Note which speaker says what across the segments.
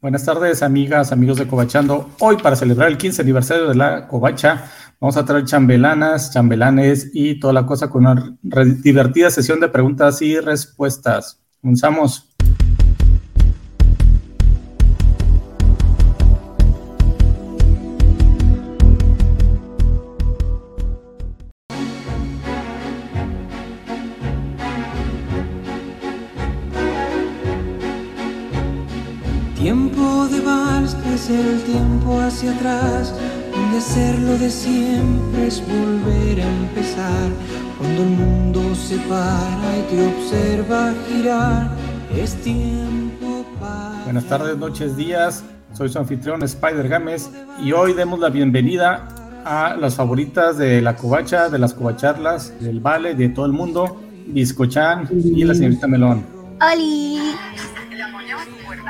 Speaker 1: Buenas tardes, amigas, amigos de Cobachando. Hoy, para celebrar el 15 aniversario de la Cobacha, vamos a traer chambelanas, chambelanes y toda la cosa con una divertida sesión de preguntas y respuestas. Comenzamos.
Speaker 2: Tiempo de vals que es el tiempo hacia atrás, donde ser lo de siempre es volver a empezar. Cuando el mundo se para y te observa girar, es tiempo para.
Speaker 1: Buenas tardes, noches, días. Soy su anfitrión Spider Gámez y hoy demos la bienvenida a las favoritas de la covacha, de las covacharlas, del vale, de todo el mundo, Biscochan y la señorita Melón.
Speaker 3: ¡Oli!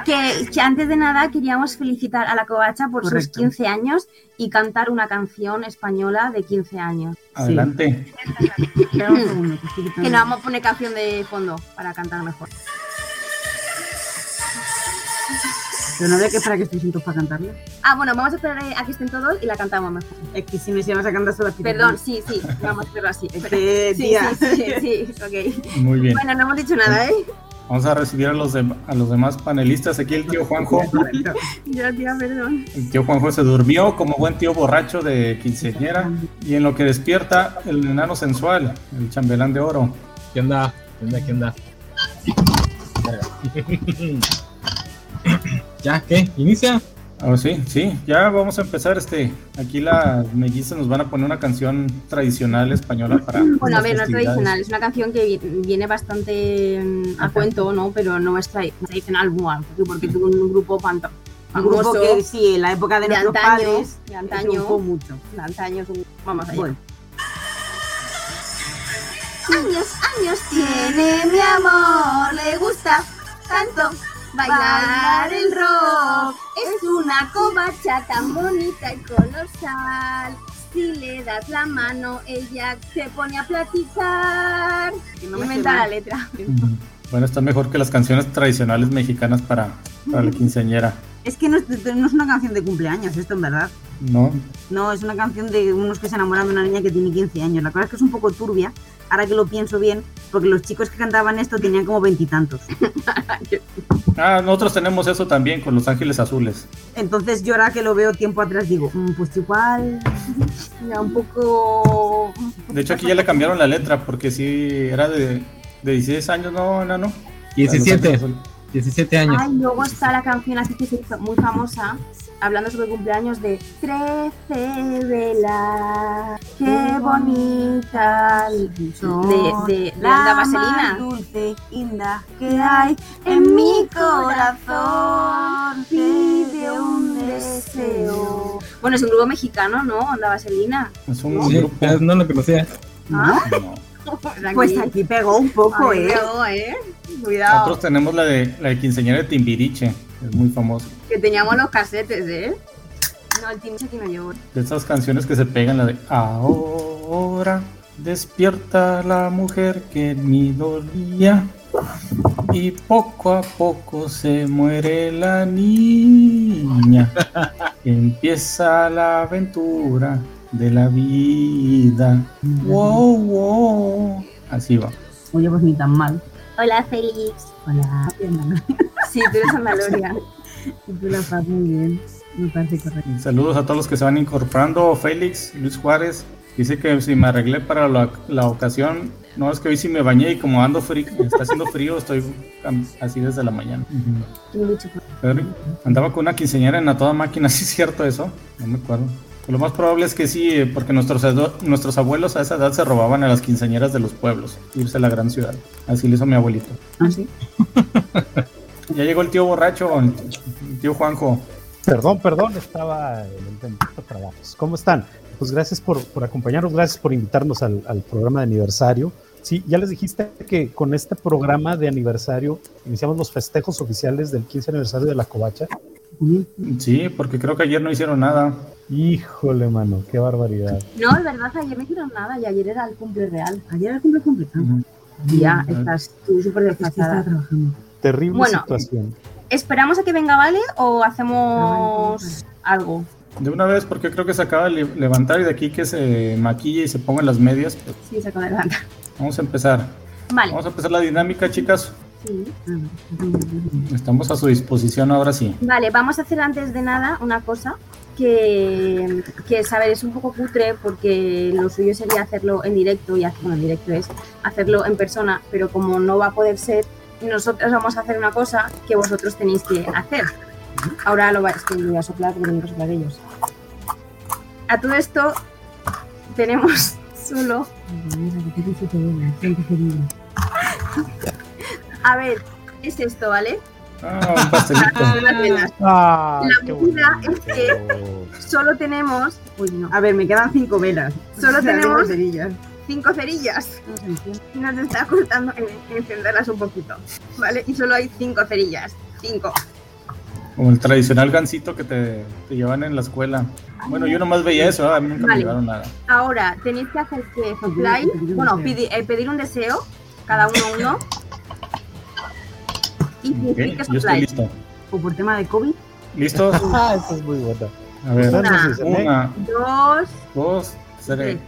Speaker 3: Que, que antes de nada queríamos felicitar a la Covacha por
Speaker 4: Correcto.
Speaker 3: sus 15 años y cantar una canción española de 15 años.
Speaker 1: Adelante.
Speaker 4: Espera un segundo, que estoy
Speaker 3: Que
Speaker 4: quitando.
Speaker 3: no vamos a poner canción de fondo para cantar mejor.
Speaker 4: Pero no había que esperar que estéis juntos para cantarla.
Speaker 3: Ah, bueno, vamos a esperar a que estén todos y la cantamos mejor.
Speaker 4: Es que si me llevas a cantar sola.
Speaker 3: Perdón, sí, sí, vamos a hacerlo así.
Speaker 4: Es
Speaker 3: espera.
Speaker 4: que,
Speaker 3: Sí,
Speaker 4: tía.
Speaker 3: sí, sí, sí, ok.
Speaker 1: Muy bien.
Speaker 3: Bueno, no hemos dicho nada, ¿eh?
Speaker 1: Vamos a recibir a los, dem- a los demás panelistas. Aquí el tío Juanjo.
Speaker 4: Correcto.
Speaker 3: Yo, tía, perdón.
Speaker 1: El tío Juanjo se durmió como buen tío borracho de quinceañera. Y en lo que despierta, el enano sensual, el chambelán de oro.
Speaker 5: ¿Qué onda? ¿Qué onda? ¿Qué onda? Verga. ¿Ya? ¿Qué? ¿Inicia?
Speaker 1: Ah, sí, sí, ya vamos a empezar. Este, aquí las mellizas nos van a poner una canción tradicional española para.
Speaker 3: Bueno, a
Speaker 1: las
Speaker 3: ver, no es
Speaker 1: festividades.
Speaker 3: tradicional, es una canción que vi- viene bastante mm, a cuento, ¿no? Pero no es tra- tradicional, bueno,
Speaker 1: Mm.
Speaker 3: porque tuvo un grupo cuanto.
Speaker 4: Un grupo
Speaker 3: famoso.
Speaker 4: que sí, en la época de,
Speaker 3: de
Speaker 4: nuestros
Speaker 3: antaño,
Speaker 4: padres
Speaker 3: de antaño.
Speaker 4: triunfó mucho.
Speaker 3: de antaño, tú- vamos allá.
Speaker 4: Bueno,
Speaker 3: Años, años tiene mi amor, le gusta tanto bailar el rock. Es una covacha tan bonita y colosal. Si le das la mano, ella se pone a platicar.
Speaker 4: que no me
Speaker 3: Inventa la
Speaker 4: sé
Speaker 3: letra.
Speaker 1: Ujú. Bueno, está mejor que las canciones tradicionales mexicanas para, para la quinceañera.
Speaker 4: más. Es que no es, no es una canción de cumpleaños, esto en verdad.
Speaker 1: ¿No?
Speaker 4: No, es una canción de unos que se enamoran de una niña que tiene 15 años. La cosa es que es un poco turbia, ahora que lo pienso bien, porque los chicos que cantaban esto tenían como veintitantos.
Speaker 1: Ah, nosotros tenemos eso también con Los Ángeles Azules.
Speaker 4: Entonces yo ahora que lo veo tiempo atrás digo, "Mm, pues igual...
Speaker 3: Ya, un poco.
Speaker 1: De hecho, aquí ya le cambiaron la letra porque sí era de, de 16 años, no, enano.
Speaker 5: 17. 17 años.
Speaker 3: Ay, luego está la canción así que se hizo muy famosa, hablando sobre cumpleaños de 13 velas, qué bonita. De- de- de Onda Vaselina.
Speaker 4: más dulce, inda, que hay en mi corazón. Pide un deseo.
Speaker 3: Bueno, es un grupo mexicano, ¿no? Onda Vaselina.
Speaker 1: Es un
Speaker 5: Sí,
Speaker 1: grupo.
Speaker 5: no lo conocía.
Speaker 3: Ah,
Speaker 1: No.
Speaker 4: Pues aquí pegó un poco,
Speaker 3: Ay,
Speaker 4: ¿eh?
Speaker 3: cuidado, ¿eh? Cuidado.
Speaker 1: Nosotros tenemos la de la de quinceañera de Timbiriche, es muy famosa.
Speaker 3: Que teníamos los casetes, ¿eh? No, el team aquí no llevo.
Speaker 1: De esas canciones que se pegan, la de Ahora despierta la mujer que en mí dolía y poco a poco se muere la niña. Empieza la aventura de la vida. Wow, wow. Así va.
Speaker 4: Oye, pues ni tan mal.
Speaker 3: Hola, Félix.
Speaker 4: Hola, Fernanda.
Speaker 3: Sí, tú eres Andaloria.
Speaker 4: Y Tú la pasas muy bien. Me parece correcto.
Speaker 1: Y Saludos a todos los que se van incorporando. Félix, Luis Juárez, dice que si me arreglé para la, la ocasión, no es que hoy sí me bañé y como ando frío, está haciendo frío, estoy cam- así desde la mañana. Pero andaba con una quinceañera en a toda máquina, ¿sí es cierto eso? No me acuerdo. Pues Lo más probable es que sí, eh, porque nuestros, ado- nuestros abuelos a esa edad se robaban a las quinceañeras de los pueblos, irse a la gran ciudad. Así lo hizo mi abuelito.
Speaker 4: ¿Ah, sí?
Speaker 1: Ya llegó el tío borracho, el el tío Juanjo.
Speaker 6: Perdón, perdón, estaba en en otros trabajos. ¿Cómo están? Pues gracias por, por acompañarnos, gracias por invitarnos al, al programa de aniversario. Sí, ya les dijiste que con este programa de aniversario iniciamos los festejos oficiales del 15 aniversario de la covacha.
Speaker 4: Uy,
Speaker 1: Sí, porque creo que ayer no hicieron nada.
Speaker 6: Híjole, mano, qué barbaridad.
Speaker 3: No, es verdad, ayer no hicieron nada y ayer era el cumple real.
Speaker 4: Ayer era el cumple complicado.
Speaker 1: Ujú.
Speaker 3: Ya, estás tú súper
Speaker 4: Es que estaba
Speaker 3: desfasada.
Speaker 4: trabajando.
Speaker 6: Terrible
Speaker 3: Bueno.
Speaker 6: situación.
Speaker 3: ¿Esperamos a que venga Vale o hacemos
Speaker 4: Ah,
Speaker 3: algo?
Speaker 1: De una vez, porque creo que se acaba de levantar y de aquí que se maquille y se pongan las medias. pues,
Speaker 3: Sí, se acaba de levantar.
Speaker 1: Vamos a empezar.
Speaker 3: Vale.
Speaker 1: Vamos a empezar la dinámica, chicas.
Speaker 3: Sí.
Speaker 4: Ah,
Speaker 1: Estamos a su disposición ahora sí.
Speaker 3: Vale, vamos a hacer antes de nada una cosa que, que saber, es un poco cutre porque lo suyo sería hacerlo en directo, y hace- bueno, en directo es hacerlo en persona, pero como no va a poder ser, nosotros vamos a hacer una cosa que vosotros tenéis que hacer. Ahora lo va, es que lo voy a soplar porque tengo que soplar ellos. A todo esto tenemos solo... A ver, es esto, ¿vale?
Speaker 1: Ah, un pastelito.
Speaker 3: Las velas.
Speaker 6: Ah,
Speaker 3: La
Speaker 6: qué
Speaker 3: medida
Speaker 6: bonito.
Speaker 3: es Solo tenemos
Speaker 4: Uy, no. A ver, me quedan cinco velas.
Speaker 3: Solo
Speaker 4: O sea,
Speaker 3: tenemos-
Speaker 4: tengo cerillas.
Speaker 3: cinco cerillas.
Speaker 4: No se entiende.
Speaker 3: Nos está costando en- encenderlas un poquito, ¿vale? Y solo hay cinco cerillas. Cinco.
Speaker 1: Como el tradicional gancito que te, te llevan en la escuela. Bueno, yo nomás veía eso, ¿eh? a mí nunca me
Speaker 3: Vale.
Speaker 1: llevaron nada.
Speaker 3: Ahora tenéis que hacer que sopláis,
Speaker 4: pedir un
Speaker 3: bueno,
Speaker 4: deseo.
Speaker 3: pidi- eh, pedir un deseo, cada uno uno. Y
Speaker 1: Ok,
Speaker 3: decir que
Speaker 1: yo estoy
Speaker 3: sopláis.
Speaker 1: listo.
Speaker 4: O por tema de COVID.
Speaker 1: ¿Listos?
Speaker 6: Ah, esa es muy buena.
Speaker 1: A ver,
Speaker 6: Ustedes nos dicen, ¿eh?
Speaker 1: una,
Speaker 3: Dos.
Speaker 1: dos, tres.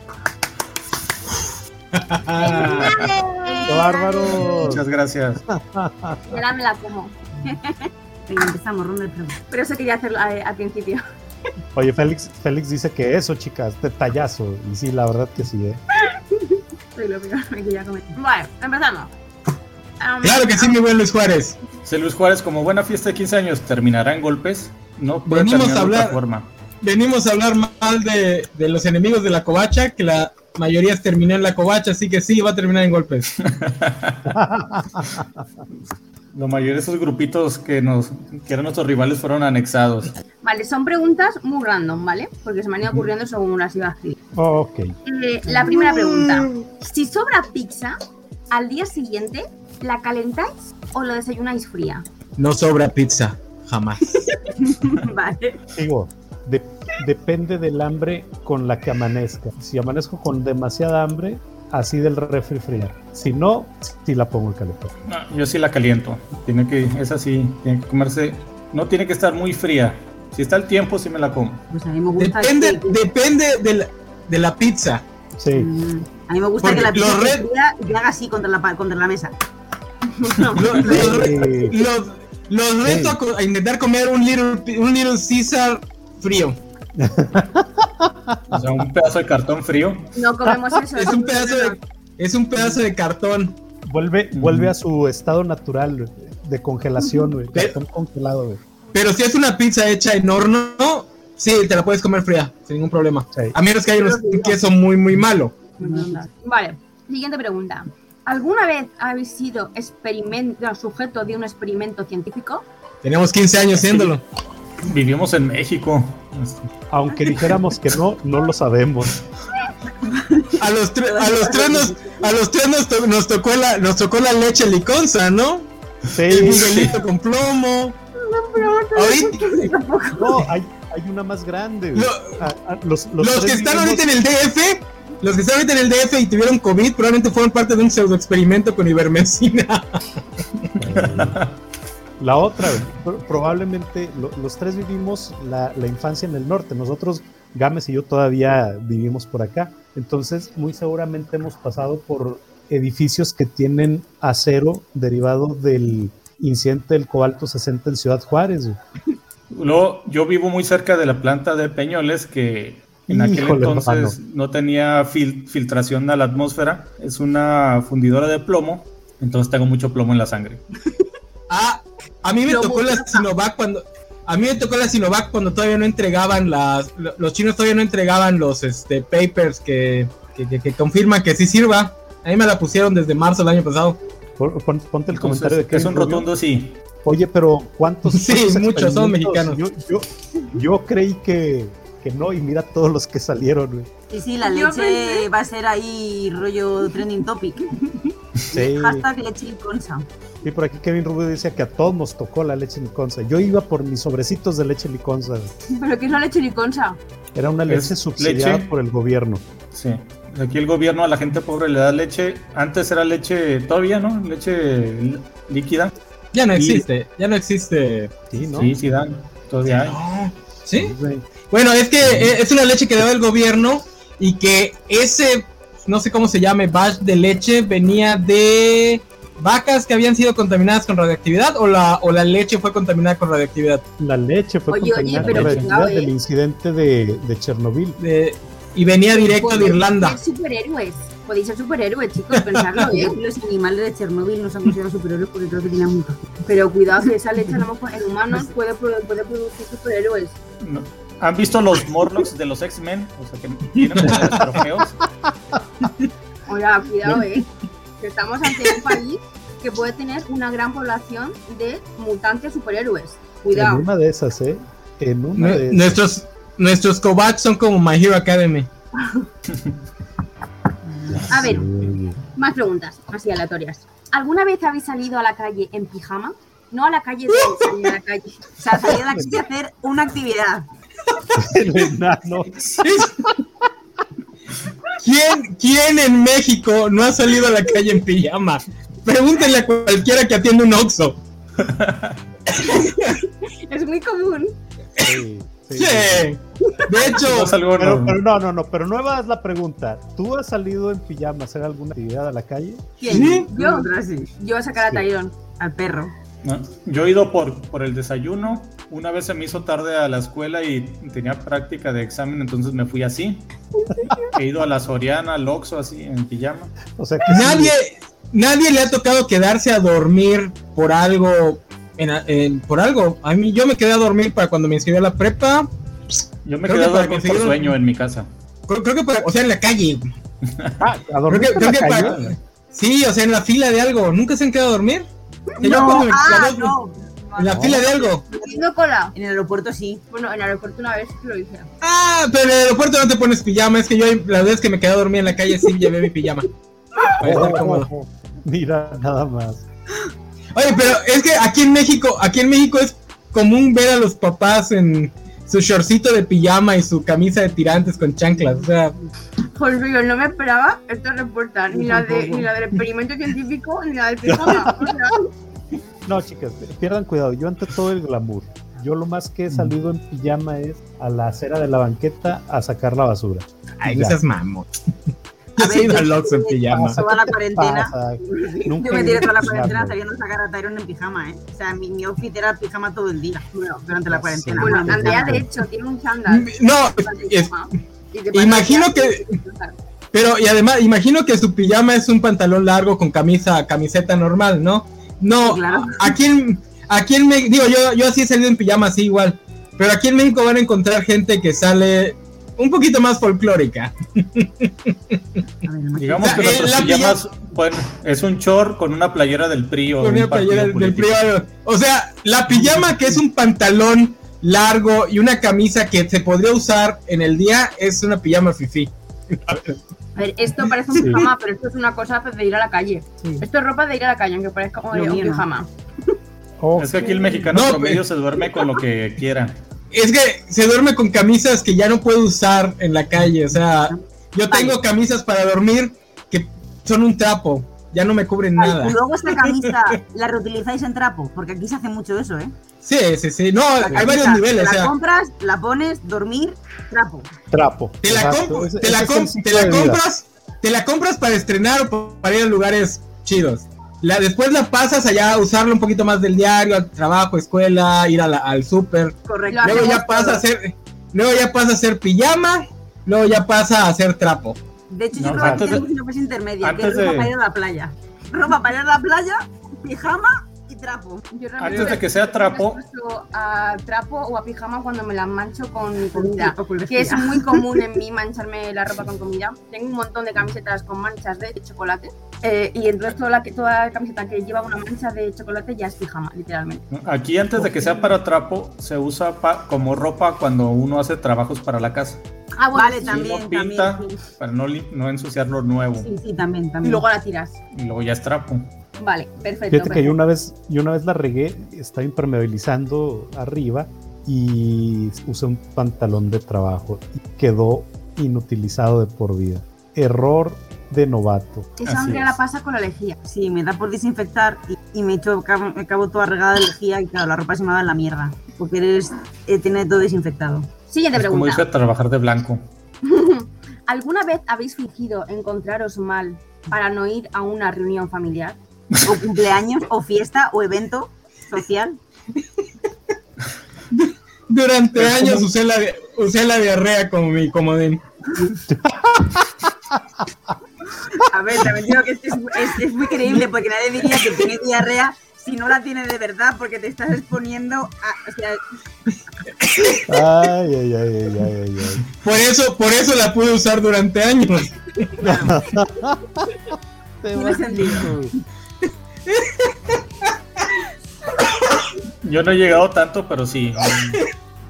Speaker 6: ¡Qué bárbaro!
Speaker 1: Muchas gracias.
Speaker 3: eh, Y ahora me la como.
Speaker 4: Venga, empezamos, ronda de preguntas.
Speaker 3: Pero eso quería hacerlo a- al principio.
Speaker 6: Oye, Félix, Félix dice que eso, chicas, detallazo. Y sí, la verdad que sí, ¿eh?
Speaker 3: Soy lo peor, me quería comer. Bueno, empezamos. Um,
Speaker 7: Claro que sí, mi buen Luis Juárez.
Speaker 1: Dice Luis Juárez, como buena fiesta de 15 años, ¿terminará en golpes? No puede
Speaker 7: Venimos
Speaker 1: terminar
Speaker 7: a
Speaker 1: de otra
Speaker 7: hablar.
Speaker 1: forma.
Speaker 7: Venimos a hablar mal de, de los enemigos de la covacha, que la mayoría terminó en la covacha, así que sí, va a terminar en golpes.
Speaker 1: La mayoría de esos grupitos que, nos, que eran nuestros rivales fueron anexados.
Speaker 3: Vale, son preguntas muy random, ¿vale? Porque se me han ido ocurriendo según las iba a escribir.
Speaker 6: Ok.
Speaker 3: Eh, la primera pregunta. Si sobra pizza, al día siguiente, ¿la calentáis o lo desayunáis fría?
Speaker 7: No sobra pizza, jamás.
Speaker 4: vale.
Speaker 6: Digo, de- depende del hambre con la que amanezca. Si amanezco con demasiada hambre, así del refri fría. Si no, sí la pongo en calentón.
Speaker 1: No, Ah, yo sí la caliento. Tiene que, es así, tiene que comerse. No tiene que estar muy fría. Si está el tiempo, sí me la como.
Speaker 4: Pues a mí me gusta.
Speaker 7: Depende,
Speaker 4: que-
Speaker 7: depende de la, de la pizza.
Speaker 6: Sí.
Speaker 4: Mm, A mí me gusta
Speaker 7: Porque
Speaker 4: que la pizza
Speaker 7: los
Speaker 4: se
Speaker 7: red-
Speaker 4: fría y que haga así contra la, pa- contra la mesa.
Speaker 7: Lo- los, re-
Speaker 6: Sí.
Speaker 7: los- los reto a, co- a intentar comer un little, Pi- un little Caesar frío.
Speaker 1: O sea, un pedazo de cartón frío.
Speaker 3: No comemos eso.
Speaker 7: Es un pedazo de, es un pedazo de cartón.
Speaker 6: Vuelve, vuelve a su estado natural güey, de congelación, güey.
Speaker 7: Pero-
Speaker 6: Cartón congelado, güey.
Speaker 7: Pero si es una pizza hecha en horno, sí, te la puedes comer fría, sin ningún problema.
Speaker 6: Sí.
Speaker 7: A menos que haya unos- un queso muy, muy malo.
Speaker 3: Vale, siguiente pregunta. ¿Alguna vez habéis sido experimento, sujeto de un experimento científico?
Speaker 7: Tenemos 15 años haciéndolo.
Speaker 1: Vivimos en México.
Speaker 6: Aunque dijéramos que no, no lo sabemos.
Speaker 7: A los, tre- a los tres, nos, a los tres nos, to- nos tocó la, nos tocó la leche liconza, ¿no?
Speaker 6: Sí,
Speaker 7: El bugalito con plomo. Ahorita-
Speaker 6: no, hay, hay una más grande. güey.
Speaker 7: Lo-
Speaker 6: Ah, ah, los, los
Speaker 7: los que
Speaker 6: tres
Speaker 7: están
Speaker 6: vivimos-
Speaker 7: ahorita en el DF, los que están ahorita en el DF y tuvieron COVID, probablemente fueron parte de un pseudoexperimento con ivermectina.
Speaker 6: La otra, güey, pro- probablemente lo- los tres vivimos la, la infancia en el norte. Nosotros, Gámez y yo, todavía vivimos por acá. Entonces, muy seguramente hemos pasado por edificios que tienen acero derivado del incidente del cobalto 60 en Ciudad Juárez. güey.
Speaker 1: Luego, yo vivo muy cerca de la planta de Peñoles que en aquel
Speaker 6: Híjole,
Speaker 1: entonces no tenía fil- filtración a la atmósfera. Es una fundidora de plomo, entonces tengo mucho plomo en la sangre.
Speaker 7: Ah, a mí me
Speaker 3: Lo
Speaker 7: tocó la Sinovac cuando. A mí me tocó la Sinovac cuando todavía no entregaban las. lo- Los chinos todavía no entregaban los este, papers que, que, que- que confirman que sí sirva. A mí me la pusieron desde marzo del año pasado.
Speaker 6: Pon- pon- ponte el
Speaker 1: Entonces,
Speaker 6: comentario de
Speaker 1: es un
Speaker 6: Kevin Rubio.
Speaker 1: rotundo sí.
Speaker 6: Oye, pero ¿cuántos?
Speaker 7: Sí,
Speaker 6: cuántos
Speaker 7: muchos son
Speaker 6: experimentos?
Speaker 7: mexicanos.
Speaker 6: Yo, yo, yo creí que, que no, y mira todos los que salieron. güey.
Speaker 4: Sí, sí, la
Speaker 3: Yo
Speaker 4: leche
Speaker 3: pensé-
Speaker 4: va a ser ahí rollo trending topic.
Speaker 6: Sí.
Speaker 4: Hashtag leche liconza.
Speaker 6: Y por aquí Kevin Rubio dice que a todos nos tocó la leche liconza. Yo iba por mis sobrecitos de leche liconza.
Speaker 3: ¿Pero qué es la leche liconza?
Speaker 6: Era una leche
Speaker 1: Es
Speaker 6: subsidiada
Speaker 1: leche.
Speaker 6: por el gobierno.
Speaker 1: Sí. Aquí el gobierno a la gente pobre le da leche. Antes era leche todavía, ¿no? Leche l- líquida.
Speaker 7: Ya no existe, ya no existe.
Speaker 6: Sí, ¿no?
Speaker 1: Sí, sí dan. Todavía hay.
Speaker 7: No. ¿Sí?
Speaker 6: Güey.
Speaker 7: Bueno, es que eh, es una leche que daba el gobierno y que ese, no sé cómo se llame, batch de leche venía de vacas que habían sido contaminadas con radioactividad o la, o la leche fue contaminada con radioactividad.
Speaker 6: La leche fue
Speaker 3: Oye, oye,
Speaker 6: contaminada
Speaker 3: pero
Speaker 6: por la
Speaker 3: chingado,
Speaker 6: actividad
Speaker 3: eh.
Speaker 6: del incidente de, de Chernobyl.
Speaker 7: de- eh, y venía directo de
Speaker 3: Podéis
Speaker 7: Irlanda.
Speaker 3: ser superhéroes. Podéis ser superhéroes, chicos, ¿eh? pensadlo bien.
Speaker 4: Los animales de Chernobyl no se han considerado superhéroes porque creo que tenían mucho.
Speaker 3: Pero cuidado que esa leche a lo mejor en humanos puede, produ- puede producir superhéroes.
Speaker 1: No. ¿Han visto los Morlocks de los X-Men? O sea, que tienen como los trofeos.
Speaker 3: Hola, cuidado, eh. Que Estamos ante un país que puede tener una gran población de mutantes superhéroes.
Speaker 6: En
Speaker 3: Cuidado.
Speaker 6: una de esas, ¿eh? En una de
Speaker 7: Nue-
Speaker 6: esas.
Speaker 7: Nuestros, nuestros Kobach son como My Hero Academy.
Speaker 3: A ver,
Speaker 6: Sí.
Speaker 3: Más preguntas, así aleatorias. ¿Alguna vez habéis salido a la calle en pijama? No a la calle, sino salir a la calle.
Speaker 4: O sea, salía de aquí a hacer una actividad.
Speaker 6: El enano.
Speaker 7: ¿Quién, ¿Quién en México no ha salido a la calle en pijama? Pregúntenle a cualquiera que atiende un Oxxo.
Speaker 3: Es muy común.
Speaker 6: Sí, sí,
Speaker 7: Sí.
Speaker 6: sí.
Speaker 7: De hecho,
Speaker 1: No es algo
Speaker 6: Pero,
Speaker 1: normal.
Speaker 6: pero no, no, no, pero nueva es la pregunta. ¿Tú has salido en pijama a hacer alguna actividad a la calle?
Speaker 7: ¿Sí?
Speaker 4: Yo, otra sí.
Speaker 3: Yo a sacar a Tyrone.
Speaker 4: Al perro.
Speaker 1: No, Yo he ido por, por el desayuno. Una vez se me hizo tarde a la escuela y tenía práctica de examen, entonces me fui así. He ido a la Soriana, al Oxxo, así, en pijama.
Speaker 6: O sea, que sí,
Speaker 7: nadie, nadie le ha tocado quedarse a dormir por algo. en a- en- por algo. A mí, yo me quedé a dormir para cuando me inscribí a la prepa.
Speaker 1: Yo me
Speaker 7: Creo
Speaker 1: quedé
Speaker 7: que para
Speaker 1: dormido por
Speaker 7: conseguir un-
Speaker 1: sueño en mi casa.
Speaker 7: Creo, creo que para, o sea, en la calle.
Speaker 6: Ah, a
Speaker 7: Creo
Speaker 6: dormir
Speaker 7: que,
Speaker 6: en
Speaker 7: creo
Speaker 6: la
Speaker 7: que
Speaker 6: calle.
Speaker 7: para- sí, o sea, en la fila de algo. ¿Nunca se han quedado a dormir? O sea, yo cuando me-
Speaker 4: Ah,
Speaker 7: la-
Speaker 4: no.
Speaker 7: En la fila de algo.
Speaker 3: Haciendo cola.
Speaker 4: En el aeropuerto sí.
Speaker 3: Bueno, en el aeropuerto una vez lo hice.
Speaker 7: Ah, pero en el aeropuerto no te pones pijama. Es que yo la vez que me quedé a dormir en la calle sí llevé mi pijama. Para estar
Speaker 6: Ojo,
Speaker 7: cómodo.
Speaker 6: ojo. Oh, Mira, nada más.
Speaker 7: Oye, pero es que aquí en México, aquí en México es común ver a los papás en su shortcito de pijama y su camisa de tirantes con chanclas. O sea,
Speaker 3: Pues yo no me esperaba esta respuesta, ni la, de, ni la del experimento científico, ni la del pijama. O sea,
Speaker 6: No, chicas, pierdan cuidado. Yo ante todo el glamour. Yo lo más que he salido en pijama es a la acera de la banqueta a sacar la basura.
Speaker 7: ay,
Speaker 6: Ya.
Speaker 7: no seas mamón. Yo
Speaker 4: A
Speaker 7: soy
Speaker 4: ver,
Speaker 7: ido
Speaker 4: yo-
Speaker 7: al Oxxo en pijama.
Speaker 4: Toda la
Speaker 6: ¿Qué te
Speaker 4: cuarentena.
Speaker 6: pasa? Nunca
Speaker 4: Yo me tiré toda la cuarentena
Speaker 6: Claro.
Speaker 4: saliendo a sacar a Tyron en pijama, ¿eh? O sea, mi, mi outfit era pijama todo el día. Bueno, durante la cuarentena.
Speaker 3: bueno,
Speaker 4: Bueno,
Speaker 3: Andrea, de hecho, tiene un chándal.
Speaker 7: No, Mm, es-
Speaker 3: Y te parece
Speaker 7: Imagino que- pero y además, imagino que su pijama es un pantalón largo con camisa, camiseta normal, ¿no? No,
Speaker 4: Claro.
Speaker 7: aquí en, aquí en México, digo, yo, yo así he salido en pijama, así igual. Pero aquí en México van a encontrar gente que sale un poquito más folclórica.
Speaker 4: A ver, no.
Speaker 1: Digamos que
Speaker 7: Eh,
Speaker 1: nuestros
Speaker 7: la
Speaker 1: pijamas, bueno, es un short con una playera del PRI o
Speaker 7: Con
Speaker 1: de
Speaker 7: una
Speaker 1: un partido
Speaker 7: playera del
Speaker 1: político.
Speaker 7: privado. O sea, la pijama que es un pantalón largo y una camisa que se podría usar en el día es una pijama fifi.
Speaker 3: A ver, esto parece un pijama, pero esto es una cosa pues, de ir a la calle. Esto es ropa de ir a la calle, aunque parezca como
Speaker 4: Lo
Speaker 3: un
Speaker 4: mío no.
Speaker 3: pijama.
Speaker 6: Oh,
Speaker 1: Es que aquí el mexicano
Speaker 7: No,
Speaker 1: promedio
Speaker 7: pero-
Speaker 1: se duerme con lo que quiera.
Speaker 7: Es que se duerme con camisas que ya no puede usar en la calle. O sea, yo tengo camisas para dormir que son un trapo. Ya no me cubren nada.
Speaker 4: Y luego esta camisa la reutilizáis en trapo, porque aquí se hace mucho eso, ¿eh?
Speaker 7: Sí, sí, sí. No,
Speaker 4: La
Speaker 7: hay varios
Speaker 4: camisa,
Speaker 7: niveles.
Speaker 4: La
Speaker 7: O sea,
Speaker 4: compras, la pones, dormir, trapo.
Speaker 6: trapo.
Speaker 7: te la,
Speaker 6: Exacto,
Speaker 7: comp-
Speaker 6: ese-
Speaker 7: te la
Speaker 6: ese es
Speaker 7: comp-
Speaker 6: el ciclo
Speaker 7: te la
Speaker 6: de vida.
Speaker 7: compras, te la compras para estrenar o pa- para ir a lugares chidos. La, después la pasas allá a usarla un poquito más del diario, al trabajo, escuela, ir a la- al súper.
Speaker 4: Correcto.
Speaker 3: Claro.
Speaker 7: Luego ya pasa a ser, luego ya pasa a ser pijama, luego ya pasa a ser trapo.
Speaker 4: De hecho,
Speaker 1: No,
Speaker 4: yo creo que
Speaker 1: antes
Speaker 4: tengo
Speaker 1: de-
Speaker 4: una cosa intermedia, que es
Speaker 1: antes
Speaker 4: ropa
Speaker 1: de-
Speaker 4: para ir a la playa. Ropa para ir a la playa, pijama y trapo.
Speaker 3: Yo realmente
Speaker 1: Antes de que sea trapo,
Speaker 3: me expuesto a trapo o a pijama cuando me las mancho con comida.
Speaker 4: O con
Speaker 3: Que es
Speaker 4: vestida.
Speaker 3: muy común en mí mancharme la ropa con comida. Tengo un montón de camisetas con manchas de chocolate. eh, y entonces toda la, que- toda camiseta que lleva una mancha de chocolate ya es pijama, literalmente.
Speaker 1: Aquí antes de que sea para trapo, se usa pa- como ropa cuando uno hace trabajos para la casa.
Speaker 3: Ah, bueno,
Speaker 4: Vale,
Speaker 3: sí,
Speaker 1: Si
Speaker 4: También,
Speaker 1: uno pinta
Speaker 4: también,
Speaker 1: para no, li- no ensuciar lo nuevo
Speaker 4: Sí, sí, también,
Speaker 3: Y
Speaker 4: también.
Speaker 3: luego la tiras.
Speaker 1: y luego ya es trapo.
Speaker 3: Vale, perfecto.
Speaker 6: Fíjate que
Speaker 3: perfecto.
Speaker 6: yo una vez, yo una vez la regué, estaba impermeabilizando arriba y usé un pantalón de trabajo y quedó inutilizado de por vida. Error de novato.
Speaker 1: Así
Speaker 3: Eso Andrea la
Speaker 1: es.
Speaker 3: pasa con la lejía.
Speaker 4: Sí, me da por desinfectar y y me echo acabo, acabo toda regada de lejía y claro, la ropa se me va en la mierda. Porque eres, eh, tiene todo desinfectado.
Speaker 3: Siguiente
Speaker 1: Es como
Speaker 3: pregunta.
Speaker 1: dice trabajar de blanco.
Speaker 3: ¿Alguna vez habéis fingido encontraros mal para no ir a una reunión familiar?
Speaker 4: O cumpleaños, o fiesta, o evento social.
Speaker 7: Durante años usé la, di- usé la diarrea como mi comodín.
Speaker 4: A ver, también digo que esto es, es- es muy creíble porque nadie diría que tiene diarrea si no la tiene de verdad porque te estás exponiendo a... O sea,
Speaker 6: Ay, ay, ay, ay, ay, ay.
Speaker 7: Por eso, por eso la pude usar durante años.
Speaker 6: Te
Speaker 4: Tiene
Speaker 6: vas,
Speaker 4: sentido.
Speaker 6: hijo.
Speaker 1: Yo no he llegado tanto, pero sí.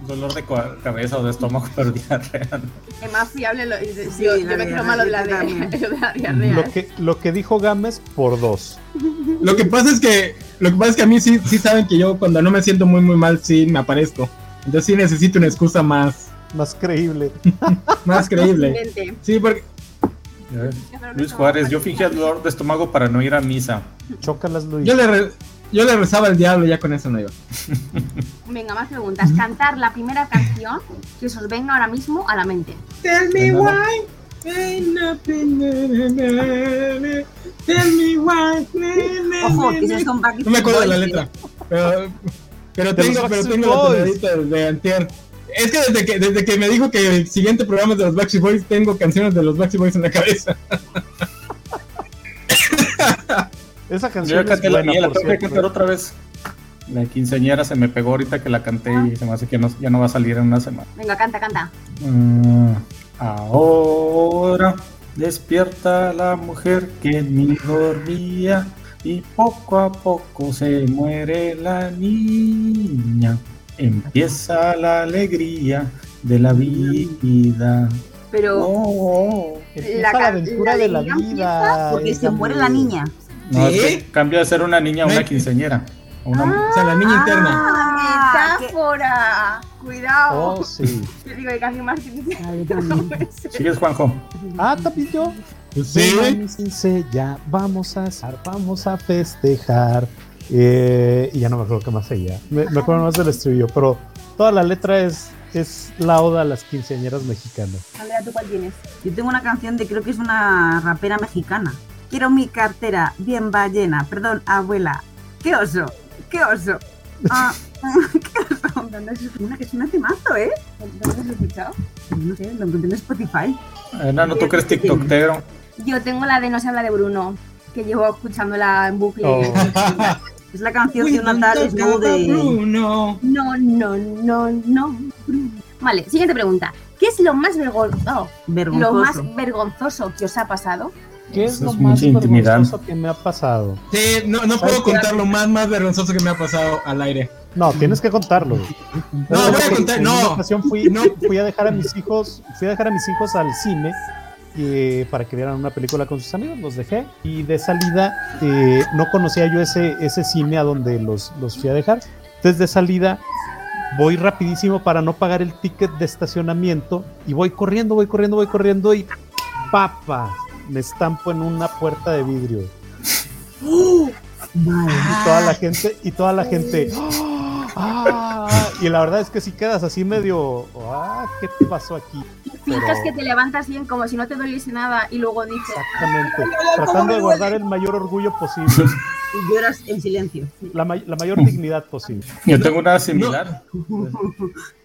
Speaker 1: un dolor de cua- cabeza o de estómago, pero diarrea. ¿no?
Speaker 3: Es más fiable lo, yo,
Speaker 4: Sí,
Speaker 3: yo
Speaker 4: la
Speaker 3: me creo
Speaker 4: verdad,
Speaker 3: malo de
Speaker 4: yo
Speaker 3: la, de,
Speaker 4: también.
Speaker 3: lo de la diarrea.
Speaker 6: Lo que, lo que dijo Gámez por dos.
Speaker 7: Lo que pasa es que, lo que pasa es que a mí sí, sí saben que yo cuando no me siento muy muy mal sí me aparezco. Entonces sí necesito una excusa más,
Speaker 6: Más creíble.
Speaker 7: más creíble.
Speaker 3: Siguiente.
Speaker 7: Sí, porque
Speaker 1: Ya ves. Luis Juárez, yo fingí el dolor de estómago para no ir a misa.
Speaker 6: Chócalas, Luis.
Speaker 7: yo le, re- yo le rezaba al diablo y ya con eso no iba.
Speaker 3: Venga, más preguntas. Cantar la primera canción que se os venga ahora mismo a la mente.
Speaker 7: Tell
Speaker 1: me
Speaker 7: why. Tell me why.
Speaker 4: Ojo, que esos son Backstreet
Speaker 7: No me acuerdo de la
Speaker 4: Boys,
Speaker 7: letra. Pero, pero
Speaker 6: De los
Speaker 7: tengo, pero
Speaker 6: Backstreet
Speaker 7: tengo la
Speaker 6: Boys.
Speaker 7: tonadita de antier. Es que desde, que desde que me dijo que el siguiente programa es de los Backstreet Boys, tengo canciones de los Backstreet Boys en la cabeza.
Speaker 6: Esa
Speaker 1: Yo
Speaker 6: canción
Speaker 1: ya
Speaker 6: es
Speaker 1: canté la
Speaker 6: buena,
Speaker 1: mía, la
Speaker 6: por
Speaker 1: tengo que cantar
Speaker 6: cierto.
Speaker 1: otra vez. La quinceañera se me pegó ahorita que la canté y se me hace que no- ya no va a salir en una semana.
Speaker 3: Venga, canta, canta.
Speaker 1: Mm, Ahora despierta la mujer que en mí dormía y poco a poco se muere la niña. Empieza la alegría de la vida.
Speaker 3: Pero
Speaker 6: No, empieza
Speaker 3: La
Speaker 6: la,
Speaker 3: ca-
Speaker 6: aventura
Speaker 3: la
Speaker 6: de la
Speaker 3: alegría
Speaker 6: vida. eh,
Speaker 4: Porque se muere la niña.
Speaker 1: No,
Speaker 7: ¿Sí?
Speaker 1: es que cambia de ser una niña a
Speaker 7: No
Speaker 1: una
Speaker 7: hay-
Speaker 1: quinceañera. a una-
Speaker 7: O sea, la niña interna.
Speaker 4: Ah, que-
Speaker 3: metáfora! ¡Cuidado!
Speaker 6: Oh, sí.
Speaker 3: Yo digo que casi más difícil.
Speaker 4: Ah, yo también.
Speaker 1: ¿Sigues, Juanjo?
Speaker 6: Ah, también yo.
Speaker 7: Pues sí, güey.
Speaker 6: Mis 15 ya vamos a asar, vamos a festejar. Eh, y ya no me acuerdo qué más seguía. Me, me acuerdo más del estribillo, pero toda la letra es, es la oda a las quinceañeras mexicanas.
Speaker 3: Andrea, ¿tú cuál tienes?
Speaker 4: Yo tengo una canción de creo que es una rapera mexicana. Quiero mi cartera bien ballena. Perdón, abuela. ¡Qué oso! ¡Qué oso! Ah, ¡Qué oso! Una que es un temazo, ¿eh?
Speaker 3: ¿No has escuchado?
Speaker 4: No sé, lo encontré en Spotify.
Speaker 1: Eh, no, no, tú que eres tiktokero.
Speaker 3: Yo tengo la de No se habla de Bruno, que llevo escuchándola en bucle.
Speaker 6: Oh.
Speaker 4: Es la canción de una tal Snow de...
Speaker 7: Bruno.
Speaker 3: No, no, no, no. Bruno. Vale, siguiente pregunta. ¿Qué es lo más, vergon- oh, lo
Speaker 4: Vergonzoso.
Speaker 3: más vergonzoso que os ha pasado?
Speaker 6: ¿Qué es
Speaker 1: Eso
Speaker 6: lo
Speaker 1: es
Speaker 6: más
Speaker 1: mucha intimidad.
Speaker 6: vergonzoso que me ha pasado?
Speaker 7: Sí, no, no puedo contar lo más, más vergonzoso que me ha pasado al aire.
Speaker 6: No, tienes que contarlo.
Speaker 7: No,
Speaker 6: Yo
Speaker 7: voy a
Speaker 6: en-
Speaker 7: contar-
Speaker 6: en
Speaker 7: no.
Speaker 6: una ocasión fui,
Speaker 7: No.
Speaker 6: fui a dejar a mis hijos, fui a dejar a mis hijos al cine eh, para que vieran una película con sus amigos. Los dejé y de salida eh, no conocía yo ese ese cine a donde los los fui a dejar. Entonces de salida voy rapidísimo para no pagar el ticket de estacionamiento y voy corriendo, voy corriendo, voy corriendo y papa me estampo en una puerta de vidrio
Speaker 4: Vale.
Speaker 6: y toda la gente y toda la gente "Ah", y la verdad es que si quedas así medio ah qué te pasó aquí
Speaker 3: Fijas
Speaker 6: Pero-
Speaker 3: que te levantas bien como si no te doliese nada y luego dices,
Speaker 6: exactamente tratando de guardar el mayor orgullo posible
Speaker 4: Y lloras en silencio.
Speaker 6: la, may- la mayor dignidad posible
Speaker 1: Yo tengo una similar.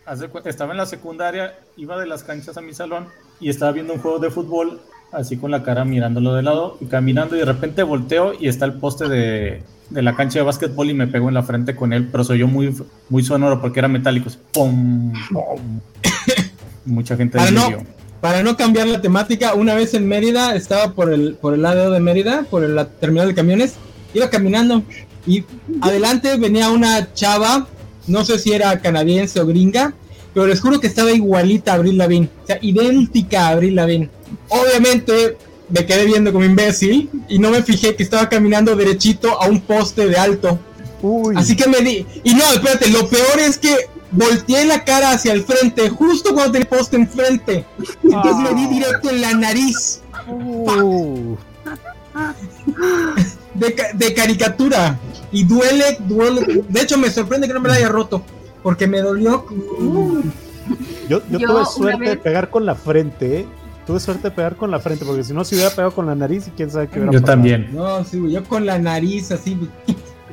Speaker 1: Haz de cuenta, estaba en la secundaria, iba de las canchas a mi salón y estaba viendo un juego de fútbol, así con la cara mirándolo de lado y caminando y de repente volteo y está el poste de, de la cancha de básquetbol y me pego en la frente con él, pero soy yo muy, muy sonoro porque era metálico. así, ¡Pum! ¡Pum! Mucha gente
Speaker 7: Ah, no.
Speaker 1: desvivió.
Speaker 7: Para no cambiar la temática, una vez en Mérida, estaba por el, por el lado de Mérida, por el- la terminal de camiones, iba caminando y adelante venía una chava, no sé si era canadiense o gringa, pero les juro que estaba igualita a Abril Lavigne, o sea, idéntica a Abril Lavigne. Obviamente me quedé viendo como imbécil y no me fijé que estaba caminando derechito a un poste de alto.
Speaker 6: uy
Speaker 7: Así que me di. Y no, espérate, lo peor es que volteé la cara hacia el frente, justo cuando tenía el poste enfrente. Entonces me di directo en la nariz.
Speaker 6: uh,
Speaker 7: De, ca- de caricatura. Y duele, duele. De hecho, me sorprende que no me la haya roto. Porque me dolió.
Speaker 6: Yo, yo
Speaker 3: Yo
Speaker 6: tuve
Speaker 3: una
Speaker 6: suerte de
Speaker 3: vez-
Speaker 6: pegar con la frente, ¿eh? Tuve suerte de pegar con la frente, porque si no, si hubiera pegado con la nariz, y quién sabe qué hubiera
Speaker 1: Yo
Speaker 6: pasado.
Speaker 1: también.
Speaker 7: No, sí, güey. Yo con la nariz así.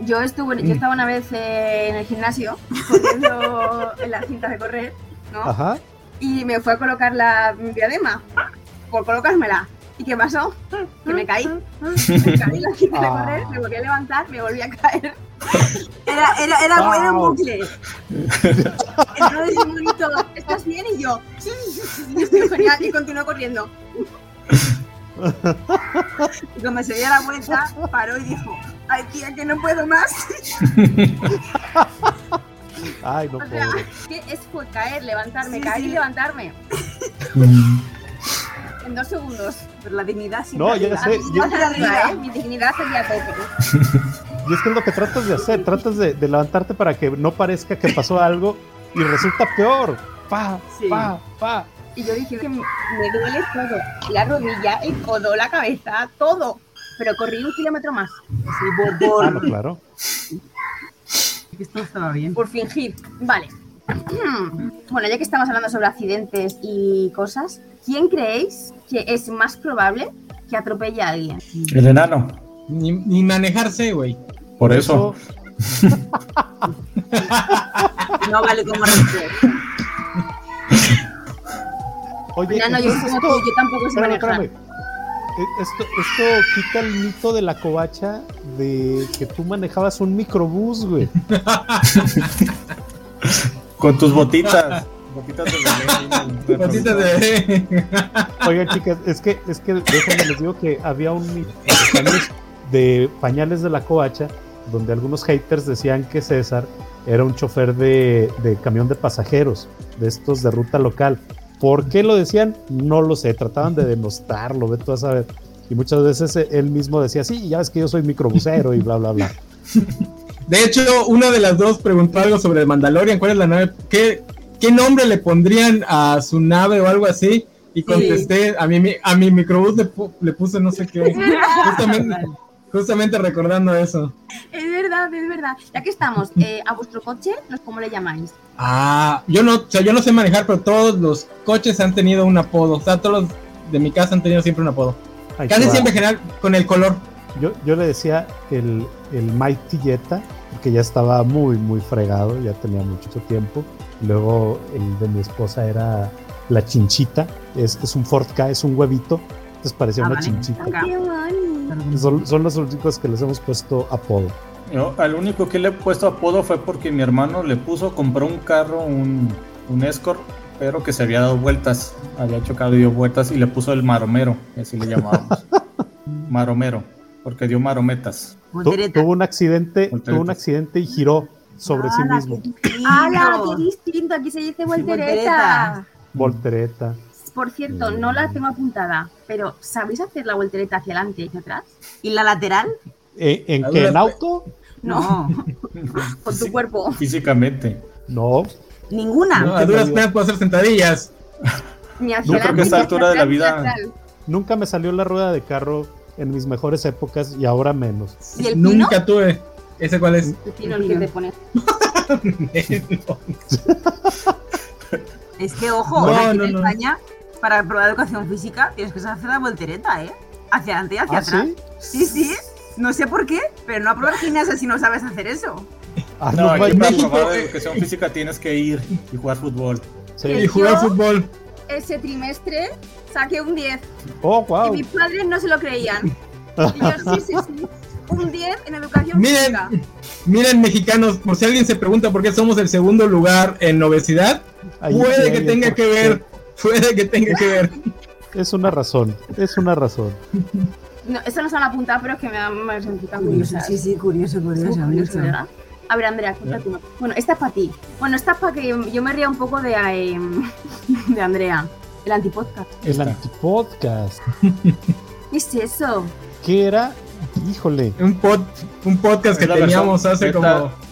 Speaker 3: Yo estuve,
Speaker 6: Mm.
Speaker 3: yo estaba una vez eh, en el gimnasio corriendo en las cintas de correr, ¿no?
Speaker 6: Ajá.
Speaker 3: Y me fue a colocar la diadema por colocármela. ¿Y qué pasó? Que me caí. Me caí en las cintas de correr, me volví a levantar, me volví a caer.
Speaker 4: Era, era, era,
Speaker 6: Wow.
Speaker 4: era un bucle.
Speaker 3: Entonces el monito, ¿estás bien? Y yo, sí, sí, sí, sí, estoy genial. Y continué corriendo.
Speaker 4: Y cuando se dio la vuelta, paró y dijo: Ay, tía, que no puedo más.
Speaker 6: Ay, no
Speaker 3: O
Speaker 6: puedo.
Speaker 3: sea, ¿qué es fue caer, levantarme,
Speaker 4: Sí,
Speaker 3: caer
Speaker 4: sí.
Speaker 3: y levantarme? En dos segundos.
Speaker 4: Pero la dignidad siempre.
Speaker 6: No, ya
Speaker 4: arriba.
Speaker 6: sé. Yo,
Speaker 3: Hacia Ah, arriba, ¿eh? Mi dignidad sería tope.
Speaker 6: y es que es lo que tratas de hacer. Tratas de, de levantarte para que no parezca que pasó algo y resulta peor. Pa,
Speaker 4: Sí.
Speaker 6: pa, pa.
Speaker 3: Y yo dije que me me duele todo. La rodilla, el codo, la cabeza, todo. Pero corrí un kilómetro más.
Speaker 4: Sí, por, por-
Speaker 6: Ah, no, claro.
Speaker 4: Esto estaba bien.
Speaker 3: Por fingir. Vale. Hmm. Bueno, ya que estamos hablando sobre accidentes y cosas, ¿quién creéis que es más probable que atropelle a alguien?
Speaker 1: El enano.
Speaker 7: Ni, ni manejarse, güey.
Speaker 1: Por eso.
Speaker 4: No vale como Ah, respuesta.
Speaker 6: Oye,
Speaker 3: Ya no, yo,
Speaker 6: entonces
Speaker 3: como
Speaker 6: pues, esto-
Speaker 3: tú, yo tampoco sé
Speaker 6: espérame,
Speaker 3: manejar.
Speaker 6: espérame. E- Esto, esto quita el mito de la covacha de que tú manejabas un microbús, güey.
Speaker 1: Con tus botitas. botitas de bebé. de
Speaker 7: Cositas de bebé.
Speaker 6: Oigan, chicas, es que, es que déjenme les digo que había un mito de pañales- de pañales de la covacha donde algunos haters decían que César era un chofer de, de camión de pasajeros, de estos de ruta local. ¿Por qué lo decían? No lo sé, trataban de denostarlo, ve tú a saber. Y muchas veces eh, él mismo decía, sí, ya ves que yo soy microbusero y bla, bla, bla.
Speaker 7: De hecho, una de las dos preguntó algo sobre el Mandalorian. ¿Cuál es la nave? ¿Qué, qué nombre le pondrían a su nave o algo así? Y contesté, a, mi, mi- a mi microbús le, pu- le puse no sé qué. Justamente, justamente recordando eso.
Speaker 3: Es verdad, es verdad. Ya que estamos, eh, a vuestro coche, ¿los- ¿cómo le llamáis?
Speaker 7: Ah, yo no, o sea, yo no sé manejar, pero todos los coches han tenido un apodo. O sea, todos los de mi casa han tenido siempre un apodo.
Speaker 6: Ay,
Speaker 7: Casi
Speaker 6: chaval.
Speaker 7: siempre general con el color.
Speaker 6: Yo, yo le decía el, el Mighty Jetta, porque ya estaba muy, muy fregado, ya tenía mucho tiempo. Luego el de mi esposa era la Chinchita, es, es un Ford K, es un huevito, entonces parecía
Speaker 4: Ah,
Speaker 6: una
Speaker 4: vale.
Speaker 6: chinchita.
Speaker 4: Acá.
Speaker 3: bonito.
Speaker 6: Son, son los únicos que les hemos puesto apodo.
Speaker 1: Yo al único que le he puesto apodo fue porque mi hermano le puso, compró un carro, un, un Escort, pero que se había dado vueltas, había chocado y dio vueltas y le puso el maromero, y así le llamábamos. maromero, porque dio marometas.
Speaker 6: Tu-
Speaker 4: Modereta.
Speaker 6: tuvo un accidente,
Speaker 1: Voltereta.
Speaker 6: tuvo un accidente y giró sobre sí
Speaker 4: Ala,
Speaker 6: mismo.
Speaker 4: qué lindo.
Speaker 3: ¡Hala! ¡Qué distinto! Aquí se dice voltereta.
Speaker 4: Voltereta.
Speaker 6: Voltereta.
Speaker 3: Por cierto,
Speaker 1: Mm.
Speaker 3: no la tengo apuntada, pero ¿sabéis hacer la voltereta hacia adelante y hacia atrás?
Speaker 4: ¿Y la lateral?
Speaker 6: ¿En, E, en
Speaker 7: Ahora
Speaker 6: qué? ¿En
Speaker 7: fue-
Speaker 6: auto?
Speaker 4: No.
Speaker 3: Con tu cuerpo.
Speaker 1: Físicamente.
Speaker 6: No.
Speaker 4: Ninguna.
Speaker 3: Ah,
Speaker 7: ¿no? A duras
Speaker 6: Dios.
Speaker 7: penas puedo hacer sentadillas.
Speaker 3: Ni hacia
Speaker 1: Yo creo que a esta
Speaker 3: ni
Speaker 1: altura de la
Speaker 3: hacia
Speaker 1: vida-
Speaker 3: atrás, ni hacia atrás.
Speaker 6: Nunca me salió la rueda de carro en mis mejores épocas y ahora menos.
Speaker 3: ¿Y el pino?
Speaker 7: Nunca tuve. ¿Ese cuál es?
Speaker 3: El pino el que te pones.
Speaker 4: Es que, ojo,
Speaker 7: No,
Speaker 4: aquí
Speaker 7: no,
Speaker 4: en
Speaker 7: no.
Speaker 4: España, para probar educación física, tienes que hacer la voltereta, ¿eh? Hacia adelante y hacia
Speaker 6: ¿Ah,
Speaker 4: atrás.
Speaker 6: sí?
Speaker 4: Sí, sí. No sé por qué, pero no aprobar gimnasia si no sabes hacer eso.
Speaker 6: Ah,
Speaker 1: No, aquí
Speaker 6: vaya.
Speaker 1: para
Speaker 7: México,
Speaker 1: probar
Speaker 7: eh.
Speaker 1: educación física tienes que ir y jugar fútbol.
Speaker 6: Sí.
Speaker 7: Y jugar
Speaker 3: Yo-
Speaker 7: fútbol.
Speaker 3: Ese trimestre saqué un 10
Speaker 6: Oh,
Speaker 3: y
Speaker 6: wow.
Speaker 3: mis padres no se lo creían. Y yo, sí, sí, sí. Un 10 en educación
Speaker 7: Miren,
Speaker 3: física.
Speaker 7: miren mexicanos, por si alguien se pregunta por qué somos el segundo lugar en obesidad,
Speaker 6: Ahí sí
Speaker 7: puede
Speaker 6: hay
Speaker 7: que
Speaker 6: el
Speaker 7: tenga que
Speaker 6: porqué.
Speaker 7: ver, puede que tenga que ver.
Speaker 6: Es una razón, es una razón.
Speaker 3: No, eso no se van a apuntar, pero es que me, da- me resulta curiosa.
Speaker 4: sí, curioso,
Speaker 3: Muy curioso, ¿verdad? A ver, Andrea, cuéntate uno. Bueno, esta es para ti. Bueno, esta es para que yo me ría un poco de, em, de Andrea, el antipodcast.
Speaker 6: El
Speaker 1: Está.
Speaker 6: antipodcast,
Speaker 3: ¿Qué es eso?
Speaker 6: que era, híjole,
Speaker 7: Un, pod- un podcast que
Speaker 1: Es la versión
Speaker 7: teníamos hace
Speaker 1: beta
Speaker 7: como...
Speaker 1: que-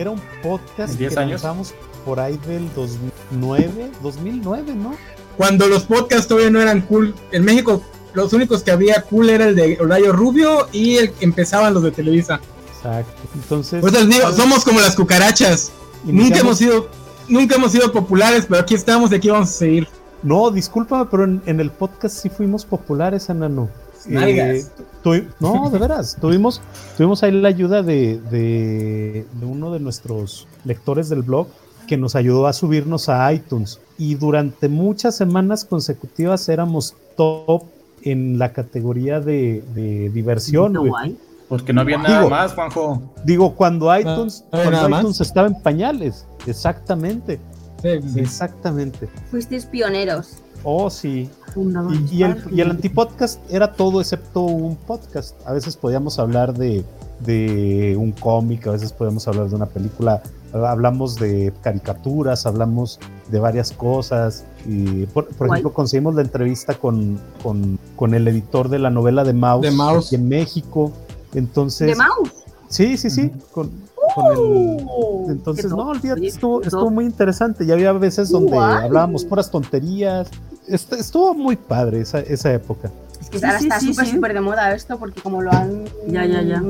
Speaker 6: era un podcast
Speaker 1: ¿En
Speaker 6: que
Speaker 1: 10 años?
Speaker 6: lanzamos por ahí del 2009, 2009, ¿no?
Speaker 7: Cuando los podcasts todavía no eran cool, en México los únicos que había cool era el de Olayo Rubio y el que empezaban los de Televisa.
Speaker 6: Exacto. Entonces,
Speaker 7: Por eso les digo, somos como las cucarachas. Nunca
Speaker 6: iniciamos-
Speaker 7: hemos sido, nunca hemos sido populares, pero aquí estamos y aquí vamos a seguir.
Speaker 6: No, discúlpame, pero en, en el podcast sí fuimos populares, Anano. Eh,
Speaker 7: Nalgas.
Speaker 6: tu- no, de veras, tuvimos, tuvimos ahí la ayuda de, de- de uno de nuestros lectores del blog que nos ayudó a subirnos a iTunes y durante muchas semanas consecutivas éramos top en la categoría de, de diversión. güey.
Speaker 4: Guay.
Speaker 1: Porque no había nada
Speaker 6: Digo-
Speaker 1: más, Juanjo.
Speaker 6: Digo, cuando iTunes,
Speaker 7: Ah, nada
Speaker 6: cuando
Speaker 7: más.
Speaker 6: iTunes estaba en pañales, exactamente,
Speaker 7: Sí, sí.
Speaker 6: exactamente.
Speaker 3: Fuisteis pioneros.
Speaker 6: Oh, sí,
Speaker 3: Ah,
Speaker 4: Fundadores.
Speaker 3: pues
Speaker 6: Y, y el, y el antipodcast era todo excepto un podcast. A veces podíamos hablar de, de un cómic, a veces podíamos hablar de una película, hablamos de caricaturas, hablamos de varias cosas. Y por, por
Speaker 4: Guay.
Speaker 6: ejemplo, conseguimos la entrevista con, con, con el editor de la novela de Mouse,
Speaker 7: De Mouse.
Speaker 6: aquí en México. Entonces,
Speaker 3: ¿De mouse? ¡Uh!
Speaker 6: sí, sí, sí, con, con el- entonces,
Speaker 4: qué
Speaker 6: no,
Speaker 4: top.
Speaker 6: olvídate,
Speaker 4: Oye,
Speaker 6: estuvo,
Speaker 4: qué
Speaker 6: estuvo
Speaker 4: top.
Speaker 6: muy interesante. Ya había veces donde
Speaker 3: Guay.
Speaker 6: hablábamos puras tonterías. Est- Estuvo muy padre esa, esa época.
Speaker 3: Es que
Speaker 4: Sí,
Speaker 3: ahora
Speaker 4: sí,
Speaker 3: está
Speaker 4: sí,
Speaker 3: súper,
Speaker 4: sí.
Speaker 3: súper de moda esto, porque como lo han
Speaker 4: Ya, ya, ya.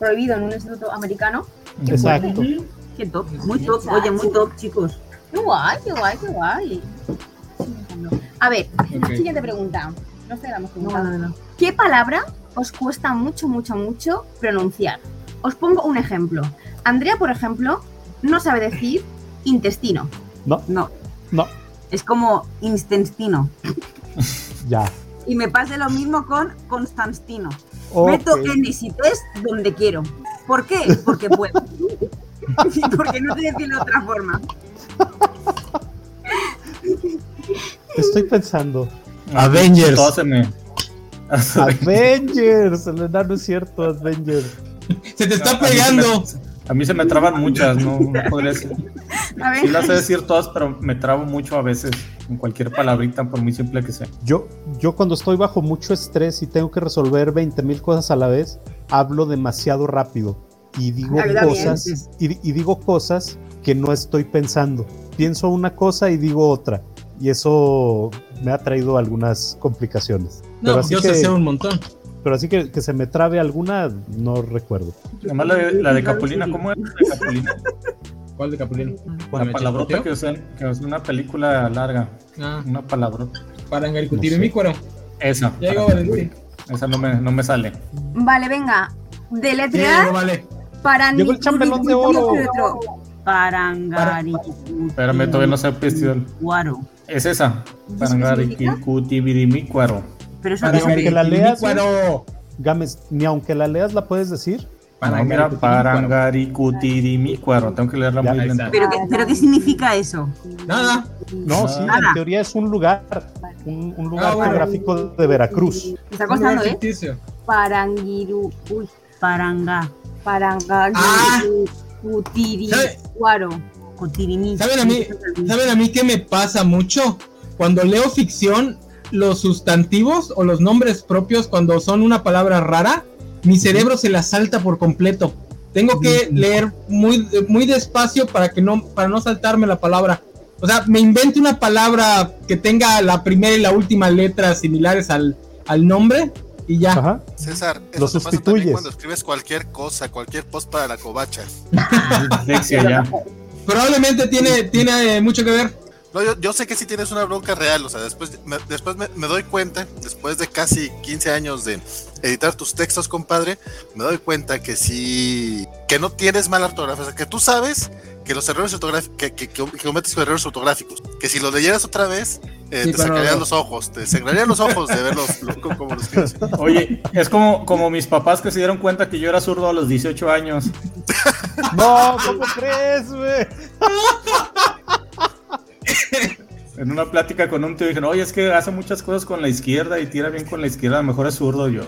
Speaker 3: prohibido en un instituto americano.
Speaker 6: Exacto.
Speaker 4: Qué top, muy top, oye, muy top, chicos.
Speaker 3: ¡Qué guay, qué guay, qué guay! A ver,
Speaker 1: Ok.
Speaker 3: siguiente pregunta. No sé, la hemos
Speaker 4: No,
Speaker 3: preguntado.
Speaker 4: no, no.
Speaker 3: ¿Qué palabra os cuesta mucho, mucho, mucho pronunciar? Os pongo un ejemplo. Andrea, por ejemplo, no sabe decir intestino.
Speaker 4: No.
Speaker 6: No.
Speaker 4: Es como instantino.
Speaker 6: Ya.
Speaker 4: Y me pasa lo mismo con Constantino. Meto
Speaker 6: Ok.
Speaker 4: N's y test donde quiero. ¿Por qué? Porque puedo. Y porque no te decir de otra forma.
Speaker 6: Estoy pensando.
Speaker 7: Avengers.
Speaker 1: Todo Ah, se me.
Speaker 6: Avengers. el enano es cierto, Avengers.
Speaker 7: Se te está
Speaker 1: A mí se
Speaker 7: pegando.
Speaker 1: me- A mí se me traban muchas, no, no podría ser.
Speaker 3: A
Speaker 1: Sí
Speaker 3: ver,
Speaker 1: las sé decir todas, pero me trabo mucho a veces con cualquier palabrita, por muy simple que sea.
Speaker 6: Yo, yo cuando estoy bajo mucho estrés y tengo que resolver 20 mil cosas a la vez, hablo demasiado rápido y digo
Speaker 3: A mí también,
Speaker 6: cosas y, y digo cosas que no estoy pensando. Pienso una cosa y digo otra. Y eso me ha traído algunas complicaciones. pero
Speaker 7: No,
Speaker 6: así,
Speaker 7: yo
Speaker 6: que,
Speaker 7: sé hacer un montón.
Speaker 6: pero así que, que se me trabe alguna, no recuerdo.
Speaker 1: Además, la de, la de Capulina, ¿cómo es la de Capulina?
Speaker 7: ¿Cuál de Capulino?
Speaker 1: La palabrota que usé, que usé en una película larga,
Speaker 7: Ah,
Speaker 1: una palabrota.
Speaker 7: para engaricutir
Speaker 6: No
Speaker 7: en
Speaker 6: sé.
Speaker 7: mi cuero.
Speaker 1: Esa.
Speaker 7: Llegó Valentín.
Speaker 1: Esa no me, no me sale.
Speaker 3: vale, venga. Deletrear
Speaker 7: Llegó, vale.
Speaker 3: para
Speaker 6: Llegó el chambelán de oro.
Speaker 4: Parangari.
Speaker 1: Espérame, todavía no sé pistiol.
Speaker 4: Guaro.
Speaker 1: Es esa. Parangarikikutibirimicuaro.
Speaker 4: Pero eso
Speaker 7: Para
Speaker 4: es
Speaker 6: que la
Speaker 7: engaricutir en mi
Speaker 6: leas,
Speaker 7: cuero.
Speaker 6: Games, ni aunque la leas, la puedes decir.
Speaker 1: No, mira, parangarikutirimícuaro. Tengo que leerla
Speaker 6: Ya,
Speaker 1: muy
Speaker 7: ahí
Speaker 1: lento.
Speaker 7: está.
Speaker 4: ¿Pero qué, ¿Pero qué significa eso?
Speaker 7: Nada.
Speaker 6: No, sí,
Speaker 4: Nada.
Speaker 6: en teoría es un lugar, un, un lugar
Speaker 7: Ah, bueno.
Speaker 6: geográfico de Veracruz.
Speaker 3: Me está
Speaker 7: Un lugar
Speaker 3: costando, ¿eh?
Speaker 7: ficticio.
Speaker 3: Parangiru. Uy,
Speaker 4: Paranga.
Speaker 3: parangaru.
Speaker 7: Ah.
Speaker 3: Utiri.
Speaker 7: ¿Sabe-
Speaker 3: Guaro.
Speaker 4: Cotirini.
Speaker 7: ¿Saben a mí? ¿Saben a mí qué me pasa mucho? Cuando leo ficción, los sustantivos o los nombres propios, cuando son una palabra rara, mi cerebro se la salta por completo. Tengo que leer muy, muy despacio para, que no, para no saltarme la palabra. O sea, me invento una palabra que tenga la primera y la última letra similares al, al nombre y ya.
Speaker 6: Ajá.
Speaker 8: César, eso
Speaker 6: Lo
Speaker 8: te pasa
Speaker 6: sustituyes.
Speaker 8: también cuando escribes cualquier cosa, cualquier post para la covacha.
Speaker 1: Dislexia ya.
Speaker 7: Probablemente tiene, tiene eh, mucho que ver.
Speaker 8: No, yo, yo sé que sí tienes una bronca real, o sea, después, me, después me, me doy cuenta, después de casi 15 años de editar tus textos, compadre, me doy cuenta que sí, que no tienes mala ortografía, o sea, que tú sabes que los errores ortográficos, que, que, que cometes errores ortográficos, que si los leyeras otra vez, eh,
Speaker 7: Sí,
Speaker 8: te
Speaker 7: pero-
Speaker 8: sacarían los ojos, te sangrarían los ojos de ver los, lo- cómo- cómo los escribes.
Speaker 1: Oye, es como, como mis papás que se dieron cuenta que yo era zurdo a los 18 años.
Speaker 6: No, ¿cómo crees, güey?
Speaker 1: En una plática con un tío dijeron, oye, es que hace muchas cosas con la izquierda y tira bien con la izquierda, a lo mejor es zurdo yo.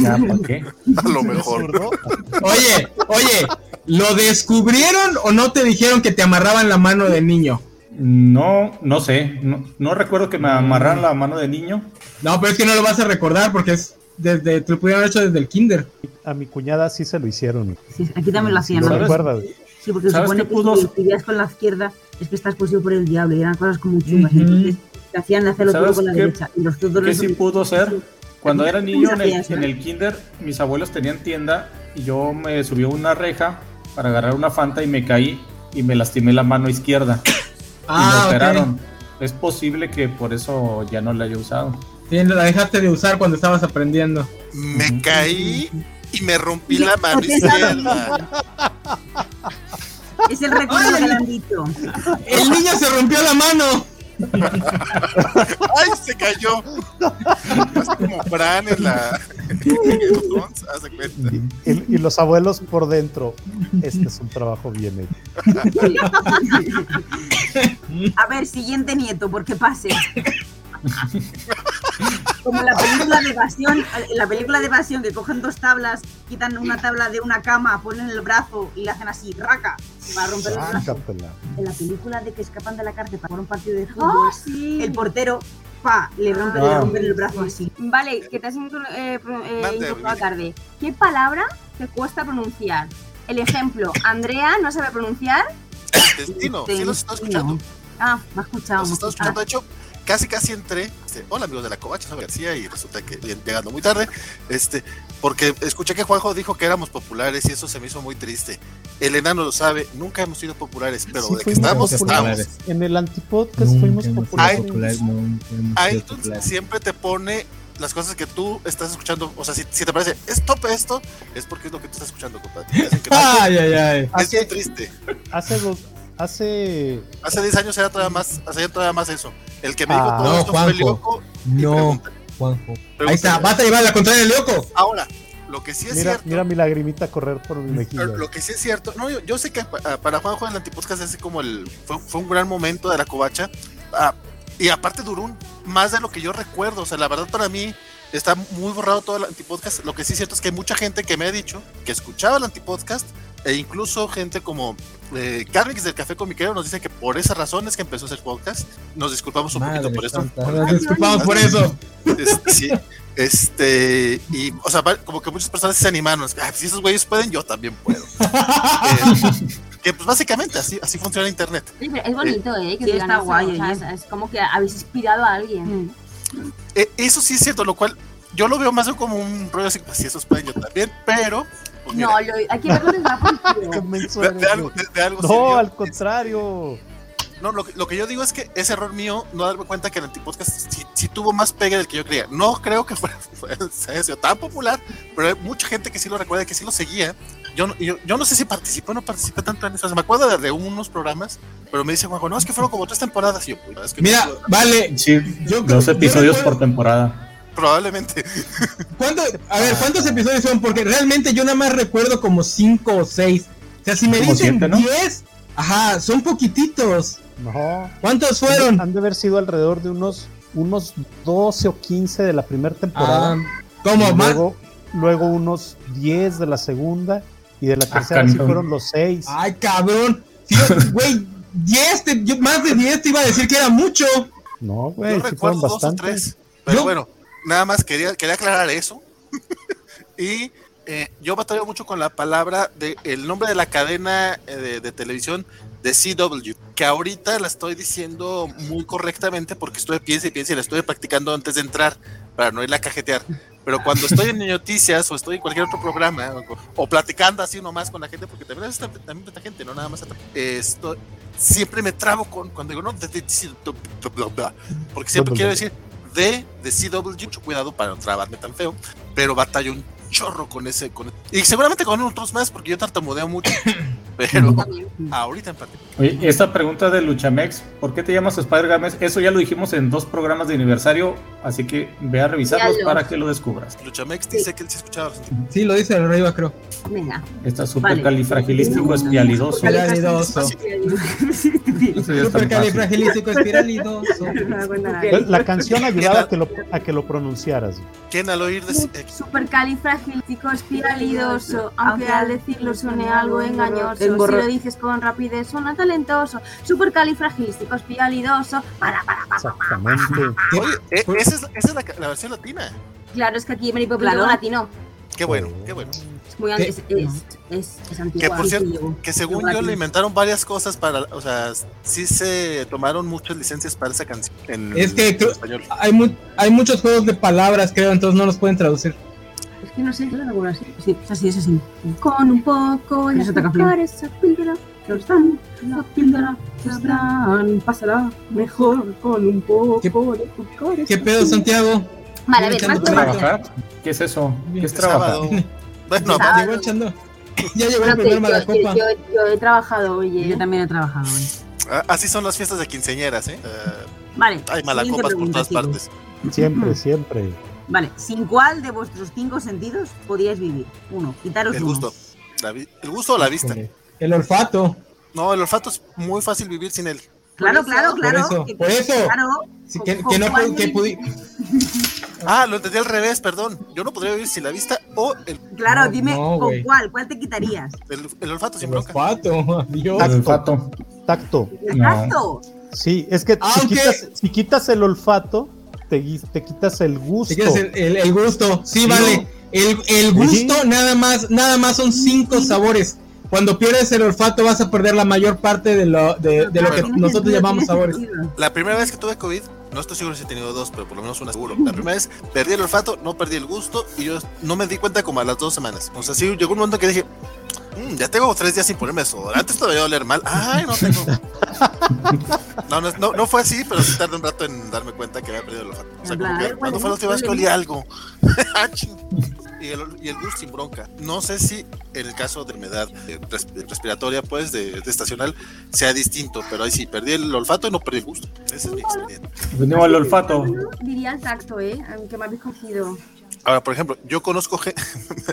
Speaker 1: Ya, ¿para qué?
Speaker 8: A lo mejor.
Speaker 6: Zurdo.
Speaker 7: Oye, oye, ¿lo descubrieron o no te dijeron que te amarraban la mano de niño?
Speaker 1: No, no sé. No, no recuerdo que me amarraran la mano de niño.
Speaker 7: No, pero es que no lo vas a recordar porque es desde, te lo pudieron haber hecho desde el kinder.
Speaker 6: A mi cuñada sí se lo hicieron.
Speaker 4: Sí, aquí también lo hacían.
Speaker 6: ¿Lo
Speaker 1: ¿Sabes?
Speaker 4: ¿no?
Speaker 6: recuerdas?
Speaker 4: Sí, porque
Speaker 1: ¿Sabes
Speaker 4: supone
Speaker 1: qué
Speaker 4: que
Speaker 1: pudo-
Speaker 4: si escribías con la izquierda es que estás poseído por el diablo y eran cosas como chungas.
Speaker 7: Ujú.
Speaker 4: Entonces te hacían hacerlo todo
Speaker 1: ¿Sabes
Speaker 4: con la
Speaker 1: qué-
Speaker 4: derecha. Y los dos
Speaker 1: ¿Qué sí pudo ser? Cuando era niño en el, en el kinder, mis abuelos tenían tienda y yo me subí a una reja para agarrar una Fanta y me caí y me lastimé la mano izquierda. y me
Speaker 7: Ah,
Speaker 1: operaron.
Speaker 7: ok.
Speaker 1: Es posible que por eso ya no la haya usado.
Speaker 7: Sí, la dejaste de usar cuando estabas aprendiendo.
Speaker 8: Me caí y me rompí la mano
Speaker 4: Bien.
Speaker 8: izquierda.
Speaker 4: Es el recuerdo
Speaker 7: Ay.
Speaker 4: del ámbito.
Speaker 7: ¡El niño se rompió la mano!
Speaker 8: ¡Ay, se cayó! Es como Fran en la. en los Dons, haz de cuenta.
Speaker 6: Y, y los abuelos por dentro. Este es un trabajo bien hecho.
Speaker 4: A ver, siguiente nieto, porque pase. Como la película de evasión, eh, la película de evasión que cogen dos tablas, quitan una tabla de una cama, ponen el brazo y la hacen así, raca, para romper el
Speaker 6: Ah,
Speaker 4: brazo.
Speaker 6: Sácatela.
Speaker 4: En la película de que escapan de la cárcel para jugar un partido de
Speaker 3: ¡Oh,
Speaker 4: fútbol,
Speaker 3: sí!
Speaker 4: el portero, pa, le rompe, le
Speaker 1: Ah.
Speaker 4: rompen el brazo así.
Speaker 3: Vale, que te has inclu- eh, pro- eh,
Speaker 8: Mande,
Speaker 3: incorporado
Speaker 8: Vivi.
Speaker 3: tarde. ¿Qué palabra te cuesta pronunciar? El ejemplo, Andrea no sabe pronunciar.
Speaker 8: Destino, sí los está escuchando.
Speaker 4: Ah, me ha escuchado.
Speaker 8: Los
Speaker 4: me ha
Speaker 8: está escuchando. De hecho, casi casi entré. Este, Hola amigos de la covacha, soy García y resulta que llegando muy tarde. Este, porque escuché que Juanjo dijo que éramos populares y eso se me hizo muy triste. El enano lo sabe, nunca hemos sido populares, pero
Speaker 6: Sí,
Speaker 8: de que
Speaker 6: fuimos
Speaker 8: estamos,
Speaker 6: populares.
Speaker 8: estamos.
Speaker 6: En el antipodcast fuimos populares.
Speaker 8: iTunes siempre te pone las cosas que tú estás escuchando. O sea, si, si te parece, es top esto, es porque es lo que tú estás escuchando, compadre. Así que no,
Speaker 7: ¡Ay, ay, ay!
Speaker 8: es bien
Speaker 6: Hace,
Speaker 8: triste.
Speaker 6: hace dos. Hace.
Speaker 8: Hace 10 años era todavía más, hacía todavía más eso. El que me dijo
Speaker 6: Ah,
Speaker 8: todo
Speaker 7: no,
Speaker 8: esto fue
Speaker 7: Juanjo.
Speaker 8: loco.
Speaker 7: No, Juanjo.
Speaker 8: Pregúntale.
Speaker 7: Ahí está, vas a llevar la contraria del loco.
Speaker 8: Ahora, lo que sí es
Speaker 6: Mira,
Speaker 8: cierto.
Speaker 6: mira mi lagrimita correr por mi mejilla.
Speaker 8: Pero lo que sí es cierto, no, yo, yo sé que pa- ah, para Juanjo el antipodcast es así como el fue, fue un gran momento de la covacha. Ah, y aparte duró un- más de lo que yo recuerdo. O sea, la verdad para mí está muy borrado todo el antipodcast. Lo que sí es cierto es que hay mucha gente que me ha dicho que escuchaba el antipodcast e incluso gente como eh, Carnix del Café Comiquero nos dice que por esas razones que empezó a hacer podcast. Nos disculpamos un
Speaker 7: Madre
Speaker 8: poquito por esto.
Speaker 7: santa,
Speaker 8: por-
Speaker 7: Nos disculpamos por eso.
Speaker 8: este, sí, este, y, o sea, va- como que muchas personas se animaron. es que, "Ah, si esos güeyes pueden, yo también puedo. Eh, que pues básicamente así, así funciona Internet.
Speaker 3: Oye, pero es bonito, ¿eh? Que
Speaker 4: Sí,
Speaker 3: digan
Speaker 4: está
Speaker 3: eso,
Speaker 4: guay,
Speaker 3: o sea,
Speaker 4: oye.
Speaker 3: es, es como que habéis inspirado a alguien.
Speaker 4: Mm.
Speaker 8: Eh, eso sí es cierto, lo cual yo lo veo más como un rollo así, pues, si esos pueden, yo también, pero pues, mira,
Speaker 3: No, lo, hay que verlo desde la
Speaker 6: Qué
Speaker 3: postura.
Speaker 6: menso
Speaker 8: de,
Speaker 6: eres,
Speaker 8: de algo,
Speaker 6: güey.
Speaker 8: de- de algo
Speaker 6: No,
Speaker 8: sirvió.
Speaker 6: al contrario.
Speaker 8: No, lo, que- lo que yo digo es que ese error mío, no darme cuenta que el antipodcast sí, sí tuvo más pegue del que yo creía. No creo que fuera, fuera sido tan popular, pero hay mucha gente que sí lo recuerda, que sí lo seguía. Yo, no- yo, yo no sé si participé o no participé tanto en eso. O sea, me acuerdo de, de unos programas, pero me dice Juanjo, no, es que fueron como tres temporadas. Y yo, pues, la verdad es que no
Speaker 7: Mira,
Speaker 8: puedo".
Speaker 7: vale.
Speaker 1: Sí,
Speaker 7: Yo creo-
Speaker 1: dos
Speaker 7: yo
Speaker 1: episodios por
Speaker 7: recuerdo-
Speaker 1: temporada.
Speaker 8: probablemente.
Speaker 7: ¿Cuánto- a ver, ¿cuántos episodios son? Porque realmente yo nada más recuerdo como cinco o seis. O sea, si me
Speaker 1: Como
Speaker 7: dicen
Speaker 1: siete, ¿no?
Speaker 7: 10, ajá, son poquititos.
Speaker 6: No.
Speaker 7: ¿Cuántos fueron?
Speaker 6: Han de haber sido alrededor de unos, unos 12 o 15 de la primera temporada.
Speaker 7: Ah, ¿Cómo?
Speaker 6: Y
Speaker 7: ¿Más?
Speaker 6: luego, luego unos 10 de la segunda. Y de la
Speaker 1: Ah,
Speaker 6: tercera sí
Speaker 1: cabrón.
Speaker 6: fueron los 6.
Speaker 7: Ay, cabrón. Sí, yo- güey, 10, te- yo más de 10 te iba a decir que era mucho.
Speaker 6: No,
Speaker 8: Yo
Speaker 6: güey, sí fueron
Speaker 8: recuerdo dos o
Speaker 6: bastantes.
Speaker 8: tres. Pero
Speaker 7: Yo-
Speaker 8: bueno, nada más quería, quería aclarar eso. y eh, yo batallo mucho con la palabra de el nombre de la cadena eh, de, de televisión de CW, que ahorita la estoy diciendo muy correctamente porque estuve piensa y piensa y la estuve practicando antes de entrar para no irla a cajetear. Pero cuando estoy en noticias o estoy en cualquier otro programa o, o platicando así nomás con la gente, porque también es también la gente, no nada más. atrás, eh, estoy- siempre me trabo con cuando digo no, de- de- de- porque siempre quiero decir de, de CW, mucho cuidado para no trabarme tan feo, pero batalla un chorro con ese, con y seguramente con otros más, porque yo tartamudeo mucho, pero ahorita en particular.
Speaker 1: Oye, esta pregunta de Luchamex, ¿por qué te llamas Spider Games? Eso ya lo dijimos en dos programas de aniversario, así que ve a revisarlos
Speaker 3: Véalo.
Speaker 1: para que lo descubras.
Speaker 8: Luchamex dice que él se escuchaba los
Speaker 7: Sí, lo dice arriba, creo.
Speaker 3: Venga.
Speaker 1: Está súper
Speaker 4: Vale.
Speaker 1: califragilístico espialidoso.
Speaker 7: Era lidoso.
Speaker 1: Eso ya está
Speaker 7: Súper
Speaker 1: fácil.
Speaker 7: califragilístico, espiralidoso.
Speaker 6: Pues, La canción ayudaba a que lo, a que lo pronunciaras.
Speaker 8: ¿Quién al oír de
Speaker 3: Supercalifragílico espialidoso, aunque al decirlo suene algo engañoso, si
Speaker 4: Engorro-
Speaker 3: lo dices con rapidez suena talentoso. Supercalifragílico espialidoso, para, para, para.
Speaker 6: Exactamente.
Speaker 8: Oye, eh, esa es, esa es la, la versión latina.
Speaker 3: Claro, es que aquí Mary Poppins
Speaker 4: Claro.
Speaker 3: llegó latino.
Speaker 8: Qué bueno, qué bueno.
Speaker 3: Es muy an-
Speaker 7: Que-
Speaker 3: es, es, es, es antigua.
Speaker 8: Que por
Speaker 3: Sí,
Speaker 8: cierto-
Speaker 3: llegó.
Speaker 8: Que según yo le inventaron varias cosas para, o sea, sí se tomaron muchas licencias para esa canción en
Speaker 7: Es que creo-
Speaker 8: español.
Speaker 7: Hay, mu- hay muchos juegos de palabras, creo, entonces no los pueden traducir.
Speaker 3: Es que no sé, yo lo recuerdo así.
Speaker 4: Sí, es así, es así.
Speaker 3: Con un poco
Speaker 4: Pero
Speaker 3: de
Speaker 4: eso toca
Speaker 3: azúcar, esa píldora, los dan, la píldora, los dan, pásala mejor con un poco
Speaker 7: ¿Qué-
Speaker 3: de azúcar.
Speaker 7: ¿Qué
Speaker 3: esa
Speaker 7: pedo,
Speaker 3: píldora.
Speaker 7: Santiago?
Speaker 3: Vale, a ver,
Speaker 7: Echando
Speaker 3: más
Speaker 7: para
Speaker 3: combate.
Speaker 1: ¿Trabajar? ¿Qué es eso? ¿Qué es trabajar?
Speaker 8: Sábado. Bueno,
Speaker 7: Ya
Speaker 3: Sábado.
Speaker 7: llegó echando. Ya llegó
Speaker 3: Bueno,
Speaker 7: el
Speaker 3: que
Speaker 7: primer
Speaker 3: yo, yo,
Speaker 7: malacopa.
Speaker 3: yo- yo he trabajado hoy, ¿eh?
Speaker 4: Yo también he trabajado. hoy.
Speaker 8: a- así son las fiestas de quinceñeras, ¿eh? Eh,
Speaker 4: Vale.
Speaker 8: hay
Speaker 4: siguiente
Speaker 8: malacopas por
Speaker 4: pregunta,
Speaker 8: todas
Speaker 4: chicos.
Speaker 8: partes.
Speaker 6: Siempre,
Speaker 4: Mm.
Speaker 6: siempre.
Speaker 4: Vale, ¿sin cuál de vuestros cinco sentidos podíais vivir? Uno, quitaros
Speaker 8: El
Speaker 4: uno.
Speaker 8: gusto. La vi- el gusto o la vista.
Speaker 7: El olfato.
Speaker 8: No, el olfato es muy fácil vivir sin él.
Speaker 4: Claro,
Speaker 3: Por
Speaker 4: claro,
Speaker 3: eso,
Speaker 4: claro.
Speaker 7: por eso,
Speaker 4: que-
Speaker 7: por eso.
Speaker 4: Claro.
Speaker 7: Sí,
Speaker 4: ¿Con-
Speaker 7: que,
Speaker 4: con
Speaker 7: que no
Speaker 4: cuál?
Speaker 7: pu- que pudi-
Speaker 8: Ah, lo entendí al revés, perdón. Yo no podría vivir sin la vista o el,
Speaker 4: Claro,
Speaker 7: No,
Speaker 4: dime
Speaker 7: no,
Speaker 4: con
Speaker 7: güey.
Speaker 4: cuál, cuál te quitarías.
Speaker 8: el- el olfato sin
Speaker 7: El
Speaker 8: bronca.
Speaker 7: olfato.
Speaker 1: El
Speaker 7: Adiós.
Speaker 1: olfato.
Speaker 6: Tacto.
Speaker 1: No.
Speaker 4: Exacto.
Speaker 6: Sí, es que si,
Speaker 7: Aunque-
Speaker 6: quitas, si quitas el olfato, te, gui- te quitas el gusto.
Speaker 7: Si quieres el, el- el gusto. Sí,
Speaker 6: Sí,
Speaker 7: vale.
Speaker 6: ¿no?
Speaker 7: El, el gusto nada más, nada más son cinco sabores. Cuando pierdes el olfato vas a perder la mayor parte de lo, de, de lo
Speaker 4: Claro,
Speaker 7: que
Speaker 4: tiene
Speaker 7: nosotros
Speaker 4: sentido,
Speaker 7: llamamos
Speaker 4: tiene
Speaker 7: sabores.
Speaker 4: sentido.
Speaker 8: La primera vez que tuve COVID, no estoy seguro si he tenido dos, pero por lo menos una seguro. La primera vez perdí el olfato, no perdí el gusto y yo no me di cuenta como a las dos semanas. O sea, sí llegó un momento que dije, "Mm, ya tengo tres días sin ponerme desodorante, esto debería oler mal. Ay, no tengo. No, no, no, no fue así, pero sí tardé un rato en darme cuenta que había perdido el olfato. O sea,
Speaker 4: En
Speaker 8: como
Speaker 4: plan,
Speaker 8: que
Speaker 4: "Ay,
Speaker 8: cuando
Speaker 4: huele
Speaker 8: fue la última vez que
Speaker 4: bien,
Speaker 8: olía algo. Ah, ching. y, el, ol- y el gusto sin bronca. No sé si en el caso de enfermedad eh, res- respiratoria, pues, de, de estacional, sea distinto, pero ahí sí, perdí el olfato y no perdí el gusto. Esa es mi experiencia.
Speaker 1: No, el olfato.
Speaker 3: Yo Diría el tacto, ¿eh? Aunque me habéis cogido.
Speaker 8: Ahora, por ejemplo, yo conozco gente,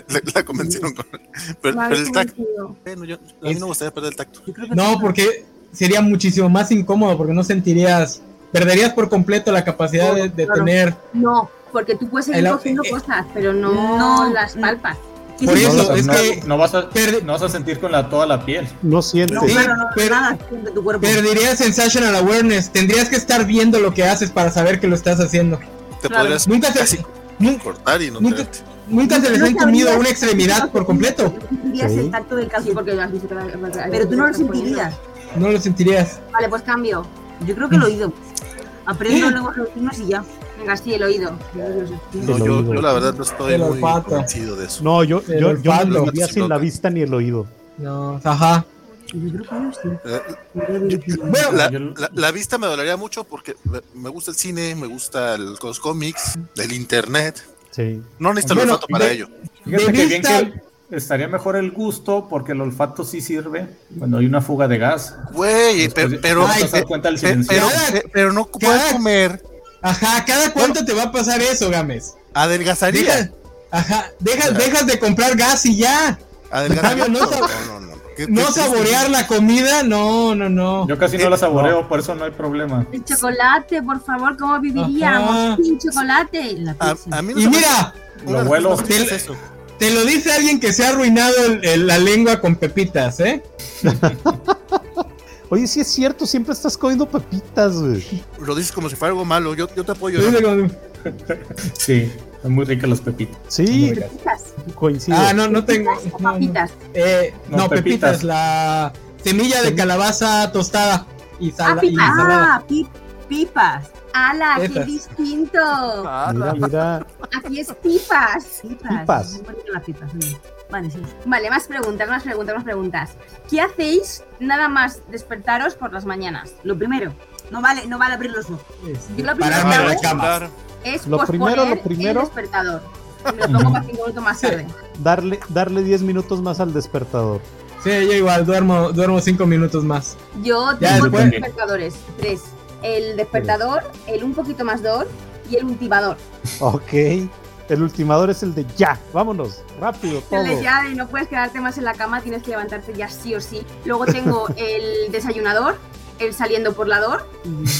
Speaker 8: la, la convencieron con pero,
Speaker 3: Me
Speaker 8: pero
Speaker 3: habéis
Speaker 8: el tacto,
Speaker 3: convencido.
Speaker 8: bueno, yo, a mí no me gustaría perder el tacto.
Speaker 4: Yo creo que
Speaker 7: No, porque sería muchísimo más incómodo porque no sentirías, perderías por completo la capacidad de, de
Speaker 3: Claro.
Speaker 7: tener.
Speaker 3: No, porque tú puedes seguir
Speaker 7: El-
Speaker 3: cogiendo
Speaker 7: eh,
Speaker 3: cosas, pero no,
Speaker 4: no,
Speaker 3: las
Speaker 4: no.
Speaker 3: palpas.
Speaker 4: Sí,
Speaker 7: por
Speaker 4: sí,
Speaker 1: No,
Speaker 7: eso,
Speaker 1: o sea,
Speaker 7: es
Speaker 1: no-
Speaker 7: que-
Speaker 1: no vas a,
Speaker 7: Perde-
Speaker 1: no vas a sentir con la, toda la piel.
Speaker 6: No sientes.
Speaker 4: No,
Speaker 7: Sí,
Speaker 4: claro, no,
Speaker 7: pero-
Speaker 4: nada siente tu cuerpo.
Speaker 7: Perderías sensational awareness. Tendrías que estar viendo lo que haces para saber que lo estás haciendo.
Speaker 8: Te
Speaker 3: Claro.
Speaker 8: podrías
Speaker 7: Nunca te-
Speaker 8: casi
Speaker 7: Nun-
Speaker 8: cortar y no
Speaker 7: Nunca-
Speaker 8: te...
Speaker 7: Nunca se les
Speaker 4: No
Speaker 7: ha entumido
Speaker 4: sabrías-
Speaker 7: una extremidad por completo.
Speaker 4: Sentirías
Speaker 6: Sí.
Speaker 4: el tacto del
Speaker 3: Casi
Speaker 4: calzón,
Speaker 3: porque lo has visto que la- la-
Speaker 4: pero tú no lo sentirías.
Speaker 7: No lo sentirías.
Speaker 3: Vale, pues cambio.
Speaker 4: Yo creo
Speaker 7: Mm.
Speaker 4: que el oído. Aprendo luego los signos y ya.
Speaker 3: Venga, sí, el oído.
Speaker 8: No,
Speaker 6: El
Speaker 8: yo,
Speaker 6: oído.
Speaker 8: yo la verdad no estoy
Speaker 7: El
Speaker 8: muy
Speaker 7: olfato.
Speaker 8: convencido de eso.
Speaker 6: No, yo,
Speaker 7: El
Speaker 6: yo, yo
Speaker 7: olfato.
Speaker 6: no viviría sin la vista ni el oído.
Speaker 7: No, ajá.
Speaker 4: Yo creo que no, sí.
Speaker 8: Eh,
Speaker 4: Yo creo que-
Speaker 7: Bueno,
Speaker 8: La,
Speaker 1: Yo-
Speaker 8: la- la vista me dolería mucho porque me- me gusta el cine, me gusta el- los cómics, el internet.
Speaker 6: Sí.
Speaker 8: No necesito el
Speaker 7: Bueno,
Speaker 8: olfato para
Speaker 7: de-
Speaker 8: ello.
Speaker 1: Fíjate que
Speaker 7: De
Speaker 1: bien
Speaker 7: vista-
Speaker 1: que estaría mejor el gusto porque el olfato sí sirve cuando hay una fuga de gas.
Speaker 8: Güey,
Speaker 1: Después
Speaker 8: pe-
Speaker 1: de-
Speaker 8: pero,
Speaker 1: te vas a
Speaker 8: pe-
Speaker 1: dar cuenta del
Speaker 8: pe-
Speaker 1: silencio.
Speaker 8: pero,
Speaker 7: Cada-
Speaker 8: pe- pero no puedes comer.
Speaker 7: ajá, ¿cada cuánto te va a pasar eso, Gámez? Deja-
Speaker 8: Adelgazaría.
Speaker 7: ajá, deja-
Speaker 8: Ya.
Speaker 7: dejas de comprar gas y ya.
Speaker 8: Adelgazaría.
Speaker 7: No, no,
Speaker 8: no, no, no. Qué-
Speaker 7: No
Speaker 8: qué
Speaker 7: saborear la comida, no, no, Eh, no.
Speaker 1: Yo casi no la saboreo, por eso no hay problema.
Speaker 3: El chocolate, por favor, ¿cómo
Speaker 7: Ajá.
Speaker 3: viviríamos sin chocolate?
Speaker 4: La
Speaker 8: triste.
Speaker 4: pizza.
Speaker 8: A, a mí no
Speaker 7: Y
Speaker 8: se
Speaker 7: mira,
Speaker 8: me- una de
Speaker 1: Lo
Speaker 8: las
Speaker 1: huelo.
Speaker 8: cosas que
Speaker 7: Te-
Speaker 8: es eso.
Speaker 7: te lo dice alguien que se ha arruinado el- el- la lengua con pepitas, ¿eh?
Speaker 6: Oye, sí es cierto, siempre estás comiendo papitas, güey.
Speaker 8: Lo dices como si fuera algo malo. Yo, yo te apoyo.
Speaker 7: Dice como-
Speaker 1: Sí, son muy ricas las pepitas.
Speaker 6: Sí,
Speaker 3: Papitas,
Speaker 6: coincido.
Speaker 7: Ah, no, no tengo.
Speaker 3: o
Speaker 7: no, no.
Speaker 3: papitas.
Speaker 7: Eh,
Speaker 1: No,
Speaker 7: no, pepitas.
Speaker 1: pepitas.
Speaker 7: la semilla de
Speaker 6: Sem-
Speaker 7: calabaza tostada y, sala-
Speaker 3: Ah,
Speaker 7: y
Speaker 3: pipas.
Speaker 7: salada.
Speaker 4: Ah, pi- pipas.
Speaker 3: ¡Hala, qué
Speaker 7: Esas.
Speaker 3: distinto!
Speaker 8: Ah,
Speaker 6: Mira, mira.
Speaker 3: Aquí es pipas.
Speaker 4: Pipas.
Speaker 6: Pipas.
Speaker 4: Es muy bonito las pipas, sí. Vale, sí.
Speaker 3: Vale, más preguntas, más preguntas, más preguntas. ¿Qué hacéis nada más despertaros por las mañanas?
Speaker 4: Lo primero. No vale, no vale abrir los ojos.
Speaker 7: Este,
Speaker 3: Yo lo
Speaker 7: pararme
Speaker 3: primero
Speaker 7: de la
Speaker 3: que
Speaker 7: cama.
Speaker 3: Es
Speaker 6: Lo
Speaker 3: posponer
Speaker 6: primero, lo primero.
Speaker 3: el despertador. Me lo pongo para cinco minutos más
Speaker 7: Sí.
Speaker 3: tarde.
Speaker 6: Darle, darle 10 minutos más al despertador.
Speaker 7: Sí, yo igual, duermo, duermo cinco minutos más.
Speaker 3: Yo
Speaker 7: Ya,
Speaker 3: tengo
Speaker 7: después.
Speaker 3: tres despertadores. Tres. El despertador, el un poquito más dor y el ultivador.
Speaker 6: Ok. El ultimador es el de ya. Vámonos. Rápido, todo.
Speaker 3: El de ya de no puedes quedarte más en la cama, tienes que levantarte ya sí o sí. Luego tengo el desayunador, el saliendo por la dor,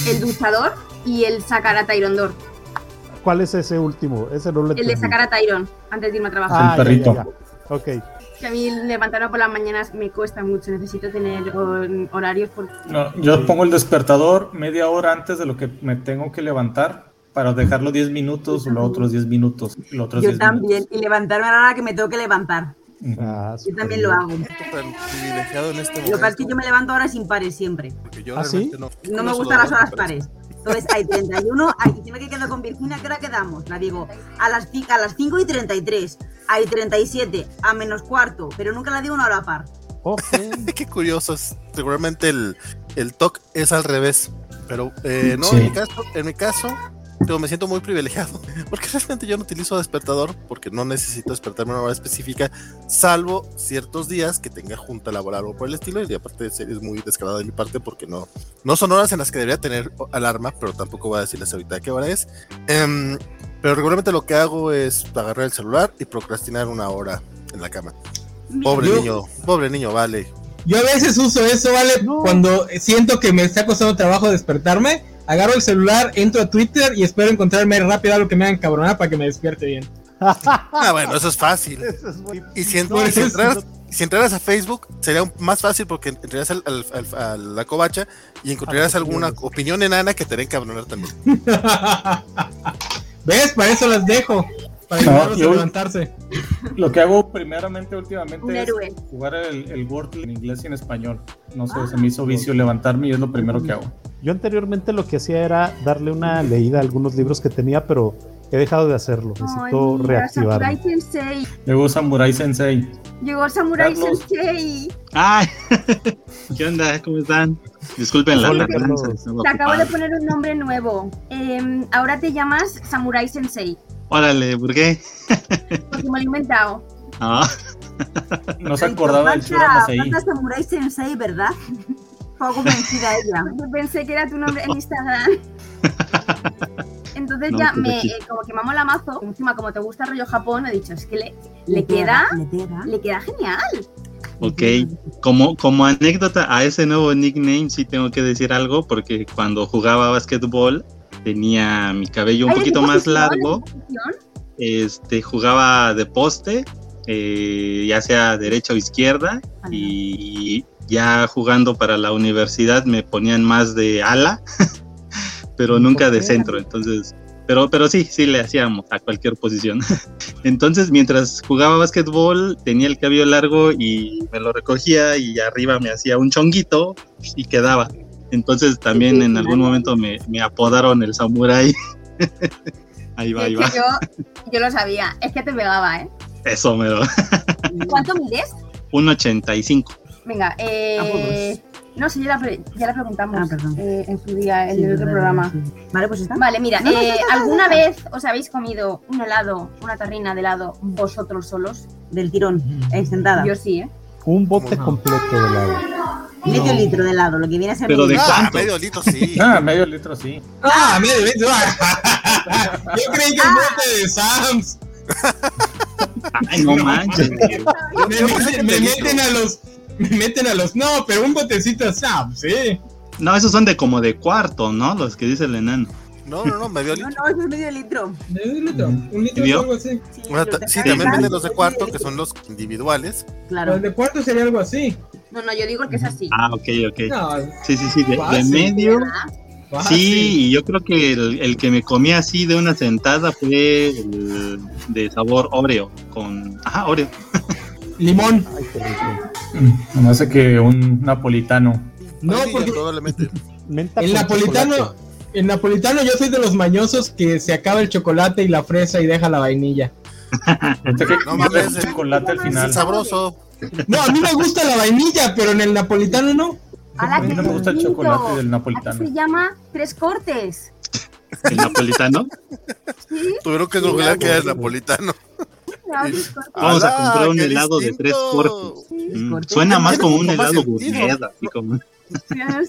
Speaker 3: el duchador y el sacar a Tyron dor.
Speaker 6: ¿Cuál es ese último? Ese no lo
Speaker 3: El de
Speaker 6: entendí.
Speaker 3: sacar a Tyron antes de irme a trabajar.
Speaker 6: Ah,
Speaker 1: El
Speaker 6: ya, ya,
Speaker 1: perrito.
Speaker 6: ya. Ok.
Speaker 3: Que a mí levantarme por las mañanas me cuesta mucho, necesito tener hor- horarios porque
Speaker 1: No, yo pongo el despertador media hora antes de lo que me tengo que levantar para dejarlo 10 minutos, los otros 10 minutos, los otros
Speaker 4: Yo
Speaker 1: 10
Speaker 4: también.
Speaker 1: minutos.
Speaker 4: Y levantarme a la hora que me tengo que levantar.
Speaker 1: Ujú.
Speaker 6: Ah,
Speaker 4: Yo
Speaker 6: súper
Speaker 4: también
Speaker 6: bien.
Speaker 4: lo hago.
Speaker 8: tan privilegiado en este
Speaker 4: Lo que pasa es
Speaker 8: momento.
Speaker 4: que yo me levanto horas impares siempre.
Speaker 8: porque yo
Speaker 6: ¿Ah, sí?
Speaker 8: realmente no-
Speaker 4: No
Speaker 8: no
Speaker 4: me
Speaker 8: se lo
Speaker 4: gustan las
Speaker 8: doy,
Speaker 4: horas
Speaker 8: pero-
Speaker 4: pares. Entonces hay 31, hay, y si me quedo con Virginia, ¿qué hora quedamos? La digo, a las, ci- a las 5 y 33, hay 37, a menos cuarto, pero nunca la digo una hora par.
Speaker 6: Ok.
Speaker 8: Qué curioso. es- Seguramente el, el TOC es al revés. Pero eh, no,
Speaker 1: Sí.
Speaker 8: en mi caso, en mi caso digo, me siento muy privilegiado. Porque realmente yo no utilizo despertador porque no necesito despertarme a una hora específica, salvo ciertos días que tenga junta laboral o por el estilo. Y aparte es es muy descarado de mi parte porque no, no son horas en las que debería tener alarma, pero tampoco voy a decirles ahorita qué hora es. Em, pero regularmente lo que hago es agarrar el celular y procrastinar una hora en la cama. Pobre
Speaker 7: Yo-
Speaker 8: niño, pobre niño, vale.
Speaker 7: Yo a veces uso eso, ¿vale?
Speaker 6: No.
Speaker 7: Cuando siento que me está costando trabajo despertarme, agarro el celular, entro a Twitter y espero encontrarme rápido algo que me hagan cabronar para que me despierte bien.
Speaker 8: Ah, bueno, eso es fácil.
Speaker 6: Eso es muy-
Speaker 8: Y si, en-
Speaker 6: No,
Speaker 8: y
Speaker 6: eso
Speaker 8: si
Speaker 6: es-
Speaker 8: entraras, si entraras a Facebook, sería un- más fácil porque entrarías al- al- al- a la covacha y encontrarías
Speaker 6: A las
Speaker 8: alguna
Speaker 6: opiniones.
Speaker 8: opinión enana que te den cabronar también.
Speaker 7: ¿Ves? Para eso las dejo. Para
Speaker 1: No,
Speaker 7: ayudarlos
Speaker 1: yo-
Speaker 7: a levantarse.
Speaker 1: Lo que hago primeramente últimamente
Speaker 3: Un
Speaker 1: es
Speaker 3: héroe.
Speaker 1: jugar el, el Word en inglés y en español. No sé,
Speaker 3: Ah.
Speaker 1: se me hizo vicio levantarme y es lo primero que hago.
Speaker 6: Yo anteriormente lo que hacía era darle una leída a algunos libros que tenía, pero he dejado de hacerlo. Necesito
Speaker 3: Samurai
Speaker 6: reactivarlo.
Speaker 3: Sensei.
Speaker 1: Luego Samurai Sensei.
Speaker 3: Llegó Samurai
Speaker 1: Carlos.
Speaker 3: Sensei.
Speaker 9: ¡Ay! ¿Qué onda? ¿Cómo están? Disculpen la
Speaker 6: Hola,
Speaker 9: tardanza,
Speaker 6: Carlos.
Speaker 9: estaba
Speaker 3: Te acabo de
Speaker 9: ocupado.
Speaker 3: poner un nombre nuevo. Eh, ahora te llamas Samurai Sensei.
Speaker 9: Órale, ¿por qué?
Speaker 3: Porque me lo he inventado.
Speaker 9: Ah,
Speaker 1: No se acordaba del Shura
Speaker 4: Falta-
Speaker 1: Masai.
Speaker 4: falta Samurai Sensei, ¿verdad? Poco convencida ella.
Speaker 3: Yo pensé que era tu nombre en Instagram. Entonces
Speaker 9: No,
Speaker 3: ya
Speaker 9: pues
Speaker 3: me,
Speaker 9: aquí.
Speaker 3: eh, como que me la mazo. Encima, como te gusta el rollo Japón, he dicho, es que le, le queda,
Speaker 4: Le queda.
Speaker 3: le queda genial.
Speaker 9: ok. Como, como anécdota a ese nuevo nickname sí tengo que decir algo porque cuando jugaba basquetbol tenía mi cabello un
Speaker 3: Ay, ¿en
Speaker 9: poquito
Speaker 3: qué
Speaker 9: más
Speaker 3: posición?
Speaker 9: largo.
Speaker 3: ¿En qué posición?
Speaker 9: este, jugaba de poste, eh, ya sea derecha o izquierda,
Speaker 4: Ajá.
Speaker 9: y ya jugando para la universidad me ponían más de ala, pero nunca de
Speaker 6: Ok.
Speaker 9: centro, entonces, pero, pero sí, sí le hacíamos a cualquier posición. Entonces, mientras jugaba básquetbol, tenía el cabello largo y me lo recogía y arriba me hacía un chonguito y quedaba. Entonces también en algún momento me, me apodaron el samurái. ahí va, ahí
Speaker 3: Es
Speaker 9: va.
Speaker 3: que yo, yo lo sabía, es que te pegaba, ¿eh?
Speaker 9: Eso me lo.
Speaker 3: ¿Cuánto mides?
Speaker 9: Un 85.
Speaker 3: Venga, eh. No sé, ya la, pre- ya la preguntamos
Speaker 4: pues, Ah, perdón.
Speaker 3: eh, en su día, en
Speaker 4: Sí, pues,
Speaker 3: el otro
Speaker 4: verdad,
Speaker 3: programa.
Speaker 4: sí. Vale, pues está.
Speaker 3: Vale, mira,
Speaker 4: No, no,
Speaker 3: eh,
Speaker 4: no, no, no,
Speaker 3: ¿alguna
Speaker 4: no.
Speaker 3: vez os habéis comido un helado, una tarrina de helado vosotros solos?
Speaker 4: Del tirón, extentada.
Speaker 3: Yo sí, ¿eh?
Speaker 6: Un bote
Speaker 7: ¿Cómo no?
Speaker 6: completo de helado.
Speaker 4: Medio litro de helado, lo que viene a ser
Speaker 9: Pero
Speaker 4: medio
Speaker 9: de-
Speaker 4: litro.
Speaker 8: Ah,
Speaker 9: cuánto?
Speaker 8: medio litro sí.
Speaker 1: Ah, medio litro sí.
Speaker 7: Ah, mira, mira, mira. Yo creí que el bote de Sams.
Speaker 9: Ay, no manches.
Speaker 7: Me, meten- me meten a los. Me meten a los. No, pero un botecito de Sams, sí.
Speaker 9: No, esos son de como de cuarto, ¿no? Los que dice el enano.
Speaker 8: No, no, no, medio
Speaker 4: No,
Speaker 8: litro.
Speaker 4: no, eso es medio litro.
Speaker 7: Un litro. Un litro
Speaker 9: ¿Vio?
Speaker 7: o algo así.
Speaker 4: Sí,
Speaker 8: Bueno,
Speaker 4: lo
Speaker 8: ta-
Speaker 4: que
Speaker 8: sí,
Speaker 4: acaba
Speaker 8: también
Speaker 4: de-
Speaker 8: venden los de cuarto, que
Speaker 4: medio
Speaker 8: son los individuales.
Speaker 4: litro.
Speaker 7: Pero
Speaker 4: Claro.
Speaker 7: el de cuarto sería algo así.
Speaker 3: No, no, yo digo que es así.
Speaker 9: Ah, ok, ok.
Speaker 7: No,
Speaker 9: Sí, sí, sí. De, de
Speaker 7: Fácil.
Speaker 9: medio.
Speaker 7: fácil.
Speaker 9: Sí, y yo creo que el, el que me comí así de una sentada fue el de sabor Oreo. Con. Ajá, Oreo.
Speaker 7: Limón.
Speaker 6: Ay, qué rico.
Speaker 1: Mm, Me hace que un napolitano.
Speaker 7: No,
Speaker 8: Vainilla,
Speaker 6: pues,
Speaker 7: porque
Speaker 8: probablemente.
Speaker 6: Menta
Speaker 7: El
Speaker 6: con
Speaker 7: napolitano-
Speaker 6: chocolate.
Speaker 7: en napolitano yo soy de los mañosos que se acaba el chocolate y la fresa y deja la vainilla.
Speaker 1: Este que
Speaker 8: No
Speaker 1: no
Speaker 8: mames,
Speaker 1: mames,
Speaker 8: el-
Speaker 1: chocolate al
Speaker 8: Es
Speaker 1: final.
Speaker 8: sabroso.
Speaker 7: No, a mí me gusta la vainilla, pero en el napolitano no.
Speaker 1: A
Speaker 3: ¡Hala,
Speaker 1: mí
Speaker 3: qué
Speaker 1: no me gusta el
Speaker 3: bonito!
Speaker 1: chocolate del
Speaker 3: Aquí se
Speaker 1: napolitano.
Speaker 3: llama tres cortes.
Speaker 9: El napolitano.
Speaker 8: Tuvieron que googlear que era el napolitano.
Speaker 3: Tres cortes.
Speaker 9: Vamos a
Speaker 8: ¡Ala,
Speaker 9: comprar un
Speaker 8: qué
Speaker 9: helado de tres
Speaker 8: distinto!
Speaker 9: cortes. Mm, Suena
Speaker 8: Tiene
Speaker 9: más como un
Speaker 8: como más
Speaker 9: helado
Speaker 8: sentido.
Speaker 9: gourmet, así como.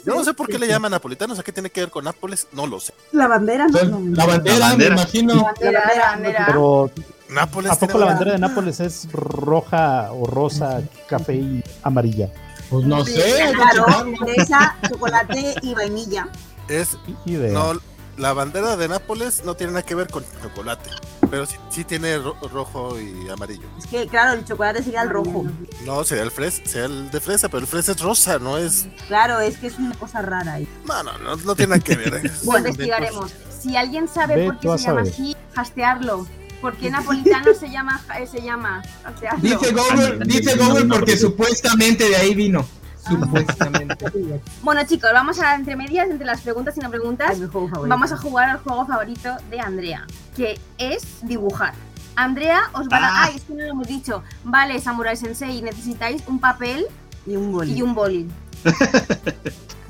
Speaker 8: Yo no sé por qué le llaman napolitanos. ¿A qué tiene que ver con Nápoles? No lo sé.
Speaker 4: La bandera no. no, no.
Speaker 7: La bandera,
Speaker 9: La bandera.
Speaker 7: me imagino.
Speaker 3: Bandera,
Speaker 4: bandera,
Speaker 3: bandera.
Speaker 6: Pero
Speaker 8: Nápoles.
Speaker 6: ¿a poco
Speaker 8: tiene
Speaker 6: la bandera de Nápoles es roja o rosa, café y amarilla?
Speaker 7: Pues no sé. hay que
Speaker 4: Claro,
Speaker 7: checarlo.
Speaker 4: fresa, chocolate y vainilla.
Speaker 8: Es
Speaker 6: Idea.
Speaker 8: No, la bandera de Nápoles no tiene nada que ver con chocolate, pero sí, sí tiene ro- rojo y amarillo.
Speaker 4: Es que, claro, el chocolate sería el rojo.
Speaker 8: No, sería el fresa, sería el de fresa, pero el fresa es rosa, no es...
Speaker 4: Claro, es que es una cosa rara. ahí.
Speaker 8: No, no, no, no tiene nada que ver. ¿eh? Es-
Speaker 3: Bueno, investigaremos. Si alguien sabe
Speaker 6: Ve
Speaker 3: por
Speaker 6: tú
Speaker 3: qué
Speaker 6: a
Speaker 3: se llama
Speaker 6: saber.
Speaker 3: así, hastearlo. ¿Por qué napolitano se llama, eh, se llama? Hastearlo.
Speaker 7: Dice Google, dice Google porque supuestamente de ahí vino. Supuestamente.
Speaker 3: Bueno, chicos, vamos a entre medias, entre las preguntas y no
Speaker 4: Es
Speaker 3: preguntas.
Speaker 4: mi juego favorito.
Speaker 3: Vamos a jugar al juego favorito de Andrea, que es dibujar. Andrea os va a.
Speaker 8: Ah.
Speaker 3: Ay, es que no lo hemos dicho. Vale, Samurai Sensei, necesitáis un papel
Speaker 4: Y un boli.
Speaker 3: y un boli.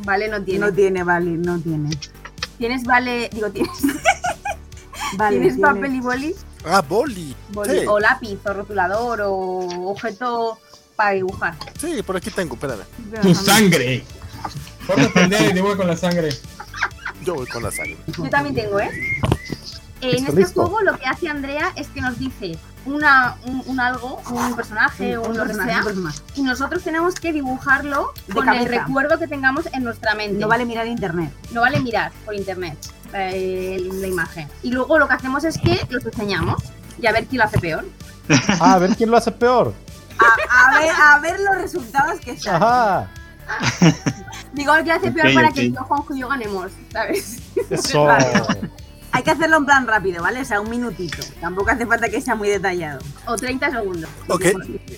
Speaker 3: Vale, no tiene.
Speaker 4: No tiene, vale, no tiene.
Speaker 3: Tienes vale, digo tienes.
Speaker 4: Vale,
Speaker 3: ¿Tienes
Speaker 4: tiene-
Speaker 3: papel y boli?
Speaker 8: Ah, boli.
Speaker 3: Boli,
Speaker 8: Sí,
Speaker 3: O lápiz, o rotulador, o objeto para dibujar.
Speaker 8: sí, por aquí tengo, espérame.
Speaker 7: Tu sangre. Por aprender y dibujo con la sangre.
Speaker 8: Yo voy con la sangre.
Speaker 3: Yo también tengo, ¿eh? En
Speaker 6: Listo,
Speaker 3: este
Speaker 6: listo.
Speaker 3: juego lo que hace Andrea es que nos dice una, un, un algo, un personaje Eh, o
Speaker 4: Un
Speaker 3: lo que
Speaker 4: personaje,
Speaker 3: sea,
Speaker 4: un personaje.
Speaker 3: y nosotros tenemos que dibujarlo
Speaker 4: De
Speaker 3: con el
Speaker 4: cabeza.
Speaker 3: recuerdo que tengamos en nuestra mente.
Speaker 4: No vale mirar internet.
Speaker 3: No vale mirar por internet eh, la imagen. Y luego lo que hacemos es que los enseñamos y a ver quién lo hace peor.
Speaker 6: Ah, a ver quién lo hace peor.
Speaker 4: A, a ver, a ver los resultados que salen.
Speaker 6: Ajá.
Speaker 3: Digo, el que lo hace peor
Speaker 10: Ok,
Speaker 3: para
Speaker 10: ok.
Speaker 3: que yo, Juanjo y yo ganemos, ¿sabes?
Speaker 6: Eso.
Speaker 4: Hay que hacerlo en plan rápido, ¿vale? O sea, un minutito. Tampoco hace falta que sea muy detallado.
Speaker 3: O 30 segundos.
Speaker 8: Ok.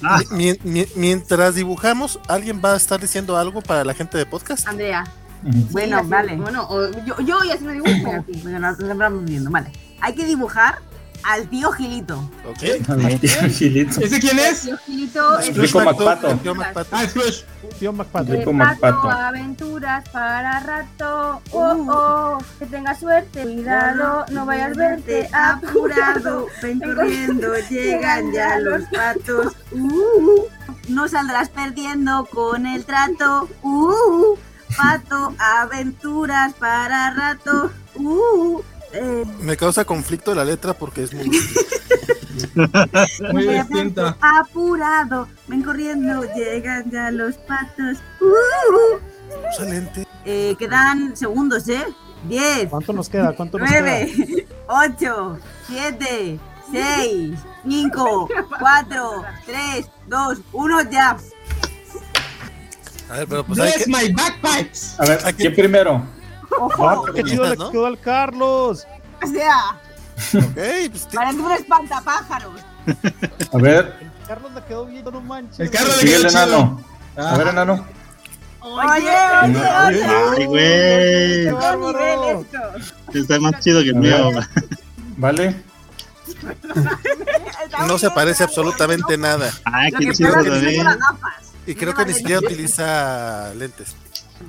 Speaker 10: Ah.
Speaker 8: Mi- mi- mientras dibujamos, ¿alguien va a estar diciendo algo para la gente de podcast?
Speaker 3: Andrea.
Speaker 1: Ujú.
Speaker 3: sí,
Speaker 4: Bueno,
Speaker 3: haciendo-
Speaker 4: vale.
Speaker 3: Bueno, o yo, yo voy haciendo dibujo.
Speaker 4: Bueno, nos nos vamos viendo, vale. Hay que dibujar al tío Gilito.
Speaker 8: Ok.
Speaker 1: A ver, tío Gilito.
Speaker 7: ¿Ese quién es?
Speaker 3: Yo, Gilito, es-
Speaker 1: Rico
Speaker 8: Yo, Macpato,
Speaker 1: Macpato.
Speaker 8: yo, Macpato.
Speaker 7: Ah, Scrooge.
Speaker 6: Tío McPatrick.
Speaker 1: Rico
Speaker 3: Reparto,
Speaker 1: Macpato.
Speaker 3: aventuras para rato. Oh,
Speaker 4: Uh.
Speaker 3: oh, que tengas suerte. Cuidado, no vayas a verte apurado.
Speaker 4: ven
Speaker 3: corriendo, llegan ya los
Speaker 4: patos. Uh, no saldrás perdiendo con el trato. Uh, pato, aventuras para rato. Uh, eh,
Speaker 8: Me causa conflicto la letra porque es muy.
Speaker 7: Muy
Speaker 4: de
Speaker 7: distinta.
Speaker 4: pronto, Apurado, ven corriendo, llegan ya los patos. Uh,
Speaker 8: Usa lente.
Speaker 4: eh, quedan segundos, ¿eh? 10,
Speaker 6: ¿Cuánto nos queda? ¿Cuánto nos queda?
Speaker 4: 9, 8, 7, 6, 5, 4, 3, 2, 1, ya.
Speaker 8: A ver, pero pues hay
Speaker 7: Bless
Speaker 8: que.
Speaker 7: my backpipes.
Speaker 1: A ver,
Speaker 8: Aquí-
Speaker 1: ¿quién primero?
Speaker 6: Ah,
Speaker 4: Ojo,
Speaker 6: qué chido le
Speaker 8: ¿no?
Speaker 6: quedó al Carlos.
Speaker 4: o sea,
Speaker 8: Ok, pues ti-
Speaker 4: parece un espantapájaros.
Speaker 1: A ver,
Speaker 6: El Carlos le quedó bien, no manches.
Speaker 7: El Carlos
Speaker 1: sigue el
Speaker 7: chido.
Speaker 1: enano.
Speaker 7: Ah,
Speaker 1: A ver, enano.
Speaker 4: Oye, oye, oye.
Speaker 10: Ay, güey.
Speaker 6: Qué bárbaro.
Speaker 10: Está más chido que el mío.
Speaker 1: Vale.
Speaker 4: está
Speaker 8: no se
Speaker 4: bien,
Speaker 8: parece
Speaker 4: está
Speaker 8: absolutamente nada.
Speaker 10: Ah,
Speaker 4: bien. Lo
Speaker 10: qué
Speaker 4: que
Speaker 10: chido
Speaker 4: pasa es que no
Speaker 10: también.
Speaker 4: lleva gafas.
Speaker 8: Y creo que ni siquiera utiliza lentes.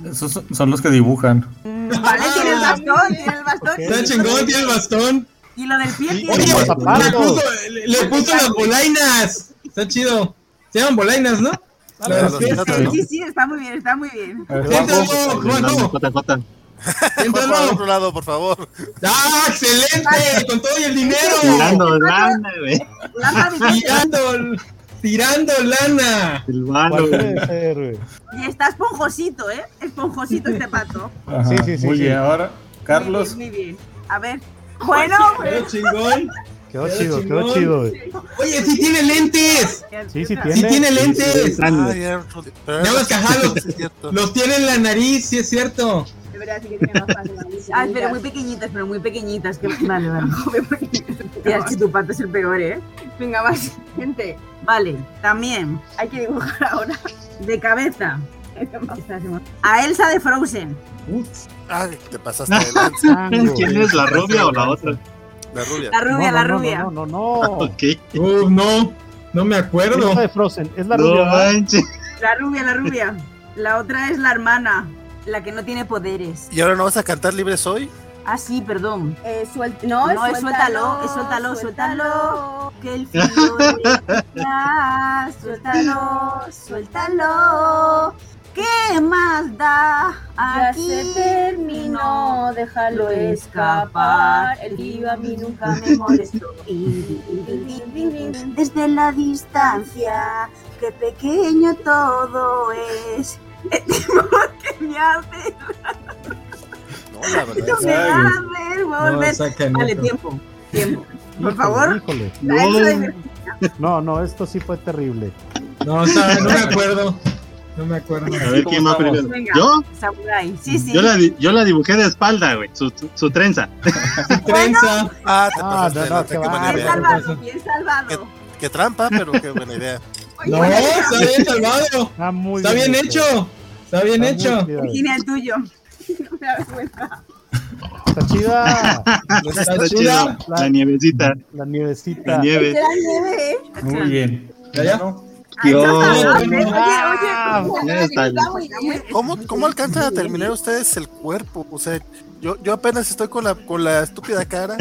Speaker 1: Esos son- son los que dibujan.
Speaker 4: Vale, tiene el bastón, tiene el bastón.
Speaker 7: Está chingón, tiene el bastón.
Speaker 4: Y lo del pie
Speaker 7: Oye,
Speaker 4: tiene.
Speaker 6: Los
Speaker 7: le
Speaker 6: zapatos.
Speaker 7: puso, le, le puso las bolainas. Está chido. Se llaman bolainas, ¿no?
Speaker 8: Claro,
Speaker 7: Las
Speaker 8: los
Speaker 7: pies.
Speaker 8: piratas, ¿no?
Speaker 4: Sí, sí, está muy bien, está muy bien.
Speaker 1: A ver,
Speaker 7: Siéntalo,
Speaker 1: Juanjo.
Speaker 7: Juanjo.
Speaker 10: JJ.
Speaker 8: Juanjo, al otro
Speaker 7: Siéntalo.
Speaker 8: lado, por favor.
Speaker 7: ¡Ah, excelente! Con todo y el dinero.
Speaker 10: Tirando lana, güey.
Speaker 4: Lanza difícil.
Speaker 7: Tirando, tirando lana.
Speaker 10: El malo,
Speaker 6: ¿Cuál
Speaker 10: güey.
Speaker 6: puede ser, güey?
Speaker 4: Y está esponjosito, ¿eh? Esponjosito este pato.
Speaker 1: Ajá,
Speaker 6: Sí, sí, sí,
Speaker 1: Muy
Speaker 6: sí.
Speaker 1: bien, ahora Carlos.
Speaker 4: Muy bien. muy bien. A ver. Bueno,
Speaker 7: Qué chingón.
Speaker 6: Quedó
Speaker 7: Quedó
Speaker 6: chido, quedó
Speaker 7: chingón.
Speaker 6: chido, güey.
Speaker 7: Oye, sí tiene lentes.
Speaker 4: pues,
Speaker 6: Sí, sí
Speaker 7: Sí
Speaker 6: tiene.
Speaker 7: tiene lentes.
Speaker 8: Ah,
Speaker 10: Lana.
Speaker 8: ya, otro- pero-
Speaker 7: Ya ves que ajá, los-
Speaker 8: Sí, es cierto.
Speaker 7: Los tiene en la nariz, sí es cierto.
Speaker 3: De verdad, sí que tiene más fácil. la vida.
Speaker 4: Ah, pero muy pequeñitas, pero muy pequeñitas. Que... Vale, vale. Tía, es que tu pato es el peor, ¿eh?
Speaker 3: Venga, vas, gente.
Speaker 4: Este, Vale, también.
Speaker 3: Hay que dibujar ahora.
Speaker 4: De cabeza. A Elsa de Frozen.
Speaker 8: Ay, te pasaste de lanza,
Speaker 6: Tango.
Speaker 10: ¿Quién es la rubia o la otra?
Speaker 8: la rubia.
Speaker 4: La rubia,
Speaker 6: No,
Speaker 4: la
Speaker 6: no, no,
Speaker 4: rubia.
Speaker 6: No, no, no.
Speaker 10: Ok.
Speaker 7: Uf, no, no me
Speaker 6: Es
Speaker 7: acuerdo.
Speaker 6: la de Frozen, es la
Speaker 10: No
Speaker 6: rubia. ¿verdad?
Speaker 10: manches.
Speaker 4: La rubia, la rubia. La otra es la hermana, la que no tiene poderes.
Speaker 8: ¿Y ahora no vas a cantar libres hoy?
Speaker 4: Ah, sí, perdón.
Speaker 3: Eh, suel- no,
Speaker 4: No, es suéltalo, es suéltalo, suéltalo. Que el frío de- Ya, suéltalo, suéltalo. ¿Qué más da?
Speaker 3: Ya
Speaker 4: Aquí
Speaker 3: se terminó, déjalo escapar. El tío a mí nunca me molestó.
Speaker 4: Desde la distancia, qué pequeño todo es. que me hace,
Speaker 8: No, la verdad. es-
Speaker 4: me
Speaker 1: Ay,
Speaker 4: hace
Speaker 7: No,
Speaker 4: volver.
Speaker 7: sacan
Speaker 4: Vale,
Speaker 7: eso.
Speaker 4: tiempo, tiempo. Por
Speaker 6: Híjole,
Speaker 4: favor.
Speaker 6: híjole.
Speaker 10: No.
Speaker 4: Eso es-
Speaker 6: No, no, esto sí fue terrible.
Speaker 7: No, sabe, no me acuerdo. No me acuerdo.
Speaker 10: A ver quién va
Speaker 1: ¿Cómo
Speaker 10: primero.
Speaker 1: estamos?
Speaker 4: Venga.
Speaker 10: ¿Yo?
Speaker 4: Samurai, sí, sí.
Speaker 10: Yo la, di- yo la dibujé de espalda, güey. Su, su trenza.
Speaker 7: Trenza.
Speaker 8: Ah, te
Speaker 6: Ah,
Speaker 8: pasaste
Speaker 6: no,
Speaker 8: de
Speaker 6: no,
Speaker 8: lanza,
Speaker 6: qué
Speaker 8: qué buena
Speaker 6: bárbaro.
Speaker 4: Bien
Speaker 8: idea.
Speaker 4: salvado, bien salvado.
Speaker 8: Qué trampa, pero qué buena idea.
Speaker 7: No, está bien salvado.
Speaker 6: Ah, muy
Speaker 7: Está bien
Speaker 6: hecho.
Speaker 7: hecho. Está bien
Speaker 6: Está muy
Speaker 7: hecho.
Speaker 6: chida, güey.
Speaker 4: Virginia, el tuyo.
Speaker 3: No me da vergüenza.
Speaker 6: Está chida
Speaker 7: Está
Speaker 10: Está chido.
Speaker 7: chida.
Speaker 10: La nievecita,
Speaker 6: la
Speaker 10: la
Speaker 6: nievecita.
Speaker 10: nieve.
Speaker 3: Era nieve, ¿eh?
Speaker 1: Muy bien.
Speaker 7: ¿Ya, ya?
Speaker 1: ¿No?
Speaker 4: Ay,
Speaker 10: Yo-
Speaker 4: no, no, no,
Speaker 7: Oye,
Speaker 4: oye,
Speaker 6: Ah,
Speaker 4: oye,
Speaker 10: ya está
Speaker 3: Está
Speaker 10: listo.
Speaker 3: muy bien.
Speaker 8: ¿Cómo, ¿Cómo alcanzan a terminar ustedes el cuerpo? O sea, yo, yo apenas estoy con la, con la estúpida cara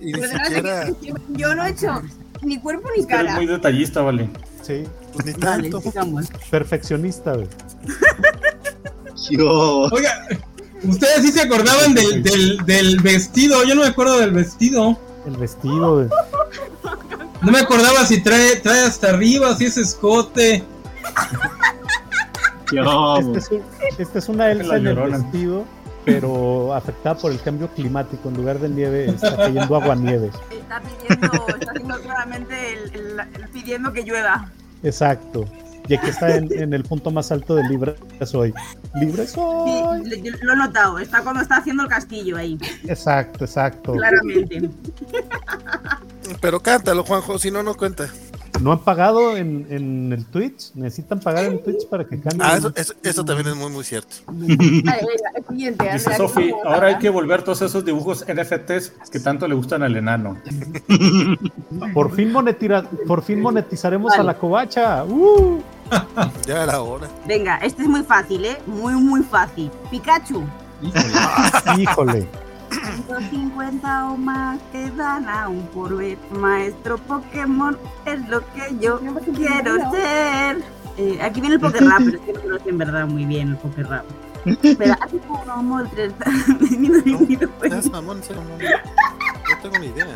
Speaker 8: y ni
Speaker 3: Pero no sé
Speaker 8: siquiera,
Speaker 3: qué- Yo no he hecho ni cuerpo ni
Speaker 1: Es que eres
Speaker 3: cara.
Speaker 1: muy detallista, vale.
Speaker 6: Sí,
Speaker 8: pues, ni
Speaker 4: Vale,
Speaker 8: tanto.
Speaker 4: sigamos.
Speaker 6: perfeccionista, güey.
Speaker 10: Yo.
Speaker 7: Oiga, ustedes sí se acordaban del, del, del vestido. Yo no me acuerdo del vestido.
Speaker 6: El vestido, güey.
Speaker 7: No me acordaba si trae, trae hasta arriba, si es escote.
Speaker 10: Yo.
Speaker 6: Este es, un- esta es una Elsa
Speaker 1: La
Speaker 6: en el
Speaker 1: llorona.
Speaker 6: vestido, pero afectada por el cambio climático. En lugar de nieve, está cayendo agua nieve.
Speaker 4: Está pidiendo, está haciendo claramente el, el- el pidiendo que llueva.
Speaker 6: Exacto. Y aquí está en, en el punto más alto de Libra Soy. Libre
Speaker 4: Sí,
Speaker 6: Soy.
Speaker 4: le- yo lo he notado, está cuando está haciendo el castillo ahí,
Speaker 6: Exacto, exacto.
Speaker 4: claramente.
Speaker 8: Pero cántalo, Juanjo, si no, no cuenta.
Speaker 6: No han pagado en, en el Twitch. Necesitan pagar en Twitch para que cambien.
Speaker 8: Ah, eso, eso- eso también es muy, muy cierto.
Speaker 3: Vale, venga, el siguiente.
Speaker 1: Dice
Speaker 3: Andrea,
Speaker 1: Sofi,
Speaker 3: ¿cómo va?
Speaker 1: ahora hay que volver todos esos dibujos NFTs que tanto le gustan al enano.
Speaker 6: Por fin, monetira- por fin monetizaremos a la covacha. ¡Uh!
Speaker 8: Ya era hora.
Speaker 4: Venga, este es muy fácil, ¿eh? Muy, muy fácil. Pikachu.
Speaker 6: Híjole.
Speaker 4: 150 o más que dan aún por ver. Maestro Pokémon es lo que yo
Speaker 3: No, porque
Speaker 4: quiero
Speaker 3: no.
Speaker 4: ser. Eh, aquí viene el Pokerrap, pero es que no conocen en verdad muy bien el Pokerrap. Pero hace como un amor, tres- ni lo- ni lo-
Speaker 8: Ya es mamón, ese mamón. No tengo ni idea.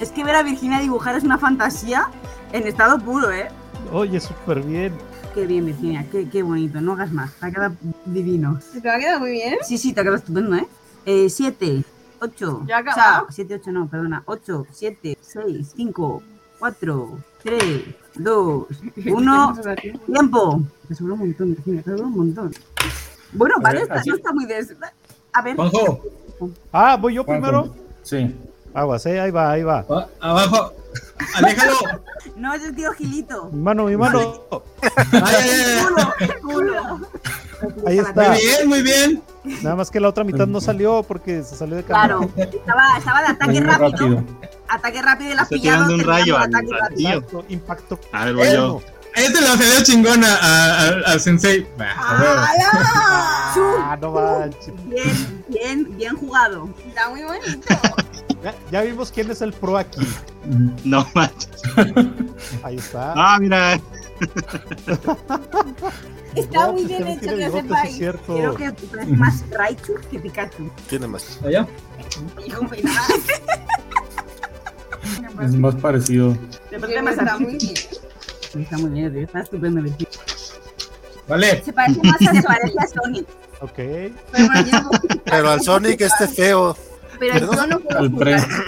Speaker 4: Es que ver a Virginia dibujar es una fantasía en estado puro, ¿eh?
Speaker 6: Oye, súper bien.
Speaker 4: Qué bien, Virginia, qué, qué bonito, no hagas más, te ha quedado divino.
Speaker 3: Se te va a quedar muy bien.
Speaker 4: Sí, sí, te ha quedado estupendo, ¿eh? eh siete, ocho,
Speaker 3: ¿Ya ha
Speaker 4: o sea,
Speaker 3: acabado?
Speaker 4: siete, ocho, no, perdona, ocho, siete, seis, cinco, cuatro, tres, dos, uno, tiempo. Te sobró un montón, Virginia, te sobró un montón. Bueno,
Speaker 1: A
Speaker 4: vale,
Speaker 1: ver,
Speaker 4: esta
Speaker 1: así-
Speaker 4: no está muy des... A ver,
Speaker 7: Juanjo,
Speaker 6: Ah, voy yo primero.
Speaker 1: Juanjo. Sí.
Speaker 6: Aguas, eh, ahí va, ahí va.
Speaker 7: a- Ah, abajo. Aléjalo.
Speaker 4: no, es el tío Gilito.
Speaker 6: Mi mano, mi mano.
Speaker 7: Ay, ay,
Speaker 4: Culo, culo.
Speaker 6: Ahí
Speaker 7: ay.
Speaker 6: está.
Speaker 7: Muy bien, muy bien.
Speaker 6: Nada más que la otra mitad no salió porque se salió de cámara.
Speaker 4: Claro, estaba, estaba de ataque
Speaker 1: Muy
Speaker 4: rápido.
Speaker 1: rápido.
Speaker 4: Ataque rápido y la has
Speaker 10: Está
Speaker 4: pillado.
Speaker 10: tirando un rayo
Speaker 4: terminando el
Speaker 10: al-
Speaker 4: ataque
Speaker 10: al tío.
Speaker 6: Impacto, impacto.
Speaker 10: A ver, voy yo.
Speaker 7: Este lo se dio chingón a- a- a- al sensei. Bah, a ver.
Speaker 6: Ah, no manches.
Speaker 4: Bien, bien, bien jugado.
Speaker 3: Está muy bonito.
Speaker 6: Ya, ya vimos quién es el pro aquí.
Speaker 1: Ujú.
Speaker 10: No manches.
Speaker 6: Ahí está.
Speaker 10: Ah, mira.
Speaker 3: Está
Speaker 6: No,
Speaker 3: muy
Speaker 6: pues
Speaker 3: bien
Speaker 6: también
Speaker 3: hecho,
Speaker 6: tiene
Speaker 3: que
Speaker 6: bigotes,
Speaker 3: sepa
Speaker 6: Es
Speaker 3: ahí.
Speaker 6: cierto.
Speaker 4: Creo que es más Raichu que Pikachu.
Speaker 8: Tiene más.
Speaker 7: Allá.
Speaker 4: Y combinada.
Speaker 1: Es más parecido.
Speaker 4: Me parece más
Speaker 3: Está muy bien.
Speaker 4: así. Está muy bien, tío. está estupendo. Virgil.
Speaker 7: Vale.
Speaker 3: Se parece más a
Speaker 4: Se
Speaker 3: Sonic.
Speaker 4: parece a Sonic.
Speaker 6: Ok.
Speaker 3: Pero, bueno, yo no puedo-
Speaker 8: Pero al Sonic este feo.
Speaker 3: pero yo no puedo
Speaker 1: Al pre.
Speaker 3: jugar.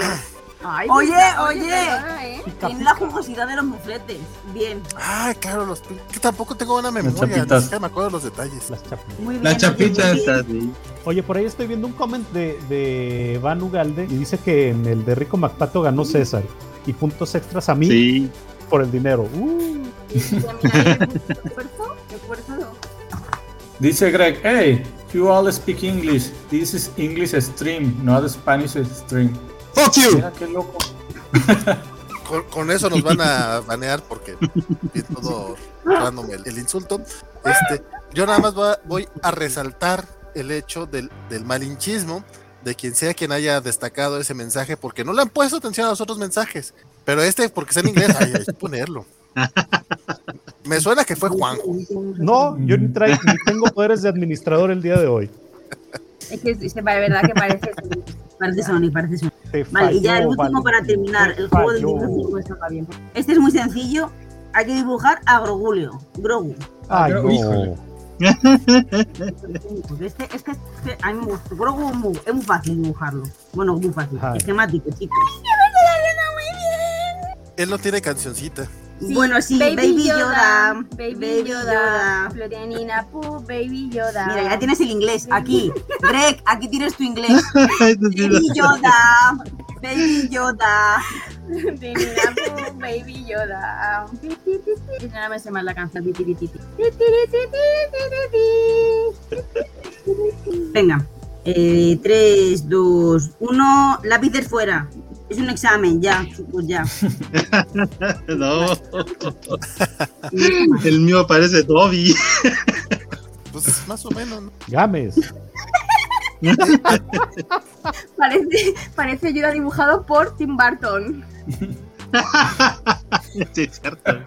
Speaker 3: Ay,
Speaker 4: Oye,
Speaker 3: perdona,
Speaker 4: oye.
Speaker 3: perdona, ¿eh?
Speaker 4: Tiene la jugosidad de los mufletes. Bien,
Speaker 8: Ah, claro, los pin- que tampoco tengo buena memoria.
Speaker 1: chapitas.
Speaker 8: Ni siquiera me acuerdo los detalles.
Speaker 6: Las chapas.
Speaker 4: muy bien. pues,
Speaker 7: Las chapitas.
Speaker 10: Está así.
Speaker 6: Oye, por ahí estoy viendo un comment de, de Van Ugalde y dice que en el de Rico MacPato ganó César. Y puntos extras a mí
Speaker 10: Sí.
Speaker 6: por el dinero. Uh,
Speaker 3: ¿Esfuerzo? ¿Esfuerzo?
Speaker 1: Dice Greg, hey, you all speak English. This is English stream, not Spanish stream.
Speaker 7: Fuck you.
Speaker 1: Mira qué loco.
Speaker 8: Con, con eso nos van a banear porque es todo random el, el insulto. Este, yo nada más voy a, voy a resaltar el hecho del, del malinchismo de quien sea quien haya destacado ese mensaje porque no le han puesto atención a los otros mensajes. Pero este, porque está en inglés, ay, hay que ponerlo. Me suena que fue Juanjo.
Speaker 6: no, yo ni, tra- ni tengo poderes de administrador el día de hoy.
Speaker 3: Es que es- es verdad que parece.
Speaker 4: Parece Sonic, parece Sonic.
Speaker 6: Te
Speaker 4: Vale, y ya el
Speaker 6: falló,
Speaker 4: último
Speaker 6: Valen.
Speaker 4: para terminar.
Speaker 6: Te
Speaker 4: El juego de
Speaker 6: falló.
Speaker 4: libros Este es muy sencillo. Hay que dibujar a Grogulio. Grogu.
Speaker 6: Ay,
Speaker 7: Pero,
Speaker 6: no.
Speaker 7: híjole.
Speaker 4: Este, este, este, a mí me gusta. Grogu es muy- es muy fácil dibujarlo. Bueno, muy fácil.
Speaker 6: Ajá.
Speaker 4: Esquemático, chicos.
Speaker 8: Él no tiene cancioncita.
Speaker 3: Sí,
Speaker 4: bueno, sí, Baby, Yoda,
Speaker 3: Baby Yoda, Florianina Pooh, Baby Yoda.
Speaker 4: Mira, ya tienes el inglés. Aquí,
Speaker 10: Este
Speaker 4: Greg, aquí tienes tu inglés.
Speaker 10: Eso sí,
Speaker 4: Baby Yoda. Baby Yoda.
Speaker 3: De Nabu, Baby Yoda. a un pi, pi, pi, pi. Y nada me sé más la canción. pi, pi, pi, pi, pi. Pi, pi, pi, pi, pi, pi, pi, pi.
Speaker 4: Venga. eh, 3, 2, 1. Lápices fuera. Es un examen, ya, chicos, ya.
Speaker 10: No, el mío aparece Dobby.
Speaker 8: Pues más o menos, ¿no?
Speaker 6: Games.
Speaker 3: Parece, parece Yoda dibujado por Tim Burton.
Speaker 10: Sí, es cierto.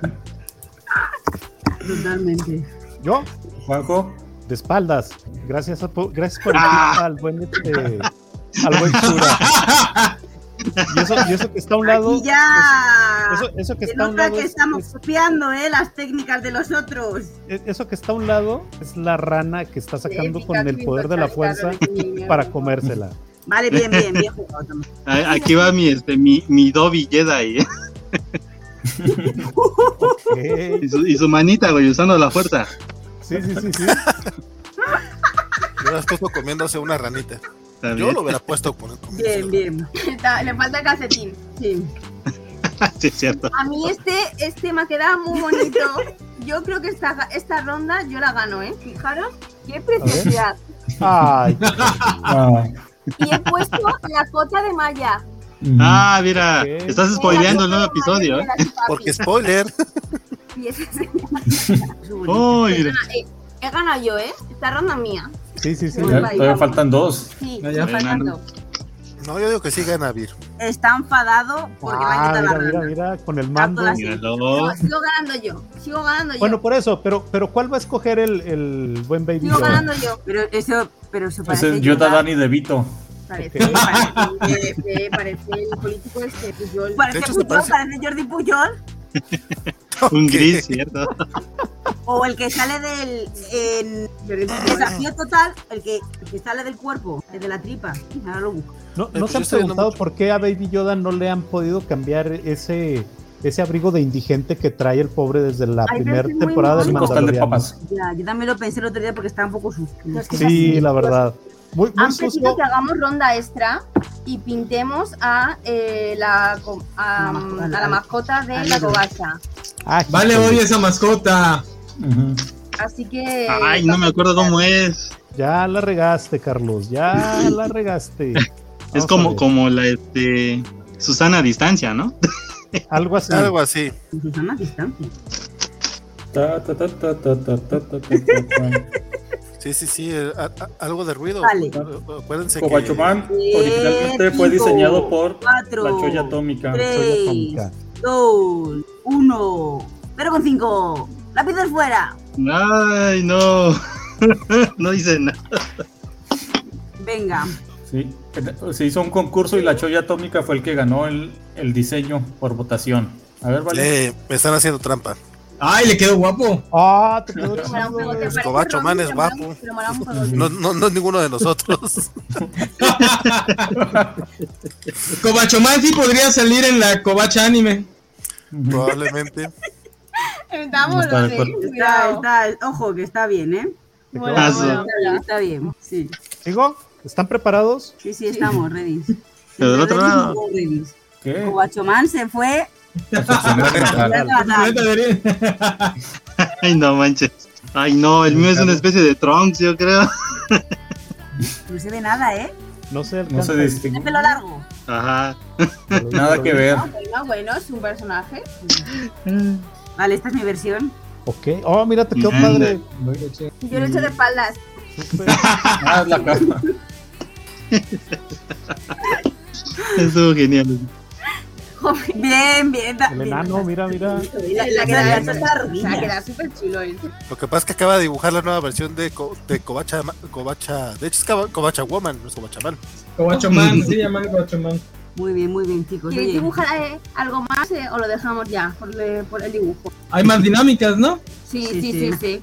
Speaker 4: Totalmente.
Speaker 6: Yo,
Speaker 1: Juanjo,
Speaker 6: de espaldas. Gracias, a po- gracias por
Speaker 10: Ah.
Speaker 6: invitar al buen este, al buen Shura. Y eso, y eso que está a un lado.
Speaker 4: Aquí ya.
Speaker 6: Eso, eso que pues.
Speaker 4: Se
Speaker 6: está a un
Speaker 4: nota
Speaker 6: lado.
Speaker 4: que
Speaker 6: es-
Speaker 4: estamos
Speaker 6: es-
Speaker 4: copiando, ¿eh? Las técnicas de los otros.
Speaker 6: es- eso que está a un lado es la rana que está sacando
Speaker 3: Épica,
Speaker 6: con el poder de la fuerza
Speaker 3: Carolina.
Speaker 6: para comérsela.
Speaker 4: Vale, bien, bien, bien jugado. Tomás.
Speaker 10: A- Aquí va mi, este, mi, mi Dobby Jedi ¿eh?
Speaker 6: Ok.
Speaker 10: y su, y su manita, güey, usando la fuerza.
Speaker 6: Sí, sí, sí, sí.
Speaker 8: Yo las puesto comiéndose una ranita.
Speaker 10: Está
Speaker 8: Yo
Speaker 10: bien.
Speaker 8: lo hubiera puesto con comiéndose
Speaker 4: Bien,
Speaker 8: una-
Speaker 4: bien.
Speaker 3: Está- le falta el calcetín.
Speaker 4: Sí.
Speaker 10: Sí, es cierto.
Speaker 3: A mí este, este me ha quedado muy bonito. Yo creo que esta, esta ronda yo la gano, ¿eh? Fijaros, qué preciosidad.
Speaker 6: Ay,
Speaker 1: ah,
Speaker 3: Y he puesto la cota de malla.
Speaker 1: mm,
Speaker 10: Ah, mira,
Speaker 6: Ok.
Speaker 10: estás spoileando el nuevo episodio, ¿eh?
Speaker 8: Porque spoiler,
Speaker 3: Y ese es-
Speaker 4: es bonito.
Speaker 10: Oh, mira.
Speaker 3: He ganado yo, ¿eh? Esta ronda mía.
Speaker 6: sí, sí, sí.
Speaker 1: ya- todavía faltan dos.
Speaker 3: Sí,
Speaker 7: Ya, ya.
Speaker 3: estoy ganando.
Speaker 8: no, yo digo que sí gana Vir.
Speaker 4: Está enfadado porque me
Speaker 6: Ah,
Speaker 4: han
Speaker 6: mira,
Speaker 4: quitado la
Speaker 6: mira,
Speaker 4: rana.
Speaker 6: mira, con el
Speaker 4: Tanto
Speaker 6: mando.
Speaker 4: la-
Speaker 10: Míralo.
Speaker 3: No, sigo ganando yo. Sigo ganando yo.
Speaker 6: Bueno, por eso, pero, pero ¿cuál va a escoger el, el buen baby?
Speaker 3: sigo
Speaker 6: Yoda?
Speaker 3: ganando yo.
Speaker 4: Pero eso, pero eso
Speaker 1: Ese
Speaker 4: parece.
Speaker 1: es Yoda
Speaker 4: Yoda.
Speaker 1: Dani de Vito.
Speaker 3: Parece, parece, parece, parece el político este. Pues yo,
Speaker 4: Parece
Speaker 8: De hecho, se
Speaker 4: Puyol,
Speaker 8: parece-
Speaker 4: parece Jordi Puyol.
Speaker 10: Un gris, ¿cierto?
Speaker 4: O el que sale del. En,
Speaker 3: yo le-
Speaker 4: desafío total, el que, el que sale del cuerpo, el de la tripa. Ahora lo busco.
Speaker 6: ¿No,
Speaker 8: Eh,
Speaker 6: ¿no
Speaker 8: pues
Speaker 6: se
Speaker 8: yo
Speaker 6: han
Speaker 8: estoy viendo
Speaker 6: preguntado
Speaker 8: mucho.
Speaker 6: por qué a Baby Yoda no le han podido cambiar ese, ese abrigo de indigente que trae el pobre desde la
Speaker 3: Ay, pero
Speaker 6: primera
Speaker 3: es muy
Speaker 6: temporada del
Speaker 1: Un costal de
Speaker 6: Mandaloriano?
Speaker 1: papas.
Speaker 4: Ya, yo también lo pensé el otro día porque está un poco sucio.
Speaker 3: Los que
Speaker 6: Sí, la verdad. Muy, muy
Speaker 3: Han pedido
Speaker 6: sucio.
Speaker 3: que hagamos ronda extra y pintemos a, eh, la, co- a,
Speaker 4: La mascota,
Speaker 3: a la
Speaker 4: la-
Speaker 3: mascota de
Speaker 4: la-
Speaker 3: la covacha.
Speaker 6: Ah,
Speaker 7: Vale,
Speaker 6: híjole,
Speaker 7: oye esa mascota.
Speaker 1: Ujú.
Speaker 3: Así que.
Speaker 10: Ay, no me acuerdo cómo es.
Speaker 6: Ya la regaste, Carlos. Ya la regaste.
Speaker 10: Es
Speaker 6: Vamos a
Speaker 10: como,
Speaker 6: ver,
Speaker 10: como la este, Susana a distancia, ¿no?
Speaker 6: Algo así.
Speaker 8: Algo así.
Speaker 4: Susana distancia.
Speaker 1: Ta, ta, ta, ta, ta, ta, ta, ta, ta, ta.
Speaker 8: Sí, sí, sí. eh, a- a- algo de ruido.
Speaker 4: Vale.
Speaker 8: Acuérdense que.
Speaker 1: Cobachumán originalmente fue
Speaker 4: Cinco,
Speaker 1: diseñado por la
Speaker 4: cuatro,
Speaker 1: Choya Atómica.
Speaker 6: Soy
Speaker 4: tres,
Speaker 6: atómica.
Speaker 4: dos, uno. Pero con cinco. Lápices fuera.
Speaker 10: Ay, no. No dice nada.
Speaker 4: Venga.
Speaker 1: Sí. Se hizo un concurso y la Choya Atómica fue el que ganó el, el diseño por votación. A ver, vale.
Speaker 8: Eh, me están haciendo trampa.
Speaker 7: Ay, le quedó guapo.
Speaker 6: Ah, te quedó
Speaker 3: Mola un juego,
Speaker 6: chido.
Speaker 3: ¿te parece
Speaker 8: Covacho
Speaker 3: ronda?
Speaker 8: Man es
Speaker 3: Pero mola un-
Speaker 8: guapo.
Speaker 3: pero mola un juego.
Speaker 8: No, no, no es ninguno de nosotros.
Speaker 7: Cobachomán sí podría salir en la Cobacha anime.
Speaker 1: Ujú.
Speaker 8: Probablemente.
Speaker 1: No
Speaker 3: Estamos
Speaker 1: está de
Speaker 3: los
Speaker 1: acuerdo.
Speaker 4: Está, está- ojo, que está bien, ¿eh?
Speaker 10: Ah, sí.
Speaker 4: Está bien, está bien. Sí,
Speaker 6: ¿Sigo? ¿Están preparados?
Speaker 4: sí, sí, estamos, ready.
Speaker 10: Pero del otro
Speaker 4: Ready,
Speaker 10: lado.
Speaker 4: go, ready.
Speaker 1: ¿Qué?
Speaker 4: Guachomán se fue.
Speaker 1: Obsesionar,
Speaker 4: ya
Speaker 1: Natal.
Speaker 4: te vas a dar.
Speaker 7: Neta, Darín.
Speaker 10: Ay, no manches. Ay, no, el mío es una especie de Trunks, yo creo.
Speaker 4: No se ve nada, ¿eh?
Speaker 6: No se
Speaker 1: No
Speaker 6: alcanza.
Speaker 1: se
Speaker 8: Este,
Speaker 4: El
Speaker 1: distingue.
Speaker 4: pelo largo.
Speaker 10: Ajá.
Speaker 1: Nada que ver.
Speaker 3: Ah, Bueno, bueno, es un personaje.
Speaker 4: Vale, esta es mi versión.
Speaker 6: Ok. Oh, mira, te quedó
Speaker 10: Mm.
Speaker 6: padre.
Speaker 3: Y yo lo he hecho de espaldas.
Speaker 6: Súper.
Speaker 1: Ah, es la cama.
Speaker 10: Estuvo genial.
Speaker 4: Bien, bien. da-
Speaker 6: El
Speaker 4: bien.
Speaker 6: enano, mira, mira.
Speaker 3: La, la,
Speaker 4: que da-
Speaker 3: la- tota
Speaker 4: la-
Speaker 3: la-
Speaker 4: la-
Speaker 3: la- queda súper chulo. ¿eh?
Speaker 8: Lo que pasa es que acaba de dibujar la nueva versión de, Co- de Covacha. Ma- Covacha- De hecho, es Cava- Covacha Woman, no es Covacha Man.
Speaker 7: Cobachomán, sí, llaman Cobachomán.
Speaker 4: Muy bien, muy bien, chicos.
Speaker 3: ¿Queréis
Speaker 4: oye.
Speaker 3: dibujar eh, algo más eh, o lo dejamos ya por, le- por el dibujo?
Speaker 7: Hay más dinámicas, ¿no?
Speaker 3: Sí,
Speaker 4: Sí,
Speaker 3: sí, sí,
Speaker 4: sí.
Speaker 3: sí.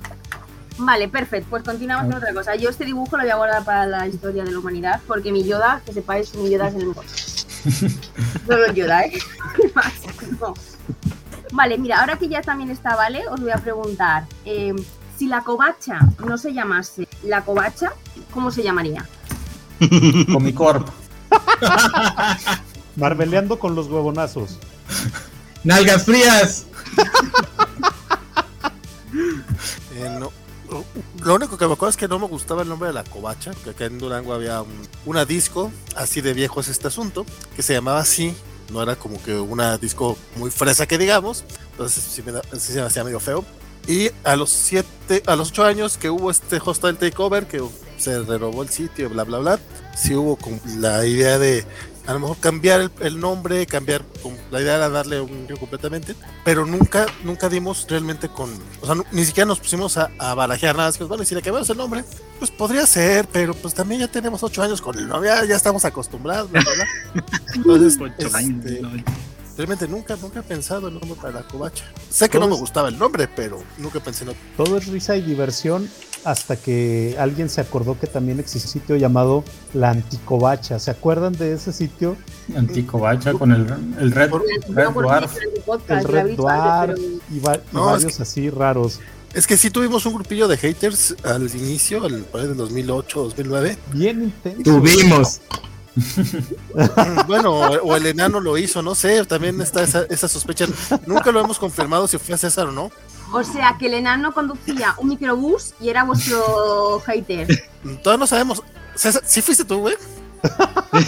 Speaker 3: Vale, perfecto. Pues continuamos con otra cosa. Yo este dibujo lo voy a guardar para la historia de la humanidad porque mi Yoda, que sepáis, mi Yoda es el mejor. Solo Yoda, ¿eh? Más, no. Vale, mira, ahora que ya también está Vale, os voy a preguntar. eh, si la covacha no se llamase la covacha, ¿cómo se llamaría?
Speaker 1: Comicorp.
Speaker 6: Marbeleando con los huevonazos.
Speaker 7: ¡Nalgas frías!
Speaker 8: Eh, no. Lo- Lo único que me acuerdo es que no me gustaba el nombre de la covacha, que acá en Durango había un- una disco, así de viejo es este asunto, que se llamaba así, no era como que una disco muy fresa que digamos, entonces sí, me da- sí se me hacía medio feo. Y a los siete, a los ocho años que hubo este hostel takeover, que se renovó el sitio, bla bla bla, sí hubo como la idea de a lo mejor cambiar el, el nombre, cambiar, como- la idea era darle un giro completamente pero nunca, nunca dimos realmente con, o sea, nu- ni siquiera nos pusimos a, a barajear nada, es que, bueno, y si le cambiamos el nombre, pues podría ser, pero pues también ya tenemos ocho años con el novio, ya, ya estamos acostumbrados, bla, bla, bla. Entonces,
Speaker 10: Ocho años,
Speaker 8: este,
Speaker 10: ¿no?
Speaker 8: realmente nunca, nunca he pensado el nombre para la covacha. Sé que no me gustaba el nombre, pero nunca pensé en otro.
Speaker 6: Todo es risa y diversión hasta que alguien se acordó que también existe un sitio llamado La Anticobacha. ¿se acuerdan de ese sitio?
Speaker 1: Anticovacha con el, el Red,
Speaker 8: Por-
Speaker 1: Red Dwarf.
Speaker 6: El Red Dwarf y, va- y
Speaker 8: No, es
Speaker 6: varios así raros.
Speaker 8: Es que sí tuvimos un grupillo de haters al inicio, al por ahí del 2008, 2009.
Speaker 6: Bien intenso.
Speaker 7: Tuvimos.
Speaker 8: Mm, Bueno, o o el enano lo hizo, no sé, también está esa, esa sospecha. Nunca lo hemos confirmado si fue César o no.
Speaker 3: O sea, que el enano conducía un microbús y era vuestro hater.
Speaker 8: Todavía no sabemos. César, ¿sí fuiste tú, güey?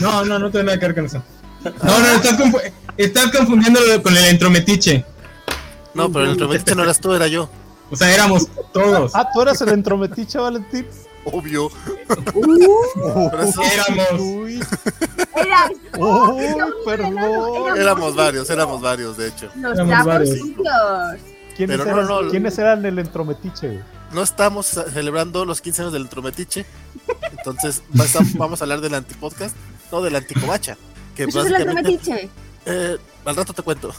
Speaker 7: No, no, no tengo nada que ver con eso. No, no, estás, confu- estás confundiéndolo con el entrometiche.
Speaker 8: No, pero el entrometiche no eras tú, era yo.
Speaker 7: O sea, éramos todos.
Speaker 6: Ah, tú eras el entrometiche, Valentín.
Speaker 8: Obvio.
Speaker 6: Por
Speaker 8: eso-
Speaker 7: Éramos.
Speaker 3: Era
Speaker 6: Oh,
Speaker 3: Era-
Speaker 6: perdón.
Speaker 8: Éramos varios, éramos varios, de hecho.
Speaker 3: los
Speaker 7: Éramos
Speaker 3: trapos
Speaker 7: varios.
Speaker 3: sucios.
Speaker 6: ¿Quiénes,
Speaker 8: Pero no,
Speaker 6: eran,
Speaker 8: no, no.
Speaker 6: quiénes eran el entrometiche?
Speaker 8: No estamos celebrando los 15 años del entrometiche. Entonces, vas a- vamos a hablar del antipodcast, no del anticovacha. Que
Speaker 3: Eso es el
Speaker 8: básicamente.
Speaker 3: entrometiche.
Speaker 8: eh, al rato te cuento.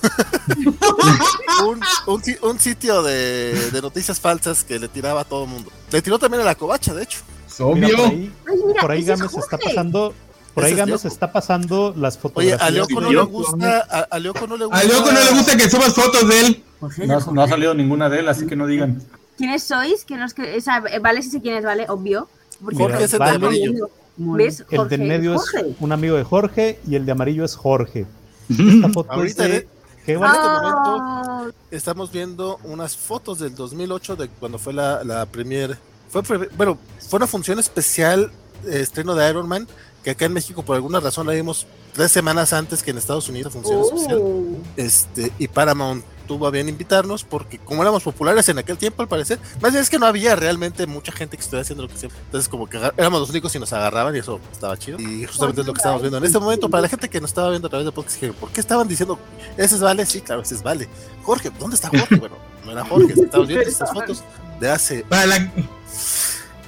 Speaker 8: un, un si- un sitio de, de noticias falsas que le tiraba a todo el mundo. Le tiró también a la covacha, de hecho.
Speaker 6: Mira, por
Speaker 7: Obvio.
Speaker 6: ahí,
Speaker 3: Ay, mira,
Speaker 6: por ahí
Speaker 3: ese es
Speaker 6: Gámez está
Speaker 3: Jorge.
Speaker 6: pasando. Por ahí
Speaker 8: Ese es
Speaker 6: Gámez
Speaker 8: Yoko.
Speaker 6: está pasando las
Speaker 8: Oye,
Speaker 6: fotografías.
Speaker 8: a Leoco no le
Speaker 10: Leoco,
Speaker 8: gusta. A, a Leoco no le gusta.
Speaker 7: A Leoco no le gusta que subas fotos de él.
Speaker 1: No, no ha salido ninguna de él, así que no digan.
Speaker 3: ¿Quiénes sois? ¿Quién os cre- o sea, vale, sí sé quién es, vale, obvio. Porque
Speaker 8: Jorge
Speaker 6: Mira,
Speaker 8: es el de
Speaker 6: vale.
Speaker 8: amarillo.
Speaker 3: ¿Ves?
Speaker 6: El
Speaker 3: Jorge,
Speaker 6: de en medio es
Speaker 3: Jorge.
Speaker 6: un amigo de Jorge y el de amarillo es Jorge. Esta foto
Speaker 8: Ahorita
Speaker 6: es de...
Speaker 8: ve-
Speaker 6: Qué
Speaker 8: en este
Speaker 6: bonito.
Speaker 3: Ah,
Speaker 8: estamos viendo unas fotos del 2008 de cuando fue la, la premier fue pre- bueno fue una función especial eh, estreno de Iron Man que acá en México por alguna razón la vimos tres semanas antes que en Estados Unidos la función especial
Speaker 3: oh.
Speaker 8: este y Paramount tuvo a bien invitarnos porque como éramos populares en aquel tiempo al parecer más bien es que no había realmente mucha gente que estuviera haciendo lo que siempre entonces como que agar- éramos los únicos y nos agarraban y eso estaba chido y justamente es lo que estamos viendo en este momento para la gente que nos estaba viendo a través de podcast que, ¿por qué estaban diciendo ese es Vale? sí claro ese es Vale Jorge ¿dónde está Jorge? bueno no era Jorge estamos viendo estas fotos de hace
Speaker 7: Para la,
Speaker 8: de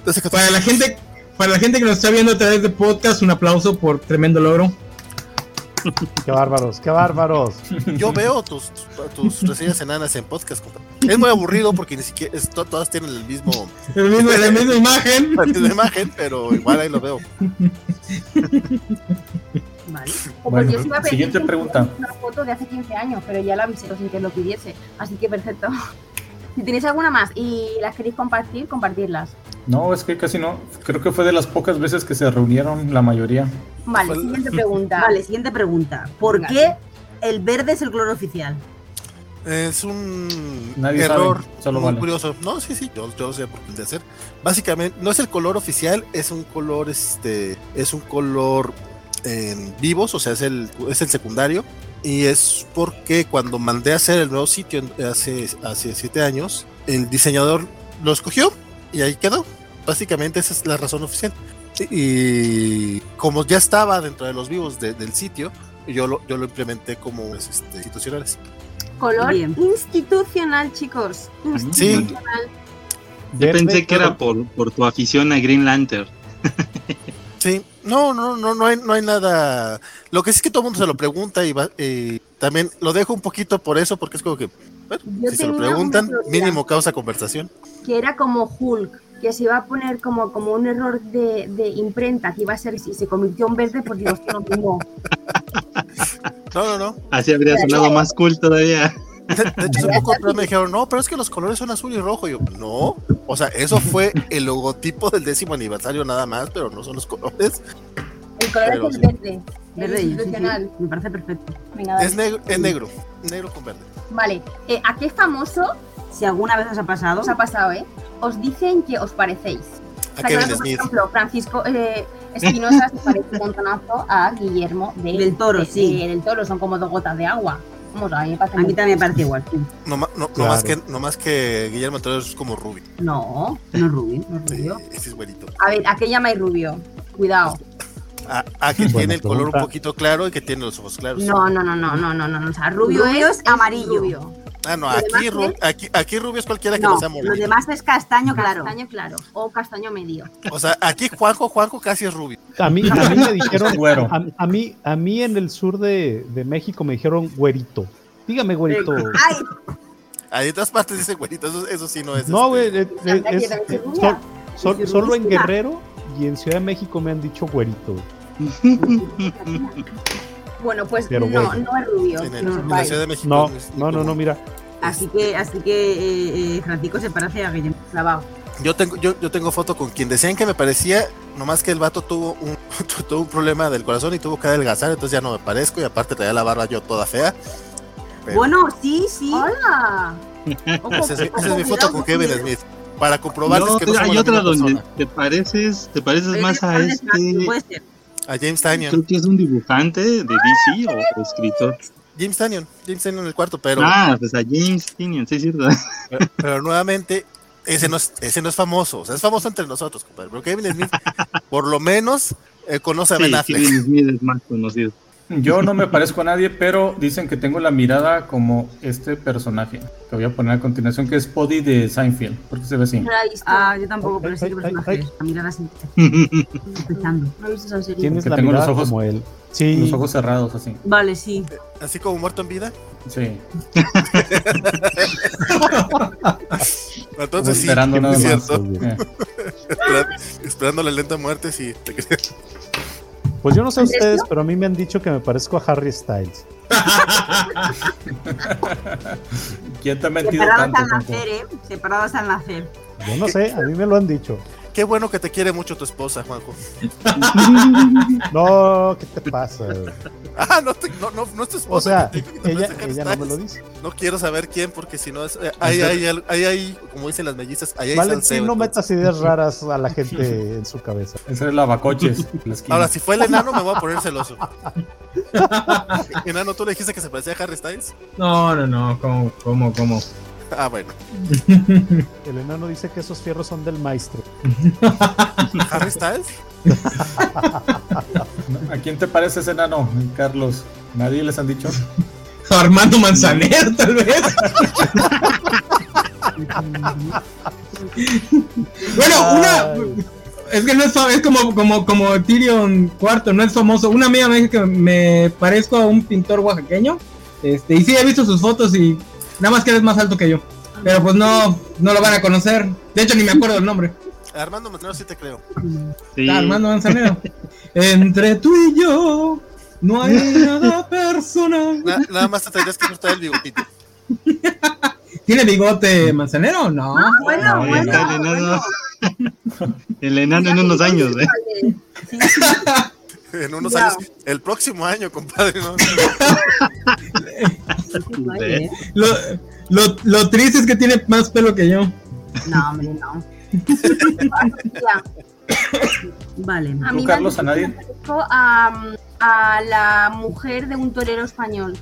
Speaker 8: hace
Speaker 7: para
Speaker 8: 14
Speaker 7: la gente. Para la gente que nos está viendo a través de podcast, un aplauso por tremendo logro.
Speaker 6: Qué bárbaros, qué bárbaros.
Speaker 8: yo veo tus, tus reseñas enanas en podcast compa. es muy aburrido porque ni siquiera es- to- todas tienen el mismo
Speaker 7: El mismo- la misma imagen.
Speaker 8: la misma imagen pero igual ahí lo veo
Speaker 4: Vale.
Speaker 3: O
Speaker 1: Bueno,
Speaker 3: porque os iba a pedir
Speaker 1: siguiente
Speaker 3: que me
Speaker 1: pregunta.
Speaker 3: pusierais Una foto de hace 15 años, pero ya la avisé sin que lo pidiese. Así que perfecto. Si tenéis alguna más y las queréis compartir, compartirlas.
Speaker 1: No, es que casi no. Creo que fue de las pocas veces que se reunieron la mayoría.
Speaker 3: Vale,
Speaker 8: Pues-
Speaker 3: siguiente pregunta.
Speaker 4: Vale, siguiente pregunta. ¿Por
Speaker 3: Venga.
Speaker 4: qué el verde es el color oficial?
Speaker 8: Es un
Speaker 1: Nadie
Speaker 8: error
Speaker 1: sabe, solo
Speaker 8: muy
Speaker 1: vale.
Speaker 8: curioso. No, sí, sí, yo, yo sé por qué de hacer. Básicamente, no es el color oficial, es un color, este, es un color eh, vivos, o sea, es el, es el secundario. Y es porque cuando mandé a hacer el nuevo sitio en- hace, hace siete años, el diseñador lo escogió y ahí quedó. Básicamente esa es la razón oficial. Y como ya estaba dentro de los vivos de- del sitio, yo lo, yo lo implementé como pues, este, institucionales.
Speaker 3: Color
Speaker 4: Bien.
Speaker 3: institucional, chicos.
Speaker 8: Sí,
Speaker 10: Yo
Speaker 6: Verde,
Speaker 10: pensé que era
Speaker 6: claro.
Speaker 10: por, por tu afición a Green Lantern.
Speaker 8: Sí, no, no, no, no hay, no hay nada. Lo que sí es que todo el mundo se lo pregunta y va- eh, también lo dejo un poquito por eso, porque es como que, bueno,
Speaker 3: Yo
Speaker 8: si se lo
Speaker 3: tenía una
Speaker 8: preguntan,
Speaker 3: teoría.
Speaker 8: mínimo causa conversación.
Speaker 3: Que era como Hulk, que se iba a poner como, como un error de, de imprenta, que iba a ser y se convirtió en verde porque Dios no mismo.
Speaker 8: No, no, no.
Speaker 10: Así habría sonado más cool todavía.
Speaker 8: De, de hecho, hace poco atrás me dijeron, no, pero es que los colores son azul y rojo. Y yo, no. O sea, eso fue el logotipo del décimo aniversario nada más, pero no son los colores.
Speaker 3: El color
Speaker 8: Pero
Speaker 3: es el
Speaker 8: sí.
Speaker 3: verde.
Speaker 4: Verde y- sí, sí,
Speaker 3: institucional.
Speaker 4: me parece perfecto.
Speaker 3: Venga, dale.
Speaker 8: Es negro, es negro, negro con verde.
Speaker 3: Vale, eh, ¿a qué famoso
Speaker 4: Si alguna vez os ha pasado,
Speaker 3: os ha pasado, eh? Os dicen que os parecéis. O
Speaker 8: A
Speaker 3: sea, claro,
Speaker 8: Kevin
Speaker 3: por
Speaker 8: Smith.
Speaker 3: ejemplo, Francisco eh, Espinosa se parece un montonazo a Guillermo de-
Speaker 4: Del Toro,
Speaker 3: de-
Speaker 4: sí.
Speaker 3: de- del Toro, son como dos gotas de agua. Vamos, a mí me parece
Speaker 4: a mí
Speaker 3: muy-
Speaker 4: también me parece igual. sí.
Speaker 8: No, ma- no, no más que, no más que Guillermo Toro es como Ruby.
Speaker 3: No.
Speaker 4: No es rubio. no es
Speaker 8: Sí,
Speaker 4: rubio.
Speaker 8: ese es güerito.
Speaker 3: A ver, ¿a qué llamáis rubio? Cuidado.
Speaker 8: Ah, ah, que
Speaker 6: Buena
Speaker 8: tiene el color un
Speaker 6: pregunta.
Speaker 8: poquito claro y que tiene los ojos claros.
Speaker 3: No, no, no, no, no, no, no. O sea, rubio,
Speaker 4: Rubio es amarillo.
Speaker 3: rubio.
Speaker 8: Ah, no,
Speaker 3: Lo
Speaker 8: aquí,
Speaker 3: demás
Speaker 8: ru- aquí, aquí Rubio es cualquiera que no,
Speaker 4: No,
Speaker 8: sea
Speaker 4: lo
Speaker 8: moreno.
Speaker 4: demás es castaño, claro.
Speaker 3: Castaño claro. O castaño medio.
Speaker 8: O sea, aquí Juanjo, Juanjo casi es Rubio.
Speaker 6: A mí, a mí me dijeron,
Speaker 1: Güero.
Speaker 6: a, a mí, a mí en el sur de, de México me dijeron güerito. Dígame güerito.
Speaker 4: ¡Ay!
Speaker 8: Ahí en todas partes dice güerito, eso, eso sí no es.
Speaker 6: No, güey,
Speaker 8: este,
Speaker 6: eh, eh,
Speaker 3: Aquí
Speaker 6: es-
Speaker 3: también soy
Speaker 6: eh,
Speaker 3: rubia.
Speaker 6: sol- sol-
Speaker 4: Soy
Speaker 6: solo en
Speaker 4: rubísima.
Speaker 6: Guerrero y en Ciudad de México me han dicho güerito.
Speaker 3: Bueno, pues
Speaker 6: Pero
Speaker 3: no,
Speaker 6: bueno.
Speaker 3: no es rubio.
Speaker 8: en, el-
Speaker 3: no,
Speaker 8: en la
Speaker 3: vale.
Speaker 8: Ciudad de México.
Speaker 6: No,
Speaker 8: es-
Speaker 6: no, no, no, mira.
Speaker 4: Así que, así que eh, eh, Francisco se parece a Guillermo Clavao.
Speaker 8: Yo tengo, yo, yo tengo foto con quien decían que me parecía, nomás que el vato tuvo un, tu- tuvo un problema del corazón y tuvo que adelgazar, entonces ya no me parezco y aparte traía la barba yo toda fea. Pero-
Speaker 4: Bueno, sí, sí.
Speaker 3: Hola. Ojo,
Speaker 8: Esa es,
Speaker 3: ojo,
Speaker 8: mi- esa es mi
Speaker 3: cuidado,
Speaker 8: foto con Kevin
Speaker 3: cuidado.
Speaker 8: Smith. Para comprobarles
Speaker 10: No,
Speaker 8: que no somos
Speaker 10: hay
Speaker 8: la
Speaker 10: otra
Speaker 8: misma
Speaker 10: donde
Speaker 8: persona.
Speaker 10: te pareces, te pareces más a
Speaker 4: Puede
Speaker 10: este.
Speaker 4: ser, Puede ser.
Speaker 8: A James Tanyon.
Speaker 10: Creo que es un dibujante de DC o escritor.
Speaker 8: James Tanyon. James Tanyon en el cuarto, pero,
Speaker 10: Ah, pues a James Tinian, sí, es cierto.
Speaker 8: pero, pero nuevamente, ese no, es, ese no es famoso. O sea, es famoso entre nosotros, compadre. Pero Kevin Smith, por lo menos, eh, conoce a Ben
Speaker 10: Sí,
Speaker 8: Affleck.
Speaker 10: Kevin Smith es más conocido.
Speaker 1: Yo no me parezco a nadie, pero dicen que tengo la mirada como este personaje que voy a poner a continuación, que es Poddy de Seinfeld, porque se ve así.
Speaker 3: No la he visto.
Speaker 4: Ah, yo tampoco, pero
Speaker 6: Ay,
Speaker 4: sí que
Speaker 6: ay,
Speaker 4: personaje
Speaker 6: ay,
Speaker 4: es. A mirar así, sospechando.
Speaker 3: no he visto esa serie.
Speaker 6: Tienes
Speaker 1: Que
Speaker 6: la
Speaker 1: tengo los
Speaker 6: mirada
Speaker 1: ojos-
Speaker 6: como él. Sí.
Speaker 1: Los ojos cerrados, así.
Speaker 4: Vale, sí.
Speaker 8: Así como muerto en vida.
Speaker 1: Sí.
Speaker 8: Entonces, sí,
Speaker 1: Esperando
Speaker 8: es
Speaker 1: nada más.
Speaker 8: cierto.
Speaker 1: Eh,
Speaker 8: Espera- esperando la lenta muerte, sí. te creo.
Speaker 6: Pues yo no sé
Speaker 3: ¿Andrés,
Speaker 6: ustedes,
Speaker 3: no?
Speaker 6: pero a mí me han dicho que me parezco a Harry Styles.
Speaker 1: ¿Quién te ha mentido
Speaker 4: Separados
Speaker 1: tanto?
Speaker 4: al
Speaker 1: Juanjo?
Speaker 4: nacer, ¿eh? Separados al nacer.
Speaker 6: Yo no sé, a mí me lo han dicho.
Speaker 8: Qué bueno que te quiere mucho tu esposa, Juanjo.
Speaker 6: No, ¿qué te pasa?
Speaker 8: Ah, no, te- no, no, no es tu esposa.
Speaker 6: O sea,
Speaker 8: que te- que te
Speaker 6: ella,
Speaker 8: parece Harry
Speaker 6: ella no me lo
Speaker 8: Styles.
Speaker 6: dice. Este-
Speaker 8: No quiero saber quién, porque si no es. eh, Ahí hay, ahí hay, como dicen las mellizas, ahí hay
Speaker 6: Valentín,
Speaker 8: salseo,
Speaker 6: no
Speaker 8: entonces.
Speaker 6: metas ideas raras a la gente en su cabeza.
Speaker 1: Ese es lavacoches. la esquina.
Speaker 8: Ahora, si fue el enano, me voy a poner celoso. enano, ¿tú le dijiste que se parecía a Harry Styles?
Speaker 7: No, no, no, ¿cómo, cómo, cómo?
Speaker 8: Ah, bueno.
Speaker 6: El enano dice que esos fierros son del maestro.
Speaker 8: ¿Harry Styles?
Speaker 1: ¿A quién te parece ese enano, Carlos? ¿Nadie les han dicho?
Speaker 7: Armando Manzanero, tal vez. bueno,
Speaker 8: ¡Ah,
Speaker 7: una.
Speaker 6: Ay.
Speaker 7: Es que no es, fa- es como, como, como Tyrion cuarto, no es famoso. Una amiga me dijo que me parezco a un pintor oaxaqueño. Este, y sí, he visto sus fotos y nada más que eres más alto que yo. Pero pues no, no lo van a conocer. De hecho, ni me acuerdo el nombre.
Speaker 8: Armando Manzanero sí te creo.
Speaker 10: Sí.
Speaker 7: Ah, Armando Manzanero. Entre tú y yo no hay nada personal.
Speaker 8: Na- nada más te tendrías que cortar el bigotito.
Speaker 7: ¿Tiene bigote Manzanero? No.
Speaker 4: Bueno,
Speaker 10: Ahí
Speaker 4: bueno.
Speaker 10: está el enano. El enano en unos años, ¿eh?
Speaker 8: En unos
Speaker 3: Ya.
Speaker 8: años. El próximo año, compadre. ¿no?
Speaker 4: Vale, ¿eh?
Speaker 7: Lo, lo- lo triste es que tiene más pelo que yo.
Speaker 4: No, hombre, no. Vale.
Speaker 3: A mí me
Speaker 1: Carlos,
Speaker 3: han
Speaker 1: a
Speaker 3: dicho
Speaker 1: nadie?
Speaker 3: que me parezco a, a la mujer de un torero español,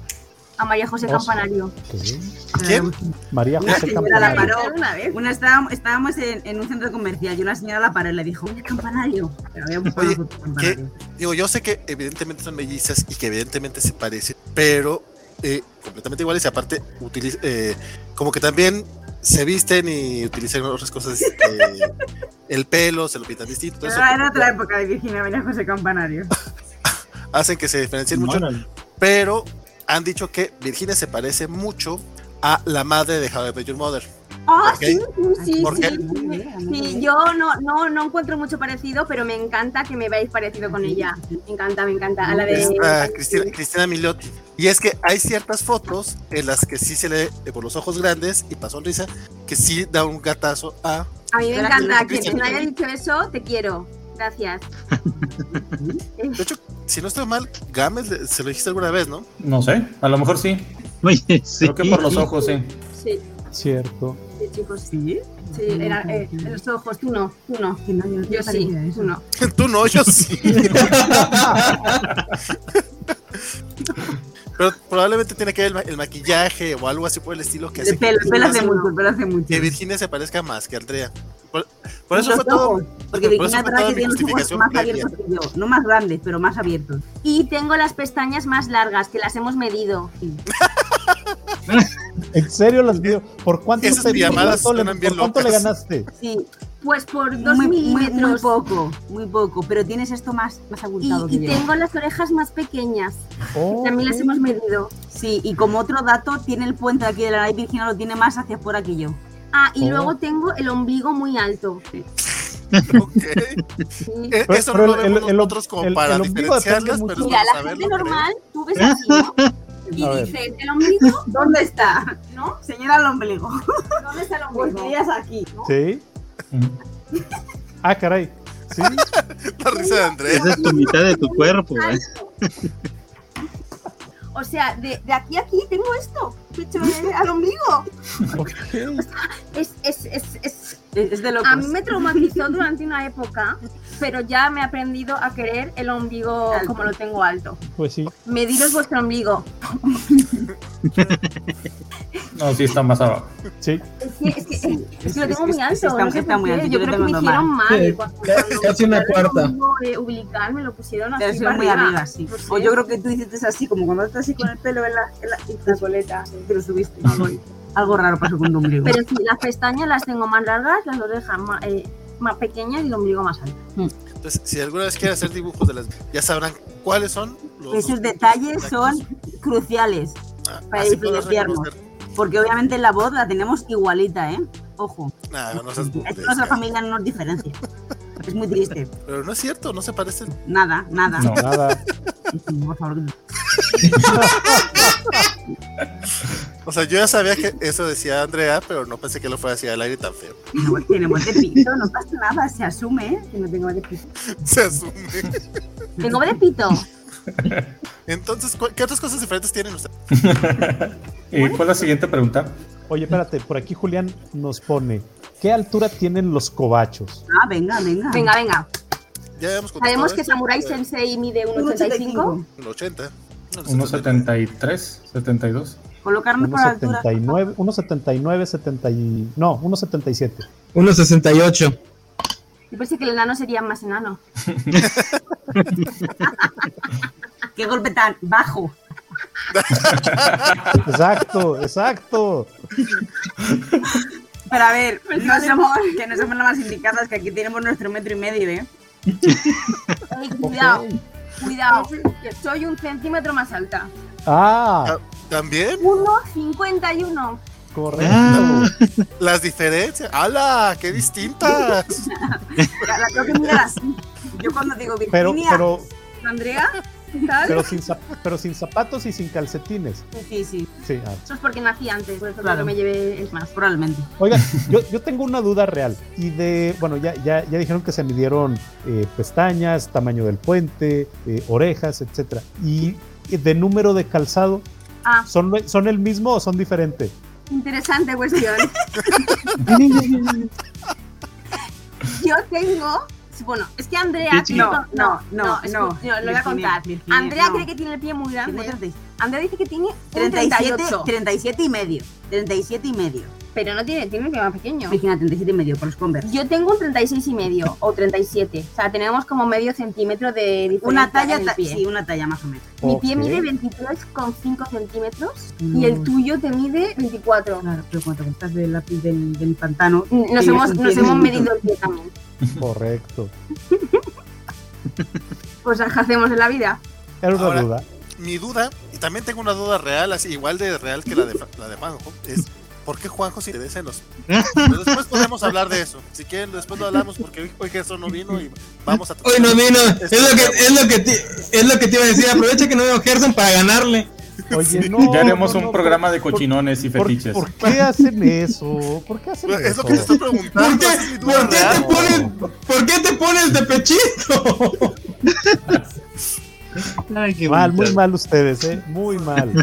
Speaker 3: a María José
Speaker 6: Oso.
Speaker 3: Campanario.
Speaker 6: pues Sí.
Speaker 8: ¿Quién?
Speaker 3: Eh.
Speaker 6: María
Speaker 4: Una
Speaker 6: José
Speaker 4: señora la
Speaker 6: Campanario.
Speaker 4: paró.
Speaker 3: Una vez.
Speaker 4: Una estábamos, estábamos en, en un centro comercial y una señora la paró y le dijo, oye, campanario. Pero había un
Speaker 8: Oye,
Speaker 4: foto de campanario.
Speaker 8: Digo, yo sé que evidentemente son mellizas y que evidentemente se parecen, pero eh, completamente iguales y aparte utiliz- eh, como que también se visten y utilizan otras cosas. eh, el pelo se lo pintan distinto. todo
Speaker 4: Pero
Speaker 3: Ah,
Speaker 8: eso,
Speaker 4: era otra época de Virginia María José Campanario.
Speaker 8: hacen que se diferencien mucho,
Speaker 1: Órale.
Speaker 8: pero han dicho que Virginia se parece mucho a la madre de How I Met Your Mother.
Speaker 3: Ah,
Speaker 8: ¿Por qué?
Speaker 3: sí, sí,
Speaker 8: ¿Por
Speaker 3: sí,
Speaker 8: qué?
Speaker 3: sí. Sí, yo no, no, no encuentro mucho parecido, pero me encanta que me veáis parecido con ella. Me encanta, me encanta. A la de.
Speaker 8: Es, ah, Cristina, Cristina Milioti. Y es que hay ciertas fotos en las que sí se le ve por los ojos grandes y para sonrisa que sí da un gatazo a
Speaker 3: A mí me
Speaker 4: Gracias,
Speaker 3: encanta.
Speaker 8: Cristina.
Speaker 3: Quien me haya dicho eso, te quiero. Gracias.
Speaker 8: De hecho, si no estoy mal, Gámez le- se lo dijiste alguna vez, ¿no?
Speaker 1: No sé, a lo mejor sí.
Speaker 10: Oye, sí.
Speaker 1: Creo que por los ojos, sí.
Speaker 3: Sí,
Speaker 6: Cierto.
Speaker 3: sí, chicos.
Speaker 4: ¿Sí?
Speaker 3: Sí, era, eh, los ojos, tú no, tú no.
Speaker 4: Que no, yo,
Speaker 3: Yo sí,
Speaker 4: sabía eso.
Speaker 3: tú no.
Speaker 8: Tú no, yo sí. Pero probablemente tiene que ver el, ma- el maquillaje o algo así por el estilo que hace
Speaker 4: De
Speaker 8: que,
Speaker 4: pelo, pelo hace
Speaker 3: hace
Speaker 4: mucho, pelo hace mucho.
Speaker 8: que Virginia se parezca más que Andrea. Por, por
Speaker 4: Y
Speaker 8: eso
Speaker 4: los
Speaker 8: fue todo.
Speaker 4: ojos, Porque
Speaker 8: por
Speaker 4: Virginia
Speaker 8: eso fue
Speaker 4: Drake
Speaker 8: toda mi
Speaker 4: tiene los ojos
Speaker 8: justificación
Speaker 4: más
Speaker 8: previa.
Speaker 4: abiertos que yo. No más grandes, pero más abiertos.
Speaker 3: Y tengo las pestañas más largas, que las hemos medido.
Speaker 6: ¿En serio las vio? ¿Por cuánto,
Speaker 8: Esas
Speaker 6: te-
Speaker 8: pijamadas
Speaker 6: por cuánto,
Speaker 8: suenan
Speaker 6: le,
Speaker 8: bien
Speaker 6: por cuánto le
Speaker 8: locas.
Speaker 6: ganaste?
Speaker 4: Sí,
Speaker 3: Pues por dos
Speaker 4: muy, muy- muy
Speaker 3: milímetros.
Speaker 4: poco, muy poco. Pero tienes esto más, más
Speaker 3: y,
Speaker 4: abultado
Speaker 3: y
Speaker 4: que yo.
Speaker 3: tengo las orejas más pequeñas.
Speaker 6: Oh,
Speaker 3: También las hemos medido.
Speaker 4: Sí, y como otro dato, tiene el puente de aquí de la nariz Virginia lo tiene más hacia afuera que yo.
Speaker 3: Ah, y
Speaker 6: Oh.
Speaker 3: luego tengo el ombligo muy alto.
Speaker 8: Ok. Eh,
Speaker 6: Pero-
Speaker 8: Eso
Speaker 6: pero
Speaker 8: no lo
Speaker 6: el-
Speaker 8: vemos
Speaker 6: el- el-
Speaker 8: nosotros como
Speaker 6: el-
Speaker 8: para
Speaker 6: el ombligo depende
Speaker 8: diferenciarlas,
Speaker 6: mucho.
Speaker 8: pero es
Speaker 3: Mira,
Speaker 8: bueno
Speaker 3: la gente
Speaker 8: saberlo.
Speaker 3: normal, tú ves así, ¿no? Y
Speaker 6: A ver.
Speaker 3: dices, el ombligo,
Speaker 4: ¿Dónde está?
Speaker 3: ¿no?
Speaker 4: Señora el ombligo.
Speaker 3: ¿Dónde está el
Speaker 4: Pues
Speaker 3: ombligo?
Speaker 4: tenías aquí.
Speaker 6: Sí.
Speaker 1: Ujú.
Speaker 6: Ah, caray. Sí.
Speaker 8: creo. La risa de Andrea.
Speaker 10: Esa es tu mitad de tu cuerpo, ¿eh?
Speaker 3: O sea, de, de aquí a aquí tengo esto, pecho de- al ombligo.
Speaker 6: ok.
Speaker 3: Es, es, es, es.
Speaker 4: Es, es de locos.
Speaker 3: A mí me traumatizó durante una época, pero ya me he aprendido a querer el ombligo
Speaker 4: Alto.
Speaker 3: como lo tengo alto.
Speaker 6: Pues sí.
Speaker 3: Mediros vuestro ombligo.
Speaker 1: No, sí está más abajo.
Speaker 6: Sí.
Speaker 3: Es que, es que, es que
Speaker 4: es-
Speaker 3: lo tengo
Speaker 4: es-
Speaker 3: muy
Speaker 4: es-
Speaker 3: alto,
Speaker 4: está-
Speaker 3: no sé
Speaker 4: está
Speaker 3: por
Speaker 4: muy
Speaker 3: qué,
Speaker 4: alto,
Speaker 3: Yo
Speaker 4: yo lo
Speaker 3: creo
Speaker 4: tengo
Speaker 3: que me hicieron
Speaker 4: normal.
Speaker 3: mal.
Speaker 7: Sí,
Speaker 3: cuando-
Speaker 7: ca-
Speaker 3: cuando
Speaker 7: casi una
Speaker 3: me pusieron
Speaker 7: cuarta.
Speaker 3: el ombligo de umbilical, me lo pusieron
Speaker 4: Te has
Speaker 3: así
Speaker 4: sido
Speaker 3: para
Speaker 4: muy
Speaker 3: arriba.
Speaker 4: arriba, sí.
Speaker 3: No sé.
Speaker 4: O yo creo que tú hiciste así, como cuando estás así con el pelo en la, en la, en la coleta, así, que lo subiste. Algo, algo raro pasó con tu ombligo.
Speaker 3: Pero sí, las pestañas las tengo más largas, las orejas más, eh, más pequeñas y el ombligo más alto.
Speaker 8: Entonces, si alguna vez quieren hacer dibujos de las. Ya sabrán cuáles son los.
Speaker 4: Esos
Speaker 8: los-
Speaker 4: detalles son cruciales,
Speaker 8: Ah,
Speaker 4: para
Speaker 8: así podrás
Speaker 4: diferenciarnos.
Speaker 8: reconocer.
Speaker 4: porque obviamente la voz la tenemos igualita, ¿eh? Ojo,
Speaker 8: Nah, no seas
Speaker 4: es que
Speaker 8: burlesca.
Speaker 4: nuestra familia no nos diferencia. Es muy triste.
Speaker 8: Pero no es cierto, no se parecen.
Speaker 4: Nada,
Speaker 6: Ah.
Speaker 4: nada.
Speaker 1: No.
Speaker 6: Nada.
Speaker 4: Por favor.
Speaker 8: O sea, yo ya sabía que eso decía Andrea, pero no pensé que lo fuera hacia el aire tan feo.
Speaker 4: No, tenemos de pito, no pasa nada, se asume, ¿eh? Que no tengo de pito.
Speaker 8: Se asume.
Speaker 3: Tengo de pito.
Speaker 8: Entonces, ¿cu- ¿qué otras cosas diferentes tienen ustedes?
Speaker 1: ¿Y cuál es la siguiente pregunta?
Speaker 6: Oye, espérate. Por aquí Julián nos pone. ¿Qué altura tienen los cobachos?
Speaker 4: Ah, venga, venga.
Speaker 3: Venga, venga.
Speaker 8: Ya habíamos contestado
Speaker 3: Sabemos que
Speaker 8: esto, pues.
Speaker 3: Samurai
Speaker 8: pero-
Speaker 3: Sensei mide 1,85.
Speaker 4: 1,85.
Speaker 8: Un 80.
Speaker 1: ¿Unos 73? ¿72?
Speaker 4: Colocarme por altura.
Speaker 6: 1,79, 1,79, 70 y... No, 1,77.
Speaker 7: 1.68.
Speaker 3: Yo pensé que el enano sería más enano.
Speaker 4: Qué golpe tan bajo.
Speaker 6: Exacto, exacto.
Speaker 4: Pero a ver, no somos, que no somos las más indicadas, que aquí tenemos nuestro metro y medio, ¿eh?
Speaker 3: Ey, cuidado,
Speaker 6: Ok.
Speaker 3: cuidado. que soy un centímetro más alta.
Speaker 6: Ah,
Speaker 8: También
Speaker 3: 1,51.
Speaker 6: correcto.
Speaker 8: Ah. las diferencias. ¡Hala! ¡Qué distintas!
Speaker 4: La, la tengo que mirar así. Yo cuando digo
Speaker 6: Pero,
Speaker 4: Virginia,
Speaker 6: pero,
Speaker 4: Andrea, tal.
Speaker 6: pero, sin zap- pero sin zapatos y sin calcetines.
Speaker 4: Sí, sí,
Speaker 6: Sí, ah.
Speaker 3: Eso es porque nací antes, por eso
Speaker 4: Claro.
Speaker 3: creo que me llevé el más.
Speaker 4: probablemente.
Speaker 6: Oigan, yo, yo tengo una duda real. Y de, bueno, ya, ya, ya dijeron que se midieron eh, pestañas, tamaño del puente, eh, orejas, etcétera. Y de número de calzado,
Speaker 3: Ah,
Speaker 6: ¿son, lo- ¿son el mismo o son diferentes?
Speaker 3: interesante cuestión. Yo tengo. Bueno, es que Andrea.
Speaker 10: Pichi.
Speaker 4: No, no, no,
Speaker 3: es-
Speaker 4: no.
Speaker 3: lo voy a
Speaker 4: Virginia,
Speaker 3: contar.
Speaker 4: Virginia,
Speaker 3: Andrea
Speaker 4: no.
Speaker 3: cree que tiene el pie
Speaker 4: Tengo
Speaker 3: muy grande.
Speaker 4: 37,
Speaker 3: Andrea dice que tiene un
Speaker 4: 37,
Speaker 3: 38.
Speaker 4: 37 y medio. 37 y medio.
Speaker 3: Pero no tiene, tiene un pie más pequeño.
Speaker 4: Virginia, 37 y medio por los Converse.
Speaker 3: Yo tengo un 36 y medio o 37. O sea, tenemos como medio centímetro de diferencia
Speaker 4: Una talla,
Speaker 3: en el
Speaker 4: ta-
Speaker 3: pie.
Speaker 4: sí, una talla más o menos.
Speaker 3: Mi pie
Speaker 6: Ok.
Speaker 3: mide 23,5 centímetros
Speaker 4: No.
Speaker 3: y el tuyo te mide 24.
Speaker 4: Claro, pero cuando te estás del, del, del pantano,
Speaker 3: Nos
Speaker 4: Sí,
Speaker 3: hemos,
Speaker 4: sí,
Speaker 3: nos
Speaker 4: sí,
Speaker 3: hemos
Speaker 4: sí.
Speaker 3: medido el pie también.
Speaker 6: Correcto.
Speaker 3: Pues ¿qué hacemos en la vida?
Speaker 6: Era una
Speaker 8: Ahora-
Speaker 6: duda.
Speaker 8: Mi duda, y también tengo una duda real, así igual de real que la de, la de Juanjo, es ¿por qué Juanjo se interesa en los... Pero después podemos hablar de eso. Si quieren, después lo hablamos porque hoy eso no vino y vamos a...
Speaker 7: Hoy no vino. Es lo que, es lo que, te, es lo que te iba a decir. Aprovecha que no veo Gerson para ganarle.
Speaker 6: Oye, no.
Speaker 1: ya haremos
Speaker 6: no,
Speaker 1: un
Speaker 6: no,
Speaker 1: programa de
Speaker 6: por-
Speaker 1: cochinones y
Speaker 6: por-
Speaker 1: fetiches.
Speaker 6: ¿Por, qué hacen eso? ¿Por qué hacen eso?
Speaker 8: Pues, Es lo que te estoy
Speaker 7: ¿Por
Speaker 8: preguntando.
Speaker 7: qué,
Speaker 8: esa es mi duda
Speaker 7: por qué
Speaker 8: real.
Speaker 7: te pones, por qué te pones de pechito?
Speaker 10: Ay, qué
Speaker 6: Mal,
Speaker 10: bonito.
Speaker 6: muy mal ustedes, ¿eh? Muy mal.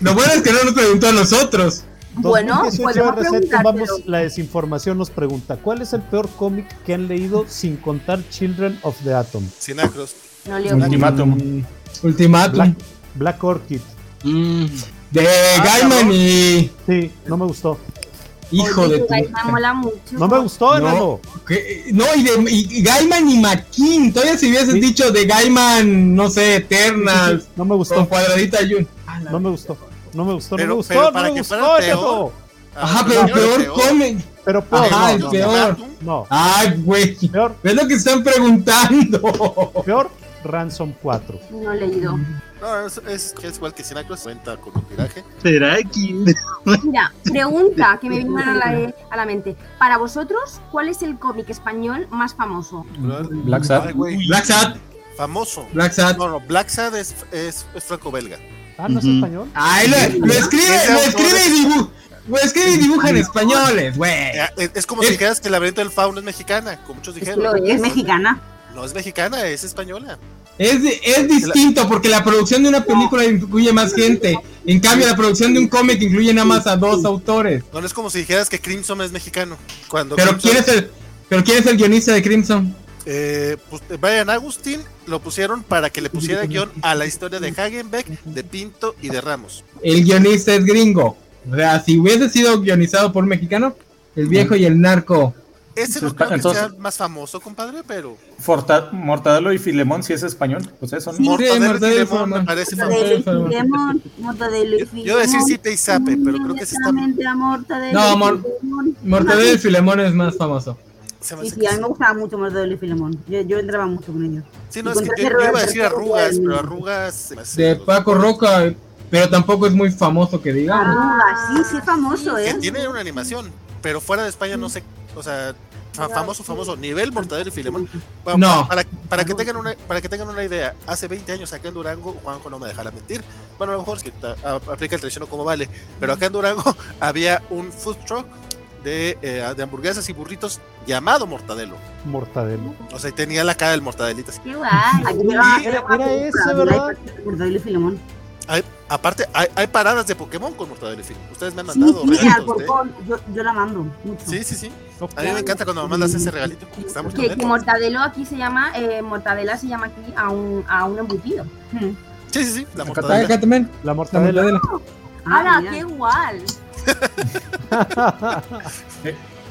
Speaker 7: Lo bueno es que no nos preguntó a nosotros.
Speaker 3: Bueno,
Speaker 6: 2018
Speaker 3: podemos
Speaker 6: RC,
Speaker 3: preguntártelo.
Speaker 6: tomamos la desinformación nos pregunta, ¿cuál es el peor cómic que han leído sin contar Children of the Atom?
Speaker 8: Sinacros.
Speaker 3: No leo.
Speaker 1: Ultimátum.
Speaker 6: Mm,
Speaker 7: Ultimátum.
Speaker 6: Black, Black Orchid.
Speaker 10: Mm,
Speaker 7: De
Speaker 1: Ah,
Speaker 7: Gaiman
Speaker 1: cabrón.
Speaker 7: y.
Speaker 6: Sí, no me gustó.
Speaker 7: Hijo
Speaker 3: Oye,
Speaker 7: de
Speaker 3: tu
Speaker 7: tu.
Speaker 3: gaita mola mucho.
Speaker 6: No me gustó,
Speaker 7: No.
Speaker 6: hermano.
Speaker 7: ¿Qué? No, y de y Gaiman y Maquin. Todavía si hubieses
Speaker 6: Sí.
Speaker 7: dicho de Gaiman, no sé,
Speaker 6: Sí,
Speaker 7: Eternal,
Speaker 6: sí, No me
Speaker 7: con
Speaker 6: gustó.
Speaker 7: cuadradita Jun.
Speaker 6: No me gustó. No me gustó, no me
Speaker 8: Pero-
Speaker 6: gustó,
Speaker 8: pero
Speaker 6: no
Speaker 8: para
Speaker 6: me
Speaker 8: que
Speaker 6: gustó,
Speaker 8: fuera peor.
Speaker 6: Chato.
Speaker 8: Ah,
Speaker 7: Ajá, pero
Speaker 8: Ultimátum
Speaker 7: peor,
Speaker 8: era
Speaker 7: comen.
Speaker 6: Pero peor,
Speaker 7: Ajá, el
Speaker 6: no, no,
Speaker 7: peor.
Speaker 8: Ultimátum.
Speaker 6: no.
Speaker 7: Ay, güey.
Speaker 6: Peor,
Speaker 7: Es lo que están preguntando.
Speaker 6: peor, Ransom 4.
Speaker 3: No he leído.
Speaker 8: No, es, es que es igual que Sinacros, cuenta con un tiraje.
Speaker 10: ¿Será que
Speaker 3: Mira, pregunta que me vino a la, e- a la mente. Para vosotros, ¿cuál es el cómic español más famoso?
Speaker 1: Black Sabbath.
Speaker 8: Ay, güey,
Speaker 7: Black Sat,
Speaker 8: Famoso.
Speaker 7: Black Sat.
Speaker 8: No, no, Black Sad es, es, es franco-belga.
Speaker 6: Ah, ¿no es
Speaker 10: Ujú.
Speaker 6: español?
Speaker 7: Ay, lo, lo escribe, lo escribe y dibuja. Lo escribe y dibuja en españoles, güey.
Speaker 8: Eh, Es, es como
Speaker 7: Es-
Speaker 8: si dijeras que el laberinto del fauno es mexicana, como muchos dijeron.
Speaker 3: Lo
Speaker 4: Es
Speaker 3: es.
Speaker 4: mexicana.
Speaker 8: No es mexicana, es española.
Speaker 7: Es, de- es distinto porque la producción de una película incluye más gente. En cambio, la producción de un cómic incluye nada más a dos autores.
Speaker 8: No no es como si dijeras que Crimson es mexicano. Cuando
Speaker 7: Pero
Speaker 8: Crimson-
Speaker 7: quién es el, pero quién es el guionista de Crimson?
Speaker 8: Eh, pues, Brian Agustín lo pusieron para que le pusiera guión a la historia de Hagenbeck, de Pinto y de Ramos.
Speaker 7: El guionista es gringo. O sea, si hubiese sido guionizado por un mexicano, el
Speaker 8: Mm.
Speaker 7: viejo y el narco.
Speaker 8: Ese
Speaker 1: Entonces,
Speaker 8: no creo que
Speaker 1: entonces-
Speaker 8: sea el más famoso, compadre, pero
Speaker 1: Forta- Mortadelo y Filemón, si es español, pues eso, ¿no?
Speaker 7: Sí,
Speaker 8: Mortadelo y
Speaker 7: Mortadelo y
Speaker 8: Filemón
Speaker 7: Filemón.
Speaker 8: me parece
Speaker 7: Mortadelo
Speaker 8: famoso.
Speaker 7: y Filemón.
Speaker 8: Yo, yo decir Cita y Sape, pero creo que se está.
Speaker 7: No, amor. Mortadelo y
Speaker 3: Mortadelo.
Speaker 7: Filemón es más famoso.
Speaker 8: Se me
Speaker 4: Sí,
Speaker 8: hace
Speaker 4: sí,
Speaker 8: que
Speaker 4: a
Speaker 8: sí.
Speaker 4: mí me gustaba mucho Mortadelo y Filemón. Yo, yo entraba mucho con ellos.
Speaker 8: Sí, no,
Speaker 4: y
Speaker 8: es que
Speaker 4: con
Speaker 8: yo,
Speaker 4: Pedro
Speaker 8: yo iba a
Speaker 4: Alberto
Speaker 8: decir arrugas,
Speaker 4: Gómez.
Speaker 8: pero arrugas. se me hace-
Speaker 7: De Paco Roca, pero tampoco es muy famoso que
Speaker 4: Ah.
Speaker 7: digamos.
Speaker 4: Arrugas, sí, sí es famoso,
Speaker 8: Que
Speaker 4: ¿eh? Mm.
Speaker 8: tiene una animación, pero fuera de España no sé. O sea, fa- famoso, famoso. Nivel Mortadelo y
Speaker 4: Mm.
Speaker 8: Filemón. Bueno,
Speaker 7: No.
Speaker 8: Para, para, que tengan una, para que tengan una idea, hace 20 años acá en Durango, Juanjo no me dejará mentir. Bueno, a lo mejor es que ta- a- aplica el tradicional como vale, pero acá en Durango había un food truck de, eh, de hamburguesas y burritos llamado Mortadelo.
Speaker 6: Mortadelo.
Speaker 8: O sea, y tenía la cara del Mortadelito. así.
Speaker 3: Qué guay.
Speaker 4: Aquí llegaba-
Speaker 8: Era-
Speaker 4: llegaba
Speaker 6: era
Speaker 4: película,
Speaker 6: ese,
Speaker 4: llegaba
Speaker 6: ¿verdad?
Speaker 4: Mortadelo y Filemón.
Speaker 8: Aparte, hay, hay paradas de Pokémon con Mortadelo y Filemón. Ustedes me han
Speaker 4: Sí,
Speaker 8: mandado
Speaker 4: sí, al
Speaker 8: regalitos de-
Speaker 4: Gorgón. Yo, yo la mando mucho.
Speaker 8: Sí, sí, sí.
Speaker 6: Ok.
Speaker 8: A mí me encanta cuando me mandas ese regalito. Está
Speaker 3: Que, que
Speaker 8: Mortadelo.
Speaker 3: mortadelo aquí se llama, eh, mortadela se llama aquí a un, a un embutido.
Speaker 8: Sí, sí, sí.
Speaker 1: Acá
Speaker 8: La
Speaker 7: Ah,
Speaker 8: Mortadela.
Speaker 7: Acá también.
Speaker 6: La
Speaker 7: La
Speaker 6: mortadela.
Speaker 7: Mortadela.
Speaker 3: ¡Hala,
Speaker 4: Ah, mira.
Speaker 3: qué guay!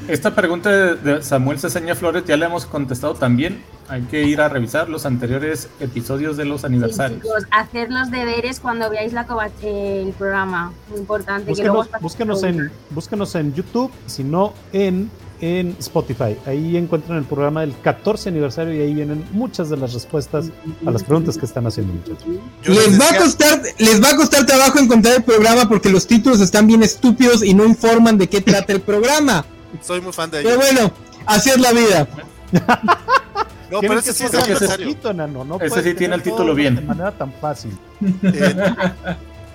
Speaker 1: Esta pregunta de- de Samuel Ceseña Flores ya la hemos contestado también. Hay que ir a revisar los anteriores episodios de los
Speaker 3: Sí,
Speaker 1: aniversarios.
Speaker 3: chicos, hacer los deberes cuando veáis la coba- eh, el programa. Muy importante. que luego
Speaker 6: Búsquenos,
Speaker 3: os paséis
Speaker 6: búsquenos
Speaker 3: preguntas.
Speaker 6: en, búsquenos en YouTube, si no en, en Spotify. Ahí encuentran el programa del 14 aniversario y ahí vienen muchas de las respuestas a las preguntas que están haciendo. muchachos.
Speaker 8: Yo
Speaker 7: Les va a
Speaker 8: decía-
Speaker 7: costar, les va a costar trabajo encontrar el programa porque los títulos están bien estúpidos y no informan de qué trata el programa.
Speaker 8: Soy muy fan de
Speaker 7: Pero
Speaker 8: ellos.
Speaker 7: bueno, así es la vida.
Speaker 8: No, pero
Speaker 6: Tienen
Speaker 8: ese
Speaker 6: que
Speaker 8: sí es
Speaker 6: ser
Speaker 8: aniversario.
Speaker 6: necesito, enano, no
Speaker 1: Ese
Speaker 6: puedes
Speaker 1: sí tiene
Speaker 6: tener
Speaker 1: el título
Speaker 6: todo
Speaker 1: bien.
Speaker 6: De manera tan fácil.
Speaker 8: Eh,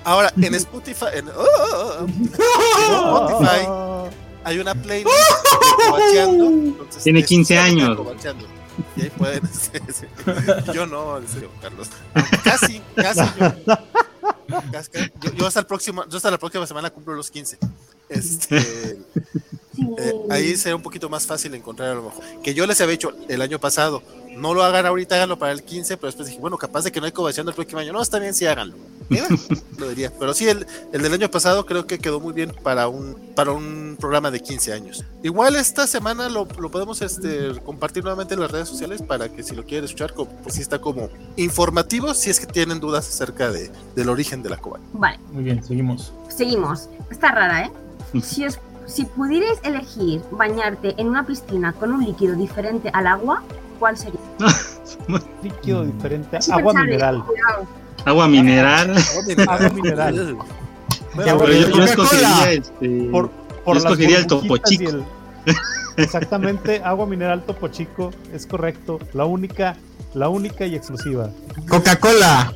Speaker 8: ahora, en Spotify, en, oh, oh, oh, en Spotify
Speaker 6: Ah,
Speaker 8: hay una playlist de Cobacheando. entonces,
Speaker 10: Tiene
Speaker 8: es-
Speaker 10: 15 años.
Speaker 8: Cobacheando, Y ahí pueden. sí, sí. Yo no, en serio, Carlos. Casi, casi yo. Casi, casi. Yo, yo hasta el próximo, yo hasta la próxima semana cumplo los 15. Este.
Speaker 3: Sí.
Speaker 8: Eh, ahí será un poquito más fácil encontrar a lo mejor. Que yo les había hecho el año pasado, no lo hagan ahorita, háganlo para el 15, pero después dije, bueno, capaz de que no hay cobación el próximo año. No, está bien, sí háganlo. Y bueno, lo diría. Pero sí, el, el del año pasado creo que quedó muy bien para un, para un programa de 15 años. Igual esta semana lo, lo podemos este, compartir nuevamente en las redes sociales para que si lo quieren escuchar, co- pues sí está como informativo, si es que tienen dudas acerca de, del origen de la coba.
Speaker 3: Vale,
Speaker 1: Muy bien, seguimos.
Speaker 3: seguimos. Está rara, ¿eh? Si, os- si pudierais elegir bañarte en una piscina con un líquido diferente al agua, ¿cuál sería?
Speaker 6: líquido
Speaker 10: Mm.
Speaker 6: diferente.
Speaker 3: Es
Speaker 6: Agua
Speaker 3: impensable,
Speaker 6: mineral.
Speaker 3: cuidado.
Speaker 10: Agua mineral.
Speaker 6: Agua mineral.
Speaker 8: Bueno,
Speaker 10: Pero yo, yo
Speaker 6: Coca-Cola.
Speaker 10: escogería este.
Speaker 6: Por, por
Speaker 10: Yo
Speaker 6: las
Speaker 10: escogería el Topo
Speaker 6: burbujitas y
Speaker 10: Chico.
Speaker 6: el- Exactamente, agua mineral topo chico, es correcto. La única, la única y exclusiva.
Speaker 7: Coca-Cola.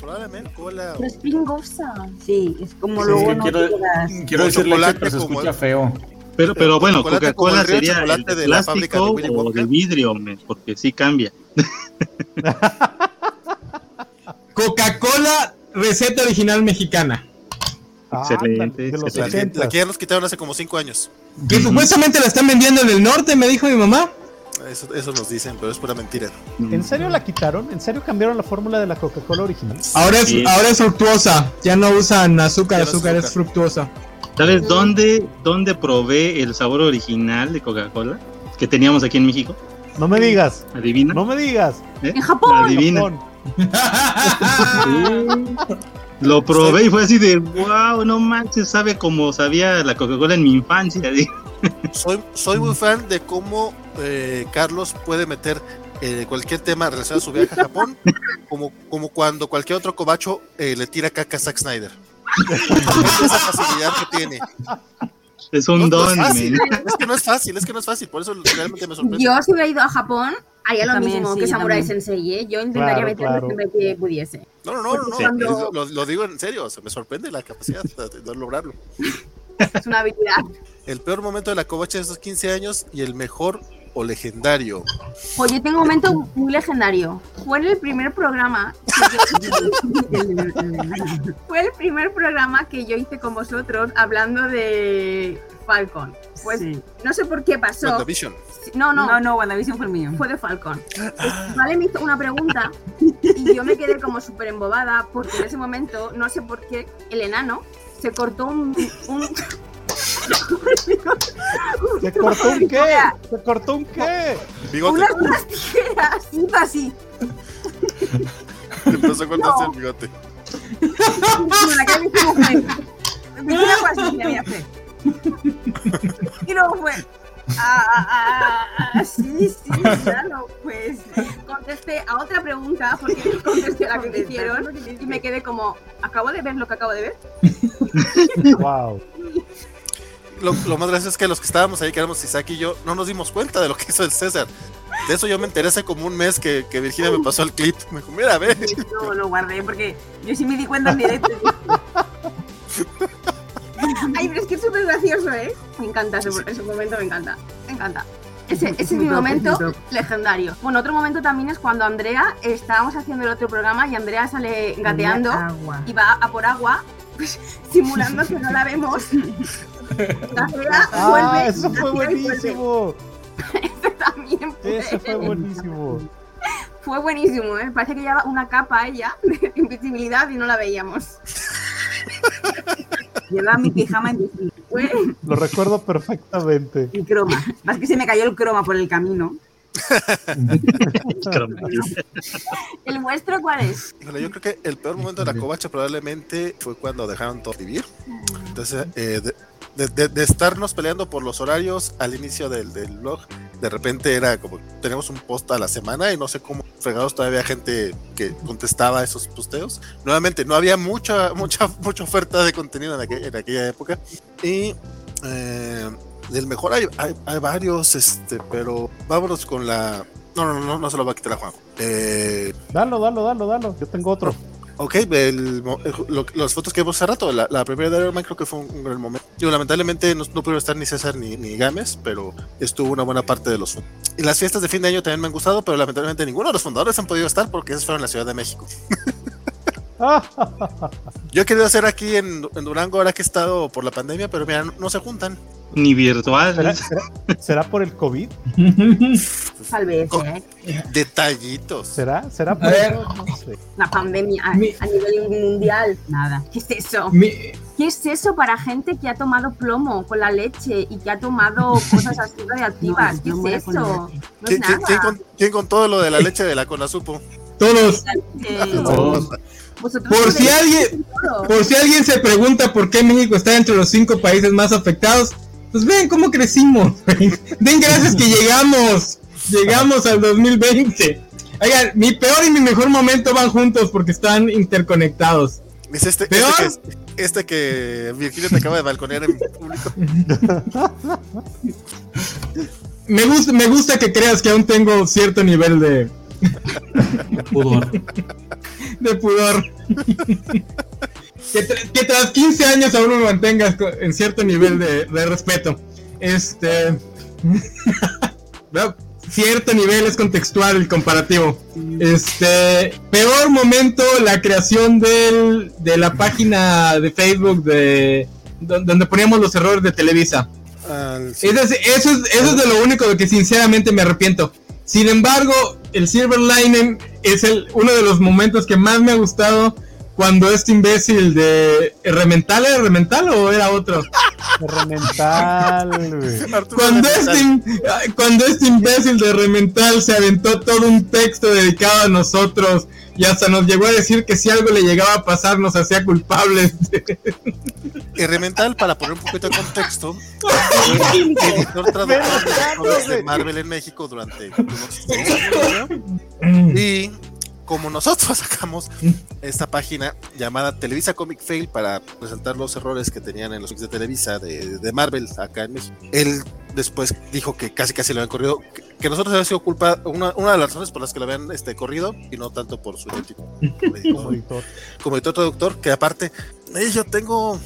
Speaker 8: probablemente cola o-
Speaker 3: Pero es pingosa.
Speaker 4: Sí, es como
Speaker 1: Sí,
Speaker 4: luego
Speaker 1: es que
Speaker 4: no
Speaker 1: quiero-
Speaker 4: quieras.
Speaker 1: Quiero
Speaker 8: O
Speaker 1: decir leche,
Speaker 8: chocolate
Speaker 1: pero se
Speaker 8: como
Speaker 1: escucha
Speaker 8: el-
Speaker 1: feo.
Speaker 10: Pero, pero bueno,
Speaker 8: Chocolate como
Speaker 10: Coca-Cola
Speaker 8: el río de
Speaker 10: sería el
Speaker 8: chocolate
Speaker 10: de
Speaker 8: de la fábrica de
Speaker 10: plástico
Speaker 8: Willy
Speaker 10: o
Speaker 8: Wonka.
Speaker 10: de vidrio, men, porque sí cambia.
Speaker 7: Coca-Cola, receta original mexicana.
Speaker 10: Excelente,
Speaker 6: Ah, ándale, de los
Speaker 8: La, que-
Speaker 10: excelente.
Speaker 8: la
Speaker 6: 80.
Speaker 8: que ya los quitaron hace como cinco años.
Speaker 7: Que
Speaker 10: Ujú.
Speaker 7: supuestamente la están vendiendo en el norte, me dijo mi mamá.
Speaker 8: Eso, eso nos dicen, pero es pura mentira.
Speaker 6: ¿En serio la quitaron? ¿En serio cambiaron la fórmula de la Coca-Cola original?
Speaker 7: Ahora es,
Speaker 10: Sí.
Speaker 7: ahora es fructuosa. Ya no usan azúcar,
Speaker 8: Ya no es
Speaker 7: azúcar es
Speaker 8: azúcar.
Speaker 7: fructuosa.
Speaker 10: ¿Sabes dónde, dónde probé el sabor original de Coca-Cola? Que teníamos aquí en México.
Speaker 6: No me digas,
Speaker 10: Adivina.
Speaker 6: no me digas.
Speaker 10: ¿Eh?
Speaker 4: ¡En Japón!
Speaker 10: Adivina.
Speaker 6: Japón.
Speaker 10: Sí. Lo probé y fue así de wow, no manches, sabe como sabía la Coca-Cola en mi infancia. dije.
Speaker 8: Soy, soy muy fan de cómo eh, Carlos puede meter eh, cualquier tema relacionado a su viaje a Japón, como, como cuando cualquier otro cobacho eh, le tira caca a Zack Snyder. Esa facilidad que tiene.
Speaker 10: Es un
Speaker 8: No, no
Speaker 10: don.
Speaker 9: ah,
Speaker 8: es fácil,
Speaker 10: men.
Speaker 8: es que no es fácil, es que no es fácil, por eso realmente me sorprende.
Speaker 3: Yo si hubiera ido a Japón, haría
Speaker 4: Yo
Speaker 3: lo
Speaker 4: también,
Speaker 3: mismo
Speaker 4: sí,
Speaker 3: que
Speaker 4: yo
Speaker 3: Samurai
Speaker 4: también.
Speaker 3: Sensei, ¿eh? Yo intentaría
Speaker 6: Claro,
Speaker 3: meterme
Speaker 6: claro.
Speaker 3: siempre que pudiese.
Speaker 8: No, no, no, no, no,
Speaker 3: Cuando-
Speaker 8: es- Lo, lo digo en serio, o sea, me sorprende la capacidad de, de lograrlo.
Speaker 3: Es una habilidad.
Speaker 8: El peor momento de la cobacha de esos 15 años y el mejor o legendario.
Speaker 3: Pues yo tengo un momento muy legendario. Fue en el primer programa que yo- Fue el primer programa que yo hice con vosotros hablando de Falcon. Pues
Speaker 4: Sí.
Speaker 3: no sé por qué pasó.
Speaker 8: WandaVision.
Speaker 3: No, no,
Speaker 4: No, no, WandaVision fue el mío.
Speaker 3: fue de Falcon.
Speaker 6: Ah.
Speaker 3: Pues, vale, me hizo una pregunta y yo me quedé como súper embobada porque en ese momento, no sé por qué, el enano se cortó un... un-
Speaker 6: ¿Se cortó un qué? ¿Se cortó un qué?
Speaker 8: Bigote.
Speaker 3: unas, unas tijeras, hizo así.
Speaker 8: Empezó a cortarse el bigote.
Speaker 3: Mira, la cara de este mujer. Me queda algo así, mira, mira, Fer. Y luego fue. Ah, ah, ah, ah, ah, sí, sí, claro, pues contesté a otra pregunta porque contesté a la que me hicieron y me quedé como, acabo de ver lo que acabo de ver.
Speaker 6: Wow.
Speaker 8: Lo, lo más gracioso es que los que estábamos ahí, que éramos Isaac y yo, no nos dimos cuenta de lo que hizo el César. De eso yo me enteré hace como un mes que, que Virginia me pasó el clip. Me dijo, mira, ve.
Speaker 4: No, lo guardé porque yo sí me di cuenta en directo.
Speaker 3: Ay, pero es que es súper gracioso, ¿eh? Me encanta ese, ese momento, me encanta, me encanta. Ese, ese es mi momento legendario. Bueno, otro momento también es cuando Andrea, estábamos haciendo el otro programa y Andrea sale gateando.
Speaker 4: Agua.
Speaker 3: y va a por agua, pues, simulando que no la vemos. La fea
Speaker 6: Ah,
Speaker 3: vuelve, la
Speaker 6: eso fue
Speaker 3: fea y vuelve.
Speaker 6: buenísimo.
Speaker 3: También fue,
Speaker 6: Eso fue buenísimo.
Speaker 3: fue buenísimo, ¿eh? Parece que llevaba una capa ella de invisibilidad y no la veíamos.
Speaker 4: Llevaba mi pijama en
Speaker 3: Fue-
Speaker 6: Lo recuerdo perfectamente.
Speaker 4: el croma. Más que se me cayó el croma por el camino.
Speaker 3: ¿El vuestro cuál es?
Speaker 8: Híjole, yo creo que el peor momento de la covacha probablemente fue cuando dejaron todo vivir. Entonces, eh, de, de- de- de estarnos peleando por los horarios al inicio del, del blog, de repente era como, tenemos un post a la semana y no sé cómo fregados todavía había gente que contestaba esos posteos. Nuevamente, no había mucha, mucha, mucha oferta de contenido en, aquella- en aquella época. Y eh, del mejor hay, hay- hay varios, este, pero vámonos con la... No, no, no, no se lo va a quitar a Juan. Eh,
Speaker 6: Dalo, dalo, dalo, dalo. Yo tengo otro.
Speaker 8: Ok, el mo- el ju- lo- las fotos que vimos hace rato, la, la primera de Iron Man creo que fue un, un gran momento. Digo, lamentablemente no, no pudieron estar ni César ni, ni Gámez, pero estuvo una buena parte de los fun- Y las fiestas de fin de año también me han gustado, pero lamentablemente ninguno de los fundadores han podido estar porque esas fueron en la Ciudad de México.
Speaker 6: Ah,
Speaker 8: Yo he querido hacer aquí en, Du- en Durango ahora que he estado por la pandemia, pero mira, no, no se juntan.
Speaker 10: Ni
Speaker 6: ¿Será,
Speaker 10: virtual.
Speaker 6: será- será por el COVID?
Speaker 3: Tal vez,
Speaker 8: Co-
Speaker 3: ¿eh?
Speaker 8: Detallitos.
Speaker 6: ¿Será? ¿Será por
Speaker 7: A ver.
Speaker 6: eso? No sé.
Speaker 3: La pandemia a,
Speaker 7: Mi-
Speaker 3: a nivel mundial.
Speaker 4: Nada.
Speaker 3: ¿Qué es eso?
Speaker 7: Mi-
Speaker 3: ¿Qué es eso para gente que ha tomado plomo con la leche y que ha tomado cosas así radioactivas?
Speaker 4: No, pues,
Speaker 3: ¿Qué
Speaker 4: yo muero
Speaker 3: es
Speaker 4: con la
Speaker 3: eso?
Speaker 4: leche.
Speaker 3: No es
Speaker 8: ¿Quién, quién-
Speaker 3: nada.
Speaker 8: quién con, quién con todo lo de la leche de la Conasupo?
Speaker 7: todos.
Speaker 3: Eh,
Speaker 10: Todos.
Speaker 3: vosotros
Speaker 7: Por si
Speaker 3: sabéis
Speaker 7: alguien,
Speaker 3: todo.
Speaker 7: por si alguien se pregunta por qué México está entre los cinco países más afectados, pues vean cómo crecimos. Den gracias que llegamos. Llegamos al 2020. Oigan, mi peor y mi mejor momento van juntos porque están interconectados.
Speaker 8: Es este, este
Speaker 7: ¿Peor?
Speaker 8: que, es- este que Virgilio te acaba de balconear en público.
Speaker 7: Me gusta, me gusta que creas que aún tengo cierto nivel de,
Speaker 2: Pudor.
Speaker 7: de pudor. que, tra- que tras 15 años aún me mantengas co- en cierto nivel de, de respeto. Este. no, cierto nivel es contextual el comparativo. Este, peor momento, la creación del, de la página de Facebook de don- donde poníamos los errores de Televisa.
Speaker 11: Al-
Speaker 7: Eso es, eso es, eso es de lo único de que sinceramente me arrepiento. Sin embargo, el Silver Lining es el, uno de los momentos que más me ha gustado cuando este imbécil de... ¿Remental era Remental o era otro?
Speaker 6: Remental, güey.
Speaker 8: Arturo
Speaker 7: Cuando este,
Speaker 8: Remental.
Speaker 7: im- ay, cuando este imbécil de Remental se aventó todo un texto dedicado a nosotros y hasta nos llegó a decir que si algo le llegaba a pasar nos hacía culpables.
Speaker 8: Y Remental, para poner un poquito de contexto, fue el editor traductor de los cómics de Marvel en México durante unos dos años, creo. Y como nosotros sacamos esta página llamada Televisa Comic Fail para presentar los errores que tenían en los cómics de Televisa de, de Marvel acá en México, él después dijo que casi casi lo habían corrido, que, que nosotros había sido culpa, una, una de las razones por las que lo habían este, corrido y no tanto por su
Speaker 11: como editor.
Speaker 8: como editor traductor, que aparte, eh, yo tengo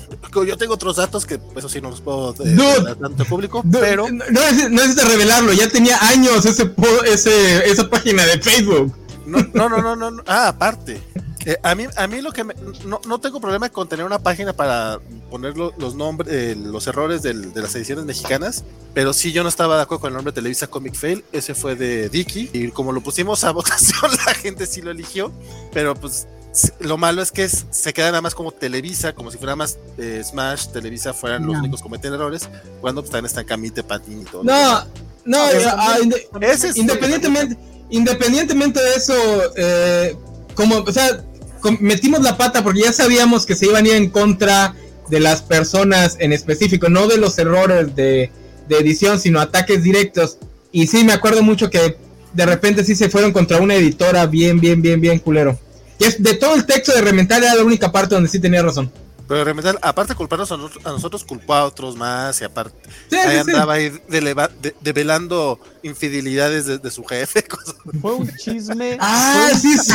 Speaker 8: yo tengo otros datos que eso sí no los puedo eh,
Speaker 7: Dude.
Speaker 8: dar tanto público,
Speaker 7: No,
Speaker 8: pero
Speaker 7: no, no es- no es de revelarlo, ya tenía años ese, po- ese esa página de Facebook.
Speaker 8: no, no, no, no, no, no. ah, aparte. eh, a, mí, a mí lo que me- no, no tengo problema con tener una página para poner lo- los nombres, eh, los errores del- de las ediciones mexicanas, pero sí yo no estaba de acuerdo con el nombre de Televisa Comic Fail, ese fue de Dicky, y como lo pusimos a votación, la gente sí lo eligió, pero pues s- lo malo es que es- se queda nada más como Televisa, como si fuera más eh, Smash, Televisa fueran los
Speaker 4: No.
Speaker 8: únicos que cometen errores, cuando pues, están esta camita, patín y todo.
Speaker 7: No, no,
Speaker 8: Ah,
Speaker 7: ya, ah, inde-
Speaker 8: Ese es-
Speaker 7: independientemente, independientemente de eso, eh, como, o sea, com- metimos la pata porque ya sabíamos que se iban a ir en contra de las personas en específico, no de los errores de, de edición, sino ataques directos. Y sí, me acuerdo mucho que de repente sí se fueron contra una editora bien, bien, bien, bien culero. Y es de todo el texto de Remental era la única parte donde sí tenía razón.
Speaker 8: Pero realmente, aparte de culparnos a nosotros, a nosotros, culpó a otros más, y aparte
Speaker 7: Sí,
Speaker 8: ahí
Speaker 7: sí, sí.
Speaker 8: andaba ahí deleva- de- develando infidelidades de, de su jefe. cosas.
Speaker 6: Fue un chisme.
Speaker 7: Ah, sí, es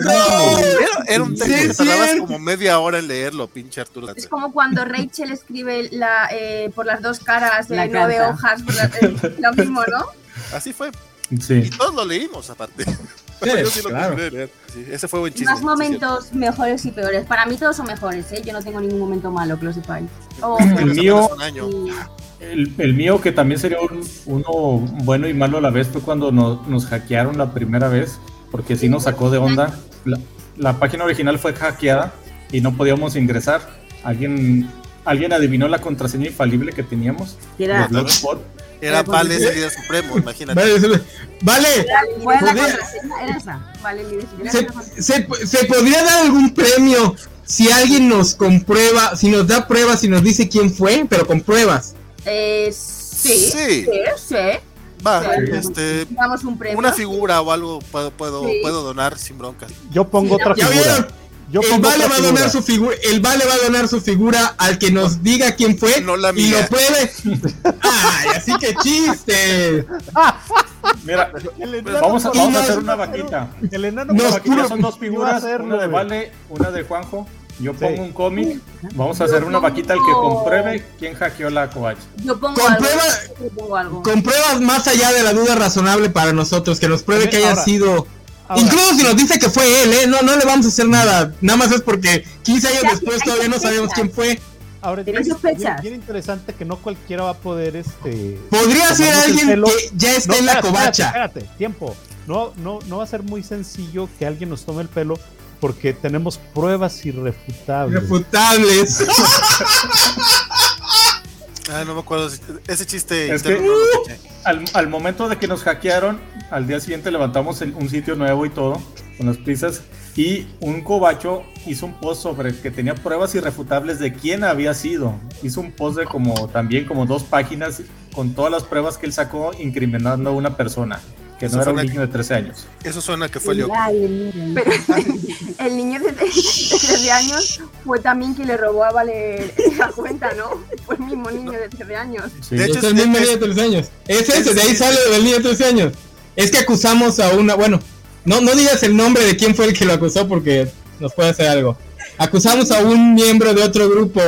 Speaker 7: cierto.
Speaker 8: Era, era un
Speaker 7: Sí,
Speaker 8: texto que
Speaker 7: es
Speaker 8: tardabas
Speaker 7: cierto.
Speaker 8: como media hora en leerlo, pinche Arturo.
Speaker 3: Es como cuando Rachel escribe la, eh, por las dos caras,
Speaker 4: La
Speaker 3: eh, nueve
Speaker 4: carta.
Speaker 3: hojas, por la- eh, lo mismo, ¿no?
Speaker 8: Así fue.
Speaker 1: Sí.
Speaker 8: Y todos lo leímos, aparte. Yo sí
Speaker 7: Sí,
Speaker 8: lo
Speaker 7: claro.
Speaker 8: terminé de leer. Sí, ese fue buen chiste.
Speaker 3: Más
Speaker 8: sí,
Speaker 3: momentos mejores y peores. Para mí todos son mejores, ¿eh? Yo no tengo ningún momento malo, que lo sepáis. O-
Speaker 8: sí. Pero
Speaker 1: El
Speaker 8: se
Speaker 1: mío-
Speaker 8: pasó un año.
Speaker 3: y-
Speaker 1: El, el mío, que también sería un- uno bueno y malo a la vez, fue cuando nos, nos hackearon la primera vez, porque sí nos sacó de onda. La, la página original fue hackeada y no podíamos ingresar. Alguien, alguien adivinó la contraseña infalible que teníamos. Pues,
Speaker 4: Que era-
Speaker 1: Los Blogspot.
Speaker 8: Era Pales el líder supremo, imagínate.
Speaker 7: Vale, sí, vale.
Speaker 4: ¿Cuál es la
Speaker 7: Joder.
Speaker 4: contraseña? Era esa.
Speaker 3: Vale, mi decisión.
Speaker 7: se, se, se podría dar algún premio si alguien nos comprueba, si nos da pruebas, si nos dice quién fue, pero con pruebas.
Speaker 3: Eh, sí,
Speaker 8: Sí.
Speaker 3: sí, sí.
Speaker 8: Va,
Speaker 3: Sí.
Speaker 8: este,
Speaker 3: Damos un premio.
Speaker 8: una figura o algo puedo, puedo,
Speaker 3: Sí.
Speaker 8: puedo donar sin broncas.
Speaker 6: Yo pongo
Speaker 3: Sí,
Speaker 6: otra
Speaker 7: Ya vieron,
Speaker 6: figura. Yo
Speaker 7: el
Speaker 6: pongo
Speaker 7: vale
Speaker 6: otra
Speaker 7: va a donar
Speaker 6: figura.
Speaker 7: su figura, el vale va a donar su figura al que nos diga quién fue
Speaker 8: No la
Speaker 7: y lo
Speaker 8: mía.
Speaker 7: pruebe. Ay, así que chiste.
Speaker 1: Mira,
Speaker 11: El enano
Speaker 1: vamos a,
Speaker 11: con-
Speaker 1: vamos a hacer una vaquita.
Speaker 11: El enano
Speaker 7: Nos
Speaker 1: Una
Speaker 11: con-
Speaker 1: vaquita son dos
Speaker 6: Iba a
Speaker 1: figuras,
Speaker 6: hacerlo,
Speaker 1: una de
Speaker 6: güey.
Speaker 1: Vale, una de Juanjo. Yo pongo
Speaker 6: Sí.
Speaker 1: un cómic. Vamos a hacer una vaquita al que compruebe quién hackeó la coach.
Speaker 3: Yo pongo
Speaker 7: Comprueba-
Speaker 3: algo. Yo pongo algo.
Speaker 7: Con pruebas más allá de la duda razonable para nosotros, que nos pruebe que haya
Speaker 6: Ahora,
Speaker 7: sido.
Speaker 6: ahora.
Speaker 7: Incluso si nos dice que fue él, ¿eh? no, no le vamos a hacer nada. Nada más es porque 15
Speaker 3: Ya,
Speaker 7: años después
Speaker 3: hay
Speaker 7: todavía no
Speaker 3: sospechas.
Speaker 7: sabemos quién fue.
Speaker 6: Ahora,
Speaker 4: Tiene
Speaker 6: bien-
Speaker 4: sospechas.
Speaker 6: Bien, bien interesante que no cualquiera va a poder este.
Speaker 8: Pues,
Speaker 7: Podría
Speaker 6: Tomamos
Speaker 7: ser
Speaker 6: el
Speaker 7: alguien
Speaker 6: pelo.
Speaker 7: que ya esté
Speaker 6: No,
Speaker 7: en la
Speaker 6: espérate,
Speaker 7: covacha.
Speaker 6: Espérate, espérate, tiempo. No, no, no va a ser muy sencillo que alguien nos tome el pelo porque tenemos pruebas irrefutables.
Speaker 7: Irrefutables.
Speaker 8: Ah, no me acuerdo. si- Ese chiste
Speaker 1: Es que-
Speaker 8: interno no lo escuché.
Speaker 1: Al, al momento de que nos hackearon, al día siguiente levantamos el- un sitio nuevo y todo, con las prisas, y un cobacho hizo un post sobre que tenía pruebas irrefutables de quién había sido. Hizo un post de como también como dos páginas con todas las pruebas que él sacó incriminando a una persona, que
Speaker 8: Eso
Speaker 1: no era un
Speaker 8: fue
Speaker 1: niño de 13 años.
Speaker 8: Eso suena que fue Leo.
Speaker 3: Ay, miren. Pero el niño de, de 13 años fue también quien le robó a Valer la cuenta, ¿no? Fue el mismo niño de 13 años.
Speaker 1: Sí.
Speaker 8: De hecho,
Speaker 7: Es el
Speaker 6: Este,
Speaker 7: mismo niño de 13 años. Es ese, de ahí sale el niño de 13 años. Es que acusamos a una. Bueno, no, no digas el nombre de quién fue el que lo acusó porque nos puede hacer algo. Acusamos a un miembro de otro grupo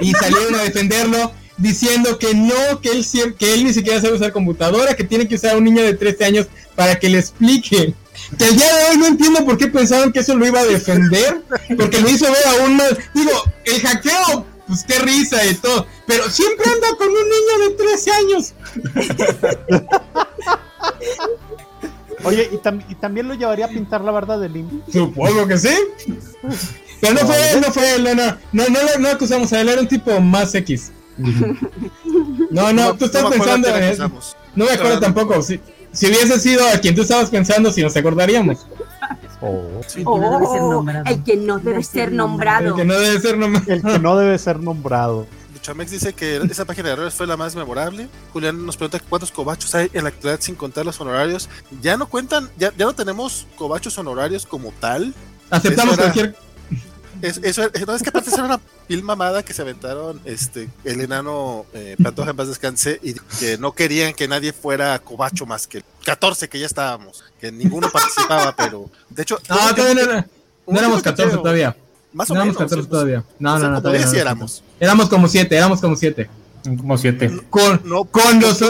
Speaker 7: y salieron a defenderlo. diciendo que no, que él, sie- que él ni siquiera sabe usar computadora, que tiene que usar a un niño de 13 años para que le explique. Que al día de hoy no entiendo por qué pensaron que eso lo iba a defender, porque lo hizo ver aún más. Digo, el hackeo, pues qué risa y todo, pero siempre anda con un niño de 13 años.
Speaker 6: Oye, y, tam- y también lo llevaría a pintar la barda de Lim.
Speaker 7: Supongo que sí. Pero no fue él, no fue él, no, no, no, no, lo- no acusamos a él, era un tipo más X. No, no, tú estás
Speaker 8: me acuerdo
Speaker 7: pensando
Speaker 8: a quién
Speaker 7: en eso.
Speaker 8: acusamos.
Speaker 7: No me acuerdo tampoco. Si, si hubiese sido a quien tú estabas pensando, si nos acordaríamos.
Speaker 6: Oh,
Speaker 4: que no debe ser nombrado.
Speaker 3: el que Ah, no debe
Speaker 4: Debe
Speaker 3: ser
Speaker 4: ser
Speaker 7: El
Speaker 3: nombrado.
Speaker 7: que no debe ser nomás.
Speaker 6: el que no debe ser nombrado.
Speaker 8: Chamex dice que esa página de errores fue la más memorable. Julián nos pregunta cuántos cobachos hay en la actualidad sin contar los honorarios. Ya no cuentan, ya, ya no tenemos cobachos honorarios como tal.
Speaker 7: Aceptamos
Speaker 8: Eso era-
Speaker 7: cualquier.
Speaker 8: Es, eso, es- no, es que aparte esa era una pil mamada que se aventaron este, el enano eh, Pantoja en paz descanse y que no querían que nadie fuera cobacho más que el 14 que ya estábamos, que ninguno participaba, pero de hecho...
Speaker 7: No, Ah, todavía no, era- no éramos 14 todavía.
Speaker 8: Más o
Speaker 7: No éramos
Speaker 8: menos.
Speaker 7: 14
Speaker 8: éramos-
Speaker 7: todavía. No,
Speaker 8: o sea,
Speaker 7: no, no,
Speaker 8: como
Speaker 7: todavía. no
Speaker 8: 10
Speaker 7: éramos.
Speaker 8: éramos.
Speaker 7: Éramos como 7, éramos como 7.
Speaker 1: Como siete.
Speaker 7: Con,
Speaker 8: No,
Speaker 7: con los.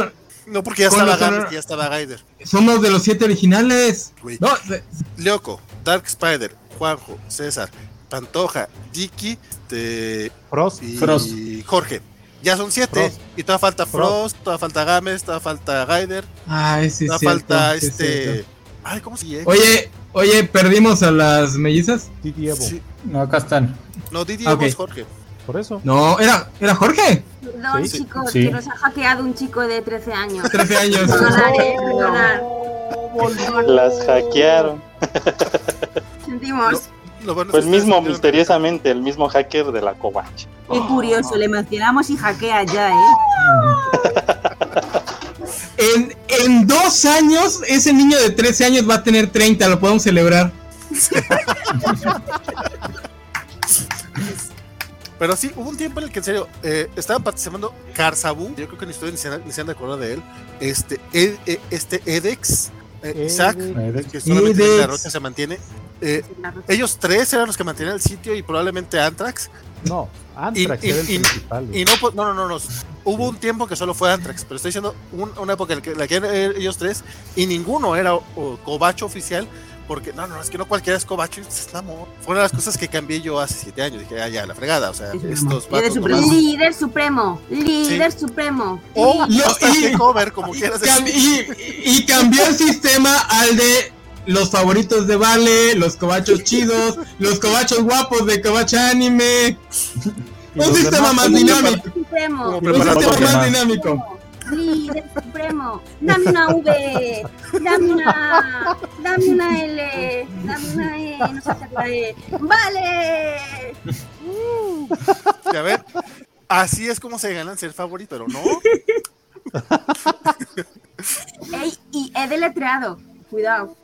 Speaker 8: no porque ya
Speaker 7: con
Speaker 8: estaba
Speaker 7: los honor-
Speaker 8: Gambit, ya estaba Gaider.
Speaker 7: Somos de los 7 originales.
Speaker 8: güey.
Speaker 7: No, de-
Speaker 8: Leoco, Dark Spider, Juanjo, César, Pantoja, Dicky te-
Speaker 6: Frost.
Speaker 8: y
Speaker 1: Frost.
Speaker 8: Jorge. Ya son siete.
Speaker 6: Frost.
Speaker 8: Y todavía falta
Speaker 6: Frost.
Speaker 8: Frost, todavía falta Gámez, todavía falta Gaider,
Speaker 7: Ay, sí,
Speaker 8: todavía
Speaker 7: Ah, cierto,
Speaker 8: falta
Speaker 7: sí,
Speaker 8: este.
Speaker 7: cierto.
Speaker 8: Ay, ¿cómo se llama?
Speaker 7: Oye, oye, perdimos a las mellizas.
Speaker 6: Didi Evo.
Speaker 8: Sí.
Speaker 1: No, acá están.
Speaker 8: No, Didi
Speaker 7: Ah, ok.
Speaker 8: Evos, Jorge.
Speaker 6: Por eso.
Speaker 7: No, era, era Jorge.
Speaker 3: Perdón,
Speaker 8: Sí, sí,
Speaker 3: chicos,
Speaker 1: sí.
Speaker 3: que nos ha hackeado un chico de 13 años.
Speaker 7: 13 años.
Speaker 3: Perdonad, eh, perdonad.
Speaker 10: Las hackearon.
Speaker 3: Sentimos.
Speaker 8: Lo bueno es
Speaker 10: Pues
Speaker 8: que ustedes
Speaker 10: mismo,
Speaker 8: se metieron-
Speaker 10: misteriosamente, el mismo hacker de la covacha.
Speaker 4: Qué curioso, le mencionamos y hackea ya, ¿eh?
Speaker 7: En, en dos años, ese niño de 13 años va a tener 30, lo podemos celebrar.
Speaker 8: Pero sí, hubo un tiempo en el que en serio eh, estaba participando Carzabu. Yo creo que ni estoy ni se, ni se han de acordar de él. Este, Ed- eh, este Edex, eh, Isaac, que solamente
Speaker 7: Edex.
Speaker 8: la rocha se mantiene. Eh, ellos tres eran los que mantenían el sitio y probablemente Antrax.
Speaker 6: No, Antrax
Speaker 8: Y- y-
Speaker 6: era el
Speaker 8: y-
Speaker 6: principal.
Speaker 8: Y no, po- no, no, no, no. Hubo un tiempo que solo fue Antrax, pero estoy diciendo un- una época en la que, la que eran eh, ellos tres y ninguno era o- o cobacho oficial. Porque no, no, es que no cualquiera es cobacho. Es la mo- Fue una de las cosas que cambié yo hace siete años. Dije, ah, ya, la fregada. O sea,
Speaker 4: Es una
Speaker 8: estos
Speaker 4: mamá. Eres
Speaker 8: vatos
Speaker 4: un
Speaker 8: nomás-
Speaker 3: Líder supremo, líder supremo.
Speaker 8: O
Speaker 7: Y-
Speaker 8: hasta
Speaker 7: y-
Speaker 8: que cover, como
Speaker 7: Y,
Speaker 8: quieras
Speaker 7: cam-
Speaker 8: decir.
Speaker 7: y- y cambió el sistema al de los favoritos de Vale, los cobachos chidos, los cobachos guapos de cobacha anime. Un sistema más dinámico.
Speaker 3: Supremo,
Speaker 7: Un sistema
Speaker 1: preparados
Speaker 7: más
Speaker 1: demás.
Speaker 7: dinámico.
Speaker 3: líder supremo. Dame una V, dame una, dame una L, dame una E, no sé hacer la E. ¡Vale!
Speaker 8: Y A ver, así es como se ganan ser favorito, pero no.
Speaker 3: Ey, y E de letrado. Cuidado,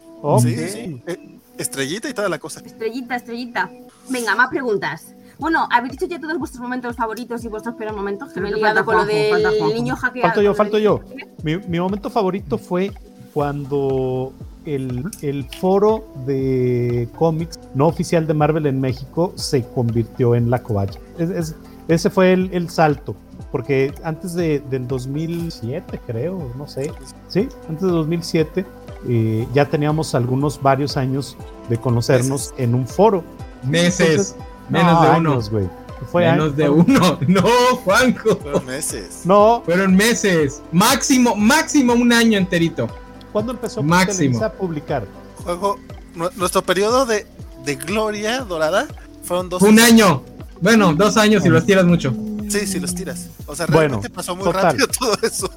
Speaker 8: Sí, sí, sí. Eh, Estrellita y toda la cosa.
Speaker 3: estrellita, estrellita. Venga, más preguntas. Bueno, habéis dicho ya todos vuestros momentos favoritos y vuestros peores momentos, que me he
Speaker 4: Creo que falta
Speaker 3: liado con lo
Speaker 4: Juanjo, falta
Speaker 3: del
Speaker 4: Juanjo.
Speaker 3: niño hackeado.
Speaker 6: Falto yo,
Speaker 3: con lo
Speaker 6: falto
Speaker 3: del-
Speaker 6: yo. Mi, mi momento favorito fue cuando el, el foro de cómics no oficial de Marvel en México se convirtió en la cobacha. Es- es- ese fue el, el salto, porque antes de, del 2007, creo, no sé. Sí, antes de 2007 eh, ya teníamos algunos varios años de conocernos en un foro.
Speaker 7: Meses.
Speaker 6: Entonces-
Speaker 7: Menos
Speaker 6: No,
Speaker 7: de uno.
Speaker 6: años, güey. Fue
Speaker 7: Menos de
Speaker 6: años.
Speaker 7: uno. No, Juanjo.
Speaker 8: Fueron meses.
Speaker 6: No,
Speaker 7: Fueron meses. Máximo, máximo un año enterito.
Speaker 6: ¿cuándo empezó
Speaker 7: Máximo.
Speaker 6: Televisa a publicar?
Speaker 8: Juanjo, nu- nuestro periodo de, de gloria dorada fueron dos.
Speaker 7: Un año. Bueno, dos años si lo estiras mucho.
Speaker 8: Sí, si los tiras. O sea,
Speaker 6: Bueno,
Speaker 8: realmente pasó muy
Speaker 6: total.
Speaker 8: rápido todo eso.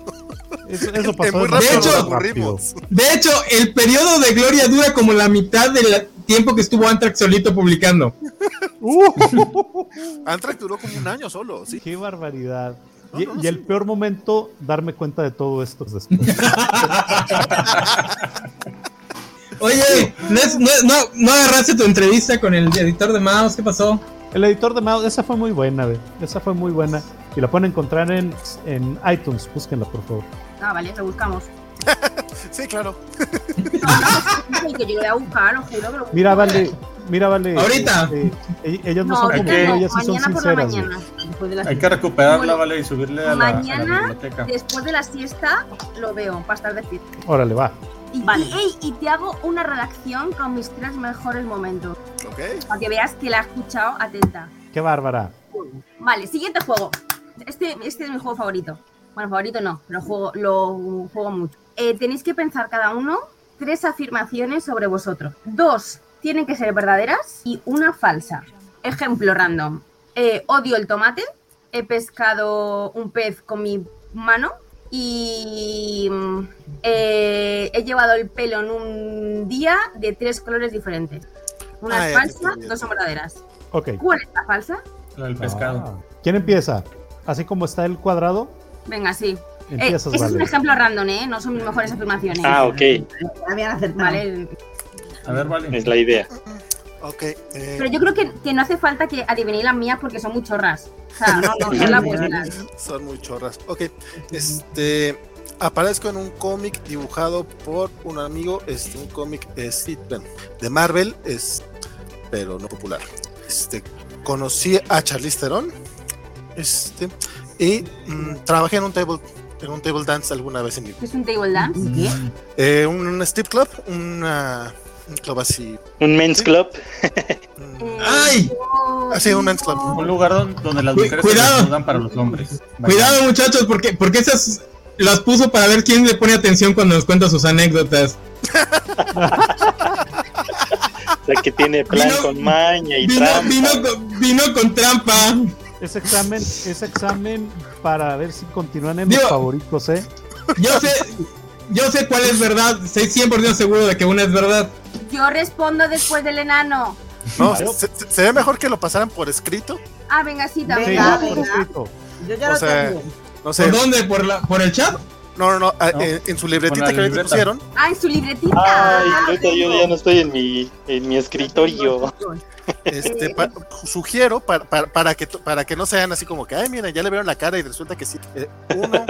Speaker 6: Eso, eso
Speaker 8: Que
Speaker 6: pasó
Speaker 8: muy
Speaker 6: demasiado
Speaker 8: rápido
Speaker 7: hecho,
Speaker 8: nos
Speaker 7: rápido.
Speaker 8: aburrimos.
Speaker 7: De hecho, el periodo de gloria dura como la mitad del tiempo que estuvo Antrax solito publicando.
Speaker 6: ¡Uh!
Speaker 8: Antrax duró como un año solo, sí.
Speaker 6: ¡Qué barbaridad!
Speaker 8: No,
Speaker 6: Y,
Speaker 8: no, no,
Speaker 6: y el
Speaker 8: sí.
Speaker 6: peor momento, darme cuenta de todo esto después.
Speaker 7: Oye, ¿no, es- no, no, no agarraste tu entrevista con el editor de Mouse? ¿Qué pasó?
Speaker 6: El editor de Mao, esa fue muy buena, ve. Esa fue muy buena. Y la pueden encontrar en, en iTunes, búsquenla por favor.
Speaker 3: Ah, vale, lo buscamos.
Speaker 8: Sí, claro.
Speaker 3: Ay, que yo lo voy a buscar, os juro que lo
Speaker 6: Mira, vale, mira, vale.
Speaker 7: Ahorita.
Speaker 6: eh, eh, ellas no,
Speaker 3: No,
Speaker 6: son
Speaker 3: ahorita
Speaker 6: como
Speaker 1: que
Speaker 6: yo,
Speaker 3: no,
Speaker 6: ellas sí son
Speaker 3: mañana por la
Speaker 6: sinceras. güey.
Speaker 3: mañana. después de la
Speaker 1: Hay que recuperarla,
Speaker 3: Bueno,
Speaker 1: vale, y subirle a la, a la
Speaker 3: mañana,
Speaker 1: biblioteca.
Speaker 3: Después de la siesta lo veo, para estar de fit.
Speaker 6: Órale, va.
Speaker 3: Y,
Speaker 4: Vale.
Speaker 3: y, ey, y te hago una redacción con mis tres mejores momentos,
Speaker 8: Ok.
Speaker 3: para que veas que la he escuchado atenta.
Speaker 6: Qué bárbara.
Speaker 3: Vale, siguiente juego. Este, este es mi juego favorito. Bueno, favorito no, lo juego, lo juego mucho. Eh, tenéis que pensar cada uno tres afirmaciones sobre vosotros. Dos tienen que ser verdaderas y una falsa. Ejemplo random. Eh, odio el tomate. He pescado un pez con mi mano. Y mm, eh, he llevado el pelo en un día de tres colores diferentes. Una
Speaker 8: Ah,
Speaker 3: es
Speaker 8: ya te
Speaker 3: falsa,
Speaker 8: estoy viendo.
Speaker 3: dos son verdaderas.
Speaker 6: Ok.
Speaker 3: ¿Cuál es la falsa?
Speaker 1: La del pescado.
Speaker 6: Ah. ¿Quién empieza? Así como está el cuadrado,
Speaker 3: Venga, sí. Eh,
Speaker 6: empiezas,
Speaker 3: ese es un
Speaker 6: vale.
Speaker 3: ejemplo random, ¿eh? No son mis mejores afirmaciones.
Speaker 9: Ah, ok,
Speaker 4: Habían acertado.
Speaker 3: Vale.
Speaker 1: A ver, vale.
Speaker 9: Ah. es la idea.
Speaker 8: Ok. eh,
Speaker 3: Pero yo creo que, que no hace falta que adivinéis las mías porque son muy chorras. O sea, no, no, son las vuestras.
Speaker 8: son muy chorras. Ok. Este. Aparezco en un cómic dibujado por un amigo. Este, un cómic este, bueno, de Marvel. Es. Pero no popular. Este. Conocí a Charlize Theron. Este. Y mm, trabajé en un table. En un table dance alguna vez en mi.
Speaker 3: ¿Es un table dance? ¿Qué?
Speaker 8: eh, un, un strip club. Una, un club así.
Speaker 9: Un men's club.
Speaker 8: mm,
Speaker 3: Eh,
Speaker 7: ¡Ay!
Speaker 3: yo
Speaker 8: Ah, sí, un
Speaker 3: digo-
Speaker 8: men's club.
Speaker 1: Un lugar don- donde las
Speaker 7: Cu-
Speaker 1: mujeres
Speaker 7: cuidado.
Speaker 1: se desnudan para los hombres. Vale.
Speaker 7: Cuidado muchachos, porque, porque esas las puso para ver quién le pone atención cuando nos cuenta sus anécdotas.
Speaker 9: O sea, que tiene plan
Speaker 7: Vino-
Speaker 9: con maña y
Speaker 7: Vino,
Speaker 9: trampa.
Speaker 7: vino, con, vino con trampa.
Speaker 6: Ese examen, ese examen para ver si continúan en
Speaker 7: Digo-
Speaker 6: mis favoritos, ¿eh?
Speaker 7: Yo sé, yo sé cuál es verdad, estoy 100% seguro de que una es verdad.
Speaker 3: Yo respondo después del enano.
Speaker 8: No, se, se- se ve mejor que lo pasaran por escrito.
Speaker 3: Ah, venga, sí,
Speaker 6: Sí,
Speaker 3: también.
Speaker 4: Venga,
Speaker 6: va por
Speaker 4: venga.
Speaker 6: escrito.
Speaker 4: Yo ya
Speaker 8: O
Speaker 4: lo
Speaker 8: sea,
Speaker 4: tengo.
Speaker 8: No sé.
Speaker 7: ¿Por dónde? ¿Por, la, por el chat?
Speaker 8: No, no, no. a-
Speaker 1: No.
Speaker 8: En, en su
Speaker 1: Con
Speaker 8: libretita
Speaker 1: la
Speaker 8: que le
Speaker 1: libreta.
Speaker 8: pusieron.
Speaker 3: Ah, en su libretita.
Speaker 9: Ay,
Speaker 3: Ah,
Speaker 9: ahorita yo ya no estoy en mi, en mi escritorio.
Speaker 8: Este, pa- sugiero pa- pa- para que to- para que no sean así como que, ay, mira, ya le vieron la cara y resulta que sí. Eh, uno,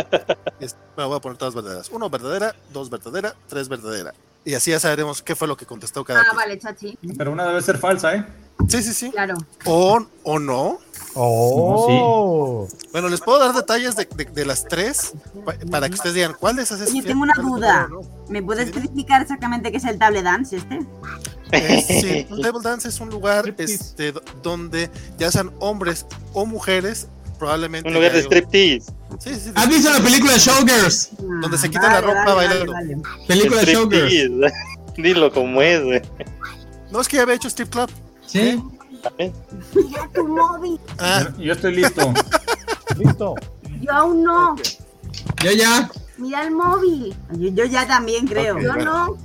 Speaker 8: es- me voy a poner todas verdaderas. Uno verdadera, dos verdadera, tres verdadera. Y así ya sabremos qué fue lo que contestó cada
Speaker 3: Ah,
Speaker 8: quien.
Speaker 3: vale, chachi.
Speaker 1: Pero una debe ser falsa, ¿eh?
Speaker 8: Sí, sí, sí.
Speaker 3: Claro.
Speaker 8: O, o no.
Speaker 6: Oh,
Speaker 8: Bueno, les puedo dar detalles de, de- de las tres pa- para que ustedes digan cuál de esas es.
Speaker 4: Oye,
Speaker 8: fiel,
Speaker 4: tengo una
Speaker 8: cuál es
Speaker 4: duda.
Speaker 8: verdadera o no.
Speaker 4: ¿Me puedes
Speaker 8: Sí, dime.
Speaker 4: explicar exactamente qué es el table dance este?
Speaker 8: Eh, sí, un table dance es un lugar
Speaker 6: Striptease.
Speaker 8: este, do- donde ya sean hombres o mujeres, probablemente.
Speaker 9: Un lugar de
Speaker 8: ya hay
Speaker 9: striptease.
Speaker 8: un- Sí, sí, sí.
Speaker 7: ¿Has visto la película Showgirls?
Speaker 8: Donde
Speaker 4: Ah,
Speaker 8: se quita la ropa bailando.
Speaker 7: Película Showgirls.
Speaker 9: Striptease. Dilo como es, güey.
Speaker 8: No es que ya había hecho strip club.
Speaker 7: Sí.
Speaker 12: Mira tu móvil.
Speaker 8: Ah,
Speaker 1: Yo estoy listo.
Speaker 6: listo.
Speaker 3: Yo aún no.
Speaker 7: Yo ya.
Speaker 3: Mira el móvil.
Speaker 4: Yo, yo ya también creo.
Speaker 8: Ok.
Speaker 3: Yo
Speaker 8: Bueno.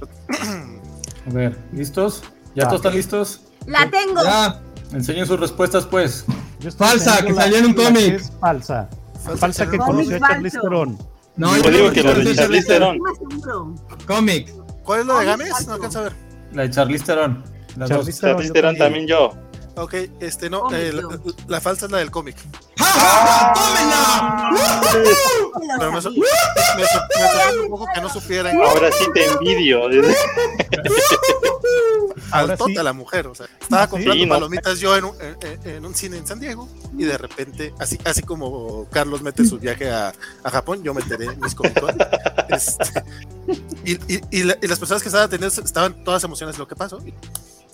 Speaker 3: no.
Speaker 1: A ver, ¿listos? ¿Ya
Speaker 6: Va.
Speaker 1: todos están listos?
Speaker 3: La tengo.
Speaker 7: Ya.
Speaker 1: Enseñen sus respuestas, pues.
Speaker 6: Yo estoy
Speaker 7: Falsa,
Speaker 6: teniendo
Speaker 7: que
Speaker 6: la-
Speaker 7: salió en un
Speaker 6: la
Speaker 7: cómic.
Speaker 6: que es Falsa. Falsa que
Speaker 4: Cómic
Speaker 6: conoció a Charlize
Speaker 4: falso.
Speaker 6: Theron.
Speaker 7: No,
Speaker 9: Yo digo que lo de
Speaker 7: Charlize
Speaker 9: Charlize
Speaker 7: Theron.
Speaker 9: Theron.
Speaker 4: Más seguro.
Speaker 7: Cómic.
Speaker 8: ¿Cuál es la de Games? No alcanzo a ver.
Speaker 1: La de Charlize Theron. Las dos.
Speaker 6: Charlize Theron,
Speaker 9: Charlize
Speaker 6: yo
Speaker 9: Theron también yo.
Speaker 8: Ok, este no,
Speaker 4: Cómic,
Speaker 8: eh, la,
Speaker 4: yo.
Speaker 8: la falsa es la del cómic.
Speaker 7: ¡Ja, ja, ja! ¡Tómela!
Speaker 8: Pero me, sor- me sor- me sorprende un poco que no supieran
Speaker 9: Ahora sí te envidio.
Speaker 8: al
Speaker 6: Ahora
Speaker 8: tote
Speaker 6: sí.
Speaker 8: a la mujer. O sea, estaba comprando
Speaker 9: Sí, no.
Speaker 8: palomitas yo en un, en- en- en un cine en San Diego y de repente, así así como Carlos mete su viaje a, a Japón, yo meteré mis cómics. Este, y, y- y la- y las personas que estaban atendiendo estaban todas emocionadas de lo que pasó.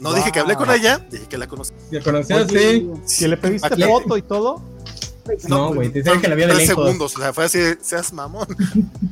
Speaker 8: No dije que hablé con ella, dije que la conocí.
Speaker 7: ¿Ya conocías? Sí.
Speaker 6: Ah. ¿Que le pediste
Speaker 7: Atleti-
Speaker 6: foto y todo?
Speaker 7: No, güey, te decía que la había de
Speaker 8: pues, tres
Speaker 7: lejos.
Speaker 8: segundos, o sea, fue así, de, seas mamón.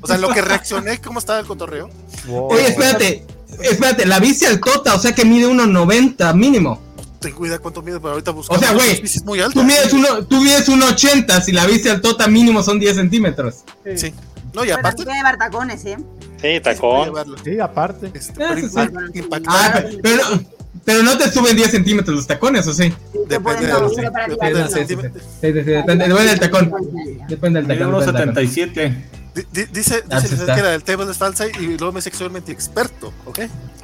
Speaker 8: O sea, en lo que reaccioné, ¿cómo estaba el cotorreo?
Speaker 6: Wow.
Speaker 7: Oye, espérate. Espérate, la bici al Tota, o sea que mide 1.90 mínimo.
Speaker 8: Tengo idea cuánto mide, pero ahorita busco.
Speaker 7: O sea, güey,
Speaker 8: Es muy alto.
Speaker 7: Tú mides, uno, tú mides 1.80, si la bici al Tota mínimo son 10 centímetros.
Speaker 8: Sí. No, y
Speaker 4: Pero
Speaker 8: aparte.
Speaker 4: aparte... que llevar tacones, ¿eh?
Speaker 9: Sí,
Speaker 8: voy a
Speaker 9: tacón.
Speaker 8: llevarlo.
Speaker 6: Sí, aparte.
Speaker 8: Este,
Speaker 7: Ah,
Speaker 8: pero
Speaker 7: sí,
Speaker 8: impact-
Speaker 7: sí.
Speaker 8: impactante.
Speaker 7: Ah, pero, pero no, pero no te suben 10 centímetros los tacones, ¿o sí?
Speaker 8: Depende
Speaker 4: pueden
Speaker 8: de
Speaker 4: dar
Speaker 8: los-
Speaker 4: uno
Speaker 3: para
Speaker 8: depende
Speaker 7: tirarlo.
Speaker 8: del centímetro.
Speaker 7: Sí, sí, sí, depende, depende del tacón. Depende del
Speaker 1: Mide
Speaker 7: tacón. depende del tacón.
Speaker 1: 1.77.
Speaker 8: Di- di- Dice,
Speaker 7: Ah, sí
Speaker 8: dice
Speaker 7: está.
Speaker 8: que la del table es falsa y luego me dice que soy realmente experto, ¿ok?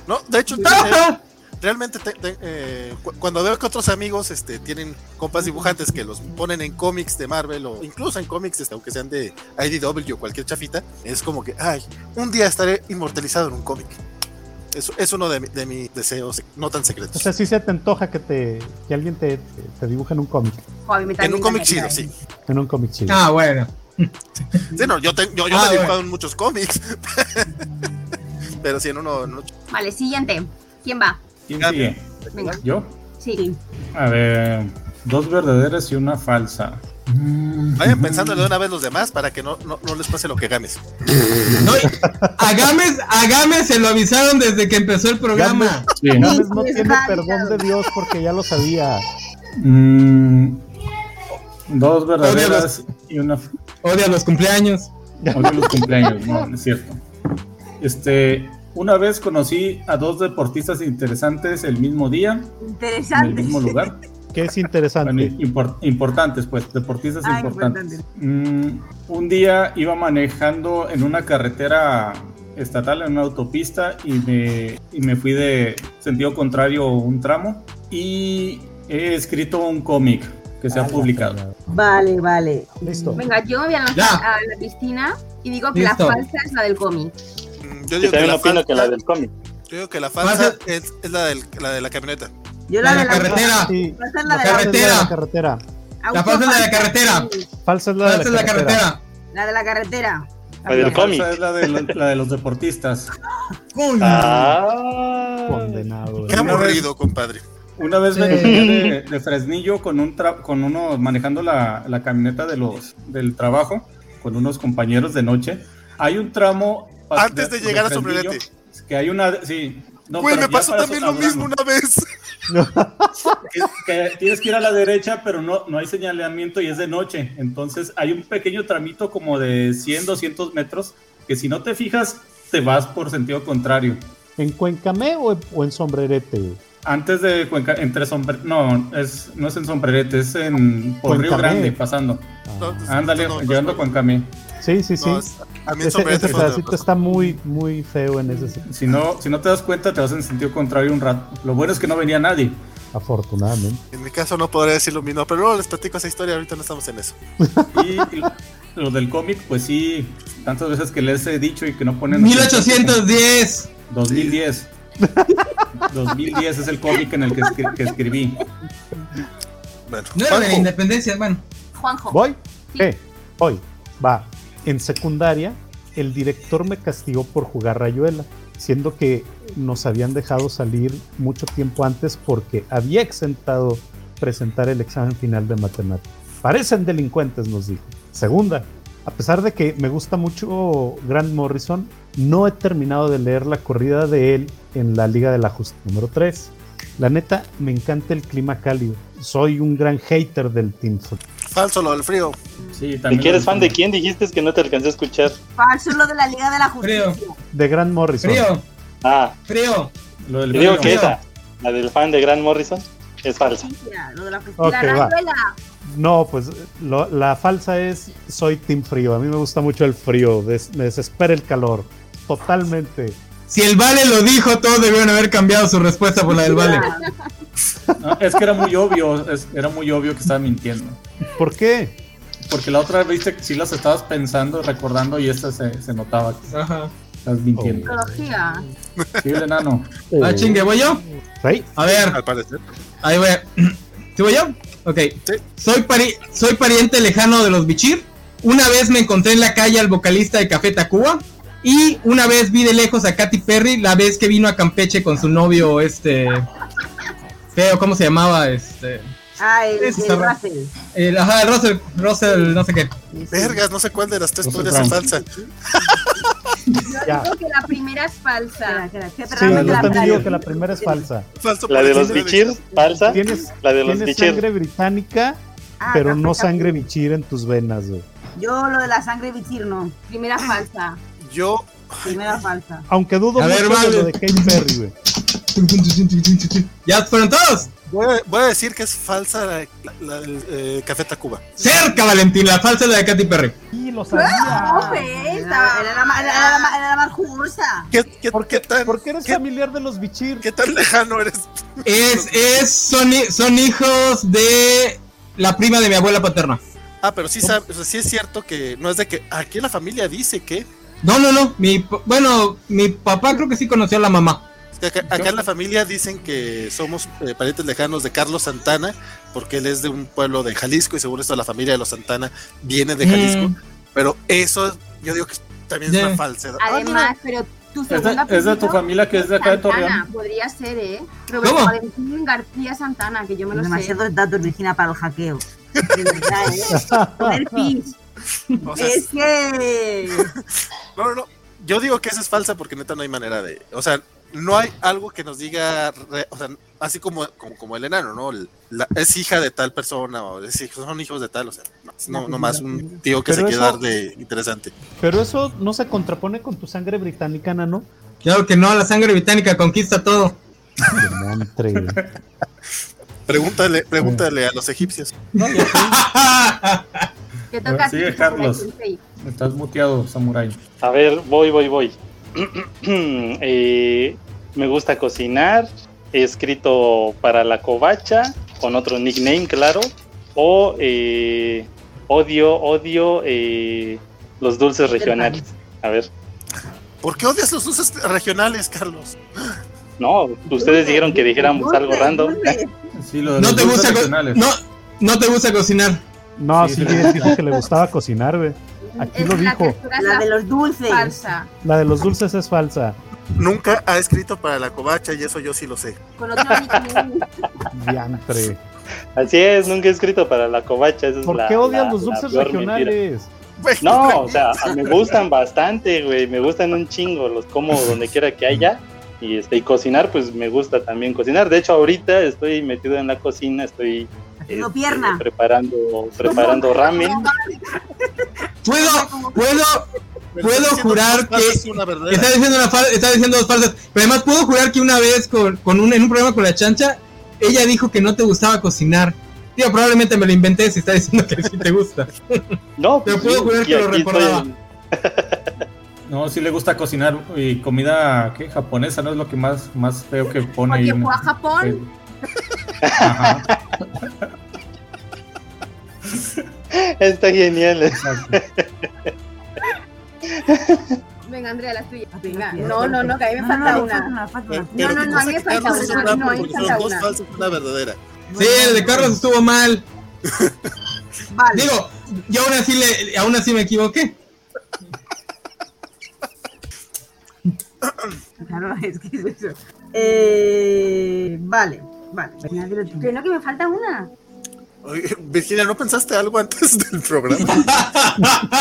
Speaker 8: No, de hecho, eh,
Speaker 7: ¡Ah!
Speaker 8: realmente te- te- eh, cu- cuando veo que otros amigos este, tienen compas dibujantes que los ponen en cómics de Marvel o incluso en cómics, este, aunque sean de IDW o cualquier chafita, es como que, ay, un día estaré inmortalizado en un cómic. Es, es uno de, mi- de mis deseos no tan
Speaker 6: O
Speaker 8: secretos.
Speaker 6: sea, sí se te antoja que te que alguien te, te, te dibuje en un cómic.
Speaker 3: Jo, a mí me
Speaker 8: En un
Speaker 3: también
Speaker 8: cómic
Speaker 3: me
Speaker 8: chido,
Speaker 3: encantaría.
Speaker 8: sí.
Speaker 6: En un cómic chido.
Speaker 7: Ah, bueno.
Speaker 8: Sí, no, yo, te- yo, yo
Speaker 7: Ah,
Speaker 8: me he dibujado
Speaker 7: bueno.
Speaker 8: en muchos cómics. Pero sí, en uno. en uno-
Speaker 3: Vale, siguiente. ¿Quién va?
Speaker 1: ¿Quién
Speaker 8: Ah,
Speaker 1: sigue?
Speaker 3: Venga.
Speaker 1: ¿Yo?
Speaker 3: Sí.
Speaker 1: A ver, dos verdaderas y una falsa.
Speaker 9: Mm.
Speaker 8: Vayan pensándole de una vez los demás para que no, no, no les pase lo que ganes.
Speaker 7: No, y- a Gámez, a Gámez se lo avisaron desde que empezó el programa.
Speaker 1: Sí.
Speaker 6: Gámez no tiene perdón de Dios porque ya lo sabía.
Speaker 1: Mm, dos verdaderas y una falsa.
Speaker 7: Odia los cumpleaños.
Speaker 1: Odio los cumpleaños, no, no es cierto. Este, una vez conocí a dos deportistas interesantes el mismo día, en el
Speaker 4: Interesante.
Speaker 1: mismo lugar.
Speaker 6: Que es
Speaker 1: Bueno,
Speaker 6: interesante.
Speaker 1: impor- importantes, pues, deportistas
Speaker 4: Ah,
Speaker 1: importantes.
Speaker 4: importante.
Speaker 1: Mm, un día iba manejando en una carretera estatal, en una autopista, y me, y me fui de sentido contrario un tramo. Y he escrito un cómic que
Speaker 6: Ah,
Speaker 1: se ha publicado.
Speaker 4: Vale, vale.
Speaker 6: Listo.
Speaker 3: Venga, yo me voy a lanzar
Speaker 7: Ya.
Speaker 3: a la piscina y digo que
Speaker 7: Listo.
Speaker 3: la falsa es la del cómic.
Speaker 8: Mm, Yo
Speaker 9: Yo
Speaker 8: digo que
Speaker 9: también
Speaker 8: la
Speaker 9: opino
Speaker 8: falsa,
Speaker 9: que la del cómic.
Speaker 8: yo digo que la
Speaker 7: Vas
Speaker 8: falsa
Speaker 7: a-
Speaker 8: es, es la, del, la de la camioneta.
Speaker 4: Yo la,
Speaker 7: La
Speaker 4: de
Speaker 7: de
Speaker 4: la
Speaker 7: carretera.
Speaker 6: Sí.
Speaker 4: Va a ser la de la,
Speaker 6: Falsa es la de
Speaker 7: Carretera.
Speaker 6: la carretera.
Speaker 7: La falsa es la de la carretera.
Speaker 3: Sí.
Speaker 6: Falsa es la
Speaker 7: Esta
Speaker 6: de
Speaker 7: es la carretera.
Speaker 4: La de la carretera.
Speaker 9: La del
Speaker 1: La
Speaker 9: cómic.
Speaker 1: falsa es la de, lo- la de los deportistas.
Speaker 7: Coño.
Speaker 9: Ah.
Speaker 6: Condenado.
Speaker 8: Qué
Speaker 1: Una
Speaker 8: aburrido, compadre.
Speaker 1: Una vez me
Speaker 7: Sí.
Speaker 1: venía de, de Fresnillo con un tra- con uno manejando la, la camioneta de los del trabajo con unos compañeros de noche. Hay un tramo pa-
Speaker 8: Antes de llegar a
Speaker 1: Fresnillo
Speaker 8: Sobrelete.
Speaker 1: que hay una sí. No,
Speaker 8: Güey,
Speaker 1: pero
Speaker 8: me
Speaker 1: ya
Speaker 8: pasó
Speaker 1: para
Speaker 8: también lo mismo
Speaker 1: Sotablano,
Speaker 8: una vez.
Speaker 1: Que, que tienes que ir a la derecha, pero no, no hay señalamiento y es de noche. Entonces hay un pequeño tramito como de 100, 200 metros que si no te fijas, te vas por sentido contrario.
Speaker 6: ¿En Cuencamé o en, o en Sombrerete?
Speaker 1: Antes de Cuenca, entre Sombre... No, es, no es en Sombrerete, es en por Río
Speaker 6: Cuencamé.
Speaker 1: Grande, pasando.
Speaker 6: Ah.
Speaker 1: Ándale,
Speaker 8: No, no,
Speaker 1: llegando
Speaker 8: no,
Speaker 1: con Cami.
Speaker 6: Sí, sí, sí.
Speaker 8: no, es- a mí
Speaker 6: ese
Speaker 8: el
Speaker 6: ese
Speaker 8: sombrerete pues, fue otra
Speaker 6: pedacito
Speaker 8: cosa.
Speaker 6: está muy, muy feo en ese sentido,
Speaker 1: Si no, si no te das cuenta, te vas en sentido contrario un rato. Lo bueno es que no venía nadie.
Speaker 6: afortunadamente.
Speaker 8: En mi caso no podría decir lo mismo, pero luego les platico esa historia, ahorita no estamos en eso.
Speaker 1: Y lo, lo del cómic, pues sí, tantas veces que les he dicho y que no ponen.
Speaker 7: 1810.
Speaker 1: 2010. 2010 es el cómic en el que, escri- que escribí.
Speaker 8: Bueno,
Speaker 7: No era de la
Speaker 8: Juanjo,
Speaker 7: independencia, bueno.
Speaker 3: Juanjo.
Speaker 6: ¿Voy? ¿Qué? Voy. Va. En secundaria, el director me castigó por jugar rayuela, siendo que nos habían dejado salir mucho tiempo antes porque había exentado presentar el examen final de matemáticas. Parecen delincuentes, nos dijo. Segunda, a pesar de que me gusta mucho Grant Morrison, no he terminado de leer la corrida de él en la Liga de la Justicia número 3. La neta, me encanta el clima cálido. Soy un gran hater del Team Fo-
Speaker 8: falso lo del frío.
Speaker 1: Sí,
Speaker 9: ¿Y
Speaker 1: también.
Speaker 9: que eres
Speaker 1: lo-
Speaker 9: fan de quién dijiste que no te alcancé a escuchar?
Speaker 4: Falso es lo de la Liga de la Justicia.
Speaker 6: de Grant Morrison.
Speaker 7: Frío,
Speaker 9: Ah,
Speaker 7: frío.
Speaker 1: Lo del
Speaker 9: te digo
Speaker 1: frío.
Speaker 9: que esa, la del fan de Grant Morrison, es falsa.
Speaker 4: Mira, Lo de la justicia.
Speaker 6: Ok,
Speaker 3: la
Speaker 6: va.
Speaker 3: rayuela.
Speaker 6: No, pues lo- la falsa es soy team frío. A mí me gusta mucho el frío, des- me desespera el calor. Totalmente.
Speaker 7: Si el Vale lo dijo, todos debieron haber cambiado su respuesta por la del Vale.
Speaker 1: No, es que era muy obvio, es- era muy obvio que estaba mintiendo.
Speaker 6: ¿Por qué?
Speaker 1: Porque la otra vez viste que sí las estabas pensando, recordando y esta se, se notaba que
Speaker 7: Ajá.
Speaker 1: estás mintiendo.
Speaker 3: Psicología.
Speaker 8: Oh.
Speaker 1: Sí, el enano.
Speaker 7: Ah, chingue, ¿voy yo?
Speaker 6: ¿Sí?
Speaker 7: A ver,
Speaker 8: Al parecer.
Speaker 7: ahí voy. ¿Sí voy yo? Ok.
Speaker 8: Sí.
Speaker 7: Soy, pari- soy pariente lejano de los Bichir. Una vez me encontré en la calle al vocalista de Café Tacuba. Y una vez vi de lejos a Katy Perry la vez que vino a Campeche con su novio, este. Feo, ¿cómo se llamaba? Este.
Speaker 4: Ah, el,
Speaker 7: Ese
Speaker 4: el
Speaker 7: está raro.
Speaker 4: Russell.
Speaker 7: el- ajá, Russell, Russell, no sé qué.
Speaker 8: Vergas, no sé cuál de las tres
Speaker 1: No sé,
Speaker 8: podría ser
Speaker 1: Frank.
Speaker 8: falsa.
Speaker 6: Ya.
Speaker 3: Creo que la primera es falsa.
Speaker 4: Espera, espera, espera,
Speaker 6: Sí,
Speaker 4: espérame,
Speaker 6: yo
Speaker 4: la-
Speaker 6: también
Speaker 4: la-
Speaker 6: digo que la primera es falsa.
Speaker 8: Falso
Speaker 9: La de
Speaker 8: porque
Speaker 9: los
Speaker 8: tiene-
Speaker 9: Bichir, falsa.
Speaker 6: Tienes,
Speaker 9: La de los
Speaker 6: tienes
Speaker 9: Bichir.
Speaker 6: sangre británica,
Speaker 4: Ah,
Speaker 6: pero
Speaker 4: café,
Speaker 6: no
Speaker 4: café.
Speaker 6: sangre bichir en tus venas, güey.
Speaker 4: Yo lo de la sangre bichir no.
Speaker 3: Primera falsa.
Speaker 8: Yo,
Speaker 4: Primera falsa.
Speaker 6: Aunque dudo
Speaker 7: A ver,
Speaker 6: mucho de
Speaker 7: vale.
Speaker 6: lo de Katy Perry, güey.
Speaker 7: ¿Ya fueron todos?
Speaker 8: voy a, voy a decir que es falsa la, la- la del eh, Café Tacuba.
Speaker 7: Cerca, Valentín, la falsa es la de Katy Perry.
Speaker 6: Y lo sabía.
Speaker 3: ¡No,
Speaker 4: Era,
Speaker 3: esta!
Speaker 4: Ah, era la, ma- era la ma- era la más
Speaker 7: Ah.
Speaker 4: jugosa.
Speaker 8: ¿Qué, qué,
Speaker 6: ¿Por
Speaker 8: qué
Speaker 6: qué,
Speaker 8: tan,
Speaker 6: por qué eres
Speaker 8: qué-
Speaker 6: familiar de los bichir?
Speaker 8: qué tan lejano eres?
Speaker 7: Es, es, son, hi- son hijos de la prima de mi abuela paterna.
Speaker 8: Ah, pero sí, sabe- o sea, sí es cierto que no es de que aquí la familia dice que
Speaker 7: No, no, no. Mi, pa- bueno, mi papá creo que sí conoció a la mamá.
Speaker 8: Acá, acá en la familia dicen que somos eh, parientes lejanos de Carlos Santana, porque él es de un pueblo de Jalisco y según esto la familia de los Santana viene de Jalisco.
Speaker 7: Mm.
Speaker 8: Pero eso yo digo que también es
Speaker 7: Ya.
Speaker 8: una falsedad.
Speaker 3: Ah,
Speaker 4: Ah,
Speaker 3: Además, pero tu
Speaker 1: Es
Speaker 3: segunda
Speaker 1: de, es de tu familia que es de acá de
Speaker 3: Santana,
Speaker 1: Torreón.
Speaker 3: podría ser, ¿eh? Roberto
Speaker 7: ¿Cómo?
Speaker 3: Valentín García Santana, que yo me lo sé.
Speaker 4: Demasiados datos, Virginia, para el hackeo. De verdad, ¿eh? Poner pis.
Speaker 8: O sea,
Speaker 4: Es que.
Speaker 8: No, no, no. Yo digo que esa es falsa porque neta no hay manera de. O sea, no hay algo que nos diga. re- o sea, así como, como, como el enano, ¿no? El- la- es hija de tal persona o es hijo- son hijos de tal. O sea, no, no, no más un tío que
Speaker 6: Pero
Speaker 8: se quiere
Speaker 6: eso-
Speaker 8: dar de interesante.
Speaker 6: Pero eso no se contrapone con tu sangre británica, nano.
Speaker 7: Claro que no, la sangre británica conquista todo.
Speaker 6: De Montre.
Speaker 8: Pregúntale, pregúntale a los egipcios.
Speaker 3: Te toca a ti,
Speaker 1: Sigue,
Speaker 3: Samurai
Speaker 1: Carlos.
Speaker 3: Sensei.
Speaker 1: Estás muteado, Samurai.
Speaker 9: A ver, voy, voy, voy. Eh, me gusta cocinar. He escrito para la covacha, con otro nickname, claro. O eh, odio, odio eh, los dulces regionales. A ver,
Speaker 8: ¿Por qué odias los dulces regionales, Carlos?
Speaker 9: no,
Speaker 4: Uh,
Speaker 9: ustedes dijeron que dijéramos algo random.
Speaker 1: Sí, lo de
Speaker 7: No
Speaker 1: los
Speaker 7: te
Speaker 1: dulces
Speaker 7: gusta co-
Speaker 1: regionales.
Speaker 7: no, no te gusta cocinar.
Speaker 6: No,
Speaker 1: Sí,
Speaker 6: sí,
Speaker 1: sí.
Speaker 6: es dijo que le gustaba cocinar, güey. Aquí
Speaker 3: Es
Speaker 6: lo
Speaker 3: la
Speaker 6: dijo.
Speaker 3: textura
Speaker 4: La de
Speaker 3: es
Speaker 4: los
Speaker 3: la
Speaker 4: dulces.
Speaker 3: falsa.
Speaker 6: La de los dulces es falsa.
Speaker 8: Nunca ha escrito para la covacha y eso yo sí lo sé.
Speaker 3: Con otro nickname.
Speaker 6: Diantre.
Speaker 9: Así es, nunca he escrito para la covacha. esa es
Speaker 6: ¿Por
Speaker 9: la-
Speaker 6: qué odias
Speaker 9: la-
Speaker 6: los
Speaker 9: la
Speaker 6: dulces
Speaker 9: peor mentira.
Speaker 6: regionales?
Speaker 8: Güey,
Speaker 9: No, o sea, me gustan bastante, güey, me gustan un chingo, los como donde quiera que haya. Y este y cocinar, pues me gusta también cocinar. De hecho, ahorita estoy metido en la cocina,
Speaker 3: Eh,
Speaker 9: estoy
Speaker 4: Haciendo
Speaker 9: este,
Speaker 4: pierna.
Speaker 9: preparando preparando ramen.
Speaker 7: Puedo, puedo,
Speaker 8: me
Speaker 7: puedo
Speaker 8: estás diciendo
Speaker 7: jurar
Speaker 8: dos falsas,
Speaker 7: que-
Speaker 8: una verdadera.
Speaker 7: está diciendo una fal- está diciendo dos falsas. Pero además puedo jurar que una vez con, con un, en un programa con la chancha, ella dijo que no te gustaba cocinar. Tío, probablemente me lo inventé si está diciendo que sí te gusta.
Speaker 9: No, pues,
Speaker 7: Te puedo
Speaker 9: sí,
Speaker 7: jurar
Speaker 9: y
Speaker 7: que lo
Speaker 9: aquí estoy
Speaker 7: recordaba.
Speaker 9: en-
Speaker 1: No, sí le gusta cocinar y comida ¿qué? japonesa, no es lo que más, más feo que pone ahí.
Speaker 3: Porque
Speaker 1: ¿no?
Speaker 3: fue a Japón.
Speaker 1: Ajá,
Speaker 9: Está genial.
Speaker 1: exacto.
Speaker 3: Venga, Andrea, la tuya. Venga,
Speaker 4: Venga,
Speaker 3: no, no, no, que a mí me falta una. Eh,
Speaker 4: falta
Speaker 8: Pero-
Speaker 4: una.
Speaker 8: pero
Speaker 3: no,
Speaker 8: ¿qué
Speaker 3: no,
Speaker 8: pasa
Speaker 3: a mí me
Speaker 8: que Carlos
Speaker 3: falta
Speaker 8: es
Speaker 3: una,
Speaker 8: un trampo
Speaker 3: no, a mí me
Speaker 8: porque son
Speaker 3: falta
Speaker 8: dos
Speaker 3: una.
Speaker 8: falsas y una verdadera.
Speaker 7: Sí, el de Carlos estuvo mal.
Speaker 4: Vale.
Speaker 7: Digo, yo aún así, le, aún así me equivoqué.
Speaker 4: Claro, es que es eso. Eh, vale, vale. Venga, dilo tú.
Speaker 3: Que no, que me falta una.
Speaker 8: Oye, Virginia, ¿no pensaste algo antes del programa?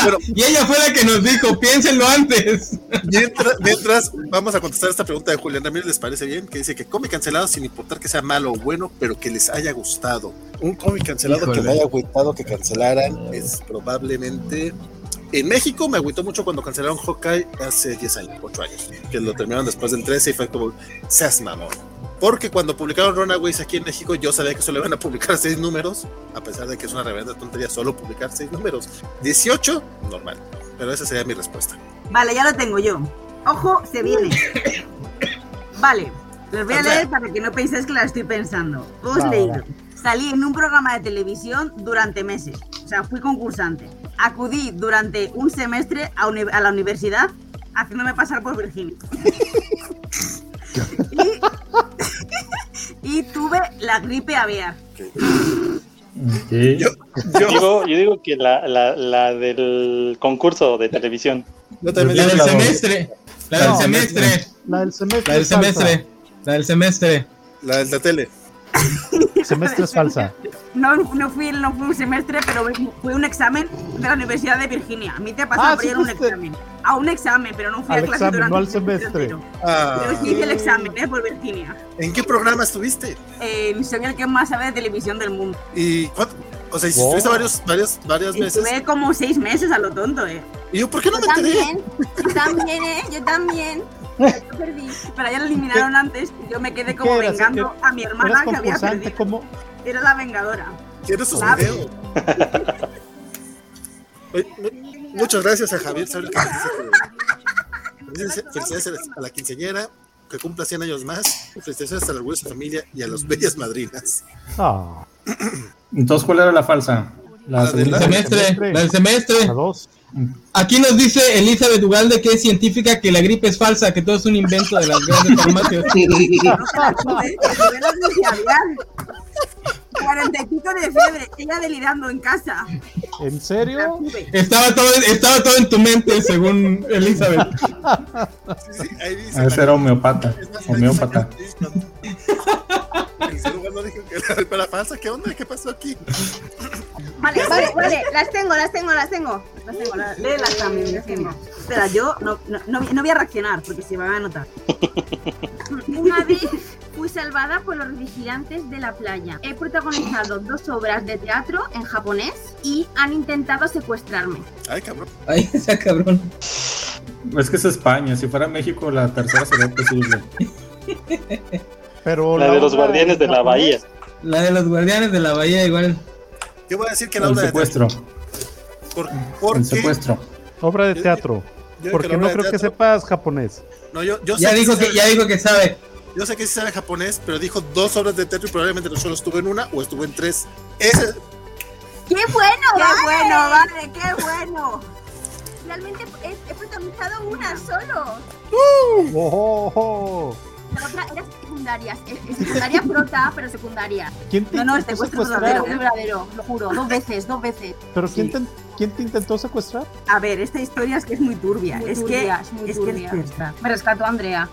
Speaker 8: Pero-
Speaker 7: Y ella fue la que nos dijo, piénsenlo antes.
Speaker 8: Mientras, mientras, vamos a contestar esta pregunta de Julián Ramírez, ¿les parece bien? Que dice que cómic cancelado sin importar que sea malo o bueno, pero que les haya gustado. Un cómic cancelado que
Speaker 7: Híjole.
Speaker 8: me haya gustado que cancelaran es probablemente... En México me agüitó mucho cuando cancelaron Hawkeye hace 10 años, 8 años, que lo terminaron después del 13 y fue como, seas mamón. Porque cuando publicaron Runaways aquí en México, yo sabía que solo iban a publicar 6 números, a pesar de que es una reverenda tontería solo publicar 6 números. 18, normal. Pero esa sería mi respuesta.
Speaker 4: Vale, ya lo tengo yo. Ojo, se viene. Vale, les voy a leer para que no penséis que la estoy pensando. Os
Speaker 6: Va, va,
Speaker 4: leído.
Speaker 6: va.
Speaker 4: Salí en un programa de televisión durante meses. O sea, fui concursante. Acudí durante un semestre a, uni- a la universidad haciéndome pasar por Virginia. y, y tuve la gripe aviar.
Speaker 1: Sí.
Speaker 8: Yo- yo-
Speaker 9: Digo, yo digo que la, la, la del concurso de televisión.
Speaker 8: Yo
Speaker 7: La
Speaker 8: también
Speaker 7: del
Speaker 8: digo que la,
Speaker 7: semestre. La del
Speaker 6: No,
Speaker 7: semestre.
Speaker 6: La del semestre.
Speaker 7: La del
Speaker 6: es falsa.
Speaker 7: semestre. La del semestre.
Speaker 8: la de la tele.
Speaker 6: Semestre es falsa.
Speaker 4: No, no, fui, no fue un semestre, pero fue un examen de la Universidad de Virginia. A mí te pasó
Speaker 6: Ah,
Speaker 4: por
Speaker 6: sí
Speaker 4: ir a un
Speaker 6: fuiste.
Speaker 4: examen. A un examen, pero no fui
Speaker 6: Al
Speaker 4: a clase
Speaker 6: examen,
Speaker 4: durante
Speaker 6: no al
Speaker 4: un semestre
Speaker 6: semestre.
Speaker 4: entero.
Speaker 8: Ah,
Speaker 4: Pero sí hice el examen, ¿eh? Por Virginia.
Speaker 8: ¿En qué programa estuviste?
Speaker 4: Eh, soy el que más sabe de televisión del mundo.
Speaker 8: ¿Y cuánto? O sea,
Speaker 6: Wow.
Speaker 8: estuviste varios, varios, varias veces.
Speaker 4: Estuve como seis meses a lo tonto, ¿eh?
Speaker 8: ¿Y yo por qué no
Speaker 3: Yo
Speaker 8: me enteré?
Speaker 3: también, yo también, ¿eh? Yo también. Yo perdí.
Speaker 4: Pero ya lo eliminaron antes y yo me quedé como
Speaker 6: ¿Qué eras?
Speaker 4: vengando a mi
Speaker 6: Eras
Speaker 4: hermana que había
Speaker 6: concursante,
Speaker 4: perdido.
Speaker 6: ¿cómo?
Speaker 4: Era la vengadora.
Speaker 8: Quiero sus
Speaker 4: Ah.
Speaker 8: videos. Oye, mu- Muchas gracias a Javier Saúl que nos dice que- Felicidades- Felicidades a la quinceañera, que cumpla 100 años más. y Felicidades al orgullo de su familia y a las bellas madrinas.
Speaker 6: Ah,
Speaker 1: Entonces, ¿cuál era la falsa? Ah, La
Speaker 8: La de
Speaker 1: segunda.
Speaker 7: Semestre. La del semestre.
Speaker 6: a dos.
Speaker 7: Aquí nos dice Elizabeth Ugalde que es científica, que la gripe es falsa, que todo es un invento de las grandes farmacias.
Speaker 4: Cuarenta y pico de fiebre, ella delirando en casa.
Speaker 6: ¿En serio?
Speaker 7: Estaba todo, estaba todo en tu mente, según Elizabeth.
Speaker 1: A ser homeopata. Homeópata.
Speaker 8: El ser humano dijo que la gripa era falsa. ¿Qué onda? ¿Qué pasó aquí?
Speaker 12: Vale, vale, vale, las tengo, las tengo, las tengo.
Speaker 4: Las tengo, la- léelas también. las tengo. Espera, yo no, no, no voy- no voy a reaccionar porque se me va a notar.
Speaker 12: Una vez fui salvada por los vigilantes de la playa. He protagonizado dos obras de teatro en japonés y han intentado secuestrarme.
Speaker 8: Ay, cabrón.
Speaker 7: Ay, esa cabrón.
Speaker 1: Es que es España. Si fuera México, la tercera sería posible.
Speaker 6: Pero
Speaker 9: La de los
Speaker 6: obra
Speaker 9: guardianes de la bahía.
Speaker 7: La de los guardianes de la bahía, igual.
Speaker 8: Yo voy a decir que la
Speaker 1: El
Speaker 8: obra de
Speaker 1: secuestro.
Speaker 8: Por,
Speaker 1: El
Speaker 8: porque
Speaker 1: secuestro.
Speaker 6: Obra de
Speaker 8: Yo-
Speaker 6: teatro.
Speaker 8: yo digo que
Speaker 6: Porque
Speaker 8: la
Speaker 6: no
Speaker 8: obra de
Speaker 6: creo que
Speaker 8: teatro-
Speaker 6: sepas japonés.
Speaker 8: No, yo, yo
Speaker 7: Ya
Speaker 8: sé
Speaker 7: dijo
Speaker 8: sí
Speaker 7: que, ya
Speaker 8: sabe-
Speaker 7: dijo que sabe.
Speaker 8: Yo sé que sí sabe japonés, pero dijo dos obras de teatro y probablemente no solo estuvo en una o estuvo en tres. Ese,
Speaker 12: ¡Qué bueno!
Speaker 4: ¡Qué
Speaker 12: vale!
Speaker 4: bueno, vale! ¡Qué bueno!
Speaker 12: Realmente he, he protagonizado una solo.
Speaker 6: Ojo, ojo.
Speaker 12: La otra era secundaria. Es- es secundaria prota, pero secundaria.
Speaker 6: ¿Quién te
Speaker 4: No, no, este
Speaker 6: intentó
Speaker 4: puesto es
Speaker 6: secuestrar?
Speaker 12: Pero muy verdadero, lo juro. Dos veces, dos veces.
Speaker 6: ¿Pero quién,
Speaker 4: Sí.
Speaker 6: te, quién te intentó secuestrar?
Speaker 4: A ver, esta historia es que es muy turbia.
Speaker 12: Muy
Speaker 4: es
Speaker 12: turbia,
Speaker 4: que
Speaker 12: es muy
Speaker 4: es
Speaker 12: turbia.
Speaker 4: que es cierta.
Speaker 3: Me rescató a Andrea.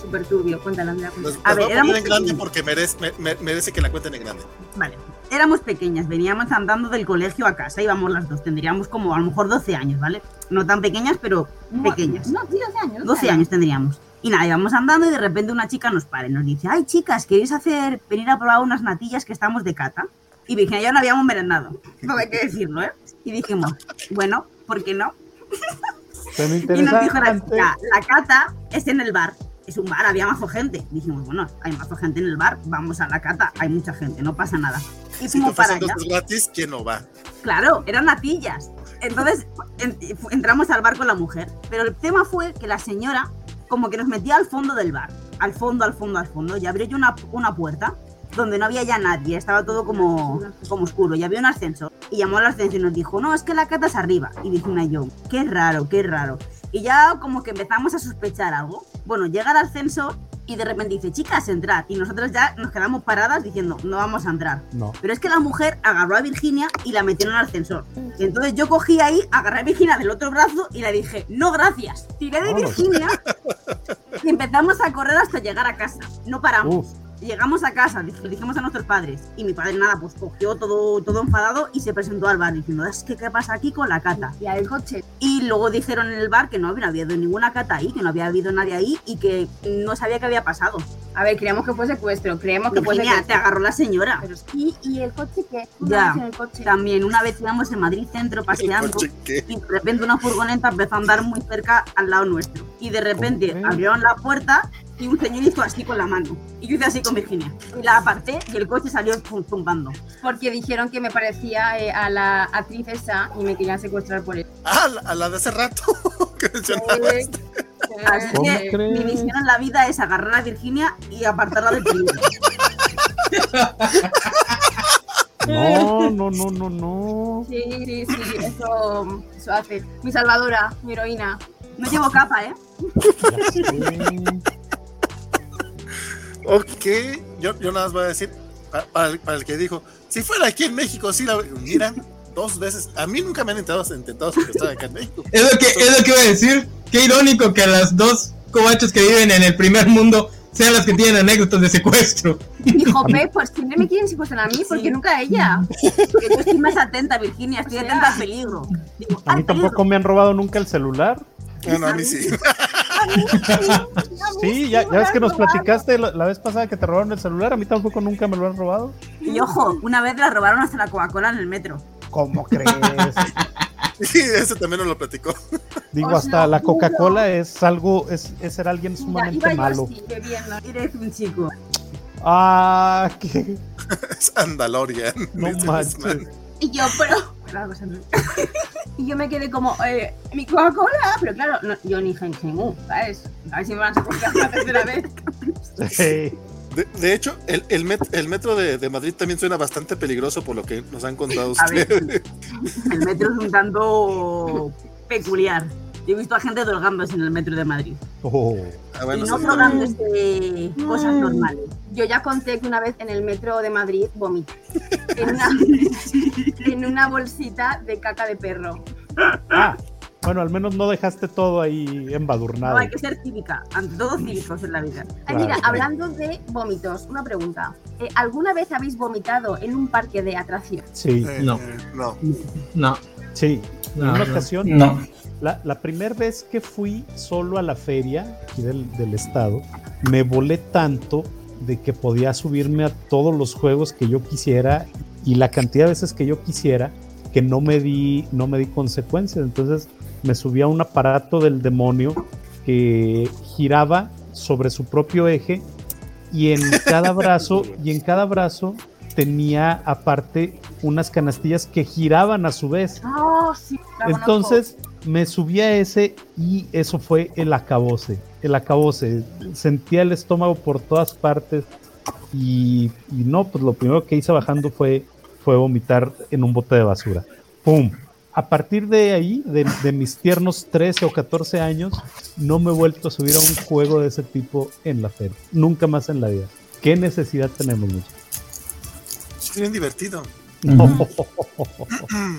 Speaker 4: Súper turbio, cuéntala, Andrea,
Speaker 3: pues.
Speaker 8: los,
Speaker 4: cuéntala.
Speaker 8: los
Speaker 4: A
Speaker 8: voy
Speaker 4: ver,
Speaker 8: a
Speaker 4: éramos
Speaker 8: poner en grande
Speaker 4: pequeños.
Speaker 8: porque merece, me- me- merece que la cuenten en grande.
Speaker 4: Vale. Éramos pequeñas, veníamos andando del colegio a casa, íbamos las dos, tendríamos como a lo mejor 12 años, ¿vale? No tan pequeñas, pero pequeñas.
Speaker 3: No, sí, 12 años.
Speaker 4: 12 años tendríamos. Y nada, íbamos andando y de repente una chica nos para y nos dice, ay chicas, ¿queréis hacer, venir a probar unas natillas que estamos de cata? Y dije, ya no habíamos merendado, no hay que decirlo, ¿eh? Y dijimos, bueno, ¿por qué no?
Speaker 6: Tan
Speaker 4: Y nos dijo la
Speaker 6: interesante.
Speaker 4: chica, la cata es en el bar, es un bar, había más gente. dijimos, bueno, hay más gente en el bar, vamos a la cata, hay mucha gente, no pasa nada. Y
Speaker 8: Si te
Speaker 4: fuimos para
Speaker 8: ofrecen
Speaker 4: allá.
Speaker 8: dos gratis, ¿quién no va?
Speaker 4: Claro, eran natillas. Entonces en- fu- entramos al bar con la mujer. Pero el tema fue que la señora como que nos metía al fondo del bar. Al fondo, al fondo, al fondo. Y abrió yo una, una puerta donde no había ya nadie. Estaba todo como, como oscuro. Y había un ascensor. Y llamó al ascensor y nos dijo, no, es que la cata es arriba. Y dije una y yo, qué raro, qué raro. Y ya como que empezamos a sospechar algo. Bueno, llega el ascensor y de repente dice, chicas, entrad. Y nosotras ya nos quedamos paradas diciendo, no vamos a entrar.
Speaker 6: No.
Speaker 4: Pero es que la mujer agarró a Virginia y la metió en el ascensor. Y entonces yo cogí ahí, agarré a Virginia del otro brazo y le dije, no gracias. Tiré de
Speaker 6: Vámonos.
Speaker 4: Virginia y empezamos a correr hasta llegar a casa. No paramos.
Speaker 6: Uf,
Speaker 4: Llegamos a casa, dij- dijimos a nuestros padres. Y mi padre, nada, pues cogió todo, todo enfadado y se presentó al bar diciendo, es que qué pasa aquí con la cata.
Speaker 12: Y al coche.
Speaker 4: Y luego dijeron en el bar que no había habido ninguna cata ahí, que no había habido nadie ahí y que no sabía qué había pasado.
Speaker 3: A ver, creemos que fue secuestro. Creemos Ah, que fue
Speaker 4: Virginia, te
Speaker 3: secuestro.
Speaker 4: agarró la señora.
Speaker 12: ¿Y, y el coche qué? Una
Speaker 4: Ya.
Speaker 12: vez en el coche.
Speaker 4: También una vez íbamos en Madrid Centro
Speaker 8: El
Speaker 4: paseando
Speaker 8: coche que-
Speaker 4: y de repente una furgoneta empezó a andar muy cerca al lado nuestro. Y de repente
Speaker 6: Ok.
Speaker 4: abrieron la puerta y un señor hizo así con la mano. Y yo hice así con Virginia. Y la aparté y el coche salió zum- zumbando.
Speaker 3: Porque dijeron que me parecía eh, a la actriz esa y me querían secuestrar por él.
Speaker 8: Ah, la- a la de hace rato. que mencionaba.
Speaker 3: Eh,
Speaker 4: Así
Speaker 6: ¿Cómo
Speaker 4: que mi
Speaker 6: crees?
Speaker 4: misión en la vida es agarrar a Virginia y apartarla del peligro.
Speaker 6: no, no, no, no, no.
Speaker 3: Sí, sí, sí, eso, eso hace. Mi salvadora, mi heroína.
Speaker 4: No llevo capa, ¿eh?
Speaker 6: Ya sé.
Speaker 8: ok, yo, yo nada más voy a decir pa- para, el- para el que dijo: si fuera aquí en México, sí la. Mira, dos veces. A mí nunca me han intentado, intentado secuestrar acá en México.
Speaker 7: Es lo que, es lo que iba a decir. Qué irónico que las dos cobachos que viven en el primer mundo sean las que tienen anécdotas de secuestro.
Speaker 3: Dijo, Pep, pues siempre me quieren secuestrar a mí, porque
Speaker 4: Sí.
Speaker 3: nunca a ella.
Speaker 4: Que yo estoy más atenta, Virginia, estoy
Speaker 3: O sea.
Speaker 4: atenta al peligro. Digo,
Speaker 6: A
Speaker 4: al
Speaker 6: mí tampoco
Speaker 4: peligro.
Speaker 6: me han robado nunca el celular.
Speaker 8: No, no, a mí sí.
Speaker 6: Sí, ya, ya ves que nos platicaste la, la vez pasada que te robaron el celular. A mí tampoco nunca me lo han robado.
Speaker 4: Y ojo, una vez la robaron hasta la Coca-Cola en el metro.
Speaker 6: ¿Cómo crees?
Speaker 8: Sí, ese también nos lo platicó.
Speaker 6: Digo,
Speaker 3: Os
Speaker 6: hasta
Speaker 3: lo
Speaker 6: la
Speaker 3: juro.
Speaker 6: Coca-Cola es algo, es, es ser alguien
Speaker 3: Mira,
Speaker 6: sumamente
Speaker 3: iba yo
Speaker 6: malo.
Speaker 3: así, bebiendo.
Speaker 4: Eres un chico.
Speaker 6: Ah, que
Speaker 8: Es Andalorian.
Speaker 6: no
Speaker 8: dice Guzmán.
Speaker 6: manches.
Speaker 3: Y yo, pero... Y yo me quedé como, eh, mi Coca-Cola, pero claro, no, yo ni Gen- Gen U, ¿sabes? A ver si me van a secuestrar la tercera vez.
Speaker 6: Sí.
Speaker 8: De, de hecho, el, el, met- el metro de, de Madrid también suena bastante peligroso por lo que nos han contado
Speaker 4: A ver.
Speaker 8: ustedes.
Speaker 4: El metro es un tanto peculiar. Yo he visto a gente drogándose en el metro de Madrid.
Speaker 6: Oh.
Speaker 8: Ah, bueno,
Speaker 4: y no
Speaker 8: sí,
Speaker 4: drogándose cosas
Speaker 3: Mm.
Speaker 4: normales.
Speaker 3: Yo ya conté que una vez en el metro de Madrid vomité en una, en una bolsita de caca de perro.
Speaker 6: Ah, bueno, al menos no dejaste todo ahí embadurnado.
Speaker 4: No, hay que ser cívica. Ante todo, cívicos en la vida.
Speaker 3: Ay,
Speaker 6: Claro,
Speaker 3: mira,
Speaker 6: claro.
Speaker 3: hablando de vómitos, una pregunta. Eh, ¿Alguna vez habéis vomitado en un parque de atracciones?
Speaker 6: Sí,
Speaker 8: Eh,
Speaker 7: No.
Speaker 8: No.
Speaker 7: No.
Speaker 6: sí. en
Speaker 7: No,
Speaker 6: una
Speaker 7: no.
Speaker 6: ocasión,
Speaker 1: No.
Speaker 6: la, la primera vez que fui solo a la feria aquí del, del estado, me volé tanto de que podía subirme a todos los juegos que yo quisiera y la cantidad de veces que yo quisiera que no me di, no me di consecuencias. Entonces me subí a un aparato del demonio que giraba sobre su propio eje y en cada brazo y en cada brazo tenía aparte unas canastillas que giraban a su vez.
Speaker 3: Oh, sí, la conozco.
Speaker 6: Entonces me subí a ese y eso fue el acabose. El acabose. Sentía el estómago por todas partes y, y no, pues lo primero que hice bajando fue, fue vomitar en un bote de basura. ¡Pum! A partir de ahí, de, de mis tiernos 13 o 14 años, no me he vuelto a subir a un juego de ese tipo en la feria. Nunca más en la vida. ¿Qué necesidad tenemos, muchachos?
Speaker 8: Es bien divertido.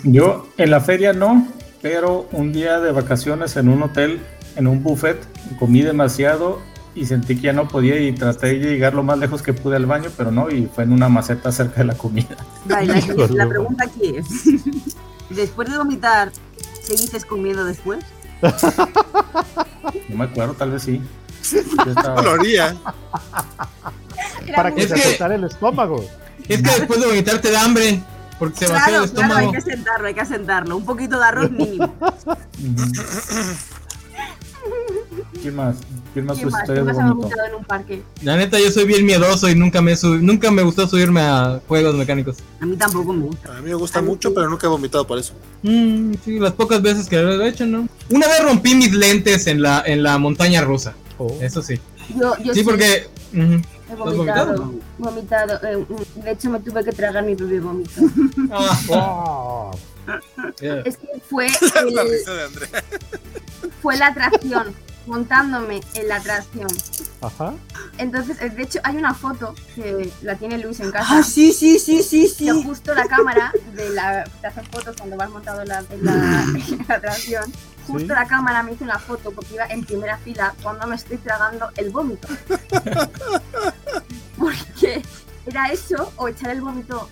Speaker 1: Yo en la feria no, pero un día de vacaciones en un hotel, en un buffet, comí demasiado y sentí que ya no podía y traté de llegar lo más lejos que pude al baño, pero no, y fue en una maceta cerca de la comida.
Speaker 4: Vale, la,
Speaker 6: Híjole.
Speaker 4: la pregunta aquí es: ¿después de vomitar, seguiste comiendo después?
Speaker 1: No me acuerdo, tal vez sí. Yo
Speaker 6: Ah.
Speaker 1: estaba-
Speaker 8: Coloría.
Speaker 6: Para que
Speaker 7: Es
Speaker 6: se
Speaker 7: que-
Speaker 6: asentara el estómago.
Speaker 7: Es que después de vomitar te da hambre. Porque se vacía
Speaker 4: Claro,
Speaker 7: el
Speaker 4: claro, hay
Speaker 7: estómago.
Speaker 4: que sentarlo, hay que sentarlo. Un poquito de arroz mínimo.
Speaker 1: Ujú. ¿Quién más? ¿Quién más
Speaker 3: ¿Quién
Speaker 7: pues,
Speaker 1: sus
Speaker 3: más?
Speaker 1: historias
Speaker 3: ¿Quién
Speaker 1: de
Speaker 3: más ha
Speaker 1: vómito?
Speaker 3: vomitado en un parque?
Speaker 7: La neta, yo soy bien miedoso y nunca me, sub- nunca me gustó subirme a juegos mecánicos.
Speaker 4: A mí tampoco me gusta.
Speaker 8: A mí me gusta mucho, pero nunca he vomitado por eso.
Speaker 7: Mm, sí, las pocas veces que lo he hecho, ¿no? Una vez rompí mis lentes en la, en la montaña rusa.
Speaker 6: Oh.
Speaker 7: Eso sí.
Speaker 3: Yo, yo
Speaker 7: Sí, porque. ujú.
Speaker 3: He
Speaker 7: ¿Lo has vomitado?
Speaker 3: vomitado. vomitado eh, mm, de hecho, me tuve que tragar mi propio vómito.
Speaker 7: Ah,
Speaker 6: Oh.
Speaker 7: yeah.
Speaker 3: Es que fue,
Speaker 8: La
Speaker 3: el-
Speaker 8: risa de André.
Speaker 3: fue la atracción, montándome en la atracción.
Speaker 6: Ajá.
Speaker 3: Entonces, eh, de hecho, hay una foto que la tiene Luis en casa.
Speaker 4: Ah, sí, sí, sí, sí, sí.
Speaker 3: que justo la cámara de la te hacen fotos cuando vas montado en la, en la- en la atracción justo
Speaker 6: Sí.
Speaker 3: la cámara me hizo una foto porque iba en primera fila cuando me estoy tragando el vómito porque era eso o echar el vómito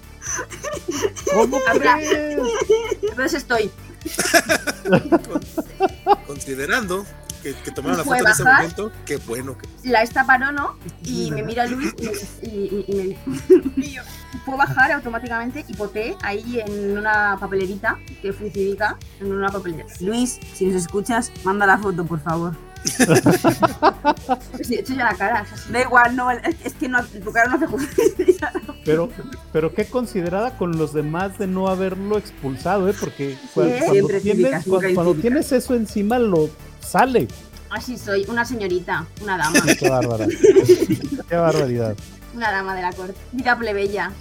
Speaker 6: ¿Cómo
Speaker 3: Habla.
Speaker 6: crees?
Speaker 3: entonces estoy
Speaker 8: Considerando que, que tomaron la
Speaker 3: ¿Puede
Speaker 8: foto en ese
Speaker 3: bajar?
Speaker 8: momento, qué bueno que.
Speaker 3: la esta parono y me mira Luis y, y- y- y me dice y yo, puedo bajar automáticamente y boté ahí en una papelerita que funcidica en una papelera
Speaker 4: Luis, si nos escuchas, manda la foto, por favor.
Speaker 3: sí, esto ya la cara es así.
Speaker 4: Da igual, no, es es que no, tu cara no hace justicia.
Speaker 6: Pero, pero qué considerada con los demás de no haberlo expulsado, ¿eh? Porque cu-
Speaker 3: Sí,
Speaker 6: cuando,
Speaker 4: siempre
Speaker 6: tienes,
Speaker 4: cívica,
Speaker 6: cu-
Speaker 4: nunca
Speaker 6: cuando
Speaker 4: incívica.
Speaker 6: tienes eso encima lo sale.
Speaker 3: así soy una señorita una dama
Speaker 6: Qué bárbara. qué barbaridad.
Speaker 3: Una dama de la corte. Vida plebeya.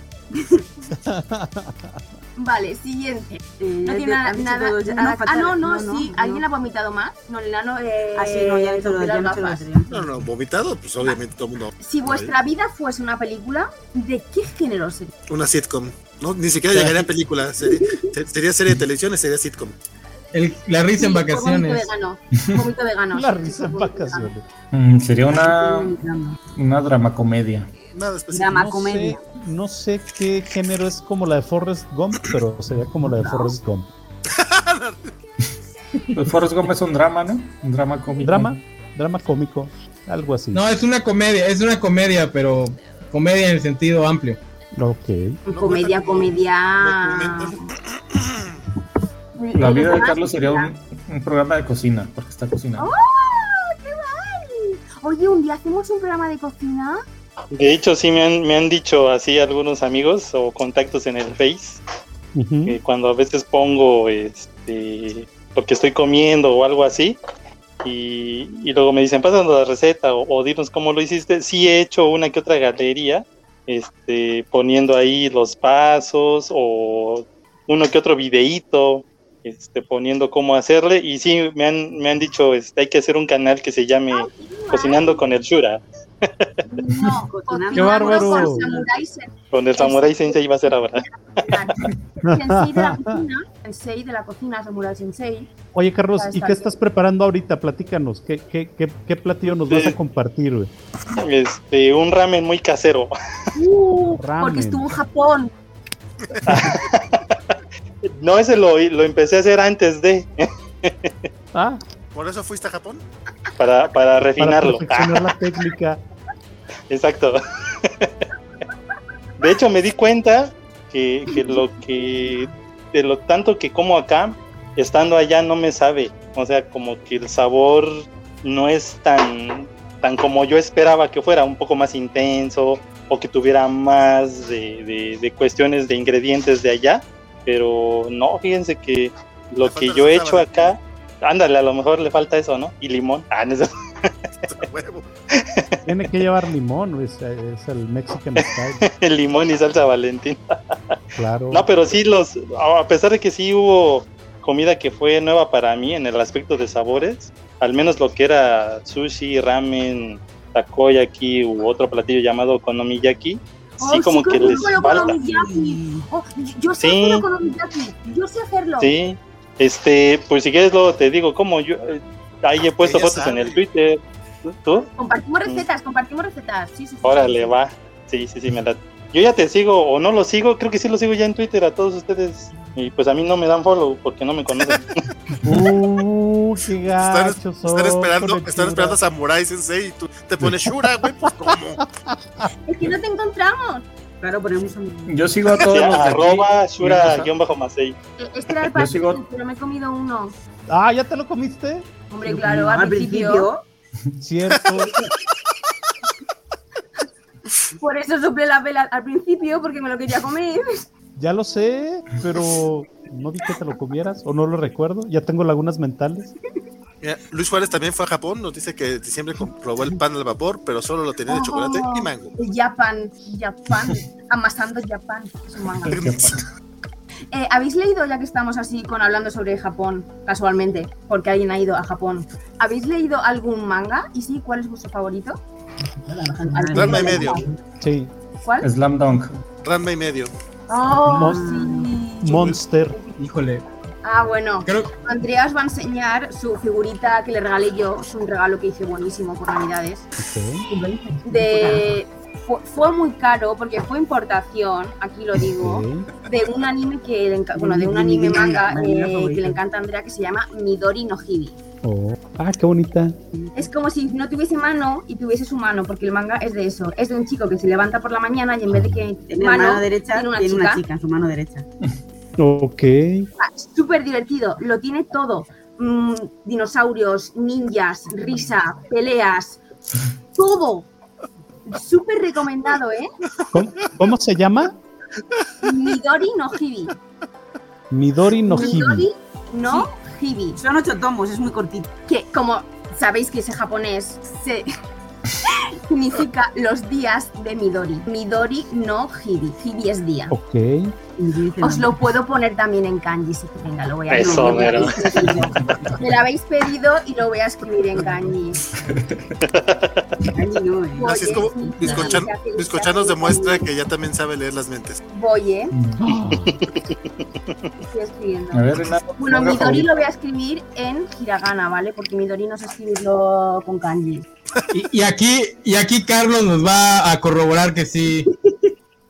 Speaker 3: vale, siguiente.
Speaker 4: Eh,
Speaker 3: No tiene nada. nada- nada- ah, no, no, sí. ¿Alguien ha vomitado más? No, el enano. Eh,
Speaker 4: Así Ah, no, ya he hecho lo de
Speaker 3: rompió
Speaker 4: ya
Speaker 3: las
Speaker 4: he hecho lo de-
Speaker 3: gafas.
Speaker 8: No, no, vomitado, pues obviamente todo el mundo.
Speaker 3: Si vuestra vida fuese una película, ¿de qué género sería?
Speaker 8: Una sitcom. No, ni siquiera llegaría a película. Sería, se- sería serie de televisión y sería sitcom.
Speaker 7: El- la risa en
Speaker 3: Sí, Vómito
Speaker 7: vacaciones.
Speaker 3: vegano. Vómito vegano.
Speaker 6: La risa en
Speaker 3: Vómito
Speaker 6: vacaciones.
Speaker 1: Mm, sería una,
Speaker 4: Drama,
Speaker 1: una dramacomedia.
Speaker 8: Nada específico.
Speaker 4: Drama,
Speaker 6: No sé,
Speaker 4: comedia.
Speaker 6: no sé qué género es como la de Forrest Gump, pero sería como la de Forrest Gump.
Speaker 1: Pues Forrest Gump es un drama, ¿no? Un drama cómico.
Speaker 6: Drama, drama cómico, algo así.
Speaker 7: No, es una comedia, es una comedia, pero comedia en el sentido amplio.
Speaker 6: Ok.
Speaker 3: Comedia, comedia.
Speaker 8: Documento.
Speaker 1: La vida de
Speaker 3: Ah,
Speaker 1: Carlos sería
Speaker 3: mira.
Speaker 1: un, un programa de cocina, porque está cocinando.
Speaker 3: ¡Oh, qué guay! Oye, un día hacemos un programa de cocina.
Speaker 9: De hecho, sí me han, me han dicho así algunos amigos o contactos en el Face,
Speaker 6: Ujú.
Speaker 9: que cuando a veces pongo este, lo que estoy comiendo o algo así, y, y luego me dicen, pásanos la receta o, o dinos cómo lo hiciste. Sí he hecho una que otra galería, este, poniendo ahí los pasos o uno que otro videíto, este, poniendo cómo hacerle. Y sí, me han, me han dicho, este, hay que hacer un canal que se llame Cocinando con el Shura.
Speaker 4: No, cocinando.
Speaker 6: Qué bárbaro.
Speaker 3: Con Samurai Sen-
Speaker 9: Con el Samurai Sensei va a ser ahora.
Speaker 3: Sensei de la cocina, Sensei de la cocina, Samurai Sensei.
Speaker 6: Oye, Carlos,
Speaker 3: Está-
Speaker 6: ¿y
Speaker 3: está
Speaker 6: qué
Speaker 3: bien.
Speaker 6: estás preparando ahorita? Platícanos, ¿qué, qué, qué, qué platillo nos vas
Speaker 9: Sí.
Speaker 6: a compartir, güey?
Speaker 9: Este, un ramen muy casero.
Speaker 3: Uh,
Speaker 6: Ramen.
Speaker 3: porque estuvo en Japón.
Speaker 9: No, ese lo, lo empecé a hacer antes de,
Speaker 6: Ah,
Speaker 8: ¿Por eso fuiste a Japón?
Speaker 9: para, para
Speaker 6: para
Speaker 9: refinarlo. Ah,
Speaker 6: perfeccionar
Speaker 8: Ah.
Speaker 6: la técnica.
Speaker 9: Exacto. De hecho, me di cuenta que, que lo que de lo tanto que como acá, estando allá no me sabe. O sea, como que el sabor no es tan tan como yo esperaba que fuera, un poco más intenso o que tuviera más de, de- de cuestiones de ingredientes de allá. Pero no, fíjense que lo
Speaker 8: Le
Speaker 9: que
Speaker 8: falta
Speaker 9: yo he
Speaker 8: la
Speaker 9: hecho
Speaker 8: sábana.
Speaker 9: acá, ándale, a lo mejor le falta eso, ¿no? Y limón. Ah, no es cierto.
Speaker 8: Huevo.
Speaker 6: Tiene que llevar limón, güey, es, es el Mexican style,
Speaker 9: limón y salsa Valentín.
Speaker 6: claro.
Speaker 9: No, pero sí los, a pesar de que sí hubo comida que fue nueva para mí en el aspecto de sabores, al menos lo que era sushi, ramen, takoyaki u otro platillo llamado okonomiyaki, sí
Speaker 3: Oh,
Speaker 9: como
Speaker 3: sí,
Speaker 9: que
Speaker 3: ¿cómo
Speaker 9: les
Speaker 3: lo
Speaker 9: falta.
Speaker 3: okonomiyaki? Oh, yo- yo sé
Speaker 9: Sí.
Speaker 3: hacerlo con okonomiyaki. Yo sé hacerlo.
Speaker 9: Sí, este, pues si quieres luego te digo cómo yo eh, ahí he puesto
Speaker 8: Ella
Speaker 9: fotos
Speaker 8: sabe.
Speaker 9: en el Twitter. ¿Tú- ¿Tú?
Speaker 3: Compartimos recetas, compartimos recetas. Sí, sí, sí.
Speaker 9: Órale, va. Sí, sí, sí, me la- Yo ya te sigo o no lo sigo, creo que sí lo sigo ya en Twitter a todos ustedes. Y pues a mí no me dan follow porque no me conocen.
Speaker 6: Uh, oh, qué
Speaker 8: Están,
Speaker 6: gacho
Speaker 8: están
Speaker 6: son,
Speaker 8: esperando,
Speaker 6: conechura.
Speaker 8: están esperando a Samurai Sensei y tú te pones Shura, güey, pues cómo.
Speaker 3: Es que no te encontramos.
Speaker 4: Claro, ponemos un.
Speaker 1: Yo sigo a todos
Speaker 9: Sí,
Speaker 1: los de aquí.
Speaker 9: arroba
Speaker 1: Mendoza.
Speaker 9: Shura-Masei.
Speaker 3: Eh, Este era el
Speaker 1: Yo sigo-
Speaker 3: pastel, pero me he comido uno.
Speaker 6: Ah, ¿ya te lo comiste?
Speaker 3: Hombre, claro, al principio.
Speaker 6: Cierto.
Speaker 3: Por eso soplé la vela al principio, porque me lo quería comer.
Speaker 6: ya lo sé, pero no vi que te lo comieras o no lo recuerdo. Ya tengo lagunas mentales.
Speaker 8: Mira, Luis Juárez también fue a Japón, nos dice que en diciembre comprobó el pan al vapor, pero solo lo tenía de chocolate y mango.
Speaker 3: Japan, Japan, amasando Japan. Es un manga. Eh, ¿Habéis leído, ya que estamos así con hablando sobre Japón, casualmente, porque alguien ha ido a Japón? ¿Habéis leído algún manga? ¿Y sí? ¿Cuál es vuestro favorito?
Speaker 8: Ranma y medio,
Speaker 6: Sí,
Speaker 3: ¿Cuál?
Speaker 1: Slam Dunk.
Speaker 8: ranma y medio.
Speaker 3: Oh,
Speaker 6: Mon-
Speaker 3: sí.
Speaker 6: Monster.
Speaker 7: Híjole,
Speaker 3: Ah, bueno.
Speaker 7: creo,
Speaker 3: Andrea os va a enseñar su figurita que le regalé yo. Es un regalo que hice buenísimo por Navidades.
Speaker 6: Ok.
Speaker 3: De... Fue, fue muy caro porque fue importación, aquí lo digo.
Speaker 6: ok.
Speaker 3: de un anime que le enca- bueno de un anime manga eh, que le encanta a Andrea que se llama Midori no Hibi.
Speaker 6: Oh. Ah, qué bonita.
Speaker 3: Es como si no tuviese mano y tuviese su mano porque el manga es de eso. Es de un chico que se levanta por la mañana y en vez de que
Speaker 4: En la mano
Speaker 3: mano
Speaker 4: derecha
Speaker 3: tiene
Speaker 4: tiene
Speaker 3: una
Speaker 4: una,
Speaker 3: chica.
Speaker 4: chica en su mano derecha.
Speaker 6: Ok.
Speaker 3: ah, súper divertido. Lo tiene todo. Mm, dinosaurios, ninjas, risa, peleas, todo. Súper recomendado, ¿eh?
Speaker 6: ¿Cómo, cómo se llama?
Speaker 3: Midori no Hibi.
Speaker 6: Midori no Hibi.
Speaker 3: Midori no Hibi.
Speaker 4: Son ocho tomos, es muy cortito.
Speaker 3: que como sabéis que ese japonés se significa los días de Midori. Midori no Hibi. Hibi es día.
Speaker 6: Ok.
Speaker 3: Os lo puedo poner también en kanji si que venga, lo voy a
Speaker 9: Eso,
Speaker 3: me lo
Speaker 9: mero.
Speaker 3: habéis pedido. Me lo habéis pedido y lo voy a escribir en kanji.
Speaker 4: Ay, no, eh.
Speaker 3: Voy,
Speaker 8: Así es
Speaker 3: eh.
Speaker 8: como
Speaker 3: Felicidades,
Speaker 8: Biscochan,
Speaker 3: felicidades,
Speaker 8: Biscochan nos demuestra que ya también sabe leer las mentes.
Speaker 3: Voy, eh.
Speaker 6: Ah,
Speaker 3: Estoy escribiendo.
Speaker 1: A ver, Renato.
Speaker 3: Bueno,
Speaker 1: manga
Speaker 3: Midori
Speaker 1: favorito.
Speaker 3: lo voy a escribir en hiragana, ¿vale? Porque Midori no sé escribirlo con kanji.
Speaker 7: Y, y aquí, y aquí Carlos nos va a corroborar que sí.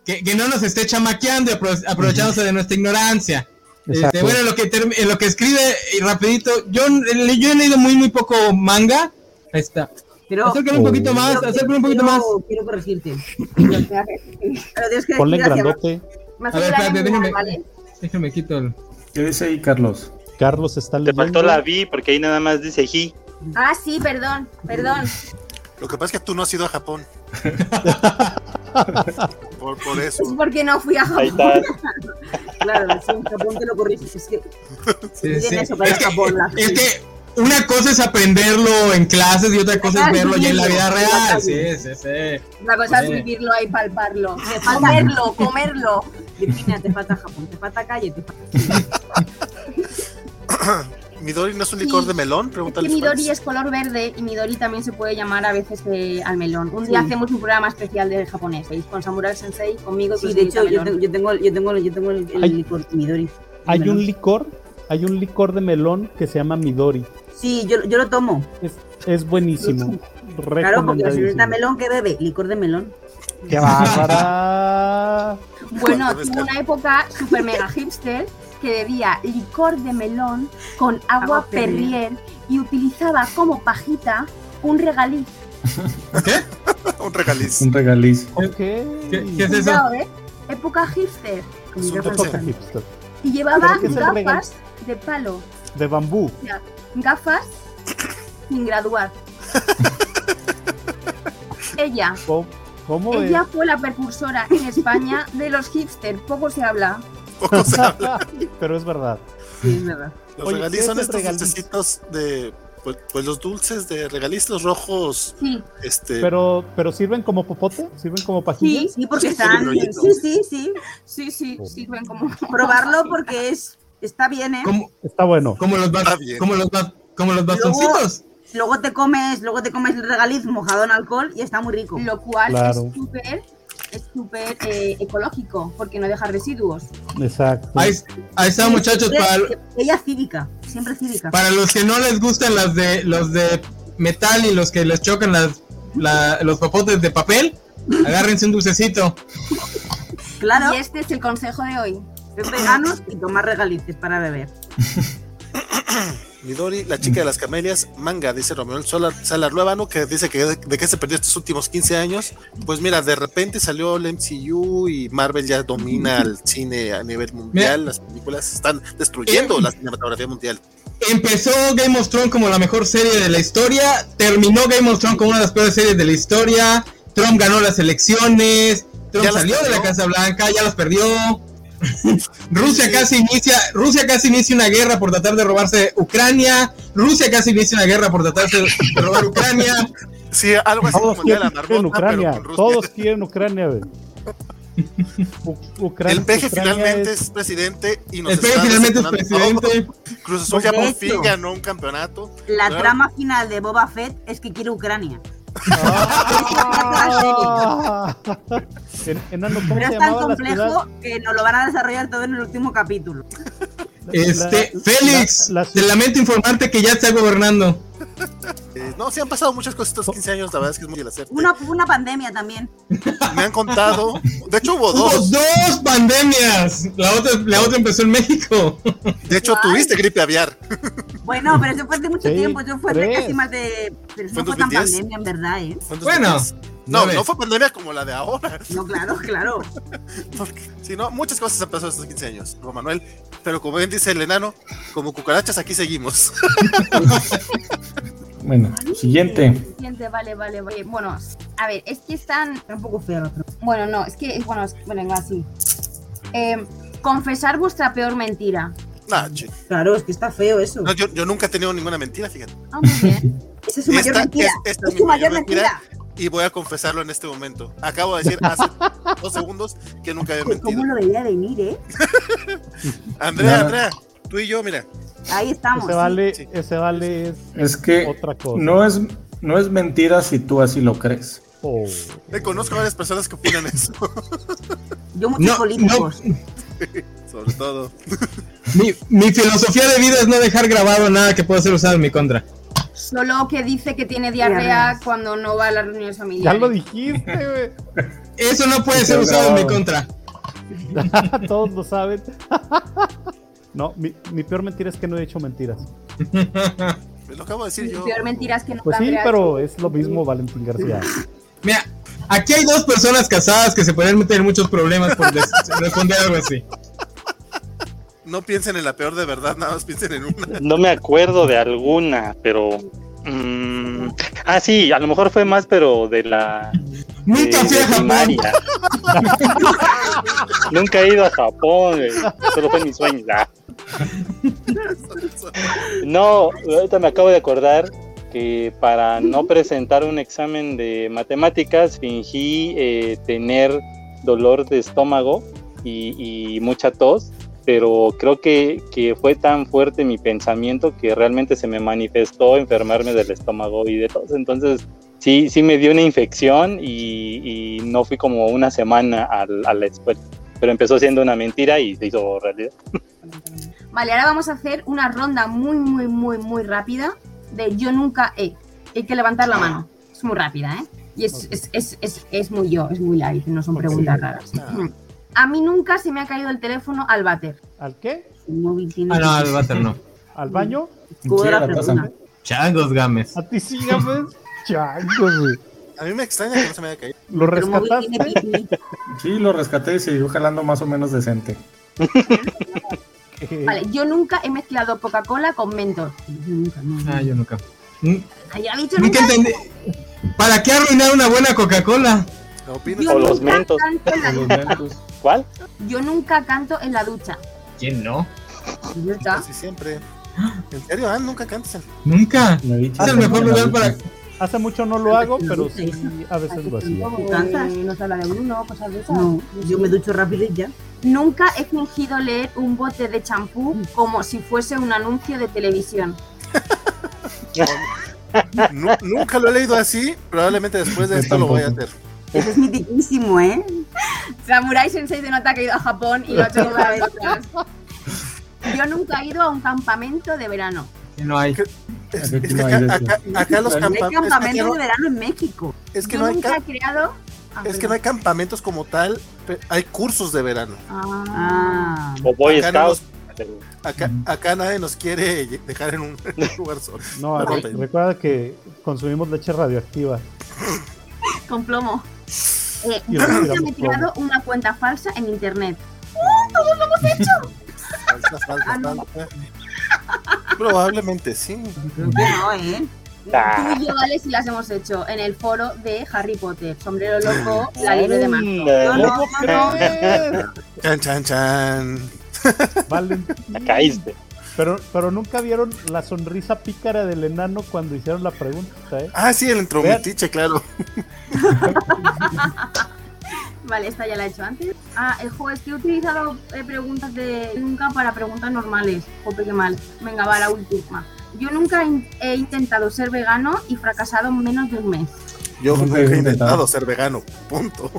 Speaker 7: Que, que no nos esté chamaqueando, y apro- aprovechándose de nuestra ignorancia. Este,
Speaker 6: exacto.
Speaker 7: bueno, lo que, term- en lo que escribe, y rapidito, yo, le- yo he leído muy, muy poco manga. Ahí está. Oh.
Speaker 4: Pero.
Speaker 7: Acércale un poquito más,
Speaker 4: pero-
Speaker 7: acércale un poquito
Speaker 4: quiero-
Speaker 7: más.
Speaker 4: Quiero corregirte. Pero tienes que
Speaker 6: Ponle en
Speaker 4: ir hacia abajo.
Speaker 6: grandote.
Speaker 3: Me
Speaker 7: A ver,
Speaker 3: aseguraré
Speaker 7: espérate,
Speaker 3: en mirar,
Speaker 7: déjame-
Speaker 3: ¿vale?
Speaker 7: Déjame quito el...
Speaker 1: ¿Qué dice ahí, Carlos?
Speaker 6: Carlos está
Speaker 9: Te
Speaker 6: leyendo.
Speaker 9: faltó la vi porque ahí nada más dice hi.
Speaker 3: Ah, sí, perdón, perdón.
Speaker 8: Lo que pasa es que tú no has ido a Japón. por, por eso.
Speaker 3: Es porque no fui a
Speaker 9: Ahí
Speaker 3: Japón.
Speaker 9: está.
Speaker 4: Claro, sí, en Japón te lo corriges. Es que
Speaker 7: Sí,
Speaker 4: Tiene
Speaker 7: sí.
Speaker 4: eso para
Speaker 7: Es que-
Speaker 4: Japón, la-
Speaker 7: es que una cosa es aprenderlo en clases y otra cosa es
Speaker 3: Claro,
Speaker 7: verlo ya en la vida
Speaker 3: vivirlo.
Speaker 7: real. Sí, sí, sí.
Speaker 3: Una cosa es
Speaker 7: Sí.
Speaker 3: vivirlo ahí, palparlo.
Speaker 4: falta-
Speaker 3: Comerlo, comerlo.
Speaker 4: Virginia, te falta Japón, te falta calle, te falta...
Speaker 8: ¿Midori no es un licor
Speaker 3: Sí.
Speaker 8: de
Speaker 3: Es
Speaker 8: melón?
Speaker 3: que
Speaker 8: Pregúntale.
Speaker 3: Midori es color verde y Midori también se puede llamar a veces eh, al melón. Un día
Speaker 4: Sí.
Speaker 3: hacemos un programa especial de japonés, ¿veis? Con Samurai Sensei, conmigo y con
Speaker 4: Sí, de hecho, yo
Speaker 3: Señorita
Speaker 4: tengo,
Speaker 3: Melón.
Speaker 4: yo tengo, yo tengo, yo tengo el, el
Speaker 6: Ay.
Speaker 4: licor Midori.
Speaker 6: Hay
Speaker 4: Melón.
Speaker 6: un licor, hay un licor de melón que se llama Midori.
Speaker 4: Sí, yo, yo lo tomo.
Speaker 6: Es, es buenísimo.
Speaker 4: Claro, porque la señorita
Speaker 6: Recomendadísimo.
Speaker 4: Melón, ¿qué bebe? Licor de melón.
Speaker 6: ¡Qué bárbara!
Speaker 3: Bueno,
Speaker 8: Entonces,
Speaker 3: tuve una época super mega hipster que bebía licor de melón con agua,
Speaker 4: Agua Perrier.
Speaker 3: perrier y utilizaba como pajita un regaliz.
Speaker 8: Un regaliz.
Speaker 1: Un regaliz.
Speaker 6: Ok.
Speaker 7: ¿Qué, qué es eso?
Speaker 3: Cuidado, ¿eh? Época hipster.
Speaker 8: Es un
Speaker 6: Una cosa
Speaker 8: dulce.
Speaker 6: hipster.
Speaker 3: Y llevaba
Speaker 6: ¿Pero qué es el
Speaker 3: gafas de palo.
Speaker 6: De bambú.
Speaker 3: O sea, gafas sin graduar. Ella.
Speaker 6: ¿Cómo, cómo es?
Speaker 3: Ella fue la precursora en España de los hipster. Poco se habla.
Speaker 8: Poco se habla.
Speaker 6: Pero es verdad.
Speaker 4: Sí, es verdad.
Speaker 8: Los
Speaker 6: Oye, ¿qué
Speaker 8: regaliz
Speaker 6: es
Speaker 8: son
Speaker 6: el
Speaker 8: estos
Speaker 6: regaliz?
Speaker 8: dulcecitos de. Pues, pues los dulces de regaliz, los rojos.
Speaker 3: Sí.
Speaker 8: Este.
Speaker 6: Pero, pero sirven como popote, sirven como pajilla.
Speaker 4: Sí, sí, porque
Speaker 8: Sí,
Speaker 4: están.
Speaker 8: sí,
Speaker 4: Sí, sí, sí.
Speaker 3: Sí, sí, sirven como.
Speaker 4: Probarlo porque es está bien, ¿eh?
Speaker 7: Como,
Speaker 6: Está bueno.
Speaker 7: como los, ba-
Speaker 8: Está bien.
Speaker 7: como los, ba- como los bastoncitos.
Speaker 4: Luego te comes, luego te comes el regaliz mojado en alcohol y está muy rico.
Speaker 3: Lo cual
Speaker 6: Claro.
Speaker 3: es súper es súper eh, ecológico porque no deja residuos.
Speaker 6: Exacto.
Speaker 7: Ahí, ahí está, muchachos. Para,
Speaker 4: Ella cívica, siempre cívica.
Speaker 7: para los que no les gustan las de los de metal y los que les chocan las, la- los popotes de papel, agárrense un dulcecito.
Speaker 4: Claro,
Speaker 3: Y este es el consejo de hoy.
Speaker 4: ser veganos y tomar regalices para beber.
Speaker 8: Midori, la chica de las camelias, manga, dice Romeo Solar, Salar Luébano, que dice que de, de qué se perdió estos últimos 15 años. Pues mira, de repente salió el MCU y Marvel ya domina el cine a nivel mundial. Las películas están
Speaker 6: Eh.
Speaker 8: destruyendo la cinematografía mundial.
Speaker 7: Empezó Game of Thrones como la mejor serie de la historia, terminó Game of Thrones como una de las peores series de la historia, Trump ganó las elecciones, Trump
Speaker 8: Ya las
Speaker 7: salió de la
Speaker 8: perdió.
Speaker 7: Casa Blanca, ya las perdió. Rusia casi inicia, Rusia casi inicia una guerra por tratar de robarse Ucrania, Rusia casi inicia una guerra por tratarse de robar Ucrania.
Speaker 8: Sí, algo así
Speaker 6: Todos
Speaker 8: como el día de la
Speaker 6: quieren, quieren
Speaker 8: marmota, pero
Speaker 6: Ucrania.
Speaker 8: con Rusia.
Speaker 6: Todos quieren Ucrania. güey. U- Ucrania
Speaker 8: el peje
Speaker 6: Ucrania
Speaker 8: finalmente
Speaker 6: es-
Speaker 8: es, presidente y nos
Speaker 7: El PG
Speaker 8: está
Speaker 7: finalmente es
Speaker 8: decepcionando.
Speaker 7: presidente.
Speaker 8: Cruz Azul ya
Speaker 4: De
Speaker 8: por
Speaker 4: hecho.
Speaker 8: fin ganó un campeonato.
Speaker 4: La
Speaker 8: Claro.
Speaker 4: trama final de Boba Fett es que quiere Ucrania.
Speaker 6: ¡Ah! En- enano, ¿cómo
Speaker 4: Pero
Speaker 6: se
Speaker 4: es tan
Speaker 6: llamaba la ciudad?
Speaker 4: complejo que nos lo van a desarrollar todo en el último capítulo.
Speaker 7: Este,
Speaker 6: La-
Speaker 7: Félix,
Speaker 6: la- la
Speaker 7: te
Speaker 6: ciudad-
Speaker 7: lamento informarte que ya está gobernando.
Speaker 8: Eh, no, se han pasado muchas cosas estos 15 años, la verdad es que es muy el hacerte.
Speaker 4: Una, una pandemia también.
Speaker 8: Me han contado, de hecho hubo
Speaker 7: Hubo
Speaker 8: dos.
Speaker 7: dos pandemias. La otra, la otra empezó en México.
Speaker 8: De hecho tuviste gripe aviar.
Speaker 4: Bueno, pero eso fue hace mucho
Speaker 6: Sí,
Speaker 4: tiempo. Eso fue hace
Speaker 6: tres.
Speaker 4: casi más de. Pero eso
Speaker 8: Fue
Speaker 4: no fue
Speaker 8: en
Speaker 4: tan
Speaker 8: 2010.
Speaker 4: pandemia, en verdad, ¿eh?
Speaker 7: Bueno,
Speaker 8: pues, No,
Speaker 7: nueve.
Speaker 8: no fue pandemia como la de ahora.
Speaker 4: No, claro, claro.
Speaker 8: porque- sino muchas cosas han pasado estos 15 años, Juan Manuel. Pero como bien dice el enano, como cucarachas aquí seguimos.
Speaker 1: Bueno,
Speaker 6: Este.
Speaker 1: siguiente.
Speaker 3: Siguiente, vale, vale, vale. Bueno, a ver, es que están
Speaker 4: Era un poco feo la trama.
Speaker 3: Bueno, no, es que, bueno, es- bueno, venga, así. Eh, confesar vuestra peor mentira.
Speaker 8: Nah, chi-
Speaker 4: Claro, es que está feo eso.
Speaker 8: no, yo, yo nunca he tenido ninguna mentira, fíjate.
Speaker 3: Ah, muy bien.
Speaker 4: Esa es su mayor
Speaker 8: Esta-
Speaker 4: mentira.
Speaker 8: es- esta
Speaker 4: es su mayor mentira.
Speaker 8: Y voy a confesarlo en este momento. Acabo de decir hace dos segundos que nunca había
Speaker 4: Joder,
Speaker 8: mentido.
Speaker 4: ¿Cómo lo veía venir, eh?
Speaker 8: Andrea,
Speaker 1: Nada.
Speaker 8: Andrea, tú y yo, mira.
Speaker 4: Ahí estamos.
Speaker 6: Ese vale,
Speaker 8: sí.
Speaker 6: ese vale es
Speaker 1: Es que
Speaker 6: otra cosa.
Speaker 1: no es, no es mentira si tú así lo crees.
Speaker 6: Oh.
Speaker 8: Eh, conozco a varias personas que opinan eso,
Speaker 4: Yo muchos
Speaker 7: No, no,
Speaker 4: políticos.
Speaker 8: sobre todo.
Speaker 7: mi, mi filosofía de vida es no dejar grabado nada que pueda ser usado en mi contra.
Speaker 3: Solo que dice que tiene diarrea
Speaker 4: Diarreas.
Speaker 3: cuando no va a las reuniones
Speaker 6: Ya
Speaker 3: familiares.
Speaker 6: lo dijiste, güey.
Speaker 7: Eso no puede
Speaker 1: Está
Speaker 7: ser usado en mi
Speaker 1: grabado.
Speaker 7: contra.
Speaker 6: Todos lo saben. No, mi, mi peor mentira es que no he hecho mentiras.
Speaker 8: Lo acabo de decir
Speaker 3: Mi
Speaker 8: yo.
Speaker 3: peor mentira es que no
Speaker 6: Pues sí,
Speaker 3: Andrea-
Speaker 6: pero es lo mismo Valentín García.
Speaker 7: Mira, aquí hay dos personas casadas que se pueden meter en muchos problemas por des- responder algo así.
Speaker 8: No piensen en la peor de verdad, nada más piensen en una.
Speaker 9: No me acuerdo de alguna, pero. mm, ah, sí, a lo mejor fue más, pero de la.
Speaker 7: Nunca
Speaker 9: de-
Speaker 7: fui
Speaker 9: de
Speaker 7: a Japón.
Speaker 9: primaria. Nunca he ido a Japón, güey. solo fue mi sueño. Ah, No, ahorita me acabo de acordar que para no presentar un examen de matemáticas fingí eh, tener dolor de estómago y, y mucha tos, pero creo que, que fue tan fuerte mi pensamiento que realmente se me manifestó enfermarme del estómago y de tos. Entonces sí, sí me dio una infección y, y no fui como una semana al- a la escuela. Pero empezó siendo una mentira y se hizo realidad.
Speaker 3: Vale, ahora vamos a hacer una ronda muy, muy, muy, muy rápida de yo nunca he. Hay que levantar la mano. Es muy rápida, ¿eh? Y es, es, es, es- es muy yo, es muy light, no son preguntas raras. A mí nunca se me ha caído el teléfono al váter.
Speaker 6: ¿Al qué?
Speaker 7: Ah, no, al váter no.
Speaker 6: ¿Al baño?
Speaker 3: Escudo de la fortuna.
Speaker 7: Changos games.
Speaker 6: A ti sí, games. Changos, güey.
Speaker 8: A mí me extraña que no se me haya caído.
Speaker 6: ¿Lo
Speaker 3: Pero móvil tiene
Speaker 6: rescataste?
Speaker 3: pipí.
Speaker 1: Sí, lo rescaté y siguió jalando más o menos decente.
Speaker 6: ¿Qué?
Speaker 3: Vale, yo nunca he mezclado Coca-Cola con Mentos. Yo nunca, no, no.
Speaker 7: Ah, yo nunca. Mm,
Speaker 3: Ay, ¿ha dicho
Speaker 7: Nunca
Speaker 3: nunca?
Speaker 7: entendí. ¿Para qué arruinar una buena Coca-Cola?
Speaker 8: ¿Qué opinas?
Speaker 3: Yo
Speaker 9: O los
Speaker 3: nunca
Speaker 9: Mentos.
Speaker 3: canto en la
Speaker 1: Con los
Speaker 3: ducha.
Speaker 1: mentos.
Speaker 9: ¿Cuál?
Speaker 3: Yo nunca canto en la ducha.
Speaker 7: ¿Quién no?
Speaker 3: Ya está.
Speaker 8: Casi siempre. ¿En serio? Ah, nunca cantas.
Speaker 7: Nunca.
Speaker 1: Me vi
Speaker 7: Es el mejor lugar para.
Speaker 6: Hace mucho no lo hago, pero sí, a veces lo hacía.
Speaker 4: ¿Tú cantas?
Speaker 3: Eh, nos habla de Bruno, cosas de esas.
Speaker 4: No, yo me ducho rápido y ya.
Speaker 3: Nunca he fingido leer un bote de champú como si fuese un anuncio de televisión.
Speaker 8: Nu- nunca lo he leído así. Probablemente después de
Speaker 1: Yo
Speaker 8: esto lo voy a
Speaker 1: tampoco.
Speaker 8: hacer.
Speaker 4: Eso es mitiquísimo, ¿eh?
Speaker 3: Samurai Sensei de nota que ha ido a Japón y lo ha hecho como una vez atrás. Yo nunca he ido a un campamento de verano.
Speaker 7: No hay.
Speaker 8: Es,
Speaker 1: Aquí
Speaker 8: es
Speaker 1: no
Speaker 8: que
Speaker 1: hay
Speaker 8: acá,
Speaker 1: de eso.
Speaker 8: acá- acá los
Speaker 4: Hay
Speaker 8: campa- es que acá
Speaker 4: campamentos
Speaker 8: no-
Speaker 4: de verano en México.
Speaker 8: Es que
Speaker 3: Yo
Speaker 8: no hay
Speaker 3: nunca
Speaker 8: camp-
Speaker 3: he creado. Ah,
Speaker 8: es que no hay campamentos como tal. pe- Hay cursos de verano.
Speaker 3: perdón. Ah.
Speaker 4: Ah,
Speaker 9: O Boy
Speaker 8: Acá no
Speaker 9: Scout.
Speaker 8: Acá, acá nadie nos quiere lle- dejar en un en un lugar solo.
Speaker 6: No,
Speaker 8: Perdón,
Speaker 6: re-
Speaker 8: Pedro.
Speaker 6: recuerda que consumimos leche radioactiva.
Speaker 3: con plomo. Eh,
Speaker 6: Y
Speaker 3: yo nunca
Speaker 6: respiramos
Speaker 3: me he creado una cuenta falsa en internet.
Speaker 8: Falsa, falsa,
Speaker 3: Ah,
Speaker 8: falsa. Probablemente sí.
Speaker 4: creo que no, ¿eh?
Speaker 9: Ah.
Speaker 3: Tú y yo, Alex, y las hemos hecho en el foro de Harry Potter, sombrero loco, la libre de marzo.
Speaker 4: Yo
Speaker 9: Ándale,
Speaker 4: no, yo no.
Speaker 8: Chan, chan, chan.
Speaker 6: Valen.
Speaker 9: Caíste.
Speaker 6: Pero, pero nunca vieron la sonrisa pícara del enano cuando hicieron la pregunta, ¿eh?
Speaker 8: Ah, sí, el entrometiche, claro.
Speaker 3: Vale, esta ya la he hecho antes. Ah, el juego es que he utilizado eh, preguntas de nunca para preguntas normales. Jope, qué mal. Venga, va la última. Yo nunca in- he intentado ser vegano y fracasado en menos de un mes.
Speaker 8: Yo
Speaker 1: Nunca
Speaker 8: nunca
Speaker 1: he
Speaker 8: he
Speaker 1: intentado.
Speaker 8: intentado ser vegano. Punto.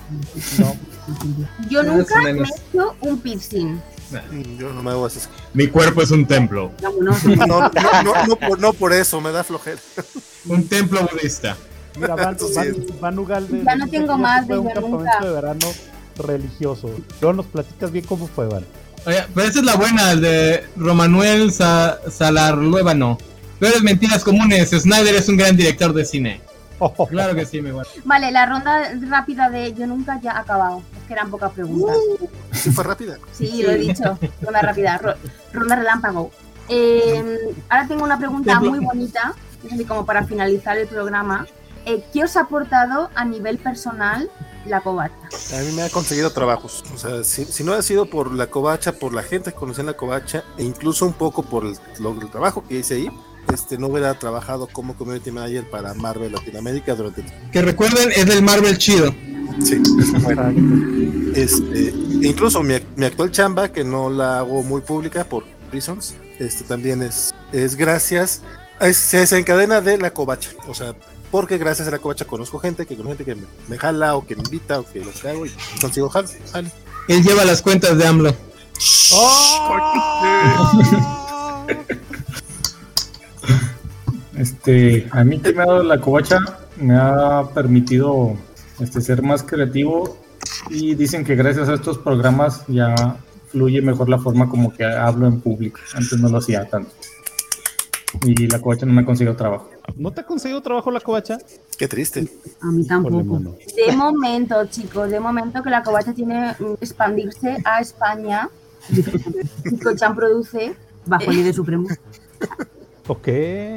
Speaker 3: Yo
Speaker 7: Menos
Speaker 3: nunca me he
Speaker 7: menos.
Speaker 3: hecho un piercing.
Speaker 8: Yo no me hago así.
Speaker 7: Mi cuerpo es un templo.
Speaker 4: Vámonos.
Speaker 8: No, no, no, no, por, no por eso, me da flojera.
Speaker 7: Un templo budista.
Speaker 6: Mira, Van,
Speaker 8: Eso sí
Speaker 6: Van,
Speaker 8: es.
Speaker 6: Van Ugalde
Speaker 3: Ya no
Speaker 6: dice
Speaker 3: tengo
Speaker 6: que
Speaker 3: más
Speaker 6: se fue a un
Speaker 3: de yo
Speaker 6: campamento
Speaker 3: nunca.
Speaker 6: de verano religioso. Luego nos platicas bien cómo fue, Van.
Speaker 7: Oye, pero esa es la buena, el de Romanuel Sa Salarluébano. Peores mentiras comunes. Snyder es un gran director de cine.
Speaker 6: Oh, oh,
Speaker 7: Claro que sí, me guarda.
Speaker 3: Vale, la ronda rápida de yo nunca ya ha acabado. Es que eran pocas preguntas.
Speaker 8: Sí, fue rápida.
Speaker 3: Sí, lo he dicho. Ronda rápida. ro- ronda relámpago. Eh, ahora tengo una pregunta muy bonita, es así como para finalizar el programa. Eh, ¿Qué os ha aportado a nivel personal la covacha?
Speaker 8: A mí me ha conseguido trabajos. O sea, si, si no ha sido por la covacha, por la gente que conocía en la covacha, e incluso un poco por el, lo- el trabajo que hice ahí, este, no hubiera trabajado como community manager para Marvel Latinoamérica durante el
Speaker 7: Que recuerden, es del Marvel chido.
Speaker 8: Sí, es bueno. Este, incluso mi, mi actual chamba, que no la hago muy pública por reasons, este también es, es gracias, es- se desencadena de la covacha. O sea, porque gracias a la covacha conozco gente que gente que me, me jala o que me invita o que lo que hago y consigo jale. jale.
Speaker 7: Él lleva las cuentas de AMLO.
Speaker 1: Este, a mí que me ha dado la covacha me ha permitido este, ser más creativo y dicen que gracias a estos programas ya fluye mejor la forma como que hablo en público. Antes no lo hacía tanto. Y la covacha no me ha conseguido trabajo.
Speaker 6: ¿No te ha conseguido trabajo la covacha?
Speaker 8: Qué triste.
Speaker 4: A mí
Speaker 6: Híjole,
Speaker 4: tampoco.
Speaker 6: mano.
Speaker 3: De momento, chicos, de momento que la covacha tiene mm, expandirse a España, y Cochan produce,
Speaker 4: Bajo el líder supremo.
Speaker 6: Ok,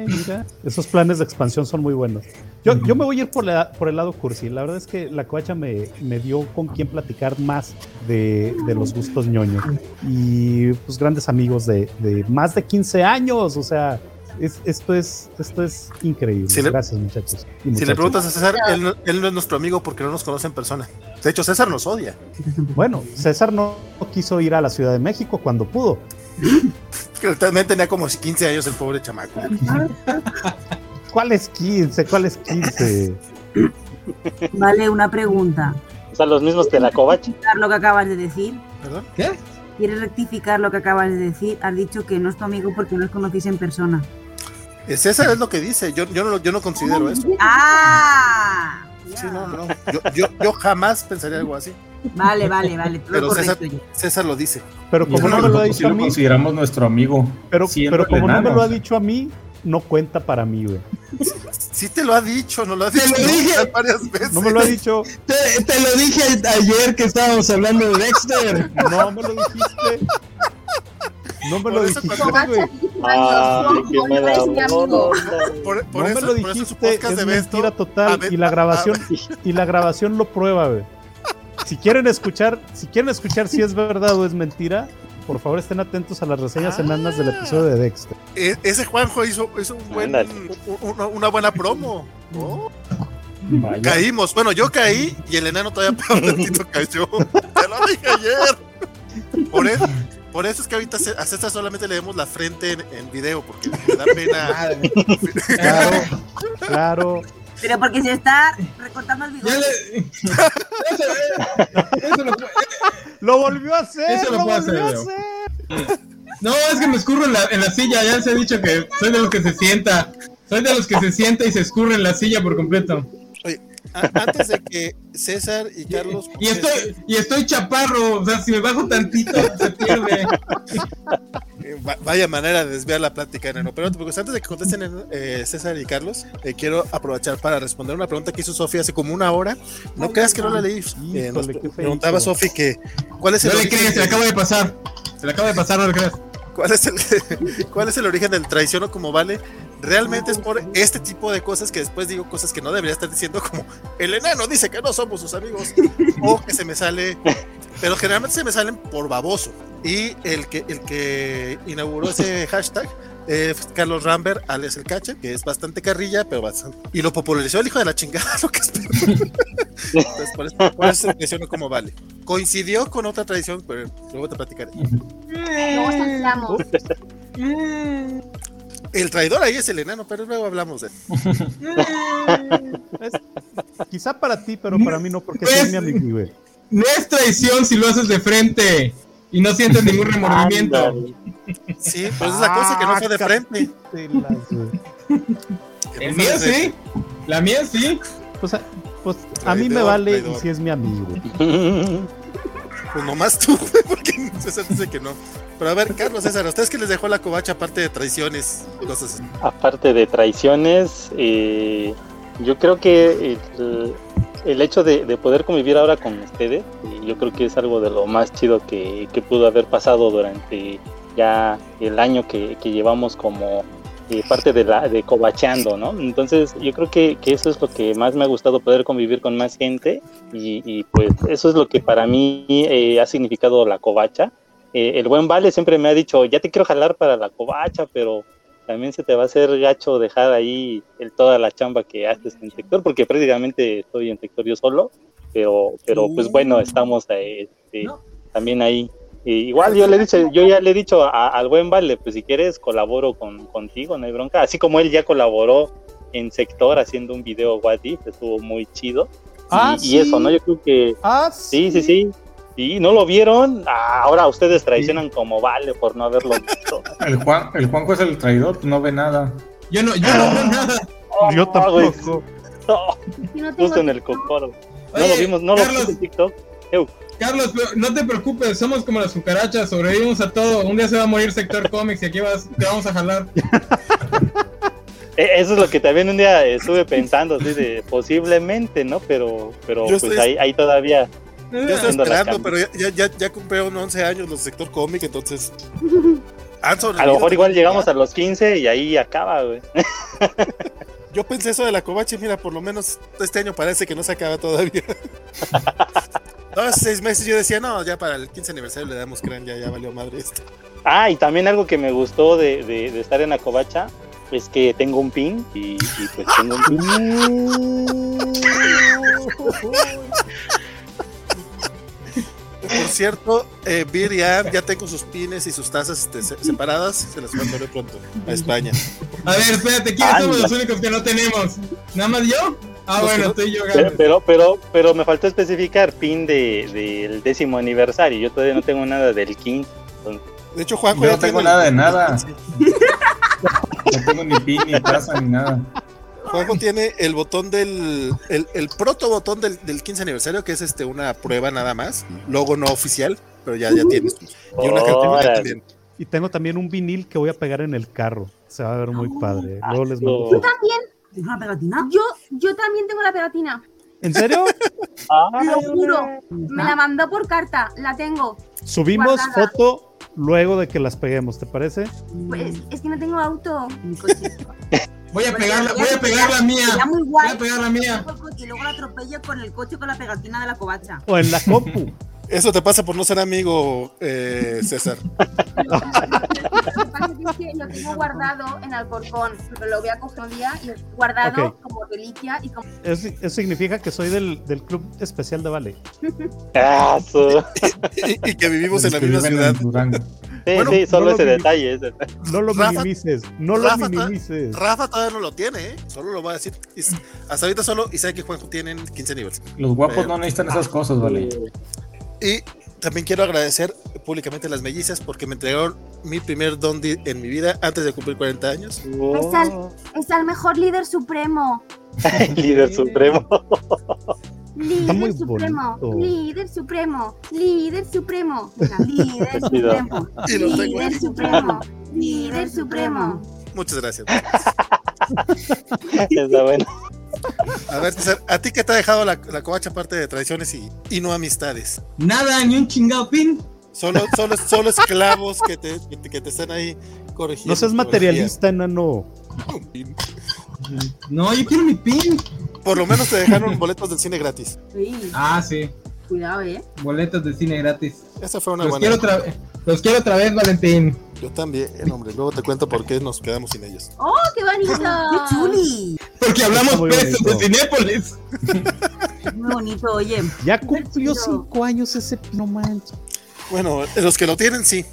Speaker 6: mira, esos planes de expansión son muy buenos. Yo, yo me voy a ir por, la- por el lado cursi. La verdad es que la coacha me, me dio con quien platicar más de, de los gustos ñoño. Y pues grandes amigos de, de más de 15 años. O sea, es- esto, es, esto es increíble.
Speaker 8: Si le-
Speaker 6: Gracias, muchachos. y
Speaker 8: Si le
Speaker 6: muchachas.
Speaker 8: preguntas a César, él, no- él no es nuestro amigo porque no nos conoce en persona. De hecho, César nos odia.
Speaker 6: Bueno, César no quiso ir a la Ciudad de México cuando pudo.
Speaker 8: Es que también tenía como 15 años el pobre chamaco.
Speaker 6: ¿Cuál es 15? ¿Cuál es 15?
Speaker 4: Vale, una pregunta.
Speaker 9: O sea, los mismos que la covacha.
Speaker 4: ¿Rectificar lo que acabas de decir?
Speaker 8: ¿Perdón?
Speaker 7: ¿Qué?
Speaker 4: ¿Quieres rectificar lo que acabas de decir? Has dicho que no es tu amigo porque no los conocéis en persona.
Speaker 8: Eh, César es lo que dice. Yo, yo, no, lo- yo no considero eso.
Speaker 4: ¡Ah!
Speaker 8: Sí, no, no. Yo, yo, yo jamás pensaría algo así.
Speaker 4: Vale, vale, vale. Todo
Speaker 8: Pero César,
Speaker 4: correcto. ya.
Speaker 8: César lo dice.
Speaker 6: Pero
Speaker 1: Y es
Speaker 6: como no
Speaker 1: que
Speaker 6: me lo ha
Speaker 1: nosotros
Speaker 6: dicho
Speaker 1: sí
Speaker 6: a
Speaker 1: lo
Speaker 6: mí,
Speaker 1: consideramos nuestro amigo.
Speaker 6: pero,
Speaker 1: siendo
Speaker 6: pero como no me
Speaker 1: enano,
Speaker 6: lo ha
Speaker 1: o sea.
Speaker 6: dicho a mí, no cuenta para mí, güey.
Speaker 8: Sí te lo ha dicho, no lo ha
Speaker 7: Te
Speaker 8: dicho
Speaker 7: lo dije.
Speaker 8: varias veces.
Speaker 6: No me lo ha dicho,
Speaker 7: Te, te lo dije a- ayer que estábamos hablando de Dexter.
Speaker 6: no me lo dijiste. No me lo
Speaker 8: Por eso
Speaker 6: dijiste,
Speaker 8: cuando-
Speaker 6: güey.
Speaker 12: Covacha, dice
Speaker 9: Ah,
Speaker 12: Mario,
Speaker 9: qué
Speaker 12: no, no
Speaker 9: mala
Speaker 12: es mi amigo.
Speaker 9: onda.
Speaker 8: Por, por
Speaker 6: no me
Speaker 8: eso,
Speaker 6: lo
Speaker 8: por eso su
Speaker 6: dijiste,
Speaker 8: podcast
Speaker 6: es
Speaker 8: de
Speaker 6: mentira
Speaker 8: Besto. a
Speaker 6: total
Speaker 8: ver,
Speaker 6: y la
Speaker 8: a-
Speaker 6: grabación y la grabación lo prueba, güey. Si quieren escuchar, si quieren escuchar si es verdad o es mentira, por favor estén atentos a las reseñas
Speaker 8: Ah.
Speaker 6: enanas del episodio de Dexter.
Speaker 8: e- ese Juanjo hizo, hizo un buen,
Speaker 9: Ándale.
Speaker 8: u- u- una buena promo.
Speaker 6: Mm.
Speaker 8: Oh,
Speaker 1: Vaya.
Speaker 8: caímos. Bueno, yo caí y el enano todavía tantito cayó. Te lo dije ayer. Por eso, por eso es que ahorita a César solamente le vemos la frente en, en video, porque me da pena.
Speaker 6: Claro, claro.
Speaker 4: Pero porque se está recortando el bigote.
Speaker 7: Ya le- Eso, eh, eso lo-
Speaker 6: Lo volvió a hacer,
Speaker 7: Eso lo
Speaker 6: lo,
Speaker 7: puedo
Speaker 6: volvió
Speaker 7: hacer,
Speaker 6: a
Speaker 7: Leo.
Speaker 6: hacer.
Speaker 7: No, es que me escurro en la, en la silla. Ya les he dicho que soy de los que se sienta. Soy de los que se sienta y se escurre en la silla por completo.
Speaker 8: A- Antes de que César y Carlos.
Speaker 7: Y estoy, y estoy chaparro. O sea, si me bajo tantito, se pierde.
Speaker 8: Eh, va- Vaya manera de desviar la plática, enano. Pero no te preocupes, antes de que contesten eh, César y Carlos, eh, quiero aprovechar para responder una pregunta que hizo Sofía hace como una hora. No creas que no la leí. Eh, nos
Speaker 6: Híjole, qué feíto.
Speaker 8: preguntaba Sofi que cuál es el
Speaker 7: No le
Speaker 8: origen
Speaker 7: creas, se le
Speaker 8: del-
Speaker 7: acaba de pasar. Se le acaba de pasar, no le creas.
Speaker 8: cuál es el cuál es el origen del traiciono como vale. Realmente es por este tipo de cosas que después digo cosas que no debería estar diciendo como el enano dice que no somos sus amigos o que se me sale, pero generalmente se me salen por baboso. Y el que el que inauguró ese hashtag eh, fue Carlos Rambert, alias el Cache, que es bastante carrilla, pero bastante. Y lo popularizó el hijo de la chingada, lo que es peor. Entonces, por eso, por eso se traicionó como vale. Coincidió con otra tradición, pero luego te platicaré.
Speaker 12: Luego saltamos.
Speaker 8: El traidor ahí es el enano, pero luego hablamos de él.
Speaker 6: Es- quizá para ti, pero para mí no, porque sí es mi amigo, güey.
Speaker 7: No es traición si lo haces de frente y no sientes ningún remordimiento.
Speaker 9: Ándale.
Speaker 8: Sí, pues es la cosa que no fue de
Speaker 6: Ah,
Speaker 8: frente.
Speaker 6: Telas, güey.
Speaker 8: Que
Speaker 7: El
Speaker 8: no fue
Speaker 7: mío
Speaker 8: de frente.
Speaker 7: sí. La mía sí.
Speaker 6: Pues, a- pues a mí me
Speaker 8: Traidor,
Speaker 6: vale
Speaker 8: traidor.
Speaker 6: y si es mi amigo.
Speaker 8: Pues nomás tú, güey, porque César dice que no. Pero a ver, Carlos César, ¿a ustedes que les dejó la covacha aparte de traiciones y cosas así?
Speaker 9: Aparte de traiciones, eh, yo creo que el, el hecho de, de poder convivir ahora con ustedes, eh, yo creo que es algo de lo más chido que, que pudo haber pasado durante ya el año que, que llevamos como eh, parte de la de covacheando, ¿no? Entonces yo creo que, que eso es lo que más me ha gustado poder convivir con más gente y, y, pues eso es lo que para mí eh, ha significado la covacha. Eh, el buen Vale siempre me ha dicho, ya te quiero jalar para la covacha, pero también se te va a hacer gacho dejar ahí el, toda la chamba que haces en sector, porque prácticamente estoy en sector yo solo, pero, pero pues bueno, estamos eh, este, también ahí. Y igual yo le he dicho, yo ya le he dicho a- al buen Vale, pues si quieres colaboro con, contigo, no hay bronca, así como él ya colaboró en sector haciendo un video What If, estuvo muy chido.
Speaker 6: Ah,
Speaker 9: y, y eso, ¿no? Yo creo que
Speaker 6: Ah,
Speaker 9: sí, sí, sí. Sí, no lo vieron. Ah, ahora ustedes traicionan como vale por no haberlo visto.
Speaker 1: El, Juan, el Juanjo es el traidor, no ve nada.
Speaker 7: Yo no, yo no veo nada.
Speaker 6: Yo
Speaker 9: Ah, güey,
Speaker 6: tampoco.
Speaker 9: no.
Speaker 12: Yo no tengo
Speaker 9: Justo en el cocoro. No
Speaker 7: Oye,
Speaker 9: lo vimos, no lo
Speaker 7: Carlos.
Speaker 9: vimos en TikTok.
Speaker 7: Carlos, pero no te preocupes, somos como las cucarachas, sobrevivimos a todo. Un día se va a morir sector cómics y aquí vas, te vamos a jalar.
Speaker 9: E- Eso es lo que también un día estuve pensando, así de posiblemente, ¿no? Pero, pero
Speaker 8: Yo
Speaker 9: pues
Speaker 8: estoy-
Speaker 9: ahí, ahí todavía.
Speaker 8: Yo estoy
Speaker 9: Haciendo la
Speaker 8: esperando,
Speaker 9: cama.
Speaker 8: pero ya, ya, ya, ya cumplieron 11 años los sector cómic, entonces
Speaker 9: A lo mejor igual llegamos a los 15 y ahí acaba, güey.
Speaker 8: Yo pensé eso de la covacha, y mira, por lo menos este año parece que no se acaba todavía. Dos, seis meses yo decía, no, ya para el 15 aniversario le damos crán, ya, ya valió madre esto.
Speaker 9: Ah, y también algo que me gustó de, de- de estar en Acobacha es que tengo un pin y, y pues tengo un
Speaker 6: Uh.
Speaker 8: Por cierto, eh, Bir y Ann ya tengo sus pines y sus tazas este, se- separadas, se las mandaré pronto a España.
Speaker 7: A ver, espérate, ¿quiénes somos los únicos que no tenemos? ¿Nada más yo? Ah,
Speaker 8: Los que
Speaker 7: bueno,
Speaker 8: no-
Speaker 7: estoy yo,
Speaker 9: Pero,
Speaker 7: Gabriel.
Speaker 9: pero, pero, pero me faltó especificar pin de- del décimo aniversario. Yo todavía no tengo nada del 15.
Speaker 8: De hecho, Juanjo
Speaker 1: Yo
Speaker 8: ya
Speaker 1: no tengo
Speaker 8: tiene-
Speaker 1: nada de nada. No tengo ni pin, ni taza, ni nada.
Speaker 8: Juanjo tiene el botón del. El, el proto botón del, del 15 aniversario, que es este una prueba nada más. Logo no oficial, pero ya, ya tienes. Y una cartulina
Speaker 9: Órale.
Speaker 8: también.
Speaker 6: Y tengo también un vinil que voy a pegar en el carro. Se va a ver muy padre. Luego les mando
Speaker 9: Yo
Speaker 6: fotos.
Speaker 3: También,
Speaker 4: ¿Tienes una pegatina?
Speaker 3: yo, yo también tengo la pegatina.
Speaker 6: ¿En serio?
Speaker 9: Ah,
Speaker 3: Lo juro. Me
Speaker 4: Ah,
Speaker 3: la mandó por carta, la tengo.
Speaker 6: Subimos
Speaker 3: Guardada.
Speaker 6: foto luego de que las peguemos, ¿te parece?
Speaker 3: Pues es que no tengo auto. Mi coche.
Speaker 7: Voy a pegar la, voy a pegar la mía.
Speaker 4: Está muy
Speaker 7: Voy
Speaker 4: guay.
Speaker 7: a pegar la mía.
Speaker 4: Y luego la atropello con el coche con la pegatina de la covacha.
Speaker 6: O en la compu.
Speaker 8: Eso te pasa por no ser amigo, eh, César.
Speaker 3: Lo que pasa es que lo tengo guardado en Alcorcón, pero lo voy a coger un día y guardado
Speaker 6: Ok.
Speaker 3: como reliquia y como
Speaker 6: Eso, eso significa que soy del, del club especial de Vale.
Speaker 9: ah, su-
Speaker 8: Y, y que vivimos en la
Speaker 1: Los que
Speaker 8: misma
Speaker 1: viven en
Speaker 8: ciudad.
Speaker 1: Durango.
Speaker 9: Sí,
Speaker 8: Bueno,
Speaker 9: sí, solo
Speaker 6: no lo
Speaker 9: ese
Speaker 6: vi.
Speaker 9: detalle. ese detalle.
Speaker 6: No lo
Speaker 8: Rafa-
Speaker 6: minimices, no lo
Speaker 8: Rafa, ¿está-
Speaker 6: minimices.
Speaker 8: Rafa todavía no lo tiene, ¿eh? Solo lo va a decir. Is- Hasta ahorita solo Isaac y Juanjo tienen 15 niveles.
Speaker 1: Los guapos no necesitan esas cosas, vale.
Speaker 8: Y también quiero agradecer públicamente a las mellizas porque me entregaron mi primer dondi en mi vida antes de cumplir 40 años.
Speaker 9: Oh,
Speaker 3: es el mejor líder supremo.
Speaker 9: el líder supremo.
Speaker 3: Líder
Speaker 6: muy
Speaker 3: supremo,
Speaker 6: bonito.
Speaker 3: líder supremo, líder supremo, Venga, líder
Speaker 9: Chido.
Speaker 3: supremo,
Speaker 8: Y lo tengo
Speaker 3: líder
Speaker 8: ahí.
Speaker 3: supremo, líder supremo.
Speaker 8: Muchas gracias.
Speaker 9: Está bueno.
Speaker 8: A ver, César, ¿a ti qué te ha dejado la, la covacha aparte de tradiciones y, y no amistades?
Speaker 7: Nada, ni un chingado pin.
Speaker 8: Solo, solo, solo esclavos que te, que, te, que te están ahí corrigiendo.
Speaker 6: No seas materialista, enano.
Speaker 7: No, yo quiero mi pin.
Speaker 8: Por lo menos te dejaron boletos del cine gratis.
Speaker 3: Sí,
Speaker 7: Ah, sí.
Speaker 3: cuidado, eh.
Speaker 7: Boletos de cine gratis.
Speaker 8: Esa fue una
Speaker 7: Los
Speaker 8: buena.
Speaker 7: Pues quiero otra vez. Los quiero otra vez, Valentín.
Speaker 8: Yo también, eh, hombre. Luego te cuento por qué nos quedamos sin ellos.
Speaker 3: ¡Oh, qué bonito!
Speaker 4: ¡Qué chuli!
Speaker 7: Porque hablamos
Speaker 6: Está muy
Speaker 7: pesos de
Speaker 6: bonito.
Speaker 7: Cinépolis.
Speaker 4: Muy bonito, oye.
Speaker 6: Ya cumplió
Speaker 3: Divertido.
Speaker 6: cinco años ese no manches.
Speaker 8: Bueno, los que lo tienen, sí.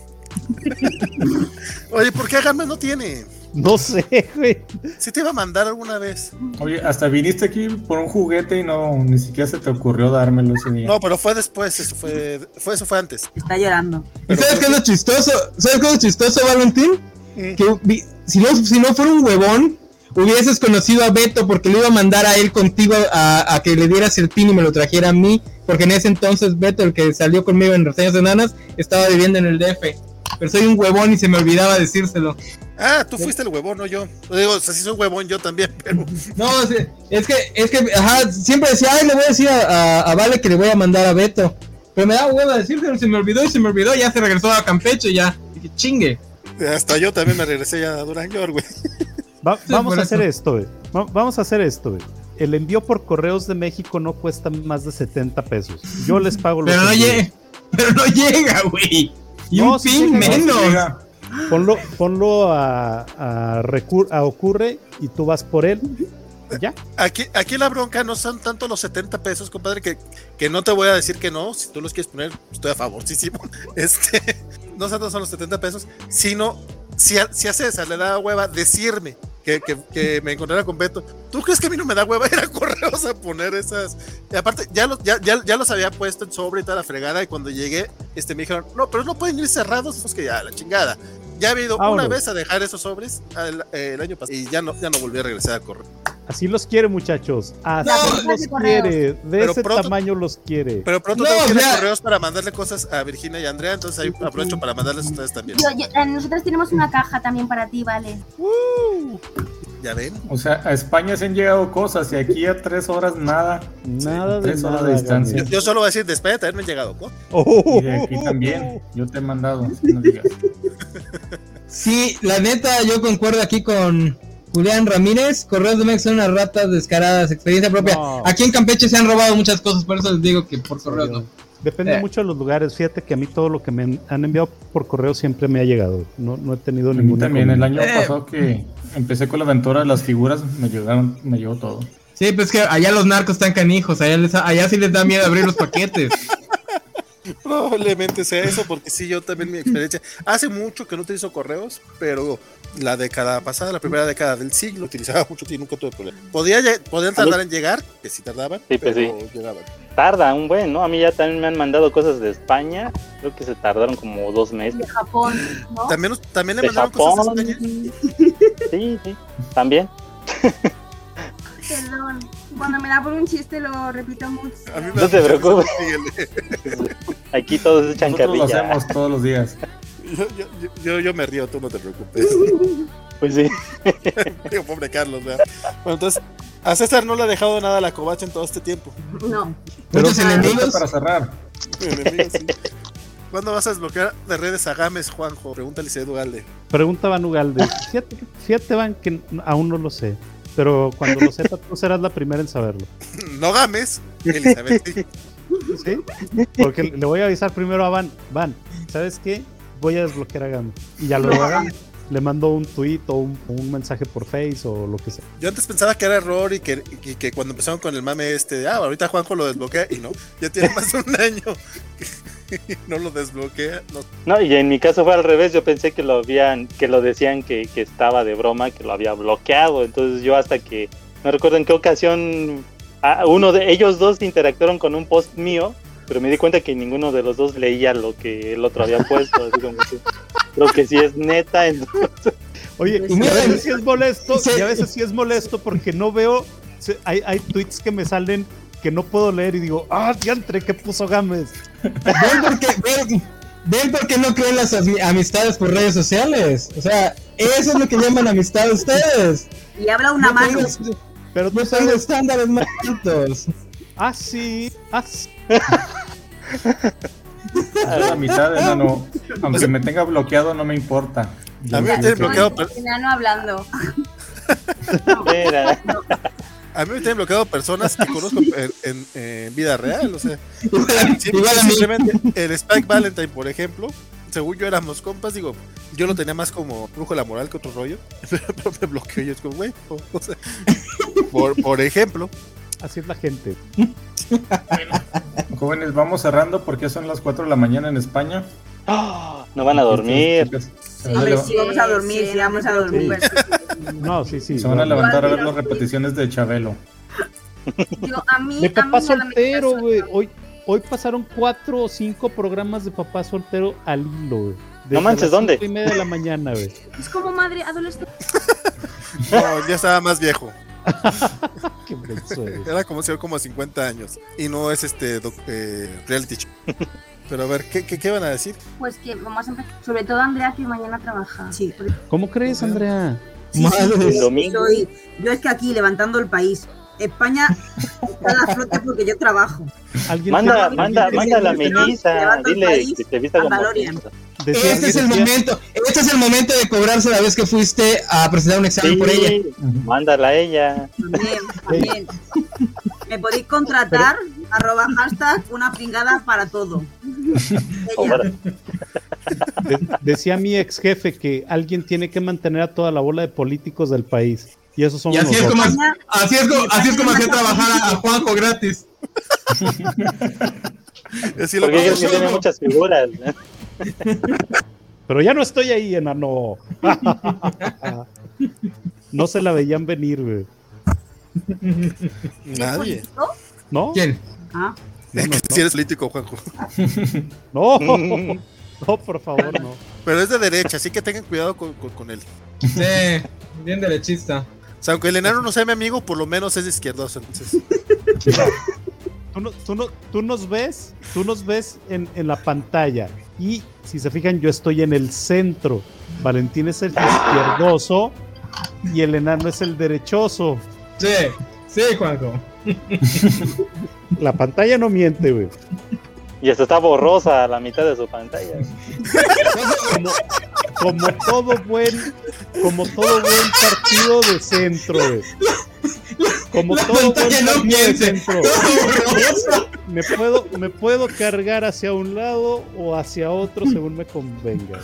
Speaker 8: Oye, ¿por qué Agarman no tiene?
Speaker 6: No sé, güey.
Speaker 8: Sí te iba a mandar alguna vez.
Speaker 1: Oye, hasta viniste aquí por un juguete y no, ni siquiera se te ocurrió dármelo ese día.
Speaker 8: No, pero fue después, eso fue, fue eso fue antes.
Speaker 4: Está llorando.
Speaker 7: ¿Y sabes qué es lo chistoso? ¿Sabes qué es lo chistoso, Valentín? Que vi- si no, si no fuera un huevón, hubieses conocido a Beto porque le iba a mandar a él contigo a, a que le dieras el pin y me lo trajera a mí. Porque en ese entonces Beto, el que salió conmigo en Reseñas Enanas, estaba viviendo en el DF. Pero soy un huevón y se me olvidaba decírselo.
Speaker 8: Ah, tú fuiste el huevón, no yo. Digo, o sea, sí soy huevón yo también, pero
Speaker 7: No, o sea, es que, es que, ajá, siempre decía, ay, le voy a decir a, a- a Vale que le voy a mandar a Beto. Pero me daba hueva decírselo, se me olvidó y se me olvidó, ya se regresó a Campeche, ya. Dije, chingue.
Speaker 8: hasta yo también me regresé ya a Durango, güey.
Speaker 6: Va-
Speaker 7: Sí,
Speaker 6: vamos
Speaker 7: por
Speaker 6: a hacer
Speaker 7: eso.
Speaker 6: esto, güey. Va- Vamos a hacer esto, güey. El envío por correos de México no cuesta más de 70 pesos. Yo les pago los
Speaker 7: Pero no,
Speaker 6: envíos.
Speaker 7: llega, pero no llega, güey. Y
Speaker 6: No,
Speaker 7: un
Speaker 6: sí
Speaker 7: pin
Speaker 6: llega, no, sí
Speaker 7: menos.
Speaker 1: Oiga,
Speaker 6: Ponlo, ponlo a, a recur- a Ocurre y tú vas por él. Y Ya.
Speaker 8: Aquí, aquí la bronca no son tanto los 70 pesos, compadre, que, que no te voy a decir que no. Si tú los quieres poner, estoy a favorísimo. Este, no tanto son los 70 pesos, sino si a, si a César le da hueva decirme que, que- que me encontrara con Beto, ¿tú crees que a mí no me da hueva ir a correos a poner esas? Y aparte, ya los, ya, ya, ya los había puesto en sobre y toda la fregada. Y cuando llegué, este, me dijeron, no, pero no pueden ir cerrados. Esos que ya, la chingada. Ya había ido una
Speaker 6: Vámonos.
Speaker 8: vez a dejar esos sobres al- el año pasado y ya no, ya no volví a regresar a correr.
Speaker 6: Así los quiere, muchachos. Así
Speaker 7: No.
Speaker 6: los quiere. De
Speaker 8: Pero
Speaker 6: ese
Speaker 8: pronto-
Speaker 6: tamaño los quiere.
Speaker 8: Pero pronto
Speaker 7: No,
Speaker 8: tengo que ir
Speaker 7: o
Speaker 8: a
Speaker 7: sea-
Speaker 8: correos para mandarle cosas a Virginia y Andrea, entonces ahí aprovecho para mandarles a ustedes también.
Speaker 3: Yo- yo- eh, nosotros tenemos una caja también para ti, vale.
Speaker 6: Uh.
Speaker 8: ¿Ya ven?
Speaker 1: O sea, a España se han llegado cosas y aquí a tres horas nada.
Speaker 6: Nada de
Speaker 1: Tres horas
Speaker 6: nada.
Speaker 1: de distancia.
Speaker 8: Yo,
Speaker 6: Gabriel.
Speaker 8: yo solo voy a decir, de España también me han llegado. ¿no?
Speaker 6: Oh.
Speaker 1: Y de aquí también. Yo te he mandado. así que no digas.
Speaker 7: Sí, la neta, yo concuerdo aquí con Julián Ramírez. Correos de Mex son unas ratas descaradas, experiencia propia.
Speaker 6: No.
Speaker 7: Aquí en Campeche se han robado muchas cosas, por eso les digo que por correos no.
Speaker 6: Depende
Speaker 7: Eh.
Speaker 6: mucho de los lugares. Fíjate que a mí todo lo que me han enviado por correo siempre me ha llegado. No, no he tenido
Speaker 1: A mí
Speaker 6: ningún.
Speaker 1: también el año pasado que empecé con la aventura de las figuras, me llegaron, me llegó todo.
Speaker 7: Sí, pues que allá los narcos están canijos, allá, les- allá sí les da miedo abrir los paquetes.
Speaker 8: Probablemente sea eso, porque sí, yo también mi experiencia. Hace mucho que no utilizo correos, pero la década pasada, la primera década del siglo, utilizaba mucho y nunca tuve problema. Podía, lle- podían tardar en llegar, que sí tardaban,
Speaker 9: Sí,
Speaker 8: pero
Speaker 9: pues sí.
Speaker 8: llegaban.
Speaker 9: Tarda un buen, ¿no? A mí ya también me han mandado cosas de España. Creo que se tardaron como dos meses.
Speaker 3: de Japón, ¿no?
Speaker 8: También, también le
Speaker 9: De
Speaker 8: mandaron cosas
Speaker 9: Japón.
Speaker 8: a España.
Speaker 9: Sí, sí. También.
Speaker 3: Perdón. Cuando me da por un chiste lo repito mucho.
Speaker 8: A mí me
Speaker 9: No
Speaker 8: da
Speaker 9: te
Speaker 8: mucha risa,
Speaker 9: preocupes.
Speaker 8: síguele.
Speaker 9: Aquí todos echan
Speaker 1: Nosotros lo
Speaker 9: carrilla.
Speaker 1: hacemos todos los días.
Speaker 8: Yo, yo, yo- yo me río, tú no te preocupes.
Speaker 9: Pues sí.
Speaker 8: Digo, pobre Carlos, ¿verdad? Bueno, entonces, a César no le ha dejado nada la covacha en todo este tiempo.
Speaker 3: No.
Speaker 7: Muchos enemigos.
Speaker 1: Para cerrar,
Speaker 8: Mi enemigo, sí. ¿Cuándo vas a desbloquear de redes a Gámez, Juanjo? Pregúntale si Edu Galde.
Speaker 6: Pregunta Van Ugalde. Fíjate, fíjate, Van, que n- aún no lo sé. Pero cuando lo sepa, tú serás la primera en saberlo.
Speaker 8: No Gámez, Elizabeth. sí.
Speaker 6: ¿Sí? Porque le voy a avisar primero a Van. Van, ¿sabes qué? Voy a desbloquear a Gami. Y ya luego a Gami le mando un tweet o un, o un mensaje por Face o lo que sea.
Speaker 8: Yo antes pensaba que era error y que, y que cuando empezaron con el mame este, de, ah, ahorita Juanjo lo desbloquea y no, ya tiene más de un año y no lo desbloquea. No,
Speaker 9: No, y en mi caso fue al revés, yo pensé que lo habían, que lo decían que, que estaba de broma, que lo había bloqueado, entonces yo hasta que, no recuerdo en qué ocasión, ah, uno de ellos dos interactuaron con un post mío, pero me di cuenta que ninguno de los dos leía lo que el otro había puesto, así como que, creo que sí es neta, entonces,
Speaker 6: Oye,
Speaker 7: Y
Speaker 6: y
Speaker 7: mira,
Speaker 6: a veces sí es molesto,
Speaker 7: sí.
Speaker 6: y a veces sí es molesto porque no veo. se- Hay, hay tweets que me salen que no puedo leer y digo, ¡ah, diantre! ¿Qué puso Gámez?
Speaker 7: ¿Ven por qué, ven- ven por qué no creen las ami- amistades por redes sociales? O sea, eso es lo que llaman amistad ustedes.
Speaker 4: Y habla una
Speaker 7: No
Speaker 4: mano.
Speaker 7: tengas-
Speaker 6: Pero
Speaker 7: No
Speaker 6: tú
Speaker 7: son
Speaker 6: sabes,
Speaker 7: estándares más altos.
Speaker 6: ¡ah, sí! ¡ah, sí!
Speaker 1: a la mitad, enano. Aunque me tenga bloqueado, no me importa. Este,
Speaker 8: a mí me tienen bloqueado, per-
Speaker 3: Enano hablando.
Speaker 9: era-
Speaker 8: a mí me tienen bloqueado personas que conozco en, en- en vida real, o sea,
Speaker 7: Igual,
Speaker 8: sim-
Speaker 7: igual a mí.
Speaker 8: simplemente el Spike Valentine, por ejemplo, según yo éramos compas, digo, yo lo tenía más como brujo de la moral que otro rollo, pero me bloqueó y es como, güey, o- o sea, por, por ejemplo,
Speaker 6: Así es la gente.
Speaker 1: Jóvenes, vamos cerrando porque ya son las 4 de la mañana en España. Este,
Speaker 9: ¡Ah! no van a dormir.
Speaker 1: Se van a
Speaker 4: Hombre,
Speaker 1: leva-
Speaker 4: sí, vamos a dormir, sí, vamos a dormir.
Speaker 6: No, sí, sí.
Speaker 1: se van a
Speaker 6: no, no.
Speaker 1: levantar a ver las repeticiones de Chabelo.
Speaker 3: Yo, a mí,
Speaker 6: De
Speaker 3: a mí
Speaker 6: papá
Speaker 3: nada me
Speaker 6: soltero,
Speaker 3: quita
Speaker 6: güey. Hoy, hoy pasaron cuatro o cinco programas de papá soltero al hilo, güey. Desde
Speaker 9: No manches,
Speaker 6: las
Speaker 9: ¿dónde?
Speaker 6: cinco y media de la mañana, güey.
Speaker 3: sueño. Es como madre adolescente.
Speaker 8: no, ya estaba más viejo.
Speaker 6: Qué menso eres.
Speaker 8: Era como un señor como de 50 años. Y no es este doc- eh, reality show. Pero a ver, ¿qué, qué, qué van a decir?
Speaker 3: Pues que vamos a empezar. Sobre todo Andrea que mañana trabaja.
Speaker 4: Sí.
Speaker 6: ¿Cómo crees, Andrea?
Speaker 7: Madre.
Speaker 9: El domingo.
Speaker 4: Soy- yo es que aquí levantando el país. España está a la flota porque yo trabajo.
Speaker 6: ¿Alguien
Speaker 9: Manda,
Speaker 6: tiene-
Speaker 9: manda,
Speaker 6: alguien
Speaker 9: manda a la
Speaker 6: tiene-
Speaker 9: melliza,
Speaker 4: Levanta el
Speaker 9: dile
Speaker 4: país
Speaker 9: que te vista
Speaker 4: a
Speaker 9: como
Speaker 4: Valorian.
Speaker 9: melliza.
Speaker 6: decía-
Speaker 7: Este es el
Speaker 6: decía-
Speaker 7: momento, este es el momento de cobrarse la vez que fuiste a presentar un examen por ella.
Speaker 9: Sí, mándala a ella.
Speaker 4: También, también. Me podéis contratar, arroba hashtag, una pringada para todo.
Speaker 9: O
Speaker 4: Ella.
Speaker 9: para-
Speaker 6: de- decía mi ex jefe que alguien tiene que mantener a toda la bola de políticos del país. Y esos son
Speaker 7: Y así es
Speaker 6: nosotros.
Speaker 7: como,
Speaker 4: España-
Speaker 7: así es como, así es como hacía trabajar a, a Juanjo gratis.
Speaker 8: Así lo
Speaker 9: Porque ellos
Speaker 8: conozco.
Speaker 9: que tienen muchas figuras. ¿no?
Speaker 6: Pero ya no estoy ahí, enano. no se la veían venir, güey.
Speaker 8: Nadie.
Speaker 6: ¿No?
Speaker 7: ¿Quién?
Speaker 4: Ah,
Speaker 8: Si eres político, Juanjo.
Speaker 6: No.
Speaker 9: Mm.
Speaker 6: No, por favor, no.
Speaker 8: Pero es de derecha, así que tengan cuidado con, con- con él.
Speaker 7: Sí, bien derechista.
Speaker 8: O sea, aunque el enano no sea mi amigo, por lo menos es izquierdoso. Entonces,
Speaker 6: Tú, no- tú no- tú nos ves, tú nos ves en, en la pantalla. Y si se fijan, yo estoy en el centro. Valentín es el izquierdoso y el enano es el derechoso.
Speaker 7: Sí, sí, Juanjo.
Speaker 6: La pantalla no miente, güey.
Speaker 9: Y hasta está borrosa a la mitad de su pantalla.
Speaker 7: No,
Speaker 6: Como todo buen, como todo buen partido de centro, güey. Como
Speaker 7: La
Speaker 6: todo buen
Speaker 7: pantalla no
Speaker 6: partido de
Speaker 7: piense.
Speaker 6: centro. Me puedo, me puedo cargar hacia un lado o hacia otro según me convenga.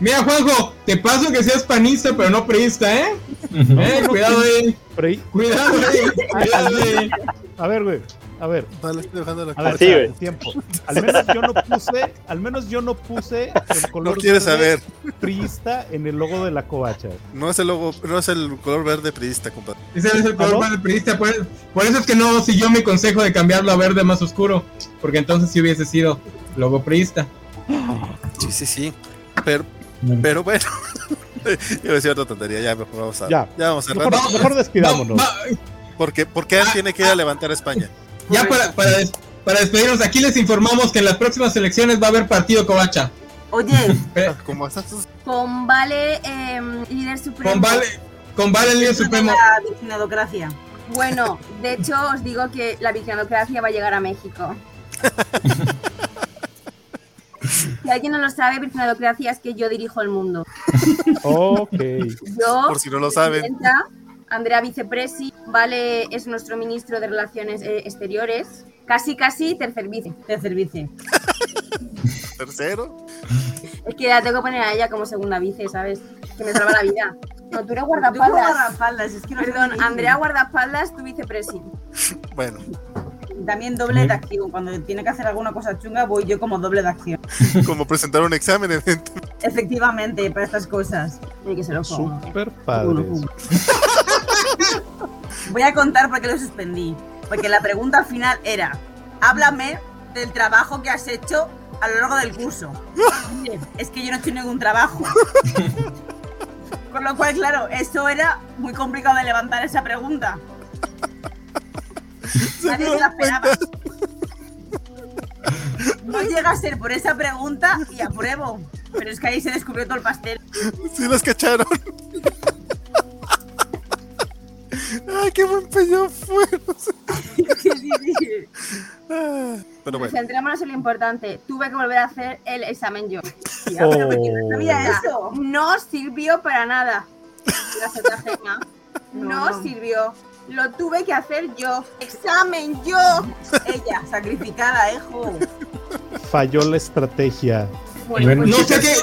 Speaker 7: Mira, Juanjo, te paso que seas panista, pero no priista, ¿eh? Eh,
Speaker 6: no,
Speaker 7: cuidado ahí.
Speaker 6: Pre-
Speaker 7: Cuidado ahí. Cuidado ahí.
Speaker 6: A ver, güey. A ver.
Speaker 8: Vale, estoy dejando la
Speaker 6: A ver,
Speaker 8: cosa.
Speaker 9: Así, güey.
Speaker 6: tiempo. Al menos yo no puse, al menos yo no puse el
Speaker 8: No
Speaker 6: color
Speaker 8: quieres
Speaker 6: verde
Speaker 8: saber.
Speaker 6: priista en el logo de la covacha.
Speaker 8: No es el logo, no es el color verde priista, compadre.
Speaker 7: Ese es el color
Speaker 6: ¿Aló?
Speaker 7: para el periodista. Por, por eso es que no siguió mi consejo de cambiarlo a verde más oscuro. Porque entonces sí hubiese sido logopriista.
Speaker 8: Sí, sí, sí. Pero,
Speaker 6: Mm.
Speaker 8: pero bueno. Yo decía otra tontería, ya mejor vamos a.
Speaker 6: Ya.
Speaker 8: Ya, vamos a cerrar.
Speaker 6: Mejor, mejor despidámonos.
Speaker 7: Va- va-
Speaker 8: Porque, porque él tiene que ir a levantar a España.
Speaker 7: ya para, para, des- para despedirnos, aquí les informamos que en las próximas elecciones va a haber partido Covacha.
Speaker 4: Oye,
Speaker 7: Eh,
Speaker 8: Como estás.
Speaker 3: Con Vale, em, líder supremo.
Speaker 7: con Vale, con Vale el líder supremo.
Speaker 4: la virginadocracia.
Speaker 3: Bueno, de hecho os digo que la vigilanocracia va a llegar a México. Si alguien no lo sabe, vigilanocracia es que yo dirijo el mundo.
Speaker 6: Ok.
Speaker 3: Yo,
Speaker 8: Por si no lo saben.
Speaker 3: presidenta, Andrea vicepresi, Vale es nuestro ministro de Relaciones eh, Exteriores, casi casi tercer vice.
Speaker 4: Te servicio.
Speaker 8: Tercero.
Speaker 3: Es que la tengo que poner a ella como segunda vice, ¿sabes? Que me salva la vida. No, tú eres
Speaker 4: Tú como
Speaker 3: guardaespaldas.
Speaker 4: guardaespaldas, es que no sé
Speaker 3: Perdón,
Speaker 4: qué
Speaker 3: Andrea
Speaker 4: dice.
Speaker 3: guardaespaldas, tu vicepresi.
Speaker 8: Bueno.
Speaker 4: También doble de acción. Cuando tiene que hacer alguna cosa chunga, voy yo como doble de acción.
Speaker 8: Como presentar un examen. evidente.
Speaker 4: Efectivamente, para estas cosas. Hay que ser ojo.
Speaker 6: Super
Speaker 4: Uno,
Speaker 6: padres.
Speaker 4: uno. Voy a contar por qué lo suspendí. Porque la pregunta final era: háblame del trabajo que has hecho a lo largo del curso. Oye, Es que yo no he hecho ningún trabajo. Con lo cual, claro, eso era muy complicado de levantar esa pregunta. Nadie se la esperaba. No llega a ser por esa pregunta y apruebo. Pero es que ahí se descubrió todo el pastel.
Speaker 8: Sí los cacharon. Ay, qué buen peñón fue. Pero
Speaker 3: Pues
Speaker 8: bueno.
Speaker 3: Centrémonos en lo importante. Tuve que volver a hacer el examen yo.
Speaker 4: Tía, pero que yo no sabía
Speaker 3: Oh.
Speaker 4: eso.
Speaker 3: No sirvió para nada. La Cartagena. No,
Speaker 4: No, no.
Speaker 3: sirvió. Lo tuve que hacer yo. Examen yo. ¿eh?
Speaker 4: Ella, sacrificada, ejo.
Speaker 6: Falló la estrategia.
Speaker 3: Bueno,
Speaker 1: Bueno,
Speaker 3: pues,
Speaker 7: No sé qué,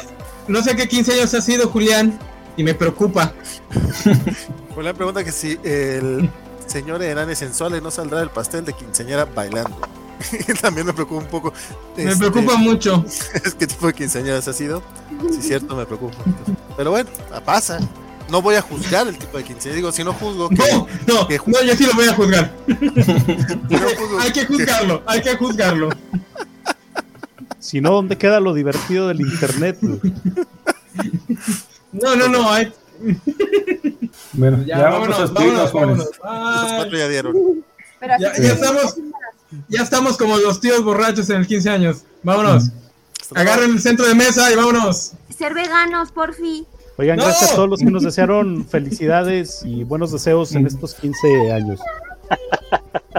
Speaker 7: no sé qué 15 años ha sido, Julián. Y me preocupa.
Speaker 8: Pues la pregunta que si el señor Herane Sensuales no saldrá del pastel de quinceañera bailando. También me preocupa un poco.
Speaker 7: Me
Speaker 8: este,
Speaker 7: preocupa mucho.
Speaker 8: es ¿Qué tipo de quinceañeras ha sido? Si es cierto, me preocupa. Pero bueno, ah, pasa. No voy a juzgar el tipo de quinceañera. Digo, si no juzgo, que,
Speaker 7: No, no,
Speaker 8: que ju-
Speaker 7: no, yo sí lo voy a juzgar.
Speaker 8: si no juzgo-
Speaker 7: Hay que juzgarlo, hay que juzgarlo.
Speaker 6: Si no, ¿dónde queda lo divertido del internet? güey?
Speaker 7: No, no, no. Hay...
Speaker 1: Bueno, ya,
Speaker 7: Ya,
Speaker 1: vamos a
Speaker 7: vámonos,
Speaker 1: despedirnos,
Speaker 7: vámonos,
Speaker 1: jóvenes.
Speaker 7: vámonos.
Speaker 8: los
Speaker 7: Bye.
Speaker 8: cuatro ya dieron.
Speaker 3: pero así
Speaker 7: Ya,
Speaker 3: que-
Speaker 7: ya estamos, ya estamos como los tíos borrachos en el 15 años. Vámonos. Agarren el centro de mesa y vámonos.
Speaker 12: Ser veganos, por fin.
Speaker 6: Oigan,
Speaker 7: ¡No!
Speaker 6: gracias a todos los que nos desearon felicidades y buenos deseos
Speaker 8: Mm.
Speaker 6: en estos 15 años.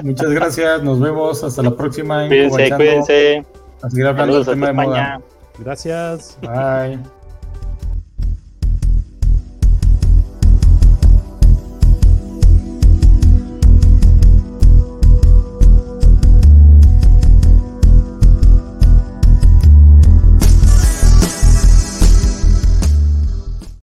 Speaker 1: Muchas gracias, nos vemos. Hasta la próxima. en
Speaker 9: Cuídense,
Speaker 1: Covachando.
Speaker 9: cuídense.
Speaker 1: A seguir hablando del tema
Speaker 9: Saludos hasta
Speaker 1: de moda.
Speaker 9: España.
Speaker 6: Gracias.
Speaker 1: Bye.